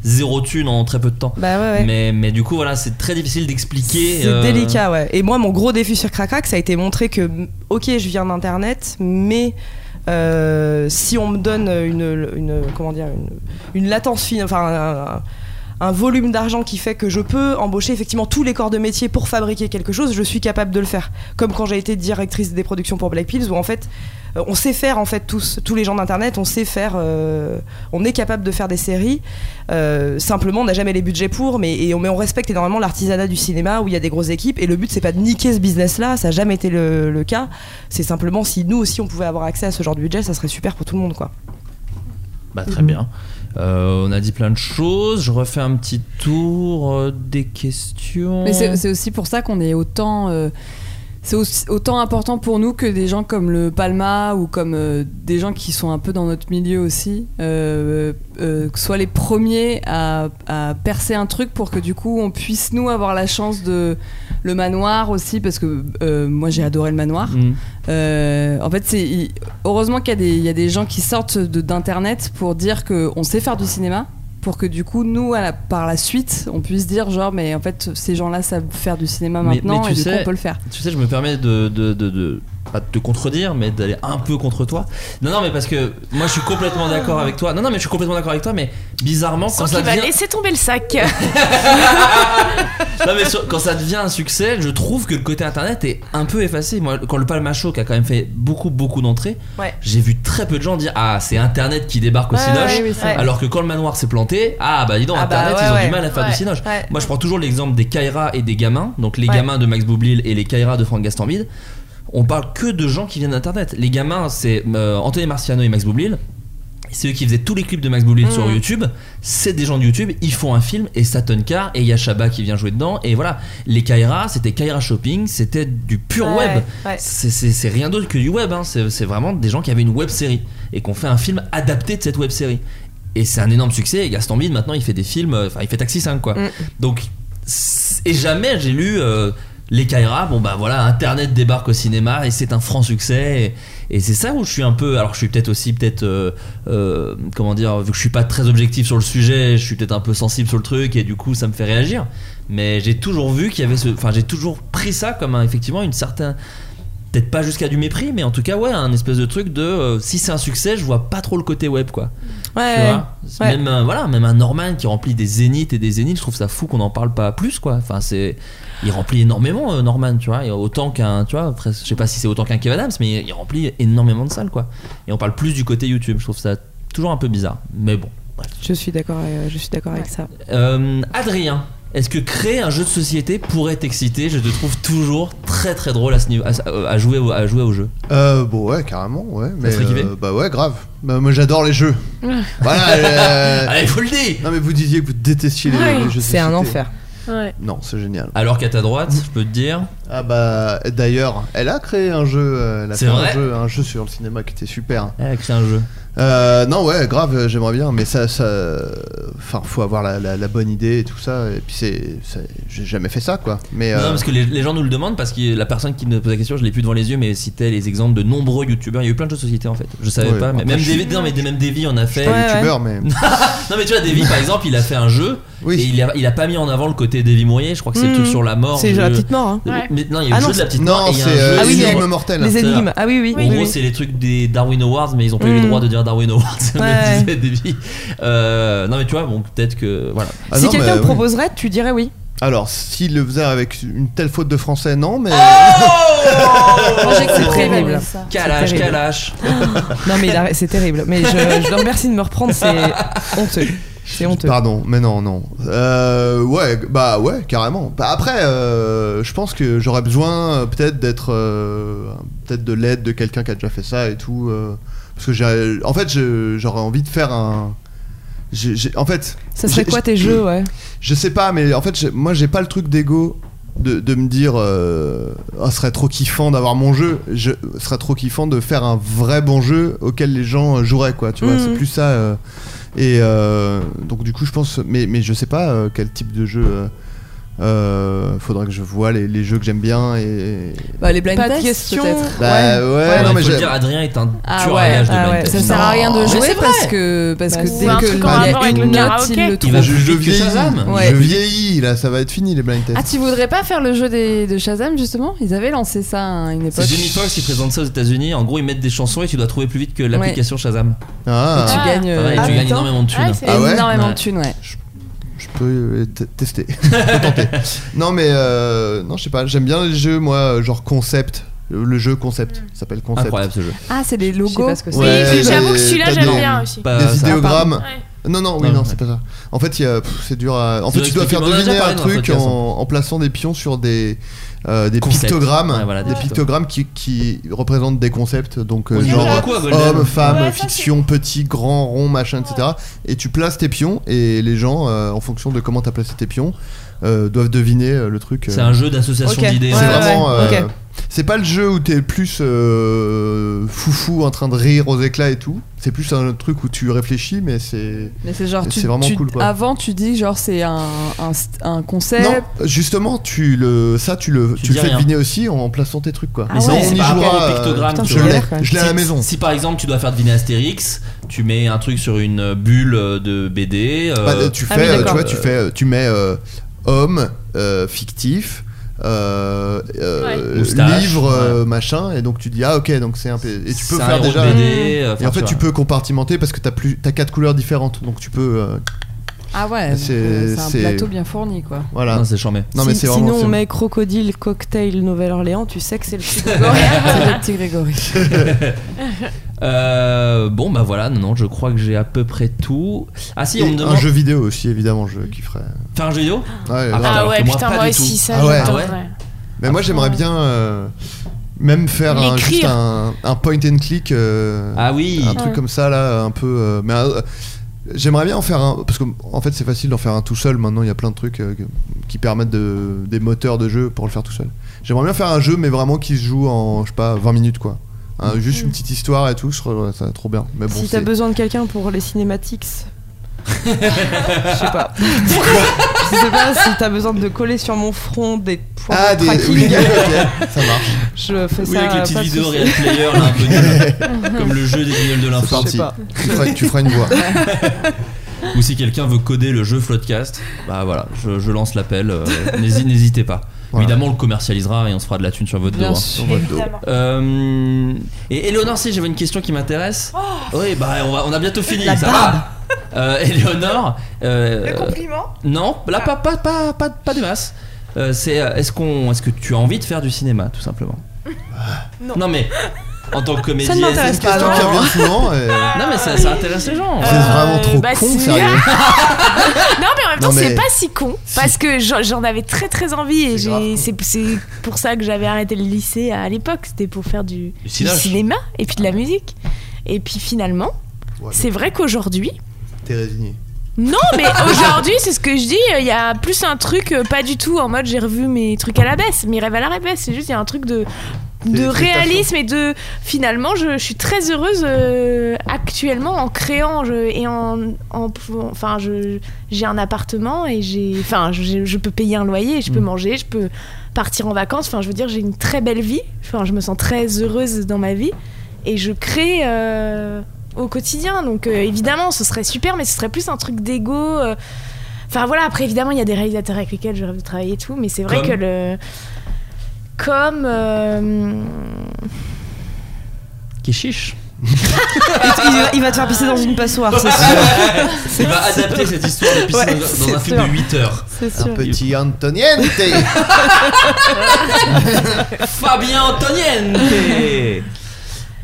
Speaker 8: zéro thune en très peu de temps
Speaker 12: Bah ouais, ouais.
Speaker 8: mais, mais du coup voilà c'est très difficile d'expliquer
Speaker 12: C'est
Speaker 8: euh,
Speaker 12: délicat, ouais. Et moi, mon gros défi sur Cracrac, ça a été montrer que, ok, je viens d'Internet, mais euh, si on me donne une, une- comment dire, une, une latence, fine, enfin, un, un- un volume d'argent qui fait que je peux embaucher effectivement tous les corps de métier pour fabriquer quelque chose, je suis capable de le faire. Comme quand j'ai été directrice des productions pour Black Pills, où en fait, euh, on sait faire en fait tous, tous les gens d'internet, on sait faire, euh, on est capable de faire des séries. Euh, simplement, on n'a jamais les budgets pour, mais, et on, mais on respecte énormément l'artisanat du cinéma où il y a des grosses équipes. Et le but, c'est pas de niquer ce business-là, ça n'a jamais été le, le cas. C'est simplement si nous aussi on pouvait avoir accès à ce genre de budget, ça serait super pour tout le monde, quoi.
Speaker 8: Bah,
Speaker 11: Mhm.
Speaker 8: très bien. Euh, on a dit plein de choses. Je refais un petit tour euh, des questions.
Speaker 11: Mais c'est c'est aussi pour ça qu'on est autant. euh, c'est aussi- autant important pour nous que des gens comme le Palma ou comme euh, des gens qui sont un peu dans notre milieu aussi, euh, euh, que soient les premiers à, à percer un truc pour que du coup on puisse nous avoir la chance de le manoir aussi parce que euh, moi j'ai adoré le manoir.
Speaker 8: Mm.
Speaker 11: Euh, en fait, c'est il- heureusement qu'il y a des- il y, a des gens qui sortent de- d'internet pour dire qu'on sait faire du cinéma, pour que du coup nous, à la- par la suite, on puisse dire genre mais en fait ces gens-là savent faire du cinéma
Speaker 8: Mais-
Speaker 11: maintenant
Speaker 8: mais
Speaker 11: et du coup on peut le faire.
Speaker 8: Tu sais, je me permets de, de, de- de- pas de te contredire, mais d'aller un peu contre toi. Non, non, mais parce que moi je suis complètement d'accord avec toi. Non, non, mais je suis complètement d'accord avec toi, mais bizarrement, quand
Speaker 10: Donc
Speaker 8: ça
Speaker 10: il va
Speaker 8: devient.
Speaker 10: laisser tomber le sac.
Speaker 8: Non, mais sur- quand ça devient un succès, je trouve que le côté internet est un peu effacé. Moi, quand le Palma Show, qui a quand même fait beaucoup, beaucoup d'entrées,
Speaker 12: Ouais.
Speaker 8: j'ai vu très peu de gens dire Ah, c'est internet qui débarque au
Speaker 12: Ouais,
Speaker 8: Cinoche.
Speaker 12: ouais, oui, c'est vrai.
Speaker 8: alors que quand le manoir s'est planté, Ah, bah dis donc,
Speaker 12: Ah bah,
Speaker 8: internet,
Speaker 12: ouais,
Speaker 8: ils ont
Speaker 12: ouais.
Speaker 8: du mal à faire du
Speaker 12: Ouais,
Speaker 8: Cinoche.
Speaker 12: ouais.
Speaker 8: Moi, je prends toujours l'exemple des Kaira et des gamins, donc les
Speaker 12: Ouais.
Speaker 8: gamins de Max Boublil et les Kaira de Franck Gastambide. On parle que de gens qui viennent d'internet. Les gamins, c'est euh, Anthony Marciano et Max Boublil. C'est eux qui faisaient tous les clips de Max Boublil sur
Speaker 12: Mm.
Speaker 8: YouTube. C'est des gens de YouTube, ils font un film et ça tonne car et il y a Shabba qui vient jouer dedans. Et voilà, les Kaira, c'était Kaira Shopping, c'était du pur
Speaker 12: Ouais,
Speaker 8: web.
Speaker 12: ouais.
Speaker 8: C'est- C'est c'est rien d'autre que du web. hein. C'est c'est vraiment des gens qui avaient une web série et qu'on fait un film adapté de cette web série. Et c'est un énorme succès. Et Gaston Bide, maintenant, il fait des films, euh, enfin, il fait Taxi 5, quoi. Donc, c'est- et jamais j'ai lu euh, Les Kaira, bon bah voilà, Internet débarque au cinéma et c'est un franc succès. Et, et c'est ça où je suis un peu. Alors, je suis peut-être aussi, peut-être, euh, euh, comment dire, vu que je suis pas très objectif sur le sujet, je suis peut-être un peu sensible sur le truc et du coup, ça me fait réagir. Mais j'ai toujours vu qu'il y avait ce. Enfin, j'ai toujours pris ça comme un- effectivement une certaine peut-être pas jusqu'à du mépris, mais en tout cas, ouais, un espèce de truc de euh, si c'est un succès, je vois pas trop le côté web, quoi.
Speaker 12: Ouais,
Speaker 8: Tu vois
Speaker 12: ouais.
Speaker 8: C'est Même, euh, voilà, même un Norman qui remplit des zéniths et des zéniths, je trouve ça fou qu'on en parle pas plus, quoi. Enfin, c'est. Il remplit énormément, euh, Norman, tu vois. et autant qu'un. Tu vois, après, je sais pas si c'est autant qu'un Kevin Adams, mais il remplit énormément de salles, quoi. Et on parle plus du côté YouTube, je trouve ça toujours un peu bizarre. Mais bon.
Speaker 12: Je suis d'accord, euh, je suis d'accord avec ça.
Speaker 8: Euh, Adrien, est-ce que créer un jeu de société pourrait t'exciter Je te trouve toujours très très drôle à, ce niveau, à, à jouer, au- à jouer au jeu.
Speaker 13: Euh, bon, ouais, carrément, ouais. Mais,
Speaker 8: serait kiffé
Speaker 13: euh, bah ouais, grave. Bah, moi, j'adore les jeux. voilà. euh,
Speaker 8: Allez, faut le dire.
Speaker 13: Non, mais vous disiez que vous détestiez les,
Speaker 12: Ouais.
Speaker 13: les jeux de
Speaker 12: C'est un
Speaker 13: société.
Speaker 12: enfer. Ouais.
Speaker 13: Non, c'est génial.
Speaker 8: Alors qu'à ta droite, je peux te dire.
Speaker 13: Ah bah d'ailleurs, elle a créé un jeu, euh, elle a
Speaker 8: C'est
Speaker 13: fait un
Speaker 8: vrai
Speaker 13: jeu, un jeu sur le cinéma qui était super.
Speaker 8: Elle a créé un jeu.
Speaker 13: Euh, non, ouais, grave, euh, j'aimerais bien, mais ça, ça, enfin, faut avoir la, la- la bonne idée et tout ça. Et puis c'est, c'est- j'ai jamais fait ça, quoi. Mais
Speaker 8: Non,
Speaker 13: euh,
Speaker 8: parce que les, les gens nous le demandent parce que la personne qui me pose la question, je l'ai plus devant les yeux, mais citait les exemples de nombreux youtubeurs. Il y a eu plein de choses sociétés en fait. Je savais
Speaker 13: Ouais,
Speaker 8: pas, mais
Speaker 13: après,
Speaker 8: même
Speaker 13: je suis-
Speaker 8: Davy, non, mais des- même Davy en a fait.
Speaker 13: pas Ouais, youtubeur, ouais. mais-
Speaker 8: non, mais tu vois, Davy par exemple, il a fait un jeu et il a, il a pas mis en avant le côté Davy Mourier. Je crois que c'est le
Speaker 12: Mhm.
Speaker 8: truc sur la mort.
Speaker 12: C'est
Speaker 8: le-
Speaker 12: la petite mort, hein.
Speaker 8: Le-
Speaker 12: Ouais.
Speaker 8: Mais non, il y a eu
Speaker 12: Ah
Speaker 8: le
Speaker 12: non,
Speaker 8: jeu de la petite
Speaker 12: non,
Speaker 8: mort. et il y a
Speaker 12: c'est,
Speaker 8: un jeu
Speaker 12: euh, Ah oui,
Speaker 8: sur-
Speaker 12: l'énigme mortelle. les énigmes. Ah oui, oui.
Speaker 8: En
Speaker 12: Oui,
Speaker 8: gros,
Speaker 12: oui.
Speaker 8: c'est les trucs des Darwin Awards, mais ils ont pas eu
Speaker 12: Mhm.
Speaker 8: le droit de dire Darwin Awards. me
Speaker 12: Ouais.
Speaker 8: disait Davy. Euh, Non, mais tu vois, bon, peut-être que voilà.
Speaker 13: Ah
Speaker 12: si quelqu'un te proposerait, tu dirais oui.
Speaker 13: euh, alors, s'il le faisait avec une telle faute de français, non, mais.
Speaker 8: Ah
Speaker 12: Moi, j'accepterais,
Speaker 8: terrible.
Speaker 12: mais ça.
Speaker 8: Calage,
Speaker 12: C'est terrible.
Speaker 8: calage.
Speaker 12: Non, mais il a- c'est terrible. Mais je, je le remercie de me reprendre, c'est honteux. C'est honteux.
Speaker 13: Pardon, mais non, non. Euh, ouais, bah ouais, carrément. Bah après, euh, je pense que j'aurais besoin euh, peut-être d'être, euh, peut-être de l'aide de quelqu'un qui a déjà fait ça et tout, euh, parce que j'ai, en fait, je- j'aurais envie de faire un. j'ai- j'ai- en fait.
Speaker 12: Ça serait
Speaker 13: j'ai-
Speaker 12: quoi tes
Speaker 13: j'ai-
Speaker 12: jeux, ouais
Speaker 13: Je sais pas, mais en fait, j'ai- moi, j'ai pas le truc d'ego. De, de me dire, euh, Ah, ce serait trop kiffant d'avoir mon jeu. Je, ce serait trop kiffant de faire un vrai bon jeu auquel les gens euh, joueraient, quoi. Tu vois,
Speaker 12: Mhm.
Speaker 13: c'est plus ça. euh, et euh, donc du coup, je pense, mais, mais je sais pas euh, quel type de jeu. euh, euh, faudrait que je vois les, les jeux que j'aime bien et.
Speaker 11: Bah, les blind
Speaker 12: Pas de
Speaker 11: tests,
Speaker 12: question.
Speaker 11: peut-être.
Speaker 13: Bah, ouais,
Speaker 8: Ouais,
Speaker 13: non mais
Speaker 8: faut le
Speaker 13: j'ai-
Speaker 8: dire, Adrien est un
Speaker 11: Ah
Speaker 8: tueur
Speaker 11: ouais,
Speaker 8: à gages de
Speaker 11: ah
Speaker 8: blind
Speaker 11: ouais,
Speaker 8: test.
Speaker 11: ça sert à rien de
Speaker 8: Mais
Speaker 11: jouer
Speaker 8: c'est vrai.
Speaker 11: parce que parce que dès
Speaker 8: un
Speaker 11: que
Speaker 8: truc en
Speaker 11: il y
Speaker 8: rapport
Speaker 11: a
Speaker 8: avec
Speaker 11: une
Speaker 8: le
Speaker 11: note,
Speaker 8: karaoké.
Speaker 11: il le
Speaker 8: Il
Speaker 11: trouve.
Speaker 8: va
Speaker 13: je,
Speaker 8: plus
Speaker 13: je
Speaker 8: vite que
Speaker 13: vieillis,
Speaker 8: Shazam.
Speaker 13: je
Speaker 11: Ouais.
Speaker 13: vieillis là, ça va être fini les blind tests.
Speaker 11: Ah, tu voudrais pas faire le jeu des, de Shazam justement Ils avaient lancé ça à une époque.
Speaker 8: C'est Jimmy Fox qui présente ça aux États-Unis. En gros, ils mettent des chansons et tu dois trouver plus vite que l'application Shazam.
Speaker 13: Ah.
Speaker 11: Et tu gagnes, euh,
Speaker 8: Ouais,
Speaker 11: Ah,
Speaker 8: tu gagnes
Speaker 11: putain.
Speaker 8: énormément de thunes.
Speaker 11: Ouais, c'est énormément de thunes, ouais.
Speaker 13: Je peux euh, te- tester, Je peux tenter. Non mais euh, non, je sais pas. J'aime bien les jeux moi, euh, genre concept. Le le jeu concept ça s'appelle concept.
Speaker 8: Incroyable ce jeu.
Speaker 11: Ah, c'est les logos.
Speaker 13: Ouais,
Speaker 11: Oui, oui,
Speaker 13: t'as
Speaker 11: j'avoue
Speaker 13: des-
Speaker 11: que celui-là,
Speaker 13: t'as
Speaker 11: j'aime
Speaker 13: des-
Speaker 11: bien aussi.
Speaker 8: Euh,
Speaker 11: Pas
Speaker 13: Des
Speaker 11: ça.
Speaker 13: idéogrammes.
Speaker 11: Ah,
Speaker 13: Non, non, oui,
Speaker 8: Ouais,
Speaker 13: non,
Speaker 8: ouais.
Speaker 13: c'est pas ça. En fait, il y a- pff, c'est dur à. En
Speaker 8: C'est
Speaker 13: fait, tu
Speaker 8: dur à
Speaker 13: dois faire
Speaker 8: expliquer, mais on en a
Speaker 13: deviner
Speaker 8: déjà
Speaker 13: un
Speaker 8: parlé dans le
Speaker 13: truc
Speaker 8: podcast,
Speaker 13: en, en plaçant des pions sur des. euh, des
Speaker 8: Concepts.
Speaker 13: pictogrammes,
Speaker 8: Ouais, voilà, des
Speaker 13: des
Speaker 8: pictogrammes.
Speaker 13: pictogrammes qui, qui représentent des concepts, donc euh,
Speaker 8: On y joue
Speaker 13: genre
Speaker 8: beaucoup à Golden.
Speaker 13: homme, femme,
Speaker 8: Ouais, ça,
Speaker 13: fiction, petit, grand, rond, machin, etc. Et tu places tes pions et les gens, euh, en fonction de comment t'as placé tes pions, euh, doivent deviner euh, le truc. euh.
Speaker 8: C'est un jeu d'association Ok. d'idées,
Speaker 13: C'est
Speaker 8: ouais,
Speaker 13: vraiment.
Speaker 8: ouais,
Speaker 13: euh,
Speaker 8: ok.
Speaker 13: c'est pas le jeu où t'es plus euh, foufou en train de rire aux éclats et tout. C'est plus un truc où tu réfléchis, mais c'est.
Speaker 11: Mais c'est genre,
Speaker 13: c'est
Speaker 11: tu,
Speaker 13: vraiment
Speaker 11: tu-
Speaker 13: cool quoi.
Speaker 11: avant tu dis genre c'est un, un, un concept.
Speaker 13: Non, justement, tu le, ça, tu le, tu le
Speaker 8: dis
Speaker 13: fais
Speaker 8: rien.
Speaker 13: deviner aussi en plaçant tes trucs quoi.
Speaker 8: Mais ça,
Speaker 13: on
Speaker 8: c'est
Speaker 13: y
Speaker 8: par rapport
Speaker 13: jouera.
Speaker 8: au pictogramme. Euh,
Speaker 13: euh,
Speaker 8: tu
Speaker 13: je
Speaker 8: vois.
Speaker 13: l'ai, je l'ai à la
Speaker 8: Si-
Speaker 13: maison.
Speaker 8: Si par exemple tu dois faire deviner Astérix, tu mets un truc sur une euh, bulle euh, de BD. euh,
Speaker 13: Bah, tu fais, euh, tu vois, tu fais, euh, tu mets euh, homme euh, fictif. euh, euh,
Speaker 8: Ouais. Moustache,
Speaker 13: livre euh, machin et donc tu dis ah ok donc c'est un P- et tu peux
Speaker 8: C'est un
Speaker 13: faire
Speaker 8: héros de
Speaker 13: déjà
Speaker 8: BD, euh,
Speaker 13: et
Speaker 8: enfin,
Speaker 13: en fait
Speaker 8: tu
Speaker 13: tu
Speaker 8: vois.
Speaker 13: peux compartimenter parce que t'as plus t'as quatre couleurs différentes donc tu peux euh,
Speaker 11: Ah ouais,
Speaker 13: C'est-
Speaker 11: c'est
Speaker 12: euh,
Speaker 11: un
Speaker 13: c'est-
Speaker 11: plateau bien fourni quoi.
Speaker 13: voilà
Speaker 8: Non, c'est charmé.
Speaker 13: non mais
Speaker 12: Si-
Speaker 13: c'est vraiment
Speaker 12: Sinon, on
Speaker 13: c'est-
Speaker 12: met Crocodile Cocktail Nouvelle-Orléans, tu sais que c'est le petit Grégory.
Speaker 11: c'est le petit Grégory.
Speaker 8: euh, bon bah voilà, non, non, je crois que j'ai à peu près tout. Ah si,
Speaker 13: Et
Speaker 8: on me demande.
Speaker 13: un jeu vidéo aussi évidemment je kifferais
Speaker 8: Faire un jeu vidéo
Speaker 13: Ouais,
Speaker 8: Ah,
Speaker 13: grave.
Speaker 8: ouais, putain, moi aussi, ça,
Speaker 10: Ah,
Speaker 8: j'adorerais.
Speaker 13: Mais moi j'aimerais bien euh, même faire un,
Speaker 8: Ah. L'écrire.
Speaker 13: juste un, un point and click. euh,
Speaker 8: Ah oui.
Speaker 13: Un truc
Speaker 8: Ouais.
Speaker 13: comme ça là, un peu. euh, mais euh, j'aimerais bien en faire un parce que en fait c'est facile d'en faire un tout seul. Maintenant il y a plein de trucs euh, qui permettent de, des moteurs de jeu pour le faire tout seul. J'aimerais bien faire un jeu mais vraiment qui se joue en je sais pas 20 minutes quoi. Hein, juste une petite histoire et tout, je trouve ça trop bien. Mais bon,
Speaker 12: si
Speaker 13: c'est-
Speaker 12: t'as besoin de quelqu'un pour les cinématiques,
Speaker 8: Je
Speaker 12: sais pas. je sais pas si t'as besoin de coller sur mon front des points
Speaker 13: Ah,
Speaker 12: de
Speaker 13: des-
Speaker 12: tracking.
Speaker 13: oui, ok, ça marche.
Speaker 12: Je fais
Speaker 8: Oui,
Speaker 12: ça.
Speaker 8: avec les petites
Speaker 12: pas de
Speaker 8: vidéos
Speaker 12: soucis.
Speaker 8: Real Player, là, un peu nul. comme le jeu des guignols de l'info.
Speaker 13: parti. Tu feras- tu feras une voix.
Speaker 8: Ou si quelqu'un veut coder le jeu Floodcast, bah voilà, je, je lance l'appel. euh, n'hési- N'hésitez pas.
Speaker 13: Voilà.
Speaker 8: Évidemment, on le commercialisera et on se fera de la thune sur votre
Speaker 13: Bien
Speaker 8: dos. hein.
Speaker 13: sûr. Sur votre dos. Évidemment.
Speaker 8: Euh, et Eleonore, si j'avais une question qui m'intéresse. oui, bah on, va- on a bientôt fini,
Speaker 14: La
Speaker 8: ça
Speaker 14: barbe.
Speaker 8: va. Euh, Éléonore, euh,
Speaker 14: Le compliment
Speaker 8: Non, là pas, pas, pas, pas, pas des masses. Euh, c'est, euh, est-ce qu'on, est-ce que tu as envie de faire du cinéma, tout simplement
Speaker 14: Non.
Speaker 8: mais en tant que comédienne,
Speaker 14: m'intéresse
Speaker 8: c'est une
Speaker 14: pas,
Speaker 8: question
Speaker 14: non.
Speaker 8: qui revient
Speaker 13: souvent. et-
Speaker 8: Non mais ça, ça intéresse les gens.
Speaker 13: Vous êtes vraiment trop
Speaker 10: bah
Speaker 13: con,
Speaker 10: si.
Speaker 13: sérieux.
Speaker 10: non, mais en même temps,
Speaker 13: Non, mais-
Speaker 10: c'est pas si con. Parce que j'en j'en avais très très envie et j'ai- c'est c'est pour ça que j'avais arrêté le lycée à l'époque. C'était pour faire du, du
Speaker 13: cinéma.
Speaker 10: cinéma et puis de la musique. Et puis finalement, c'est vrai qu'aujourd'hui.
Speaker 13: T'es résigné.
Speaker 10: Non, mais aujourd'hui, c'est ce que je dis. Il y a plus un truc, euh, pas du tout en mode j'ai revu mes trucs à la baisse, mes rêves à la baisse. C'est juste, il y a un truc de. de
Speaker 14: félicitations.
Speaker 10: réalisme et de finalement je, je suis très heureuse euh, actuellement en créant je- et en, en pouvant- enfin je j'ai un appartement et j'ai enfin je, je peux payer un loyer je peux manger je peux partir en vacances enfin je veux dire j'ai une très belle vie enfin je me sens très heureuse dans ma vie et je crée euh, au quotidien donc euh, évidemment ce serait super mais ce serait plus un truc d'ego euh. enfin voilà après évidemment il y a des réalisateurs avec lesquels je rêve de travailler et tout mais c'est vrai
Speaker 14: Comme
Speaker 10: que le comme euh,
Speaker 8: Qui chiche
Speaker 12: il, va- il va te faire pisser dans une passoire, c'est sûr.
Speaker 8: Il va adapter cette histoire de piscine
Speaker 12: Ouais,
Speaker 8: dans, dans un
Speaker 12: c'est
Speaker 8: film de
Speaker 12: sûr.
Speaker 8: 8 heures.
Speaker 12: C'est Un sûr.
Speaker 9: petit Antoniente
Speaker 8: Fabien Antoniente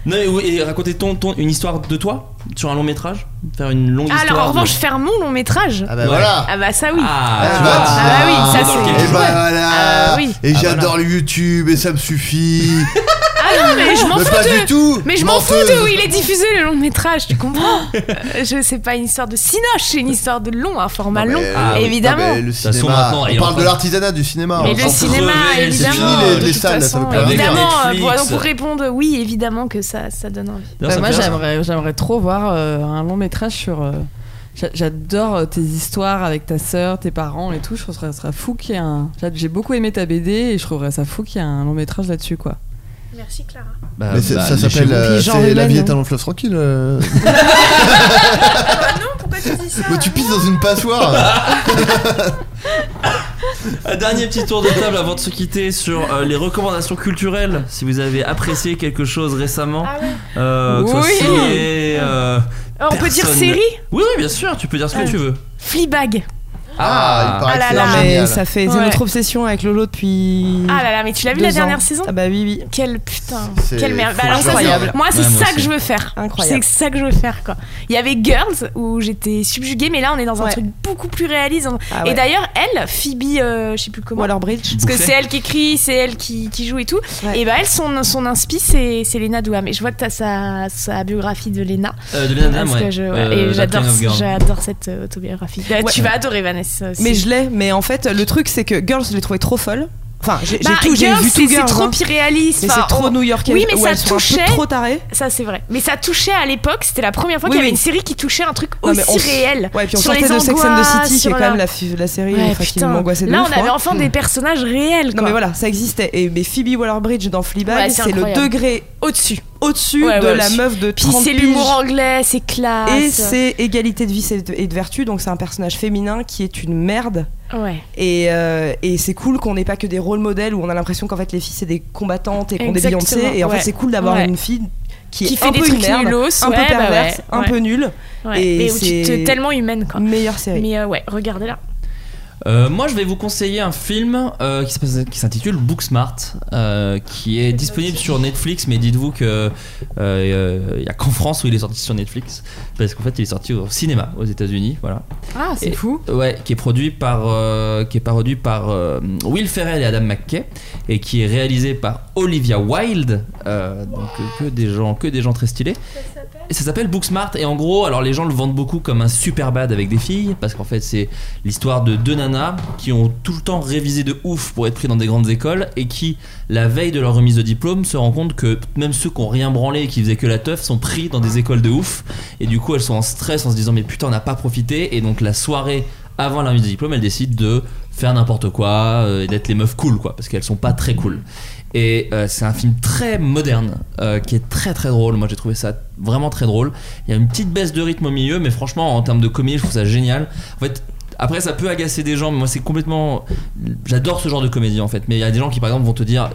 Speaker 8: Non, et oui, et racontez ton, ton- une histoire de toi sur un long métrage Faire une longue histoire
Speaker 10: Ah, alors en
Speaker 8: de-
Speaker 10: revanche faire mon long métrage
Speaker 8: bah voilà.
Speaker 10: ah bah ça oui
Speaker 8: Ah,
Speaker 10: Ah
Speaker 8: tu
Speaker 10: bah,
Speaker 8: vois,
Speaker 10: ah bah oui ça
Speaker 8: dans lequel
Speaker 10: c'est
Speaker 9: Et voilà
Speaker 10: Ah oui.
Speaker 9: Et
Speaker 10: Ah,
Speaker 9: j'adore le YouTube et ça me suffit
Speaker 10: ah non mais je m'en
Speaker 9: Mais
Speaker 10: fous
Speaker 9: pas
Speaker 10: de
Speaker 9: du tout,
Speaker 10: mais je m'en fous
Speaker 9: menteuse.
Speaker 10: de où il est diffusé le long métrage tu comprends Euh, je sais pas une histoire de cinoche c'est une histoire de long un format long
Speaker 9: Ah,
Speaker 10: évidemment
Speaker 9: non, mais le
Speaker 8: toute façon,
Speaker 9: cinéma,
Speaker 8: maintenant,
Speaker 9: on
Speaker 8: et
Speaker 9: parle
Speaker 8: enfin-
Speaker 9: de l'artisanat du
Speaker 12: Ah,
Speaker 9: cinéma.
Speaker 10: Mais
Speaker 9: on
Speaker 10: le
Speaker 9: s'en fout.
Speaker 10: cinéma,
Speaker 9: C'est
Speaker 10: évidemment.
Speaker 9: fini les- les, salles, ça veut plus rien dire.
Speaker 10: Évidemment, euh, pour,
Speaker 8: Netflix.
Speaker 10: donc, pour répondre, oui, évidemment que ça, ça donne envie.
Speaker 11: Bah, moi, j'aimerais, j'aimerais trop voir euh, un long métrage sur. euh, j'a- J'adore euh, tes histoires avec ta sœur, tes parents et tout. Je trouverais ça fou qu'il y ait un. j'a- J'ai beaucoup aimé ta BD et je trouverais ça fou qu'il y ait un long métrage là-dessus, quoi.
Speaker 10: Merci Clara.
Speaker 9: Mais
Speaker 8: bah,
Speaker 9: c'est-
Speaker 8: bah,
Speaker 9: ça
Speaker 8: les
Speaker 9: s'appelle.
Speaker 8: chez-
Speaker 9: euh,
Speaker 8: Puis Jean
Speaker 9: c'est la
Speaker 8: Rubin,
Speaker 9: vie est
Speaker 8: non
Speaker 9: un long fleuve tranquille. euh. Mais tu pisses dans une passoire.
Speaker 8: Un dernier petit tour de table avant de se quitter sur euh, les recommandations culturelles. Si vous avez apprécié quelque chose récemment,
Speaker 10: Ah
Speaker 8: euh, que ce soit
Speaker 10: Oui.
Speaker 8: signé, euh,
Speaker 10: Alors, Oh, on peut dire
Speaker 8: personne-
Speaker 10: série
Speaker 8: Oui, oui, bien sûr, tu peux dire ce que
Speaker 10: Ah.
Speaker 8: tu veux.
Speaker 10: Fleabag.
Speaker 12: Mm.
Speaker 8: Ah,
Speaker 10: Ah là là.
Speaker 12: Mais ça fait c'est
Speaker 10: Ouais.
Speaker 12: notre obsession avec Lolo depuis.
Speaker 10: Ah là là, mais tu l'as vu
Speaker 12: Deux
Speaker 10: la
Speaker 12: ans.
Speaker 10: dernière saison
Speaker 12: Ah bah oui, oui.
Speaker 10: Quelle putain,
Speaker 12: C'est
Speaker 10: quelle merde. Bah,
Speaker 12: fou,
Speaker 10: alors ça,
Speaker 12: incroyable.
Speaker 10: c'est- moi, c'est
Speaker 12: Ouais, moi
Speaker 10: ça
Speaker 12: aussi.
Speaker 10: que je veux faire.
Speaker 12: Incroyable.
Speaker 10: C'est ça que je veux faire, quoi. Il y avait Girls où j'étais subjuguée, mais là, on est dans un
Speaker 12: Ouais.
Speaker 10: truc beaucoup plus réaliste.
Speaker 12: Ah ouais.
Speaker 10: Et d'ailleurs, elle, Phoebe, euh, je sais plus comment.
Speaker 12: Waller-Bridge.
Speaker 10: Parce que
Speaker 12: Bouffet.
Speaker 10: c'est elle qui écrit, c'est elle qui, qui joue et tout. Et bah, elle, son, son inspi, c'est c'est Lena Douham. Et je vois que t'as sa, sa biographie de Lena.
Speaker 8: Euh, de Lena
Speaker 10: Parce
Speaker 8: Dunham,
Speaker 10: que
Speaker 8: ouais.
Speaker 10: je-
Speaker 8: Euh,
Speaker 10: et
Speaker 8: La
Speaker 10: j'adore
Speaker 8: Train of Girl.
Speaker 10: j'adore cette euh, autobiographie. Euh,
Speaker 12: Ouais.
Speaker 10: Tu vas adorer, Vanessa. aussi.
Speaker 12: Mais je l'ai, mais en fait, le truc, c'est que Girls, je l'ai trouvé trop folle. Enfin, j'ai j'ai
Speaker 10: Bah,
Speaker 12: tout, j'ai
Speaker 10: Girls,
Speaker 12: vu
Speaker 10: c'est-
Speaker 12: tout Girls.
Speaker 10: C'est trop
Speaker 12: hein.
Speaker 10: irréaliste.
Speaker 12: Mais
Speaker 10: Enfin,
Speaker 12: c'est trop
Speaker 10: on-
Speaker 12: new-yorkais.
Speaker 10: Oui, mais
Speaker 12: Ouais,
Speaker 10: ça
Speaker 12: elles sont un peu
Speaker 10: touchait.
Speaker 12: trop tarées.
Speaker 10: Ça, c'est vrai. Mais ça touchait à l'époque. C'était la première fois
Speaker 12: Oui,
Speaker 10: qu'il y avait
Speaker 12: oui.
Speaker 10: une série qui touchait un truc
Speaker 12: Non, mais
Speaker 10: aussi
Speaker 12: on s-
Speaker 10: réel.
Speaker 12: Ouais, puis on
Speaker 10: Sur les
Speaker 12: sortait de Sex and the
Speaker 10: angoisses,
Speaker 12: City, qui est
Speaker 10: sur
Speaker 12: quand
Speaker 10: la-
Speaker 12: même la, fi- la série
Speaker 10: Ouais,
Speaker 12: enfin, qui
Speaker 10: putain.
Speaker 12: m'angoissait de
Speaker 10: Là,
Speaker 12: ouf,
Speaker 10: on avait
Speaker 12: moi.
Speaker 10: enfin des personnages réels.
Speaker 12: Non mais voilà, ça existait. Et mais Phoebe Waller-Bridge dans Fleabag,
Speaker 10: Ouais, c'est
Speaker 12: c'est le
Speaker 10: incroyable.
Speaker 12: degré
Speaker 10: au-dessus,
Speaker 12: au-dessus
Speaker 10: Ouais,
Speaker 12: de
Speaker 10: ouais,
Speaker 12: la
Speaker 10: au-dessus.
Speaker 12: meuf de
Speaker 10: Puis
Speaker 12: 30
Speaker 10: c'est
Speaker 12: piges.
Speaker 10: l'humour anglais, c'est classe.
Speaker 12: Et c'est égalité de vice et de et de vertu, donc c'est un personnage féminin qui est une merde.
Speaker 10: Ouais.
Speaker 12: Et, euh, et c'est cool qu'on n'ait pas que des rôles modèles où on a l'impression qu'en fait les filles c'est des combattantes et qu'on est
Speaker 10: Exactement,
Speaker 12: Beyoncé. Et en
Speaker 10: ouais.
Speaker 12: fait c'est cool d'avoir
Speaker 10: Ouais.
Speaker 12: une fille qui,
Speaker 10: Qui
Speaker 12: est
Speaker 10: fait
Speaker 12: un
Speaker 10: des
Speaker 12: peu
Speaker 10: trucs
Speaker 12: une merde,
Speaker 10: nullos,
Speaker 12: un peu
Speaker 10: ouais, bah
Speaker 12: perverse,
Speaker 10: ouais,
Speaker 12: un
Speaker 10: ouais.
Speaker 12: peu nulle.
Speaker 10: Ouais.
Speaker 12: Et
Speaker 10: Mais où tu te-
Speaker 12: c'est
Speaker 10: tellement humaine quoi.
Speaker 12: Meilleure série.
Speaker 10: Mais euh, ouais, regardez-la.
Speaker 8: Euh, moi, je vais vous conseiller un film euh, qui s'appelle- qui s'intitule Booksmart, euh, qui est disponible sur Netflix, mais dites-vous que euh, euh, il y a qu'en France où il est sorti sur Netflix, parce qu'en fait, il est sorti au cinéma aux États-Unis, voilà.
Speaker 11: Ah, c'est
Speaker 8: Et-
Speaker 11: fou.
Speaker 8: Ouais, qui est produit par, euh, qui est parodié par euh, Will Ferrell et Adam McKay, et qui est réalisé par Olivia Wilde, euh, donc euh, que des gens, que des gens très stylés. Et Ça s'appelle Booksmart et en gros, alors les gens le vendent beaucoup comme un super bad avec des filles parce qu'en fait c'est l'histoire de deux nanas qui ont tout le temps révisé de ouf pour être pris dans des grandes écoles et qui la veille de leur remise de diplôme se rendent compte que même ceux qui ont rien branlé et qui faisaient que la teuf sont pris dans des écoles de ouf et du coup elles sont en stress en se disant mais putain on n'a pas profité et donc la soirée avant la remise de diplôme elles décident de faire n'importe quoi euh, et d'être les meufs cool quoi parce qu'elles sont pas très cool. Et euh, c'est un film très moderne, euh, qui est très très drôle. Moi j'ai trouvé ça vraiment très drôle. Il y a une petite baisse de rythme au milieu, mais franchement en termes de comédie, je trouve ça génial. En fait, après ça peut agacer des gens, mais moi c'est complètement. J'adore ce genre de comédie en fait. Mais il y a des gens qui par exemple vont te dire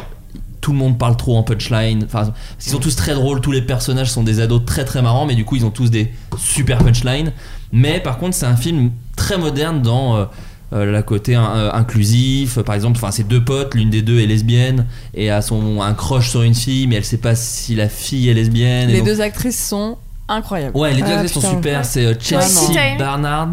Speaker 8: tout le monde parle trop en punchline. Enfin, parce qu'ils sont tous très drôles, tous les personnages sont des ados très très marrants, mais du coup ils ont tous des super punchlines. Mais par contre, c'est un film très moderne dans euh, euh, la côté hein, euh, inclusif. Par exemple, enfin, c'est deux potes, l'une des deux est lesbienne et a son un crush sur une fille, mais elle sait pas si la fille est lesbienne. et
Speaker 11: Les
Speaker 8: donc-
Speaker 11: deux actrices sont incroyables.
Speaker 8: Ouais, les
Speaker 12: Ah,
Speaker 8: deux actrices sont super. C'est euh, Chelsea
Speaker 11: Vraiment.
Speaker 8: Barnard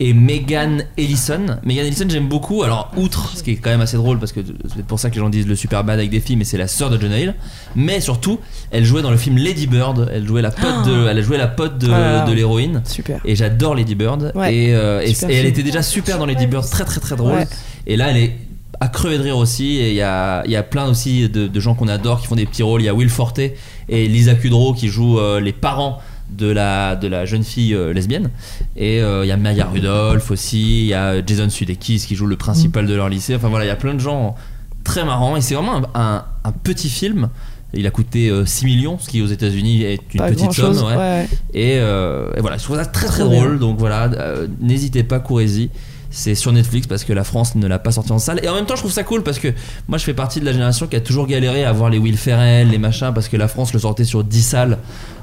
Speaker 8: et Megan Ellison. Megan Ellison, j'aime beaucoup. Alors, outre, ce qui est quand même assez drôle parce que c'est pour ça que les gens disent le super bad avec des filles, mais c'est la sœur de John Hill. Mais surtout, elle jouait dans le film Lady Bird. Elle jouait la pote de, elle jouait la pote de,
Speaker 12: Ah.
Speaker 8: de l'héroïne.
Speaker 12: Super.
Speaker 8: Et j'adore Lady Bird.
Speaker 12: Ouais.
Speaker 8: Et, euh, et-
Speaker 12: Super
Speaker 8: et elle
Speaker 12: film.
Speaker 8: était déjà super dans Lady Bird, très très très drôle.
Speaker 12: Ouais.
Speaker 8: Et là, elle est à crever de rire aussi. Et il y a, il y a plein aussi de, de gens qu'on adore qui font des petits rôles. Il y a Will Forte et Lisa Kudrow qui jouent euh, les parents de la, de la jeune fille euh, lesbienne. Et euh, il y a Maya Rudolph aussi. Il y a Jason Sudeikis qui joue le principal de leur lycée. Enfin voilà, il y a plein de gens très marrants. Et c'est vraiment un, un- un petit film. Il a coûté euh, 6 millions, ce qui aux États-Unis est une
Speaker 12: Pas
Speaker 8: petite somme.
Speaker 12: grand-chose,
Speaker 8: ouais.
Speaker 12: ouais.
Speaker 8: Et, euh, et voilà, je trouve ça très très
Speaker 12: Trop bien.
Speaker 8: drôle. Donc voilà, euh, n'hésitez pas, courez-y. C'est sur Netflix parce que la France ne l'a pas sorti en salle. Et en même temps, je trouve ça cool parce que moi, je fais partie de la génération qui a toujours galéré à voir les Will Ferrell, les machins, parce que la France le sortait sur 10 salles.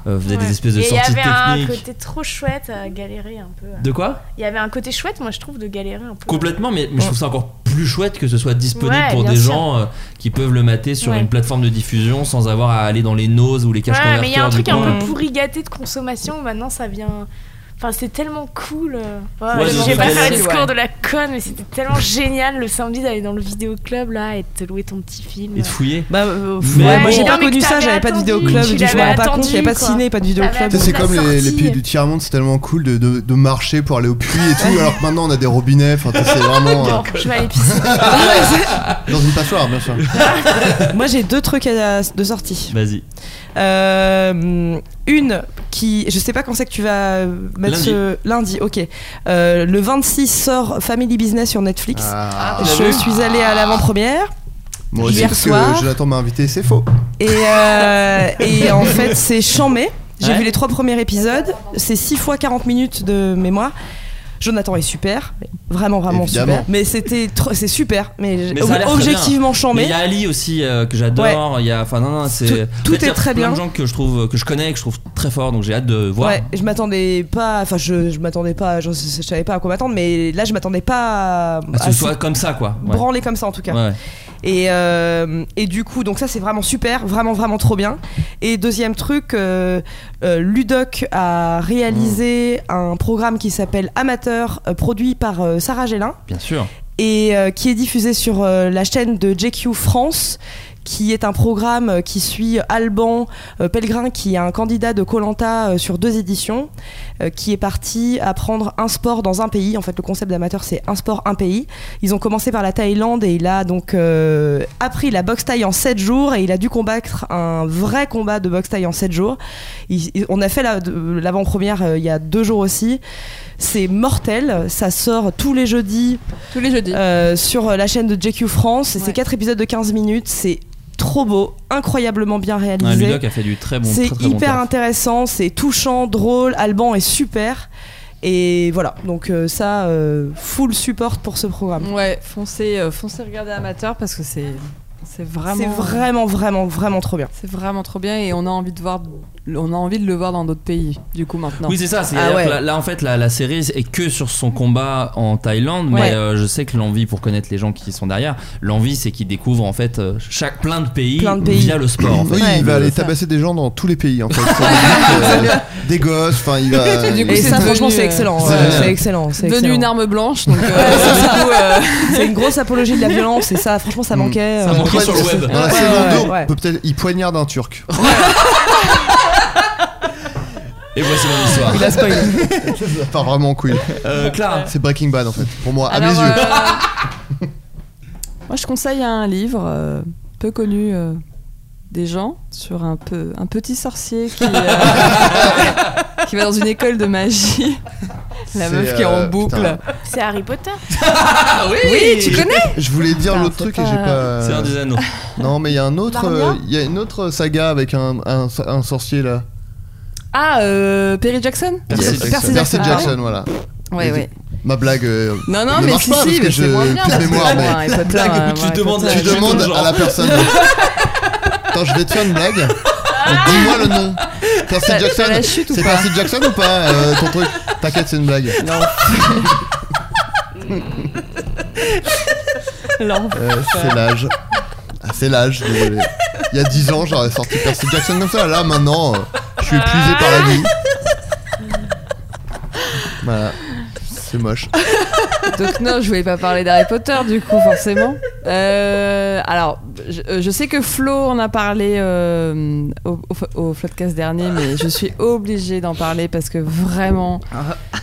Speaker 8: Euh, vous avez
Speaker 10: Ouais.
Speaker 8: des espèces de
Speaker 10: Et il y
Speaker 8: sorties
Speaker 10: avait un
Speaker 8: techniques.
Speaker 10: côté trop chouette à galérer un peu.
Speaker 8: De quoi
Speaker 10: Il y avait un côté chouette, moi je trouve, de galérer un peu.
Speaker 8: Complètement, mais, mais je trouve ça encore plus chouette que ce soit disponible
Speaker 10: Ouais,
Speaker 8: pour
Speaker 10: bien
Speaker 8: des
Speaker 10: sûr.
Speaker 8: gens euh, qui peuvent le mater sur
Speaker 10: Ouais.
Speaker 8: une plateforme de diffusion sans avoir à aller dans les noses ou les caches
Speaker 10: Ouais, mais il y a
Speaker 8: converteurs
Speaker 10: un truc
Speaker 8: du
Speaker 10: un
Speaker 8: coin.
Speaker 10: peu pourri gâté de consommation. Maintenant, ça vient. Enfin, c'est tellement cool. euh. Ouais,
Speaker 8: Ouais,
Speaker 10: je
Speaker 8: c'est
Speaker 10: vais pas
Speaker 8: génial.
Speaker 10: faire le discours
Speaker 8: Ouais.
Speaker 10: de la conne, mais c'était tellement génial le samedi d'aller dans le vidéoclub là et de te louer ton petit film.
Speaker 8: Et de fouiller.
Speaker 12: Bah,
Speaker 8: Mais
Speaker 12: ouais,
Speaker 8: bon.
Speaker 12: moi j'ai pas
Speaker 10: mais
Speaker 12: connu
Speaker 10: que
Speaker 12: ça,
Speaker 10: t'avais
Speaker 12: j'avais pas de
Speaker 10: attendu,
Speaker 12: vidéoclub,
Speaker 10: tu
Speaker 12: donc je me
Speaker 10: l'avais
Speaker 12: rends pas compte, il y avait pas de
Speaker 10: attendu,
Speaker 12: ciné, pas de vidéoclub.
Speaker 13: Tu sais, C'est comme les, les pays du tiers-monde, c'est tellement cool de, de, de marcher pour aller au puits et tout, alors que maintenant on a des robinets, enfin tu sais, c'est vraiment.
Speaker 10: Bon,
Speaker 13: euh,
Speaker 10: je vais aller pisser.
Speaker 13: Dans une passoire, bien sûr.
Speaker 12: Moi j'ai deux trucs à, de sortie.
Speaker 8: Vas-y.
Speaker 12: Euh, une qui, je sais pas quand c'est que tu vas euh, mettre
Speaker 14: Lundi.
Speaker 12: ce lundi. Ok. Euh, le 26 sort Family Business sur Netflix.
Speaker 13: Ah. Ah,
Speaker 12: je
Speaker 13: t'as vu
Speaker 12: suis allée à l'avant-première.
Speaker 13: Moi aussi,
Speaker 12: Hier
Speaker 13: parce
Speaker 12: soir.
Speaker 13: que Jonathan m'a invité, c'est faux.
Speaker 12: Et, euh, et en fait, c'est chambé. J'ai
Speaker 13: Ouais.
Speaker 12: vu les trois premiers épisodes. C'est 6 fois 40 minutes de mémoire. Jonathan est super, vraiment vraiment
Speaker 8: Évidemment.
Speaker 12: super. Mais c'était tr- c'est super, mais,
Speaker 8: Mais
Speaker 12: ob-
Speaker 8: ça a l'air très
Speaker 12: objectivement
Speaker 8: bien. Mais
Speaker 12: chambé.
Speaker 8: Il y a Ali aussi euh, que j'adore. Il y a, enfin non, non, c'est
Speaker 12: Tout-
Speaker 8: en
Speaker 12: tout
Speaker 8: fait, il y a
Speaker 12: est très
Speaker 8: plein de
Speaker 12: bien.
Speaker 8: gens que je trouve, que je connais, et que je trouve très fort. Donc j'ai hâte de voir.
Speaker 12: Ouais, je m'attendais pas, enfin je, je m'attendais pas, je, je savais pas à quoi m'attendre, mais là je m'attendais pas à,
Speaker 8: Que ce
Speaker 12: à
Speaker 8: soit comme ça, quoi. Ouais.
Speaker 12: branlé comme ça en tout cas.
Speaker 8: Ouais.
Speaker 12: Et, euh, et du coup, donc ça c'est vraiment super, vraiment vraiment trop bien. Et deuxième truc, euh, euh, Ludoc a réalisé un programme qui s'appelle Amateur, euh, produit par euh, Sarah Gélin
Speaker 8: Bien sûr.
Speaker 12: et euh, qui est diffusé sur euh, la chaîne de JQ France qui est un programme euh, qui suit Alban euh, Pellegrin qui est un candidat de Colanta sur deux éditions euh, qui est parti apprendre un sport dans un pays en fait le concept d'amateur c'est un sport un pays ils ont commencé par la Thaïlande et il a donc euh, appris la boxe thaï en 7 jours et il a dû combattre un vrai combat de boxe thaï en 7 jours Il- il- on a fait la- de- l'avant-première euh, il y a deux jours aussi c'est mortel ça sort tous les jeudis
Speaker 11: tous les jeudis
Speaker 12: sur euh, la chaîne de JQ France Et c'est quatre épisodes de 15 minutes c'est trop beau incroyablement bien
Speaker 8: Ouais,
Speaker 12: réalisé
Speaker 8: Ludoc Ah, a fait du très bon.
Speaker 12: c'est
Speaker 8: très, très bon
Speaker 12: hyper
Speaker 8: taf.
Speaker 12: intéressant, c'est touchant, drôle. Alban est super. Et voilà, donc euh, ça, euh, full support pour ce programme.
Speaker 11: Ouais, foncez, euh, foncez regarder amateur parce que c'est c'est Mm, vraiment
Speaker 12: C'est vraiment, vraiment, vraiment trop bien.
Speaker 11: c'est vraiment trop bien et on a envie de voir on a envie de le voir dans d'autres pays du coup maintenant.
Speaker 8: Oui, c'est ça.
Speaker 12: Ah,
Speaker 8: c'est- c'est-à-dire que là, là, en fait, la, la série est que sur son combat en Thaïlande,
Speaker 11: Ouais.
Speaker 8: mais euh, je sais que l'envie, pour connaître les gens qui sont derrière, l'envie, c'est qu'ils découvrent en fait euh, chaque plein de pays,
Speaker 13: Plein de pays.
Speaker 8: via le sport. en fait.
Speaker 13: Oui, il va aller tabasser des gens dans tous les pays en fait. Ça veut dire que, euh, des gosses, enfin il va.
Speaker 11: Et du coup,
Speaker 12: Et ça, franchement, c'est
Speaker 11: euh,
Speaker 12: excellent.
Speaker 13: c'est
Speaker 12: ouais,
Speaker 13: génial.
Speaker 12: C'est excellent. C'est
Speaker 11: devenu
Speaker 12: excellent.
Speaker 11: une arme blanche donc euh, du coup, euh,
Speaker 12: C'est une grosse apologie de la violence. Et ça, franchement,
Speaker 8: Mm.
Speaker 12: ça manquait. euh, ouais,
Speaker 13: Pourquoi c'est-
Speaker 12: ouais,
Speaker 13: Dans la
Speaker 12: ouais,
Speaker 13: saison
Speaker 12: ouais,
Speaker 13: deux,
Speaker 12: ouais.
Speaker 13: on peut peut-être il poignarde un Turc.
Speaker 8: Et voici mon histoire. Euh,
Speaker 12: Il a spoilé.
Speaker 13: Ça part vraiment en couille.
Speaker 8: Clara.
Speaker 13: C'est Breaking Bad en fait, pour moi,
Speaker 11: Alors,
Speaker 13: à mes yeux.
Speaker 11: euh, moi, je conseille un livre euh, peu connu euh, des gens sur un, peu, un petit sorcier qui, euh, qui va dans une école de magie. La
Speaker 13: C'est,
Speaker 11: meuf qui est
Speaker 13: euh,
Speaker 11: en boucle.
Speaker 13: putain.
Speaker 10: C'est Harry Potter.
Speaker 12: Ah
Speaker 11: oui, tu connais
Speaker 13: Je voulais dire l'autre truc et j'ai pas.
Speaker 8: C'est un des anneaux.
Speaker 13: Non, mais il y a un autre,
Speaker 11: Narnia
Speaker 13: euh, il y a une autre saga avec un, un, un sorcier là.
Speaker 11: Ah, euh, Perry Jackson
Speaker 13: Percy Jackson,
Speaker 11: Ah ouais.
Speaker 13: voilà.
Speaker 11: Ouais, ouais.
Speaker 13: Ma blague. euh,
Speaker 11: Non, non,
Speaker 13: ne
Speaker 11: mais
Speaker 13: marche
Speaker 11: si,
Speaker 13: pas
Speaker 11: si,
Speaker 13: parce
Speaker 11: mais
Speaker 13: que
Speaker 11: c'est
Speaker 13: je
Speaker 11: moins bien,
Speaker 13: plus de
Speaker 11: parce que
Speaker 13: mémoire.
Speaker 11: moi,
Speaker 13: mais-
Speaker 11: Harry Potter, Blague euh, où tu moi, Harry demandes Potter, la
Speaker 13: Tu
Speaker 11: chute
Speaker 13: demandes
Speaker 11: de genre.
Speaker 13: à la personne. Attends, je vais te faire une blague. Dis-moi le nom. Percy
Speaker 11: Ah. T'as-
Speaker 13: Jackson.
Speaker 11: t'as la chute ou
Speaker 13: C'est
Speaker 11: pas
Speaker 13: Percy Jackson ou pas euh, ton truc T'inquiète, c'est une blague. Euh, c'est l'âge. Ah, c'est l'âge, désolé. Il y a 10 ans, j'aurais sorti Percy Jackson comme ça. Là, maintenant, euh, je suis épuisé par la vie. Voilà. C'est moche.
Speaker 11: Donc non, je voulais pas parler d'Harry Potter du coup forcément. Euh, alors, je, euh, je sais que Flo en a parlé euh,
Speaker 13: Ah.
Speaker 11: au, au, au Floodcast dernier, mais je suis obligée d'en parler parce que vraiment,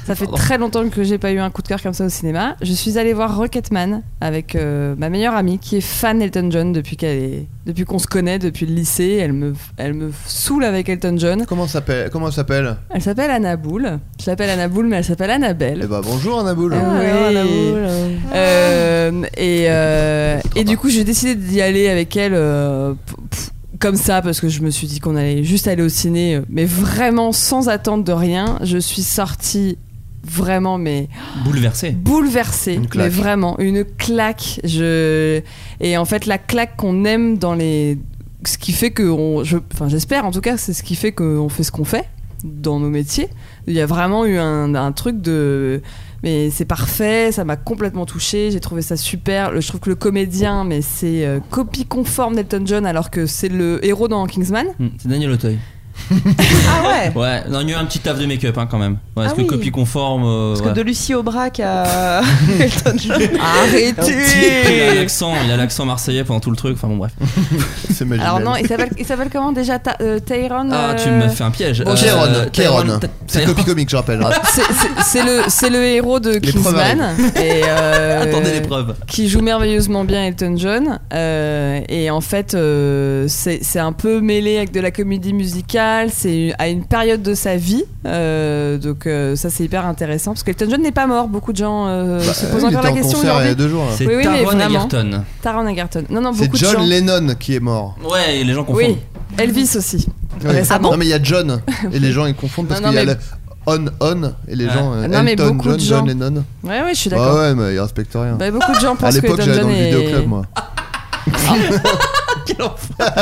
Speaker 11: Ça fait très longtemps que j'ai pas eu un coup de cœur comme ça au cinéma. Je suis allée voir Rocketman avec euh, ma meilleure amie qui est fan Elton John depuis qu'elle est, depuis qu'on se connaît, depuis le lycée. Elle me, elle me saoule avec Elton John.
Speaker 13: Comment s'appelle Comment s'appelle
Speaker 11: Elle s'appelle Anna Boule. Je l'appelle Anna Boule, mais elle s'appelle Annabelle.
Speaker 13: Eh bah bonjour Anna Boule.
Speaker 11: Ah, oui. Euh, et euh, et du coup, j'ai décidé d'y aller avec elle euh, p- p- comme ça parce que je me suis dit qu'on allait juste aller au ciné, euh, mais vraiment sans attendre de rien. Je suis sortie vraiment, mais
Speaker 8: Bouleversé.
Speaker 11: bouleversée,
Speaker 8: claque.
Speaker 11: mais vraiment une claque. Je et en fait la claque qu'on aime dans les, ce qui fait que on, je, enfin j'espère en tout cas c'est ce qui fait qu'on fait ce qu'on fait dans nos métiers. Il y a vraiment eu un, un truc de mais c'est parfait, ça m'a complètement touché, j'ai trouvé ça super. Le- je trouve que le comédien, mais c'est euh, copie conforme d'Elton John alors que c'est le héros dans Kingsman.
Speaker 12: Mm.
Speaker 8: Hmm, C'est Daniel Auteuil.
Speaker 12: Ah ouais
Speaker 8: Ouais, non, il y a eu un petit taf de make-up hein, quand même. Ouais, parce que
Speaker 12: oui.
Speaker 8: copie conforme. euh,
Speaker 12: Parce que
Speaker 8: ouais.
Speaker 12: de Lucie Aubrac à Elton John.
Speaker 8: Il a
Speaker 11: Arrêtez
Speaker 8: l'accent, il a l'accent marseillais pendant tout le truc. Enfin bon,
Speaker 13: Euh,
Speaker 8: bref.
Speaker 13: C'est magique.
Speaker 11: Alors non, il s'appelle il s'appelle comment déjà Ta- euh, Tyrone
Speaker 8: Ah,
Speaker 11: euh,
Speaker 8: tu me fais un piège.
Speaker 13: Bon, Kéron, Kéron.
Speaker 8: Tyrone-
Speaker 13: C'est copie comique, je rappelle.
Speaker 11: C'est- c'est- C'est le, c'est le héros de Kingsman et euh,
Speaker 8: Attendez l'épreuve.
Speaker 11: qui joue merveilleusement bien Elton John. euh, et en fait, euh, c'est c'est un peu mêlé avec de la comédie musicale. C'est à une période de sa vie. euh, donc euh, ça, c'est hyper intéressant parce qu'Elton John n'est pas mort. Beaucoup de gens euh,
Speaker 13: Bah,
Speaker 11: se posent
Speaker 13: il
Speaker 11: encore
Speaker 13: était
Speaker 11: la
Speaker 13: en
Speaker 11: question.
Speaker 13: concert il y a
Speaker 11: aujourd'hui.
Speaker 13: deux jours, là.
Speaker 8: C'est
Speaker 11: Oui, oui, mais
Speaker 8: Taron
Speaker 11: vraiment.
Speaker 8: Egerton.
Speaker 11: Taron Egerton. Non, non,
Speaker 13: C'est
Speaker 11: beaucoup
Speaker 13: John
Speaker 11: de gens.
Speaker 13: Lennon qui est mort.
Speaker 8: Ouais, et les gens confondent.
Speaker 11: Oui, Elvis aussi.
Speaker 13: Oui.
Speaker 11: Récemment.
Speaker 13: Non mais il y a John et les gens ils confondent parce
Speaker 11: Non,
Speaker 13: qu'il y a
Speaker 11: non,
Speaker 13: le on on et les
Speaker 11: Ouais.
Speaker 13: gens euh,
Speaker 11: Non, mais
Speaker 13: Elton
Speaker 11: beaucoup de
Speaker 13: John,
Speaker 11: gens.
Speaker 13: John Lennon.
Speaker 11: Ouais, ouais, je suis
Speaker 13: Bah
Speaker 11: d'accord.
Speaker 13: ouais mais ils respectent rien.
Speaker 11: Bah, beaucoup de gens
Speaker 13: à
Speaker 11: pensent que
Speaker 13: l'époque
Speaker 11: Elton
Speaker 13: j'allais
Speaker 11: John
Speaker 13: dans le
Speaker 11: est-
Speaker 13: vidéoclub moi.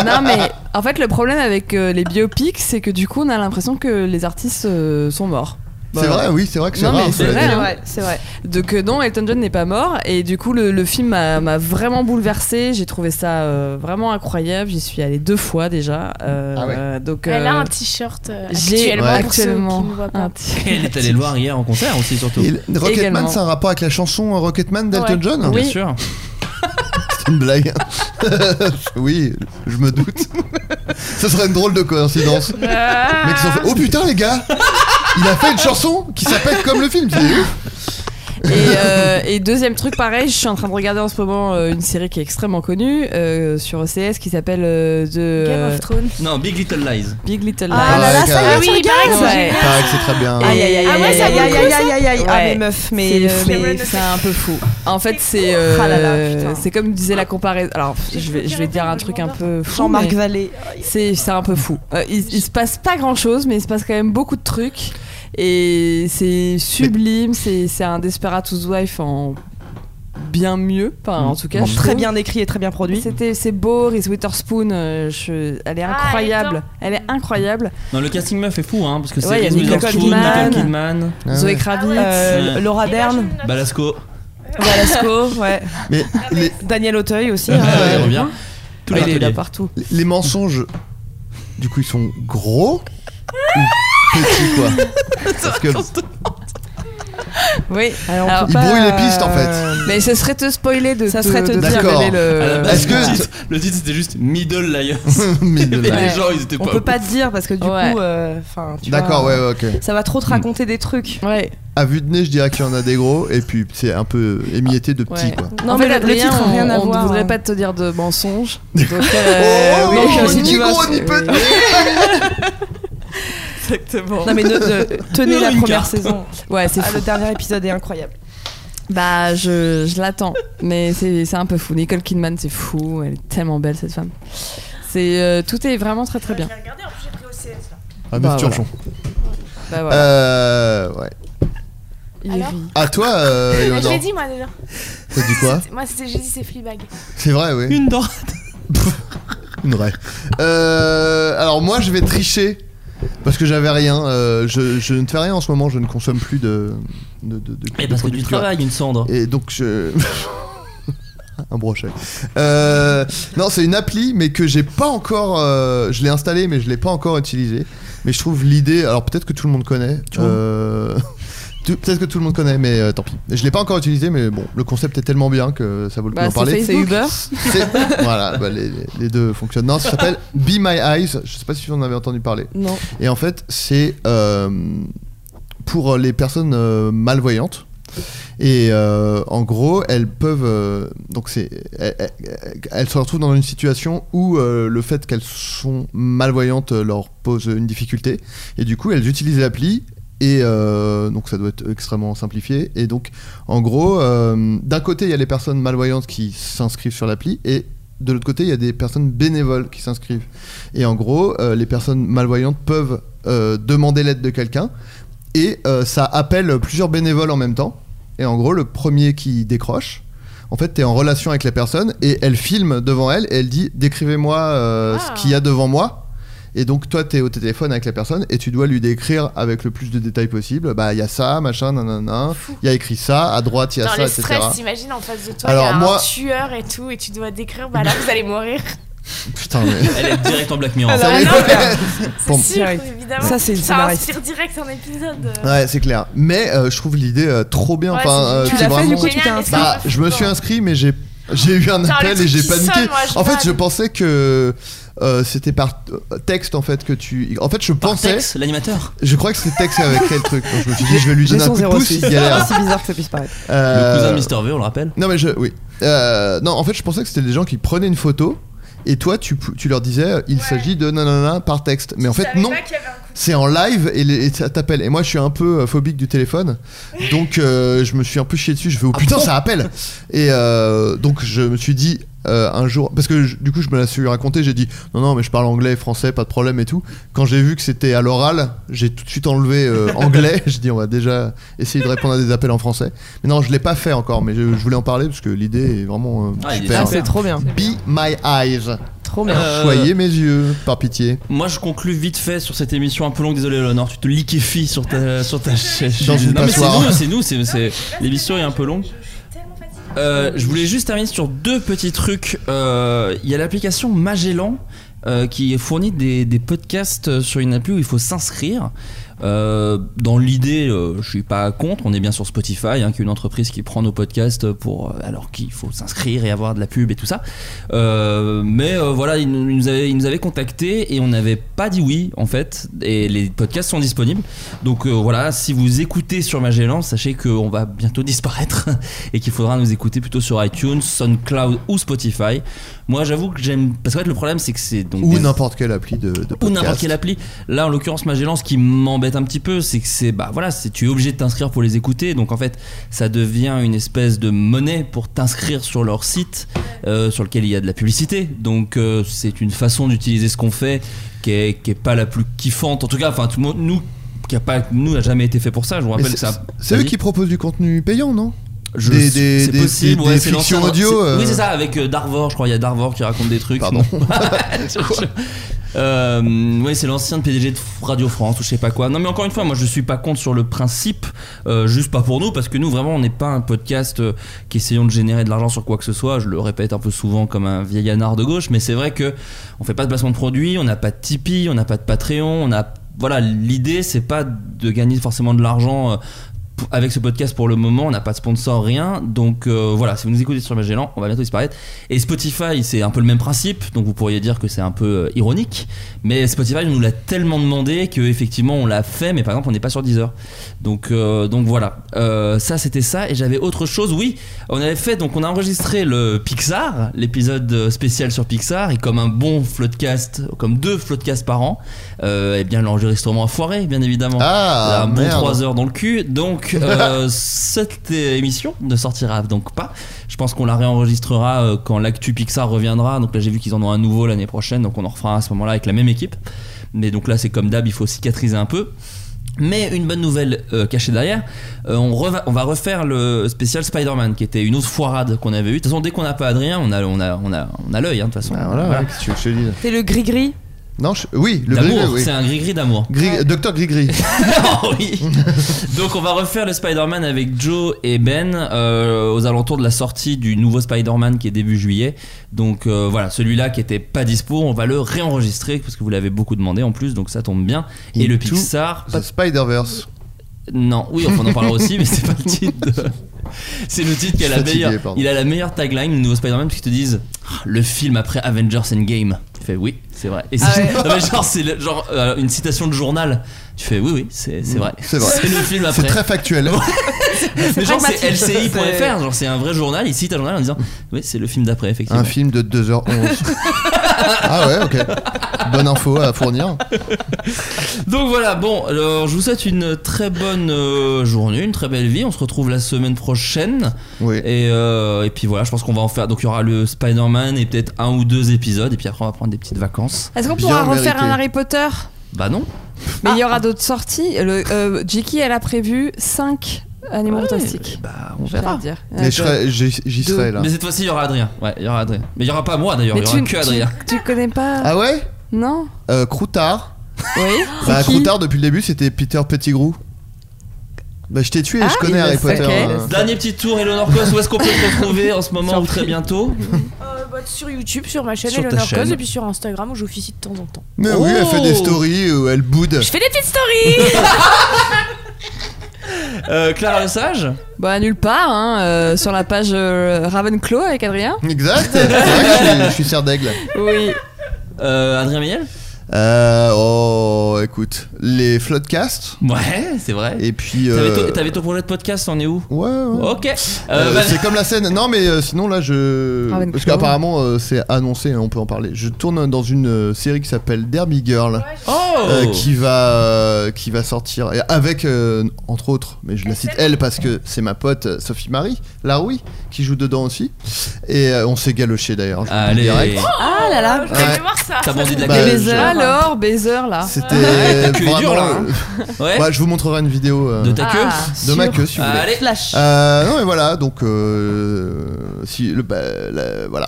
Speaker 11: non mais en fait le problème avec euh, les biopics c'est que du coup on a l'impression que les artistes euh, sont morts.
Speaker 13: C'est vrai, oui, c'est vrai que c'est
Speaker 11: Non,
Speaker 13: rare,
Speaker 11: mais
Speaker 13: cela
Speaker 11: vrai,
Speaker 12: Ah
Speaker 13: dit.
Speaker 11: hein.
Speaker 13: Ouais,
Speaker 11: Donc euh, non, Elton John n'est pas mort et du coup le, le film m'a m'a vraiment bouleversée. J'ai trouvé ça euh, vraiment incroyable. J'y suis allée deux fois déjà. euh,
Speaker 10: Ah ouais.
Speaker 11: euh, donc
Speaker 10: Elle a
Speaker 11: euh,
Speaker 10: un t-shirt euh,
Speaker 11: j'ai
Speaker 10: actuellement pour ceux qui
Speaker 11: actuellement
Speaker 10: ne voient pas.
Speaker 11: un t-
Speaker 8: Elle est allée le voir hier en concert aussi, surtout.
Speaker 13: Et le- Rocketman
Speaker 11: Également.
Speaker 13: c'est un rapport avec la chanson euh, Rocketman d'Elton
Speaker 11: Ouais.
Speaker 13: John
Speaker 11: Oui. Bien
Speaker 8: sûr.
Speaker 13: C'est une blague. oui, je me doute. Ce serait une drôle de coïncidence. Mais
Speaker 11: Ah.
Speaker 13: qu'ils ont fait, oh putain les gars, il a fait une chanson qui s'appelle comme le film. C'est ouf.
Speaker 11: Et, euh, et deuxième truc, pareil, je suis en train de regarder en ce moment euh, une série qui est extrêmement connue euh, sur OCS qui s'appelle euh, The
Speaker 10: Game of Thrones.
Speaker 8: Non, Big Little Lies.
Speaker 11: Big Little Lies.
Speaker 12: Ah là là, ça y
Speaker 13: euh,
Speaker 12: est,
Speaker 10: Ah oui,
Speaker 12: tu
Speaker 10: il paraît que
Speaker 12: regardes
Speaker 10: c'est
Speaker 11: Ouais.
Speaker 10: génial.
Speaker 13: Pareil que c'est très bien.
Speaker 11: Aïe, aïe, aïe,
Speaker 12: Ah ouais,
Speaker 11: aïe,
Speaker 12: ça
Speaker 11: aïe,
Speaker 12: vaut le
Speaker 11: aïe,
Speaker 12: coup,
Speaker 11: aïe,
Speaker 12: ça
Speaker 11: aïe, aïe. Ah,
Speaker 12: Ouais.
Speaker 11: mais meuf, mais
Speaker 12: C'est
Speaker 11: euh,
Speaker 12: fou.
Speaker 11: mais c'est un peu fou. En fait, c'est euh,
Speaker 12: Ah là là, putain.
Speaker 11: c'est comme disait la comparaison. Alors, je vais, je vais dire un truc un peu fou.
Speaker 12: Jean-Marc
Speaker 11: mais
Speaker 12: Vallée.
Speaker 11: C'est c'est un peu fou. Euh, il, il se passe pas grand chose, mais il se passe quand même beaucoup de trucs. Et c'est sublime. C'est c'est un Desperatus Wife en bien mieux. Enfin, en tout cas, je
Speaker 12: très
Speaker 11: trouve.
Speaker 12: bien écrit et très bien produit. Ah,
Speaker 11: C'était c'est beau, Reese Witherspoon. euh, je- elle est incroyable. elle est incroyable.
Speaker 8: Non, le casting meuf est fou, hein, parce que c'est
Speaker 11: Ouais, il y a
Speaker 8: Reese
Speaker 11: Nicole
Speaker 8: Witherspoon,
Speaker 11: Kidman.
Speaker 8: Nicole Kidman,
Speaker 13: Ah
Speaker 12: Ah
Speaker 11: Zoé Kravitz, euh,
Speaker 12: Euh,
Speaker 8: Ouais.
Speaker 12: Laura Dern,
Speaker 10: Bah,
Speaker 8: Balasco.
Speaker 12: Valasco, ouais.
Speaker 13: Mais les,
Speaker 12: Daniel Auteuil aussi.
Speaker 8: Ouais,
Speaker 12: hein.
Speaker 8: Bah, il revient. Tous les
Speaker 13: Alors,
Speaker 8: les-
Speaker 11: partout.
Speaker 13: Les, les mensonges, du coup, ils sont gros ou petits, quoi Parce que
Speaker 11: Oui, alors
Speaker 13: Il pas, brouille les pistes, en fait. euh,
Speaker 11: Mais ce serait te spoiler de
Speaker 12: Ça
Speaker 11: te-
Speaker 12: serait te
Speaker 11: de
Speaker 12: dire.
Speaker 13: D'accord.
Speaker 11: révéler le-
Speaker 8: À la base,
Speaker 13: Euh, Est-ce que-
Speaker 8: le titre, le titre, c'était juste Middle Liars.
Speaker 13: Middle
Speaker 8: Mais les
Speaker 12: Liars.
Speaker 8: gens, ils étaient
Speaker 12: On
Speaker 8: pas.
Speaker 12: peut pas te dire parce que du
Speaker 11: Ouais.
Speaker 12: coup, euh, enfin, tu
Speaker 13: D'accord,
Speaker 12: vois,
Speaker 13: ouais, ouais, ok.
Speaker 12: Ça va trop te raconter des trucs.
Speaker 11: Ouais.
Speaker 13: À vue de nez, je dirais qu'il y en a des gros, et puis c'est un peu émietté de petits,
Speaker 11: Ouais.
Speaker 13: quoi.
Speaker 12: Non,
Speaker 11: En
Speaker 12: mais le-
Speaker 11: fait,
Speaker 12: le
Speaker 11: Adrien,
Speaker 12: titre a
Speaker 11: on-
Speaker 12: rien à
Speaker 11: on
Speaker 12: voir.
Speaker 11: ne voudrait pas te dire de mensonges. euh,
Speaker 13: Oh,
Speaker 11: donc,
Speaker 13: ni
Speaker 11: vas-
Speaker 13: gros, ni petit.
Speaker 11: Exactement.
Speaker 12: Non mais ne- ne- tenez
Speaker 11: Nous,
Speaker 12: la
Speaker 11: une
Speaker 12: première
Speaker 11: carte.
Speaker 12: saison.
Speaker 11: Ouais, c'est
Speaker 12: Ah,
Speaker 11: fou.
Speaker 12: le dernier épisode est incroyable.
Speaker 11: Bah, je, je l'attends. Mais c'est c'est un peu fou. Nicole Kidman, c'est fou. Elle est tellement belle, cette femme. C'est euh, tout est vraiment très très bien.
Speaker 13: Ah,
Speaker 11: Bah,
Speaker 13: mais
Speaker 11: voilà.
Speaker 13: Turgeon.
Speaker 11: Bah voilà.
Speaker 13: Euh. Ouais.
Speaker 11: Il est
Speaker 10: Alors
Speaker 11: vie.
Speaker 13: À toi, euh,
Speaker 10: Je l'ai
Speaker 13: Léonore.
Speaker 10: dit moi déjà.
Speaker 13: T'as dit quoi
Speaker 10: Moi c'était- j'ai dit c'est Fleabag.
Speaker 13: C'est vrai, oui.
Speaker 8: Une dorade.
Speaker 13: Une vraie. Euh, alors moi, je vais tricher parce que j'avais rien. euh, je, je ne fais rien en ce moment. Je ne consomme plus de. de, de, de-
Speaker 8: Mais
Speaker 13: de
Speaker 8: parce que
Speaker 13: produits
Speaker 8: du
Speaker 13: culturels.
Speaker 8: travail, une cendre.
Speaker 13: Et donc je. Un brochet. Euh, non, c'est une appli, mais que j'ai pas encore. euh, je l'ai installée, mais je l'ai pas encore utilisée. Mais je trouve l'idée. Alors peut-être que tout le monde connaît. euh, tout- peut-être que tout le monde connaît, mais euh, tant pis. Je l'ai pas encore utilisée, mais bon, le concept est tellement bien que ça vaut le coup
Speaker 11: Bah,
Speaker 13: d'en parler.
Speaker 11: c'est Facebook.
Speaker 13: C'est- voilà, bah, les, les deux fonctionnent. Non, ça s'appelle Be My Eyes. Je sais pas si vous en avez entendu parler.
Speaker 11: Non.
Speaker 13: Et en fait, c'est euh, pour les personnes euh, malvoyantes. Et euh, en gros, elles peuvent. euh, donc, c'est. Elles, elles- elles se retrouvent dans une situation où euh, le fait qu'elles sont malvoyantes euh, leur pose une difficulté. Et du coup, elles utilisent l'appli. Et euh, donc, ça doit être extrêmement simplifié. Et donc, en gros, euh, d'un côté, il y a les personnes malvoyantes qui s'inscrivent sur l'appli. Et de l'autre côté, il y a des personnes bénévoles qui s'inscrivent. Et en gros, euh, les personnes malvoyantes peuvent euh, demander l'aide de quelqu'un. Et euh, ça appelle plusieurs bénévoles en même temps. Et en gros, le premier qui décroche, en fait, tu es en relation avec la personne et elle filme devant elle et elle dit Décrivez-moi euh, ce qu'il y a devant moi. Et donc, toi, tu es au téléphone avec la personne et tu dois lui décrire avec le plus de détails possible Bah, il y a ça, machin, nanana, il y a écrit ça, à droite, il y a
Speaker 10: Dans
Speaker 13: ça,
Speaker 10: le
Speaker 13: etc.
Speaker 10: stress, t'imagines en face de toi, il y
Speaker 13: Alors,
Speaker 10: a un
Speaker 13: moi-
Speaker 10: tueur et tout, et tu dois décrire, bah là vous allez mourir.
Speaker 13: Putain, mais.
Speaker 8: Elle est direct en Black Mirror.
Speaker 10: Alors, Ah non,
Speaker 13: mais- Pour-
Speaker 10: C'est sûr, évidemment.
Speaker 12: Ça, c'est le
Speaker 10: Ça
Speaker 12: scénariste.
Speaker 10: inspire direct un épisode.
Speaker 13: Ouais, c'est clair. Mais euh, je trouve l'idée euh, trop bien.
Speaker 10: Ouais,
Speaker 13: Ah enfin,
Speaker 10: c'est-
Speaker 13: euh,
Speaker 10: Tu
Speaker 13: c'est
Speaker 10: l'as fait,
Speaker 13: vraiment-
Speaker 10: du coup, tu t'es inscrit
Speaker 13: Bah, je me suis inscrit, mais j'ai j'ai eu un
Speaker 10: Putain, le
Speaker 13: appel
Speaker 10: truc
Speaker 13: et j'ai
Speaker 10: qui
Speaker 13: paniqué.
Speaker 10: sonne, moi, je
Speaker 13: en fait,
Speaker 10: râle.
Speaker 13: je pensais que euh, c'était par euh, texte en fait que tu. En fait, je pensais.
Speaker 8: Tex, l'animateur.
Speaker 13: Je crois que c'est texte avec quel truc. Donc, je me suis dit, je vais lui
Speaker 8: J'ai
Speaker 13: donner un
Speaker 8: son
Speaker 13: coup de pouce.
Speaker 8: 06.
Speaker 13: Il galère. Euh,
Speaker 8: C'est
Speaker 12: bizarre que ça puisse paraître.
Speaker 8: Le cousin de Mister V, on le rappelle.
Speaker 13: Non, mais je. Oui. Euh, non, en fait, je pensais que c'était des gens qui prenaient une photo et toi, tu, pou- tu leur disais, il s'agit de nanana par texte. Mais en fait, non. C'est en live et, les- et ça t'appelle. Et moi, je suis un peu euh, phobique du téléphone. Donc, euh, je me suis un peu chié dessus. Je fais, oh putain, ça appelle. Et euh, donc, je me suis dit. euh, un jour, parce que je- du coup je me la suis raconté, j'ai dit non, non, mais je parle anglais, français, pas de problème et tout. Quand j'ai vu que c'était à l'oral, j'ai tout de suite enlevé euh, anglais. j'ai dit on va déjà essayer de répondre à des appels en français. Mais non, je l'ai pas fait encore, mais je, je voulais en parler parce que l'idée est vraiment euh,
Speaker 8: Ah, il est
Speaker 13: super.
Speaker 8: super. C'est trop bien.
Speaker 13: Be my eyes.
Speaker 12: Trop
Speaker 8: bien. Euh,
Speaker 13: Soyez mes yeux, par pitié.
Speaker 8: Moi, je conclus vite fait sur cette émission un peu longue. Désolé, Léonore, tu te liquéfies sur ta, sur ta chaise.
Speaker 13: Dans une
Speaker 8: non, mais c'est
Speaker 13: passoire.
Speaker 8: nous, c'est nous, c'est- c'est- l'émission est un peu longue. Euh, je voulais juste terminer sur deux petits trucs. Euh, Il y a l'application Magellan euh, qui fournit des, des podcasts sur une appli où il faut s'inscrire. Euh, dans l'idée, euh, je suis pas contre. On est bien sur Spotify, hein, qui est une entreprise qui prend nos podcasts pour euh, alors qu'il faut s'inscrire et avoir de la pub et tout ça. Euh, mais euh, voilà, ils nous, ils nous avaient, ils nous avaient contactés et on n'avait pas dit oui en fait. Et les podcasts sont disponibles. Donc euh, voilà, si vous écoutez sur Magellan, sachez qu'on va bientôt disparaître et qu'il faudra nous écouter plutôt sur iTunes, SoundCloud ou Spotify. Moi, j'avoue que j'aime parce que en fait, le problème c'est que c'est donc
Speaker 13: Ou
Speaker 8: des-
Speaker 13: n'importe quelle appli de, de
Speaker 8: ou
Speaker 13: podcast.
Speaker 8: n'importe quelle appli. Là, en l'occurrence, Magellan, ce qui m'embête un petit peu, c'est que c'est bah voilà, c'est tu es obligé de t'inscrire pour les écouter. Donc en fait, ça devient une espèce de monnaie pour t'inscrire sur leur site, euh, sur lequel il y a de la publicité. Donc euh, c'est une façon d'utiliser ce qu'on fait qui est, qui est pas la plus kiffante. En tout cas, enfin tout le monde- nous qui a pas nous n'a jamais été fait pour ça. Je vous
Speaker 13: Mais
Speaker 8: rappelle que
Speaker 13: c'est-
Speaker 8: ça.
Speaker 13: C'est eux
Speaker 8: Vas-y.
Speaker 13: qui proposent du contenu payant, non
Speaker 8: Je-
Speaker 13: Des, des-
Speaker 8: c'est
Speaker 13: des-
Speaker 8: possible,
Speaker 13: des-
Speaker 8: ouais,
Speaker 13: des
Speaker 8: c'est
Speaker 13: fictions
Speaker 8: l'ancien-
Speaker 13: audio.
Speaker 8: c'est-
Speaker 13: euh,
Speaker 8: Oui, c'est ça, avec euh, Darvor, je crois. Il y a Darvor qui raconte des trucs. Pardon. oui, c'est l'ancien PDG de Radio France ou je sais pas quoi. Non, mais encore une fois, moi je suis pas contre sur le principe, euh, juste pas pour nous, parce que nous vraiment on n'est pas un podcast euh, qui essayons de générer de l'argent sur quoi que ce soit. Je le répète un peu souvent comme un vieil anard de gauche, mais c'est vrai que on fait pas de placement de produits, on n'a pas de Tipeee, on n'a pas de Patreon, on a. Voilà, l'idée c'est pas de gagner forcément de l'argent. euh, p- avec ce podcast pour le moment, on n'a pas de sponsor, rien. Donc euh, voilà, si vous nous écoutez sur Magellan, on va bientôt disparaître. Et Spotify, c'est un peu le même principe, donc vous pourriez dire que c'est un peu euh, ironique. Mais Spotify nous l'a tellement demandé que effectivement on l'a fait, mais par exemple on n'est pas sur Deezer. Donc, euh, donc voilà, Euh, ça c'était ça. Et j'avais autre chose, oui, on avait fait, donc on a enregistré le Pixar, l'épisode euh, spécial sur Pixar, et comme un bon floodcast, comme deux floodcasts par an, euh, eh bien l'enregistrement a foiré, bien évidemment.
Speaker 13: Ah,
Speaker 8: un bon
Speaker 13: merde.
Speaker 8: 3 heures dans le cul. Donc, euh, cette é- émission ne sortira donc pas. Je pense qu'on la réenregistrera euh, quand l'actu Pixar reviendra. Donc là, j'ai vu qu'ils en ont un nouveau l'année prochaine. Donc on en refera à ce moment-là avec la même équipe. Mais donc là, c'est comme d'hab, il faut cicatriser un peu. Mais une bonne nouvelle euh, cachée derrière, euh, on, reva- on va refaire le spécial Spider-Man qui était une autre foirade qu'on avait eue. De toute façon, dès qu'on n'a pas Adrien, on a, on a, on a, on a l'œil, hein, de toute façon.
Speaker 13: Bah, Ah, Voilà,
Speaker 8: Voilà.
Speaker 13: ouais, qu'est-ce que tu veux que je te dise
Speaker 12: C'est le gris-gris.
Speaker 13: Non, je- oui, le
Speaker 8: D'amour,
Speaker 13: gris-gris, oui.
Speaker 8: c'est un gris-gris d'amour.
Speaker 13: Gris- Docteur Gris-Gris.
Speaker 8: Donc on va refaire le Spider-Man avec Joe et Ben euh, aux alentours de la sortie du nouveau Spider-Man qui est début juillet. Donc euh, voilà, celui-là qui était pas dispo, on va le réenregistrer parce que vous l'avez beaucoup demandé en plus, donc ça tombe bien. Et le
Speaker 13: Into
Speaker 8: Pixar, pas-
Speaker 13: Spider-Verse.
Speaker 8: non, oui, enfin, on en parlera aussi, mais c'est pas le titre. de- C'est le titre qui a
Speaker 13: Je suis
Speaker 8: la
Speaker 13: fatigué,
Speaker 8: meilleure.
Speaker 13: pardon.
Speaker 8: Il a la meilleure tagline, le nouveau Spider-Man, parce qu'ils te disent Ah, le film après Avengers Endgame. Tu fais, fait oui, c'est vrai. Et
Speaker 14: Ah
Speaker 8: c'est-
Speaker 14: ouais.
Speaker 8: non, mais genre, c'est le- genre euh, une citation de journal. Tu fais oui, oui, c'est c'est vrai.
Speaker 13: C'est vrai.
Speaker 8: le film après.
Speaker 13: C'est très factuel.
Speaker 8: Mais genre, c'est
Speaker 13: pragmatique.
Speaker 8: lci.fr,
Speaker 13: C'est-
Speaker 8: genre, c'est un vrai journal. Il cite un journal en disant oui, c'est le film d'après, effectivement.
Speaker 13: Un film de 2h11. ah ouais, ok. Bonne info à fournir.
Speaker 8: Donc voilà, bon, alors je vous souhaite une très bonne euh, journée, une très belle vie. On se retrouve la semaine prochaine. Et, euh, et puis voilà, je pense qu'on va en faire. Donc il y aura le Spider-Man et peut-être un ou deux épisodes. Et puis après, on va prendre des petites vacances.
Speaker 11: Est-ce qu'on pourra refaire un Harry Potter
Speaker 8: Bah non.
Speaker 11: Mais il y aura d'autres sorties. Le, euh, J.K., elle a prévu 5 animaux fantastiques.
Speaker 8: Bah, on
Speaker 11: verra. dire.
Speaker 13: Mais je serai- j'y j'y serai là.
Speaker 8: Mais cette fois-ci, il y aura Adrien. Ouais, il y aura Adrien. Mais il y aura pas moi d'ailleurs, il y aura que Adrien.
Speaker 11: tu connais pas.
Speaker 13: Ah ouais
Speaker 11: Non.
Speaker 13: Euh, Croutard.
Speaker 11: Oui.
Speaker 13: Bah,
Speaker 11: C'est qui
Speaker 13: Croutard, depuis le début, c'était Peter Pettigrew. Bah, je t'ai tué,
Speaker 11: Ah,
Speaker 13: je connais Harry Potter. hein.
Speaker 8: Dernier petit tour, Eleanor Cos, où est-ce qu'on peut te retrouver en ce moment ou très bientôt
Speaker 10: Euh, bah, sur YouTube, sur ma chaîne
Speaker 8: Sur ta
Speaker 10: Eleanor Cause
Speaker 8: chaîne.
Speaker 10: et puis sur Instagram où j'officie de temps en temps.
Speaker 13: Mais oui, elle fait des
Speaker 8: Oh.
Speaker 13: stories où elle boude.
Speaker 10: Je fais des petites stories
Speaker 8: Euh, Clara Le Sage
Speaker 11: Bah, nulle part, hein, euh, sur la page euh, Ravenclaw avec Adrien.
Speaker 13: Exact. C'est vrai que je suis- je suis serre d'aigle.
Speaker 11: Oui.
Speaker 8: Adrien Miel
Speaker 13: Euh, oh, écoute, les floodcasts.
Speaker 8: Ouais, c'est vrai.
Speaker 13: Et puis.
Speaker 8: T'avais
Speaker 13: euh,
Speaker 8: ton- T'avais ton projet de podcast, on est où
Speaker 13: Ouais, ouais.
Speaker 8: Ok. Euh,
Speaker 13: euh,
Speaker 8: Val-
Speaker 13: c'est comme la scène. Non, mais euh, sinon là, je
Speaker 8: Ravenclaw.
Speaker 13: parce qu'apparemment euh, c'est annoncé, on peut en parler. Je tourne dans une euh, série qui s'appelle Derby Girl,
Speaker 8: oh
Speaker 13: euh, qui va euh, qui va sortir et avec euh, entre autres, mais je la cite elle parce que c'est ma pote euh, Sophie Marie Laroui qui joue dedans aussi. Et euh, on s'est galoché d'ailleurs. je vous le dis
Speaker 8: Allez.
Speaker 13: direct.
Speaker 11: Ah là là.
Speaker 13: Ouais. aller voir
Speaker 10: Ah,
Speaker 8: T'as bandit de la
Speaker 13: Bah,
Speaker 8: gueule.
Speaker 13: je-
Speaker 11: Alors, baiser là.
Speaker 13: C'était
Speaker 8: Ouais, ta queue est
Speaker 13: vraiment,
Speaker 8: dure, là, hein.
Speaker 13: euh, bah, je vous montrerai une vidéo euh,
Speaker 8: De ta queue
Speaker 13: de ma
Speaker 8: sûr.
Speaker 13: queue si vous voulez.
Speaker 8: Allez.
Speaker 11: Flash.
Speaker 13: Euh, non mais voilà donc euh, si le bah, la- voilà.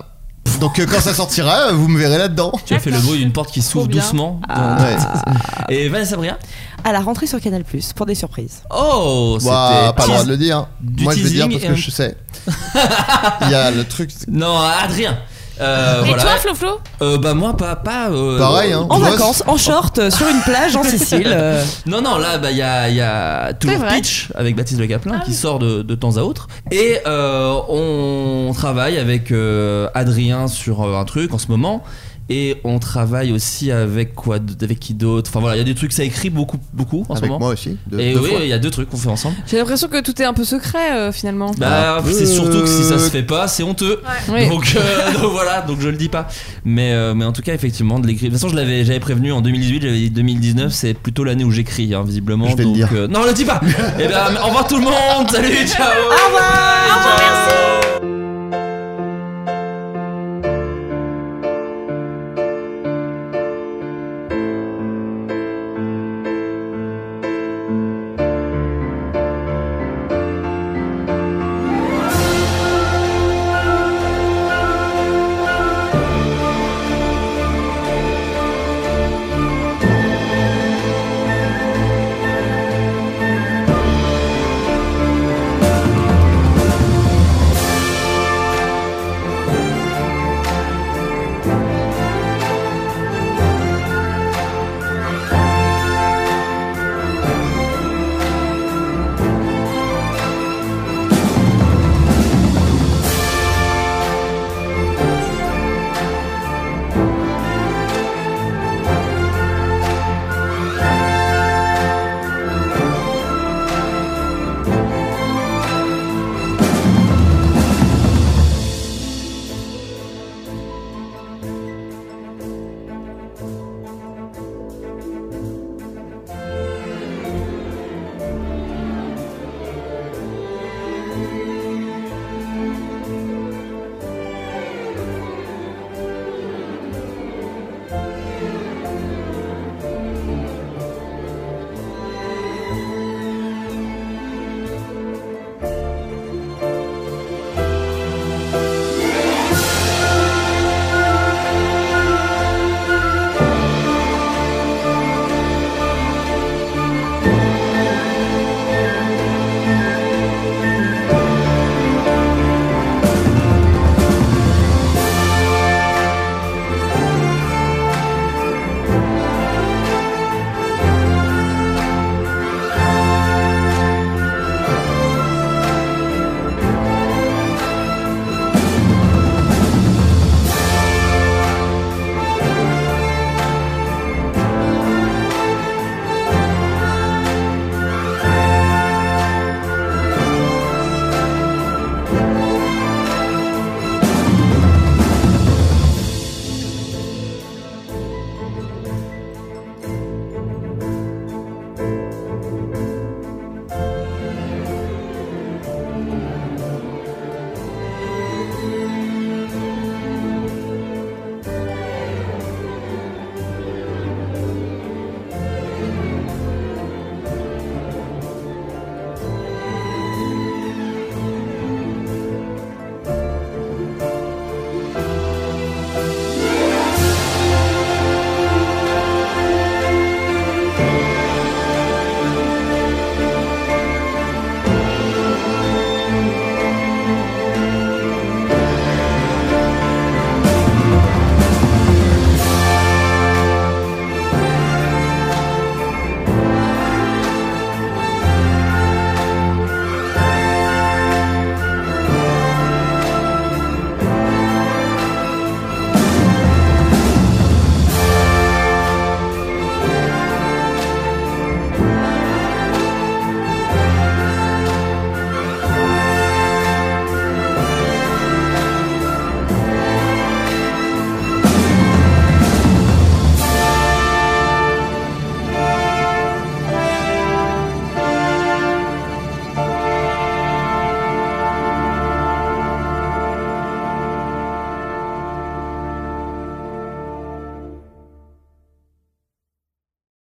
Speaker 13: Donc euh, quand ça sortira, vous me verrez là-dedans.
Speaker 8: Tu as fait le bruit d'une porte qui s'ouvre
Speaker 12: bien.
Speaker 8: doucement.
Speaker 13: Ah. Ouais.
Speaker 8: Et Vanessa Bria
Speaker 12: À la rentrée sur Canal Plus pour des surprises.
Speaker 8: Oh, c'était
Speaker 13: Bah, pas le droit
Speaker 8: teas-
Speaker 13: de le dire.
Speaker 8: du
Speaker 13: Moi je vais
Speaker 8: teasing
Speaker 13: dire parce
Speaker 8: et
Speaker 13: que
Speaker 8: un-
Speaker 13: je sais. Il y a le truc.
Speaker 8: Non, Adrien. Euh,
Speaker 10: Et
Speaker 8: voilà.
Speaker 10: toi, Flo Flo
Speaker 8: Euh, bah moi pas pas euh,
Speaker 13: Pareil, hein,
Speaker 12: En vacances, en short, euh, sur une plage en Sicile. euh.
Speaker 8: Non, non, là, bah, il y a, il y a toujours
Speaker 12: vrai.
Speaker 8: Pitch avec Baptiste Le Caplin
Speaker 10: Ah
Speaker 8: qui sort de, de temps à autre. Et euh, on travaille avec euh, Adrien sur euh, un truc en ce moment. Et on travaille aussi avec quoi d- Avec qui d'autre Enfin voilà, il y a des trucs, ça écrit beaucoup, beaucoup en ce
Speaker 13: Avec
Speaker 8: moment.
Speaker 13: moi aussi. deux-
Speaker 8: et
Speaker 13: deux
Speaker 8: oui,
Speaker 13: fois.
Speaker 8: il y a deux trucs qu'on fait ensemble.
Speaker 11: J'ai l'impression que tout est un peu secret euh, finalement.
Speaker 8: Bah, c'est surtout que si ça se
Speaker 13: Ah. Euh.
Speaker 8: fait pas, c'est honteux.
Speaker 11: Ouais. Oui.
Speaker 8: Donc, euh, donc voilà, donc je le dis pas. Mais, euh, mais en tout cas, effectivement, de l'écrire. De toute façon, je l'avais, j'avais prévenu en 2018, j'avais dit 2019, c'est plutôt l'année où j'écris, hein, visiblement.
Speaker 13: Je vais le
Speaker 8: donc,
Speaker 13: dire.
Speaker 8: euh, non, le dis pas. Eh ben, au revoir tout le monde. Salut, ciao.
Speaker 14: Au revoir.
Speaker 8: Ciao.
Speaker 14: merci.